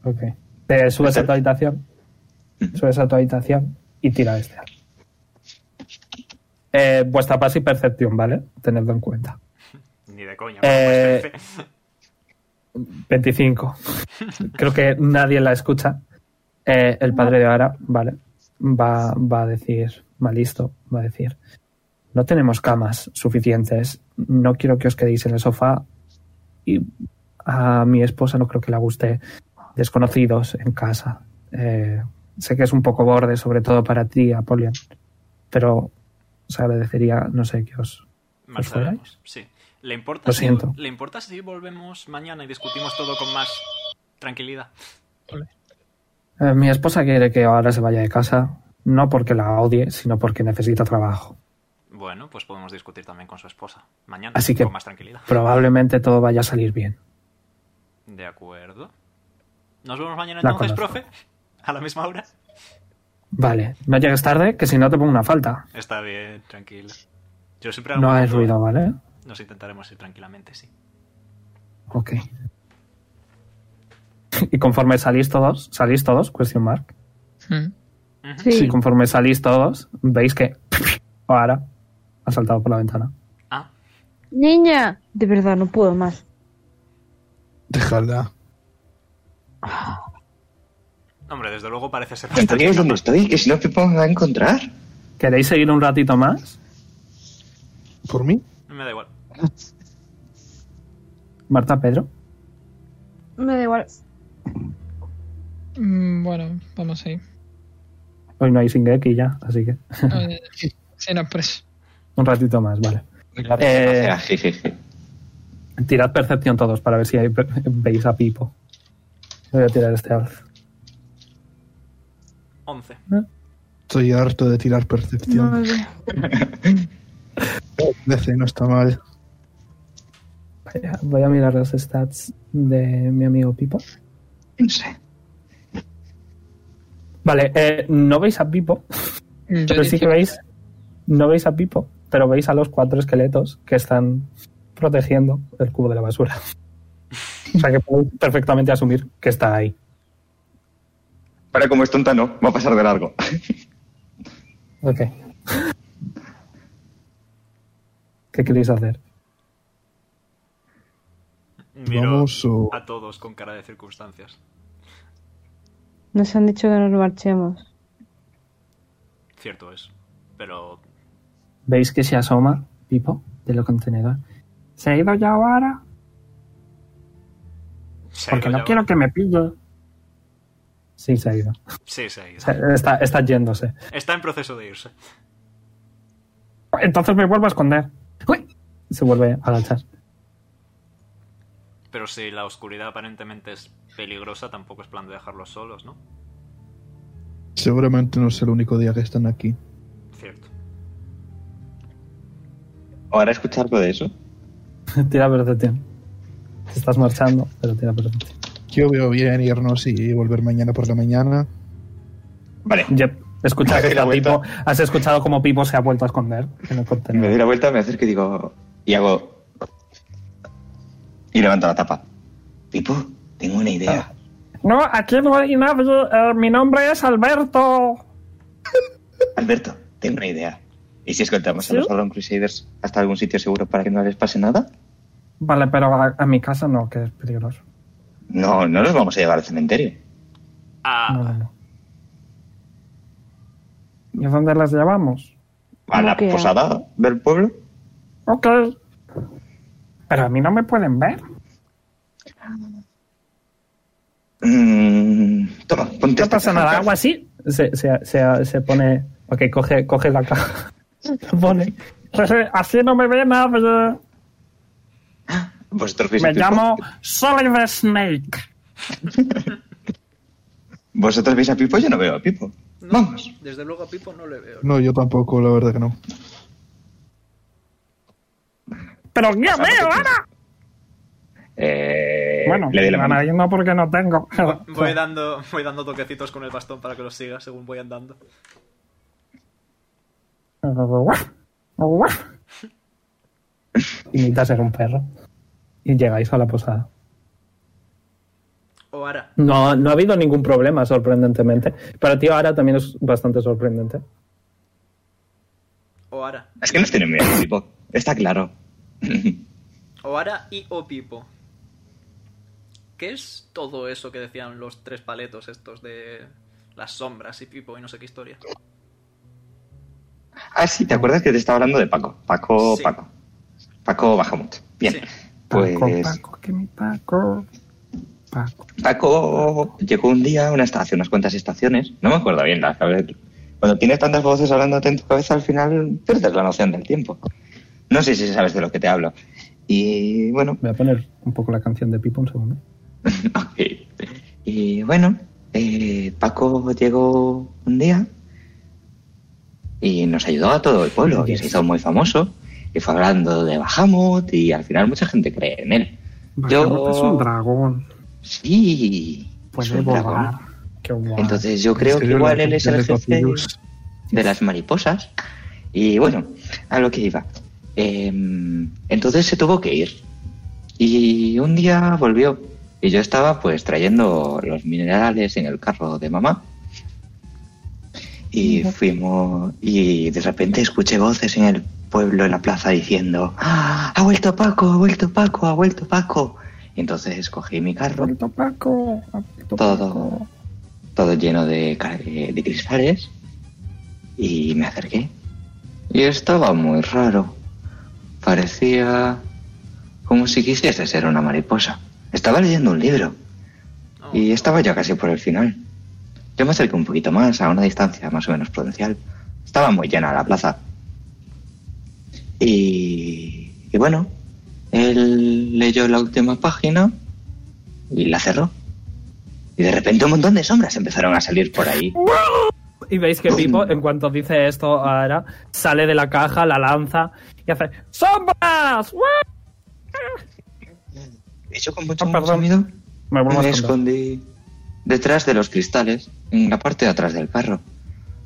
[SPEAKER 2] Ok. Te subes a tu habitación. Subes a tu habitación y tira este. Eh, vuestra paz y percepción, ¿vale? Tenedlo en cuenta.
[SPEAKER 1] Ni de coña.
[SPEAKER 2] Eh,
[SPEAKER 1] pues, jefe.
[SPEAKER 2] 25. Creo que nadie la escucha. Eh, el padre de Ara, vale, va, va a decir, va listo, va a decir, no tenemos camas suficientes, no quiero que os quedéis en el sofá y a mi esposa no creo que le guste desconocidos en casa. Eh, sé que es un poco borde, sobre todo para ti, Apolion, pero os agradecería, no sé, que os...
[SPEAKER 1] Más
[SPEAKER 2] ¿os fuerais?
[SPEAKER 1] sabemos, Sí. ¿Le importa,
[SPEAKER 2] Lo
[SPEAKER 1] si,
[SPEAKER 2] siento.
[SPEAKER 1] ¿Le importa si volvemos mañana y discutimos todo con más tranquilidad?
[SPEAKER 2] Eh, mi esposa quiere que ahora se vaya de casa, no porque la odie, sino porque necesita trabajo.
[SPEAKER 1] Bueno, pues podemos discutir también con su esposa. Mañana,
[SPEAKER 2] Así que-
[SPEAKER 1] con más tranquilidad.
[SPEAKER 2] Probablemente todo vaya a salir bien.
[SPEAKER 1] De acuerdo. ¿Nos vemos mañana
[SPEAKER 2] La
[SPEAKER 1] entonces,
[SPEAKER 2] conozco.
[SPEAKER 1] profe? ¿A la misma hora?
[SPEAKER 2] Vale, no llegues tarde, que si no te pongo una falta.
[SPEAKER 1] Está bien, tranquilo. Yo siempre
[SPEAKER 2] No hay
[SPEAKER 1] hay
[SPEAKER 2] ruido, ¿vale?
[SPEAKER 1] Nos intentaremos ir tranquilamente, sí.
[SPEAKER 2] Ok. Y conforme salís todos, salís todos, question mark.
[SPEAKER 7] Mm.
[SPEAKER 1] Ujú.
[SPEAKER 10] Sí.
[SPEAKER 2] Y conforme salís todos, veis que ahora ha saltado por la ventana.
[SPEAKER 1] Ah,
[SPEAKER 10] Niña, de verdad no puedo más.
[SPEAKER 3] Dejadla.
[SPEAKER 1] hombre, desde luego parece ser
[SPEAKER 9] ¿Te
[SPEAKER 1] bastante...
[SPEAKER 9] digo dónde estoy? Que si no Pipo me va a encontrar.
[SPEAKER 2] ¿Queréis seguir un ratito más?
[SPEAKER 3] ¿Por mí?
[SPEAKER 1] Me da igual.
[SPEAKER 2] Marta, Pedro.
[SPEAKER 6] Me da igual.
[SPEAKER 7] Mm, Bueno, vamos a ir.
[SPEAKER 2] Hoy no hay Singeki ya, así que
[SPEAKER 7] Eh, sí, no, pues.
[SPEAKER 2] un ratito más, vale.
[SPEAKER 9] O
[SPEAKER 2] Eh,
[SPEAKER 9] sea, jijiji.
[SPEAKER 2] tirad percepción todos para ver si ahí pe- veis a Pipo. Voy a tirar este alz.
[SPEAKER 1] 11.
[SPEAKER 3] Estoy harto de tirar percepción. DC no está mal.
[SPEAKER 2] Vaya, Voy a mirar los stats de mi amigo Pipo.
[SPEAKER 9] No sé.
[SPEAKER 2] Vale, eh, no veis a Pipo,
[SPEAKER 9] Mm.
[SPEAKER 7] Yo
[SPEAKER 2] pero sí que
[SPEAKER 7] 18.
[SPEAKER 2] veis. No veis a Pipo, pero veis a los cuatro esqueletos que están protegiendo el cubo de la basura. o sea que podéis perfectamente asumir que está ahí.
[SPEAKER 9] Ahora como es tonta no, va a pasar de largo.
[SPEAKER 2] Ok. ¿Qué queréis hacer?
[SPEAKER 1] Miro
[SPEAKER 3] Vamos o-
[SPEAKER 1] a todos con cara de circunstancias.
[SPEAKER 10] Nos han dicho que nos marchemos.
[SPEAKER 1] Cierto es. Pero
[SPEAKER 2] ¿Veis que se asoma Pipo de lo contenedor? ¿Se ha ido ya ahora?
[SPEAKER 1] se ha
[SPEAKER 2] Porque
[SPEAKER 1] ido
[SPEAKER 2] no
[SPEAKER 1] ya.
[SPEAKER 2] quiero que me pille. Sí, se ha ido.
[SPEAKER 1] Sí, se ha ido.
[SPEAKER 2] Se- Está, está yéndose.
[SPEAKER 1] Está en proceso de irse.
[SPEAKER 2] Entonces me vuelvo a esconder. ¡Uy! Se vuelve a agachar.
[SPEAKER 1] Pero si la oscuridad aparentemente es peligrosa, tampoco es plan de dejarlos solos, ¿no?
[SPEAKER 3] Seguramente no es el único día que están aquí.
[SPEAKER 1] Cierto.
[SPEAKER 9] Ahora escuchar algo de eso.
[SPEAKER 2] tira percepción. Te estás marchando, pero tira percepción.
[SPEAKER 3] Yo veo bien irnos y volver mañana por la mañana.
[SPEAKER 9] Vale,
[SPEAKER 2] Yep. Escuchas,
[SPEAKER 9] Me doy la
[SPEAKER 2] como
[SPEAKER 9] vuelta.
[SPEAKER 2] Pipo- has escuchado como Pipo se ha vuelto a esconder en el
[SPEAKER 9] Me
[SPEAKER 2] contenedor.
[SPEAKER 9] doy la vuelta, me acerco y digo. Y hago. Y levanto la tapa. Pipo, tengo una
[SPEAKER 2] Ah.
[SPEAKER 9] idea.
[SPEAKER 2] No, aquí no hay nadie. eh, mi nombre es Alberto.
[SPEAKER 9] Alberto, tengo una idea. ¿Y si escoltamos
[SPEAKER 2] ¿Sí?
[SPEAKER 9] a los Dragon Crusaders hasta algún sitio seguro para que no les pase nada?
[SPEAKER 2] Vale, pero a, a mi casa no, que es peligroso.
[SPEAKER 9] No, no los vamos a llevar al cementerio.
[SPEAKER 1] Ah,
[SPEAKER 2] No, no, no. ¿Y a dónde las llevamos?
[SPEAKER 9] ¿A la
[SPEAKER 10] que?
[SPEAKER 9] posada del pueblo?
[SPEAKER 2] Ok. Pero a mí no me pueden ver.
[SPEAKER 9] Mm, toma, ponte.
[SPEAKER 2] No
[SPEAKER 9] esta
[SPEAKER 2] pasa
[SPEAKER 9] caja
[SPEAKER 2] nada,
[SPEAKER 9] en
[SPEAKER 2] agua así. Se, se, se, se pone. Ok, coge, coge la caja. La pone. Jeje, Pues, eh, Así no me ve nadie.
[SPEAKER 9] casa. Vosotros veis a
[SPEAKER 2] Me
[SPEAKER 9] Pipo-
[SPEAKER 2] llamo Solid Snake.
[SPEAKER 9] Vosotros veis a Pipo, yo no veo a Pipo. Vamos.
[SPEAKER 1] Desde luego a Pipo no le veo.
[SPEAKER 3] No, yo tampoco, la verdad que no.
[SPEAKER 2] Pero guíame, Ana.
[SPEAKER 9] Eh,
[SPEAKER 2] Bueno,
[SPEAKER 9] le doy la mano.
[SPEAKER 2] Ana, yo no porque no tengo.
[SPEAKER 1] Voy dando, voy dando toquecitos con el bastón para que los siga según voy andando.
[SPEAKER 2] Imita ser un perro. Y llegáis a la posada.
[SPEAKER 1] O Ara.
[SPEAKER 2] No, no ha habido ningún problema, sorprendentemente. Para ti ahora también es bastante sorprendente.
[SPEAKER 1] O Ara.
[SPEAKER 9] Es que nos tienen miedo, Pipo. Está claro.
[SPEAKER 1] O Ara y O Pipo. ¿Qué es todo eso que decían los tres paletos estos de las sombras y Pipo y no sé qué historia?
[SPEAKER 9] Ah, sí, ¿te acuerdas que te estaba hablando de Paco? Paco,
[SPEAKER 1] Sí.
[SPEAKER 9] Paco. Paco Bajamut. Bien.
[SPEAKER 1] Sí.
[SPEAKER 9] Pues
[SPEAKER 2] Paco, Paco, que mi Paco. Paco.
[SPEAKER 9] Paco llegó un día a una esta- hace unas cuantas estaciones. No me acuerdo bien la cabeza. Cuando tienes tantas voces hablándote en tu cabeza, al final pierdes la noción del tiempo. No sé si sabes de lo que te hablo. Y bueno,
[SPEAKER 2] Voy a poner un poco la canción de Pipo un segundo.
[SPEAKER 9] Ok. Y bueno, eh, Paco llegó un día y nos ayudó a todo el pueblo y se hizo muy famoso y fue hablando de Bahamut y al final mucha gente cree en él. Yo-
[SPEAKER 2] Es un Pues dragón.
[SPEAKER 9] Sí, es
[SPEAKER 2] Puede
[SPEAKER 9] un
[SPEAKER 2] volar.
[SPEAKER 9] dragón.
[SPEAKER 2] Qué guay.
[SPEAKER 9] Entonces yo creo
[SPEAKER 6] Este
[SPEAKER 3] Es
[SPEAKER 9] que
[SPEAKER 3] yo
[SPEAKER 9] igual
[SPEAKER 3] la
[SPEAKER 9] él es el
[SPEAKER 3] gente de
[SPEAKER 9] jefe
[SPEAKER 3] Cocillus,
[SPEAKER 9] de las mariposas. Y bueno, a lo que iba. Eh, entonces se tuvo que ir. Y un día volvió. Y yo estaba pues trayendo los minerales en el carro de mamá. Y fuimos. Y de repente escuché voces en el pueblo, en la plaza, diciendo: "¡Ah! ¡Ha vuelto Paco! ¡Ha vuelto Paco! ¡Ha vuelto Paco! Y entonces cogí mi carro
[SPEAKER 2] Paco, Paco, Paco,
[SPEAKER 9] todo, todo lleno de, ca- eh, de cristales y me acerqué. Y estaba muy raro. Parecía como si quisiese ser una mariposa. Estaba leyendo un libro
[SPEAKER 1] No.
[SPEAKER 9] y estaba ya casi por el final. Yo me acerqué un poquito más, a una distancia más o menos prudencial. Estaba muy llena la plaza. Y, y bueno, él leyó la última página y la cerró. Y de repente un montón de sombras empezaron a salir por ahí.
[SPEAKER 2] Y veis que Pipo, en cuanto dice esto ahora, sale de la caja, la lanza y hace ¡Sombras! ¡Guau!
[SPEAKER 9] Y yo con mucho
[SPEAKER 2] Ah, perdón.
[SPEAKER 9] miedo
[SPEAKER 2] Me vuelvo a
[SPEAKER 9] me
[SPEAKER 2] esconder.
[SPEAKER 9] escondí detrás de los cristales, en la parte de atrás del carro.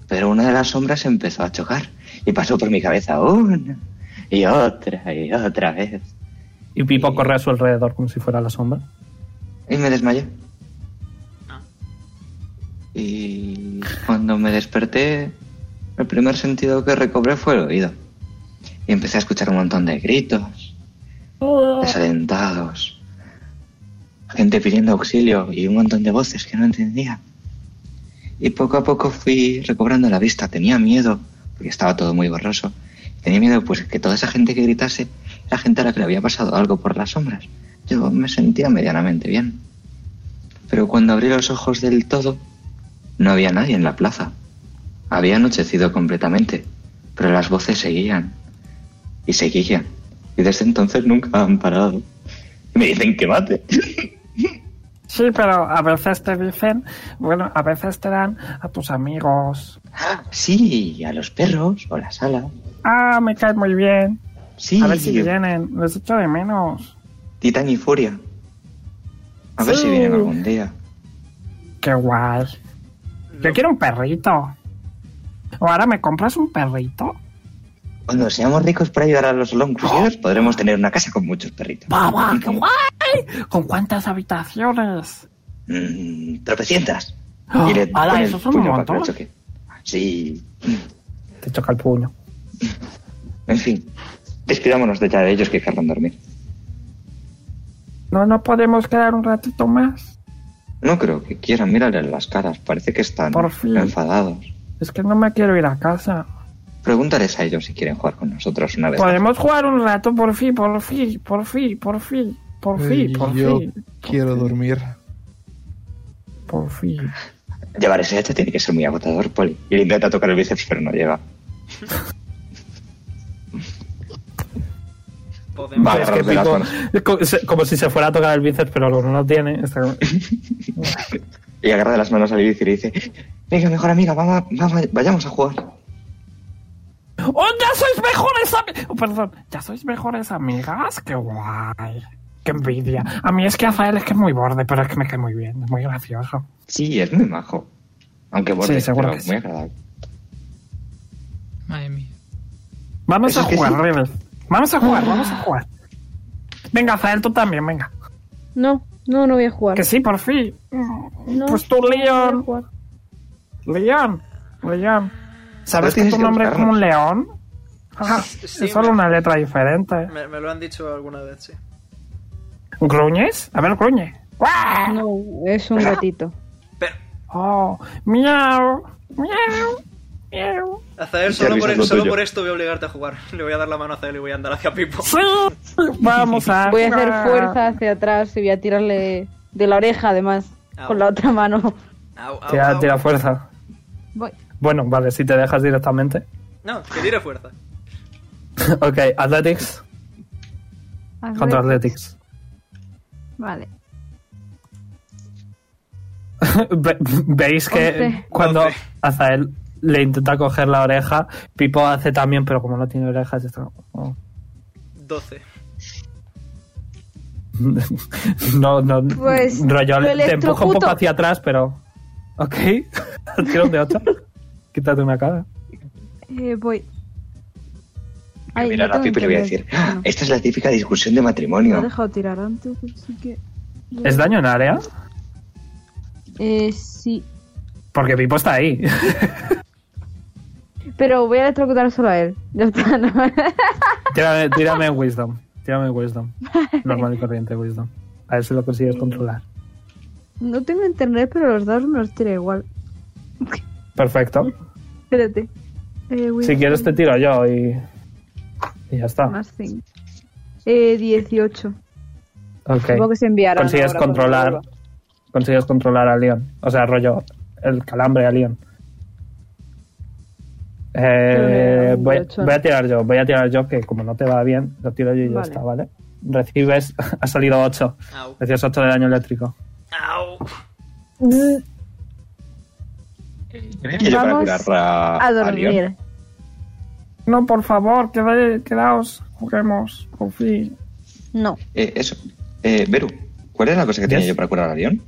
[SPEAKER 9] Pero una de las sombras empezó a chocar y pasó por mi cabeza una y otra y otra vez.
[SPEAKER 2] Y Pipo corre a su alrededor como si fuera la sombra.
[SPEAKER 9] Y me desmayé.
[SPEAKER 1] Ah.
[SPEAKER 9] Y cuando me desperté, el primer sentido que recobré fue el oído. Y empecé a escuchar un montón de gritos, desalentados, gente pidiendo auxilio y un montón de voces que no entendía. Y poco a poco fui recobrando la vista. Tenía miedo, porque estaba todo muy borroso. Tenía miedo pues que toda esa gente que gritase era gente a la que le había pasado algo por las sombras. Yo me sentía medianamente bien. Pero cuando abrí los ojos del todo, no había nadie en la plaza. Había anochecido completamente, pero las voces seguían. Y seguían. Y desde entonces nunca han parado. Y me dicen que mate.
[SPEAKER 2] Sí, pero a veces te dicen, bueno, a veces te dan a tus amigos.
[SPEAKER 9] Ah, Sí, a los perros o las alas.
[SPEAKER 2] Ah, me caes muy bien.
[SPEAKER 9] Sí,
[SPEAKER 2] A ver si vienen. Les echo de menos.
[SPEAKER 9] Titán y Furia. A ver
[SPEAKER 2] Sí.
[SPEAKER 9] si vienen algún día.
[SPEAKER 2] Qué guay. Yo quiero un perrito.
[SPEAKER 13] ¿O ahora me compras un perrito?
[SPEAKER 9] Cuando seamos ricos para ayudar a los Long Crusaders, podremos tener una casa con muchos perritos.
[SPEAKER 13] ¡Va, va, qué guay! ¿Con cuántas habitaciones?
[SPEAKER 9] Mm, tropecientas.
[SPEAKER 13] Ah,
[SPEAKER 9] Y le
[SPEAKER 13] ala,
[SPEAKER 9] pone el
[SPEAKER 13] eso es un
[SPEAKER 9] puño para que
[SPEAKER 13] montón.
[SPEAKER 9] lo choque. Sí.
[SPEAKER 2] Te choca el puño.
[SPEAKER 9] En fin. Despidámonos de ya de ellos que querrán dormir.
[SPEAKER 13] No, no podemos quedar un ratito más.
[SPEAKER 9] No creo que quieran. Mírale las caras. Parece que están
[SPEAKER 13] Por fin.
[SPEAKER 9] enfadados.
[SPEAKER 13] Es que no me quiero ir a casa.
[SPEAKER 9] Pregúntales a ellos si quieren jugar con nosotros una vez.
[SPEAKER 13] Podemos jugar un rato, por fin, por fin, por fin, por fin, por fin, por
[SPEAKER 3] yo
[SPEAKER 13] fin,
[SPEAKER 3] quiero dormir.
[SPEAKER 13] por fin.
[SPEAKER 9] Llevar ese hacha tiene que ser muy agotador, Poli. Y le intenta tocar el bíceps, pero no llega.
[SPEAKER 1] Podemos-
[SPEAKER 9] Vale,
[SPEAKER 2] Es que
[SPEAKER 9] rompe las
[SPEAKER 2] tipo,
[SPEAKER 9] manos.
[SPEAKER 2] co- se- como si se fuera a tocar el bíceps, pero no lo tiene. Está como-
[SPEAKER 9] Y agarra de las manos al bíceps y le dice: Venga, mejor amiga, vamos, vamos, vayamos a jugar.
[SPEAKER 13] ¡Oh, ya sois mejores amigas! perdón, ya sois mejores amigas. ¡Qué guay! ¡Qué envidia! A mí es que Azael es que es muy borde, pero es que me cae muy bien. Es muy gracioso.
[SPEAKER 9] Sí, es muy majo. Aunque borde,
[SPEAKER 13] Sí, seguro
[SPEAKER 9] pero
[SPEAKER 13] que sí.
[SPEAKER 9] muy agradable.
[SPEAKER 6] Madre mía.
[SPEAKER 13] Vamos
[SPEAKER 9] Pues
[SPEAKER 13] a
[SPEAKER 9] es que
[SPEAKER 13] jugar,
[SPEAKER 9] sí.
[SPEAKER 13] Rebel. Vamos a jugar, vamos a jugar. Venga, Azael, tú también, venga.
[SPEAKER 10] No, no, no voy a jugar.
[SPEAKER 13] Que sí, por fin.
[SPEAKER 10] No,
[SPEAKER 13] Pues tú,
[SPEAKER 10] no voy a
[SPEAKER 13] Leon.
[SPEAKER 10] jugar.
[SPEAKER 13] León, León. ¿Sabes que
[SPEAKER 9] tienes
[SPEAKER 13] tu
[SPEAKER 9] que
[SPEAKER 13] nombre es como un león? Ah,
[SPEAKER 1] Sí,
[SPEAKER 13] es solo
[SPEAKER 1] me-
[SPEAKER 13] una letra diferente.
[SPEAKER 1] Me, me lo han dicho alguna vez, sí.
[SPEAKER 13] ¿Gruñes? A ver, gruñe. ¡Guau!
[SPEAKER 10] No, es un gatito.
[SPEAKER 1] Pero,
[SPEAKER 13] Oh, miau, miau, miau.
[SPEAKER 1] Azael,
[SPEAKER 9] Ya
[SPEAKER 1] solo, por,
[SPEAKER 9] avisas lo
[SPEAKER 1] solo
[SPEAKER 9] tuyo.
[SPEAKER 1] por esto voy a obligarte a jugar. Le voy a dar la mano a Azael y voy a andar hacia Pipo.
[SPEAKER 13] Sí, vamos a.
[SPEAKER 10] Voy a hacer
[SPEAKER 13] jugar.
[SPEAKER 10] fuerza hacia atrás y voy a tirarle de la oreja, además,
[SPEAKER 1] Ah,
[SPEAKER 10] con la otra mano.
[SPEAKER 1] Au, au,
[SPEAKER 2] Tira,
[SPEAKER 1] au.
[SPEAKER 2] tira fuerza.
[SPEAKER 10] Voy.
[SPEAKER 2] Bueno, vale, si te dejas directamente.
[SPEAKER 1] No, que tire fuerza.
[SPEAKER 2] Ok, Athletics contra Athletics.
[SPEAKER 10] Vale.
[SPEAKER 2] Ve- Veis que
[SPEAKER 10] Once.
[SPEAKER 2] cuando
[SPEAKER 1] Once.
[SPEAKER 2] Azael le intenta coger la oreja, Pipo hace también, pero como no tiene orejas, está como-
[SPEAKER 1] 12.
[SPEAKER 2] No, no.
[SPEAKER 10] Pues,
[SPEAKER 2] rollo,
[SPEAKER 10] lo
[SPEAKER 2] te empuja un poco
[SPEAKER 10] electrocuto.
[SPEAKER 2] hacia atrás, pero. Ok. Tira un de 8. Quítate una cara.
[SPEAKER 10] Eh, voy.
[SPEAKER 9] Voy a
[SPEAKER 10] Ay,
[SPEAKER 9] mirar
[SPEAKER 10] no
[SPEAKER 9] a Pipo y le voy a decir:
[SPEAKER 10] tengo
[SPEAKER 9] "Ah,
[SPEAKER 10] internet.
[SPEAKER 9] Esta es la típica discusión de
[SPEAKER 10] Bueno, Lo he
[SPEAKER 9] matrimonio.
[SPEAKER 10] dejado tirar antes, así que...
[SPEAKER 2] ¿Es daño en área?
[SPEAKER 10] Eh, sí.
[SPEAKER 2] Porque Pipo está ahí.
[SPEAKER 10] Pero voy a electrocutar solo a él. Ya está, ¿no?
[SPEAKER 2] tírame, tírame Wisdom. Tírame Wisdom. Normal y corriente Wisdom. A ver si lo consigues controlar.
[SPEAKER 10] No tengo internet, pero los dados me los tira igual.
[SPEAKER 2] Perfecto.
[SPEAKER 10] Espérate. Eh, voy
[SPEAKER 2] Si
[SPEAKER 10] a-
[SPEAKER 2] quieres, te tiro yo y. Y ya está.
[SPEAKER 10] Más cinco. Eh, 18. Supongo
[SPEAKER 2] Ok.
[SPEAKER 10] que se enviará.
[SPEAKER 2] Consigues controlar. Consigues controlar a Leon. O sea, rollo. El calambre a Leon. Eh,
[SPEAKER 10] Pero,
[SPEAKER 2] voy,
[SPEAKER 10] ocho,
[SPEAKER 2] voy a
[SPEAKER 10] ¿no?
[SPEAKER 2] tirar yo, voy a tirar yo, que como no te va bien, lo tiro yo y ya
[SPEAKER 10] Vale.
[SPEAKER 2] está, ¿vale? Recibes, ha salido 8,
[SPEAKER 1] Au.
[SPEAKER 2] recibes 8 de daño eléctrico.
[SPEAKER 1] Au.
[SPEAKER 9] Y yo para
[SPEAKER 10] Vamos
[SPEAKER 9] curar a,
[SPEAKER 10] A
[SPEAKER 9] a Leon.
[SPEAKER 10] dormir.
[SPEAKER 13] No, por favor, queda- quedaos, juguemos, por fin.
[SPEAKER 10] No.
[SPEAKER 9] Eh, eso. Eh, Beru, ¿cuál era la cosa que tenía
[SPEAKER 2] Yes.
[SPEAKER 9] yo para curar a Leon?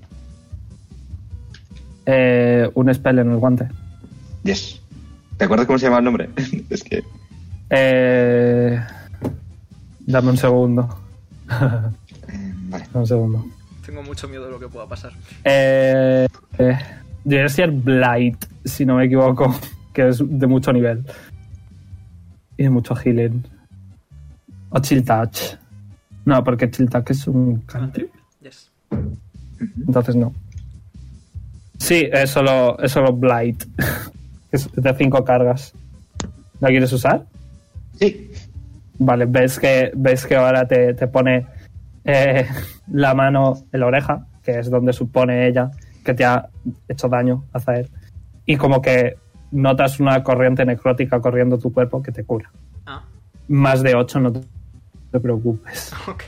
[SPEAKER 2] Eh, un spell en el guante.
[SPEAKER 9] Yes. ¿Te acuerdas cómo se llama el nombre? es que.
[SPEAKER 2] Eh, dame un segundo.
[SPEAKER 9] eh, vale.
[SPEAKER 2] un segundo.
[SPEAKER 1] Tengo mucho miedo de lo que pueda pasar.
[SPEAKER 2] Eh, eh, debería ser Blight, si no me equivoco, que es de mucho nivel. Y de mucho healing. O Chill Touch. No, porque Chill Touch es un cantrip.
[SPEAKER 1] Yes.
[SPEAKER 2] Entonces no. Sí, es solo, es solo Blight. es de 5 cargas. ¿La quieres usar?
[SPEAKER 9] Sí.
[SPEAKER 2] Vale, ves que, ves que ahora te, te pone eh, la mano en la oreja, que es donde supone ella que te ha hecho daño a Zael. Y como que notas una corriente necrótica corriendo tu cuerpo que te cura.
[SPEAKER 1] Ah,
[SPEAKER 2] Más de 8, no te te preocupes.
[SPEAKER 1] ok.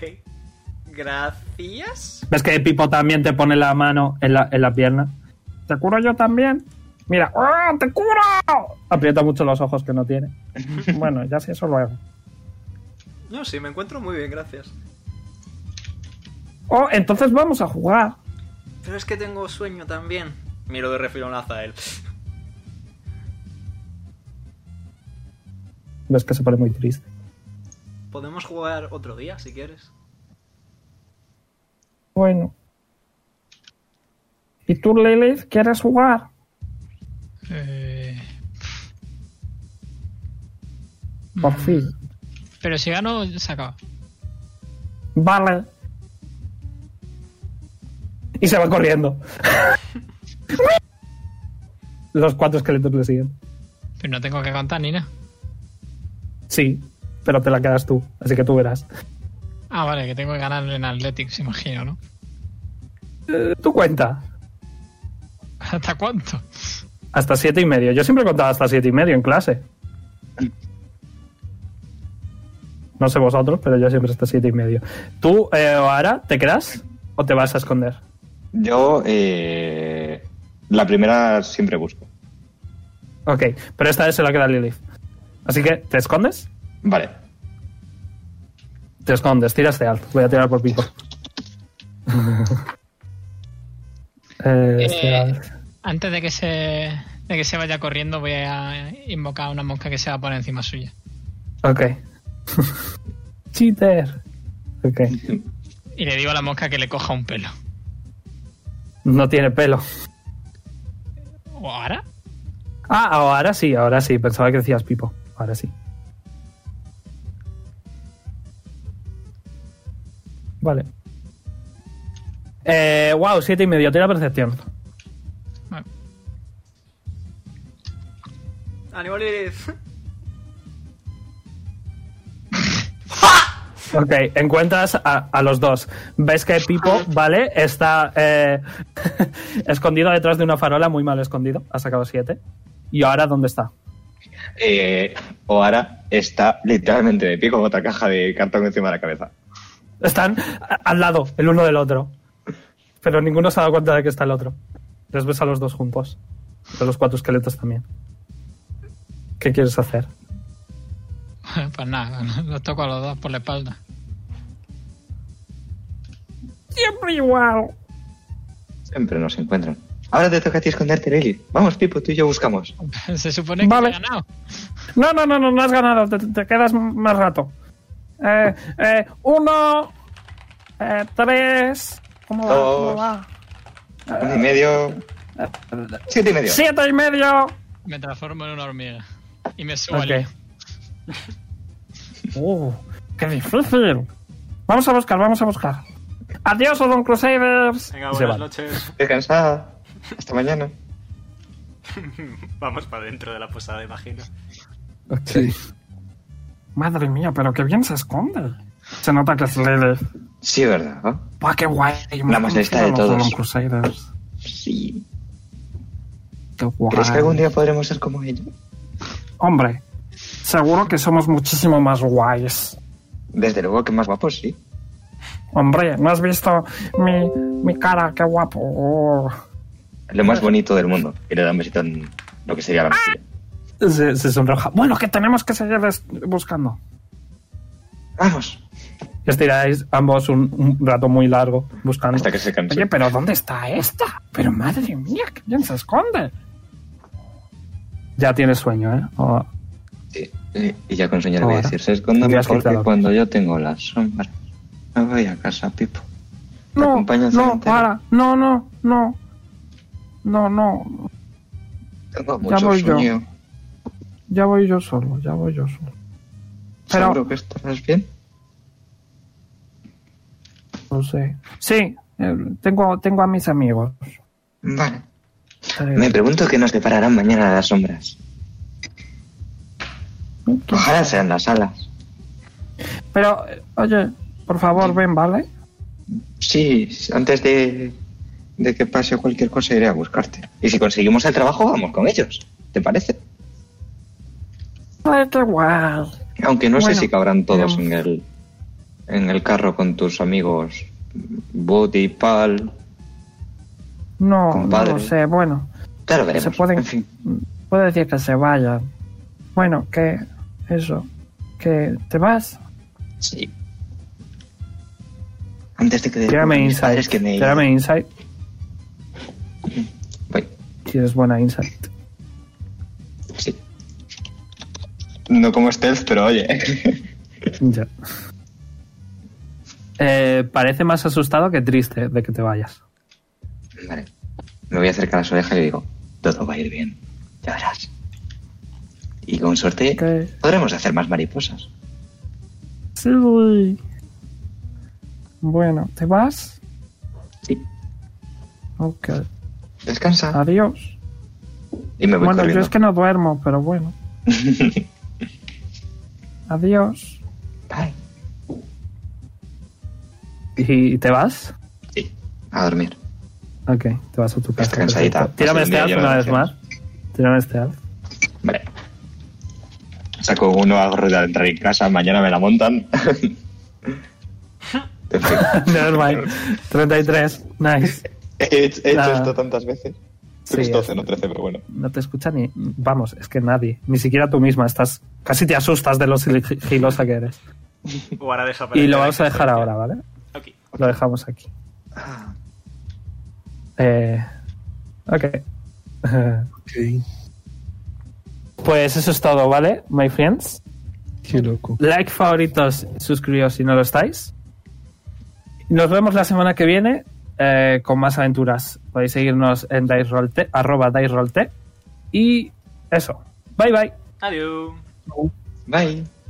[SPEAKER 1] Gracias.
[SPEAKER 2] Ves que Pipo también te pone la mano en la, en la pierna. ¿Te curo yo también? Mira, ¡ah, ¡te curo! Aprieta mucho los ojos que no tiene. Bueno, ya sé eso luego.
[SPEAKER 1] No, sí, me encuentro muy bien, gracias.
[SPEAKER 2] Oh, entonces vamos a jugar.
[SPEAKER 1] Pero es que tengo sueño también. Miro de refilón a Azael.
[SPEAKER 2] Ves que se pone muy triste.
[SPEAKER 1] Podemos jugar otro día si quieres.
[SPEAKER 2] Bueno. ¿Y tú, Lilith, quieres jugar?
[SPEAKER 7] Eh,
[SPEAKER 2] Por fin.
[SPEAKER 7] mm. pero si gano, se acaba.
[SPEAKER 2] Vale. Y se va corriendo. Los cuatro esqueletos le siguen.
[SPEAKER 7] Pero no tengo que contar ni nada.
[SPEAKER 2] Sí, pero te la quedas tú, así que tú verás.
[SPEAKER 7] Ah, vale, que tengo que ganar en Athletics, imagino, ¿no?
[SPEAKER 2] Eh, tú cuenta.
[SPEAKER 7] ¿Hasta cuánto?
[SPEAKER 2] Hasta siete y medio. Yo siempre contaba hasta siete y medio en clase.
[SPEAKER 7] Mm.
[SPEAKER 2] No sé vosotros, pero yo siempre hasta siete y medio. ¿Tú, eh, ahora, te quedas o te vas a esconder?
[SPEAKER 9] Yo, eh, la primera siempre busco.
[SPEAKER 2] Ok, pero esta vez se la queda Lilith. Así que, ¿te escondes?
[SPEAKER 9] Vale.
[SPEAKER 2] Te escondes, tiras de alto. Voy a tirar por pico. Eh,
[SPEAKER 7] Eh,
[SPEAKER 2] este-
[SPEAKER 7] antes de que se de que se vaya corriendo, voy a invocar a una mosca que se va a poner encima suya.
[SPEAKER 2] Ok. Cheater. Ok.
[SPEAKER 7] Y le digo a la mosca que le coja un pelo.
[SPEAKER 2] No tiene pelo.
[SPEAKER 7] ¿O ahora?
[SPEAKER 2] Ah, ahora sí, ahora sí. Pensaba que decías pipo. Ahora sí. Vale. Eh, wow, siete y medio. Tira percepción.
[SPEAKER 1] ¡Ánimo, Lilith!
[SPEAKER 2] Ok, encuentras a, a los dos. Ves que Pipo, ¿vale? Está eh, escondido detrás de una farola, muy mal escondido. Ha sacado siete. ¿Y ahora dónde está?
[SPEAKER 9] Eh, Oara está literalmente de pie con otra caja de cartón encima de la cabeza.
[SPEAKER 2] Están a- al lado, el uno del otro. Pero ninguno se ha dado cuenta de que está el otro. Les ves a los dos juntos. A los cuatro esqueletos también. ¿Qué quieres hacer?
[SPEAKER 7] Pues nada, los toco a los dos por la espalda.
[SPEAKER 2] Siempre igual.
[SPEAKER 9] Siempre nos encuentran. Ahora te toca a ti esconderte, Lily. Vamos, Pipo, tú y yo buscamos.
[SPEAKER 7] Se supone que
[SPEAKER 2] Vale.
[SPEAKER 7] he ganado.
[SPEAKER 2] No, no, no, no, no has ganado. Te, te quedas m- más rato. Eh, eh, uno. eh, tres. ¿Cómo va? ¿Cómo
[SPEAKER 9] Dos.
[SPEAKER 2] va?
[SPEAKER 9] Uno y medio. Siete y medio.
[SPEAKER 2] Siete y medio.
[SPEAKER 7] Me transformo en una hormiga. Y me subo al
[SPEAKER 2] Ok. Uh, qué difícil. Vamos a buscar, vamos a buscar. Adiós, Odon Crusaders.
[SPEAKER 1] Venga, Ah,
[SPEAKER 2] Y se
[SPEAKER 1] buenas
[SPEAKER 2] van.
[SPEAKER 1] noches.
[SPEAKER 9] Descansada. Hasta mañana.
[SPEAKER 1] Vamos para dentro de la posada, imagino.
[SPEAKER 3] Sí.
[SPEAKER 2] Madre mía, pero qué bien se esconde. Se nota que es Lele.
[SPEAKER 9] Sí, ¿verdad?
[SPEAKER 2] ¡Buah, qué guay!
[SPEAKER 9] La más lista de
[SPEAKER 2] Los
[SPEAKER 9] todos.
[SPEAKER 2] Odon Crusaders.
[SPEAKER 9] Sí.
[SPEAKER 2] Qué guay.
[SPEAKER 9] ¿Crees que algún día podremos ser como ella?
[SPEAKER 2] Hombre, seguro que somos muchísimo más guays.
[SPEAKER 9] Desde luego que más guapos, sí.
[SPEAKER 2] Hombre, ¿no has visto mi, mi cara? ¡Qué guapo! Oh.
[SPEAKER 9] Lo más bonito del mundo. Y le da un besito en lo que sería la mejilla.
[SPEAKER 2] Ah. Se, se sonroja. Bueno, que tenemos que seguir des- buscando.
[SPEAKER 9] Vamos.
[SPEAKER 2] Estiráis ambos un, un rato muy largo buscando.
[SPEAKER 9] Hasta que se canse.
[SPEAKER 2] Oye, pero ¿dónde está esta? Pero madre mía, que bien se esconde. Ya tienes sueño, ¿eh? O-
[SPEAKER 9] Sí. Eh, Y ya con sueño le voy a
[SPEAKER 2] Ahora.
[SPEAKER 9] decir, se escóndame
[SPEAKER 2] Ya has
[SPEAKER 9] porque
[SPEAKER 2] quitado.
[SPEAKER 9] cuando yo tengo la sombra, me voy a casa, Pipo. Me
[SPEAKER 2] No,
[SPEAKER 9] acompaña al
[SPEAKER 2] no,
[SPEAKER 9] cementerio.
[SPEAKER 2] para. No, no, no. No, no.
[SPEAKER 9] Tengo
[SPEAKER 2] Ya
[SPEAKER 9] mucho
[SPEAKER 2] voy yo.
[SPEAKER 9] sueño.
[SPEAKER 2] Ya voy yo solo, ya voy yo solo. Pero-
[SPEAKER 9] ¿Seguro que estarás bien?
[SPEAKER 2] No sé. Sí, eh, tengo, tengo a mis amigos.
[SPEAKER 9] Vale. Me pregunto qué nos depararán mañana las sombras. Ojalá sean las alas.
[SPEAKER 2] Pero, eh, oye, por favor, ven, ¿vale?
[SPEAKER 9] Sí, antes de, de que pase cualquier cosa iré a buscarte. Y si conseguimos el trabajo, vamos con ellos. ¿Te parece?
[SPEAKER 2] Ay, qué guay.
[SPEAKER 9] Aunque no
[SPEAKER 2] Bueno,
[SPEAKER 9] sé si cabrán todos
[SPEAKER 2] veremos.
[SPEAKER 9] en el, en el carro con tus amigos Buddy, Pal.
[SPEAKER 2] No,
[SPEAKER 9] Compadre.
[SPEAKER 2] no lo sé. Bueno,
[SPEAKER 9] Ya lo veremos.
[SPEAKER 2] Se pueden-
[SPEAKER 9] En fin,
[SPEAKER 2] puedo decir que se vayan. Bueno, que eso, que te vas.
[SPEAKER 9] sí. Antes de que digan
[SPEAKER 2] Tírame
[SPEAKER 9] mis padres
[SPEAKER 2] insight.
[SPEAKER 9] que me...
[SPEAKER 2] Tírame insight.
[SPEAKER 9] Voy.
[SPEAKER 2] Tienes buena insight.
[SPEAKER 9] Sí. No como stealth, pero oye.
[SPEAKER 2] Ya. Eh, parece más asustado que triste de que te vayas.
[SPEAKER 9] Vale. Me voy a acercar a su oreja y digo, todo va a ir bien. Ya verás. Y con suerte
[SPEAKER 2] Ok.
[SPEAKER 9] podremos hacer más mariposas.
[SPEAKER 2] Sí. Bueno, ¿te vas?
[SPEAKER 9] Sí.
[SPEAKER 2] Ok.
[SPEAKER 9] Descansa.
[SPEAKER 2] Adiós.
[SPEAKER 9] Y me voy
[SPEAKER 2] Bueno, yo
[SPEAKER 9] corriendo.
[SPEAKER 2] es que no duermo, pero bueno. Adiós.
[SPEAKER 9] Bye.
[SPEAKER 2] ¿Y te vas?
[SPEAKER 9] Sí. A dormir.
[SPEAKER 2] Ok, te vas a tu casa.
[SPEAKER 9] Está cansadita.
[SPEAKER 2] perfecto.
[SPEAKER 9] Pasa
[SPEAKER 2] Tírame
[SPEAKER 9] el
[SPEAKER 2] este
[SPEAKER 9] día
[SPEAKER 2] alto
[SPEAKER 9] lleno de
[SPEAKER 2] una vez más.
[SPEAKER 9] emociones.
[SPEAKER 2] Tírame este alto.
[SPEAKER 9] Vale. Saco uno, hago rueda de entrar en casa, mañana me la montan. Perfecto.
[SPEAKER 2] Never mind. 33. Nice.
[SPEAKER 9] He hecho, he hecho
[SPEAKER 2] Nada.
[SPEAKER 9] esto tantas veces.
[SPEAKER 2] Sí,
[SPEAKER 9] Tres,
[SPEAKER 2] es-
[SPEAKER 9] 12, no 13, pero bueno.
[SPEAKER 2] No te escucha ni. Vamos, es que nadie. Ni siquiera tú misma. Estás. Casi te asustas de lo sigilosa que eres.
[SPEAKER 1] O hará desaparecer.
[SPEAKER 2] Y lo vamos a
[SPEAKER 1] la
[SPEAKER 2] dejar
[SPEAKER 1] existencia.
[SPEAKER 2] ahora, ¿vale?
[SPEAKER 1] Ok.
[SPEAKER 2] Lo dejamos aquí.
[SPEAKER 9] Ah.
[SPEAKER 2] Eh, ok. Pues eso es todo, ¿vale? My friends.
[SPEAKER 3] Qué loco.
[SPEAKER 2] Like, favoritos, suscribíos si no lo estáis. Nos vemos la semana que viene eh, con más aventuras. Podéis seguirnos en diceRollT, arroba diceRollT. Y eso. Bye bye.
[SPEAKER 1] Adiós.
[SPEAKER 9] Bye.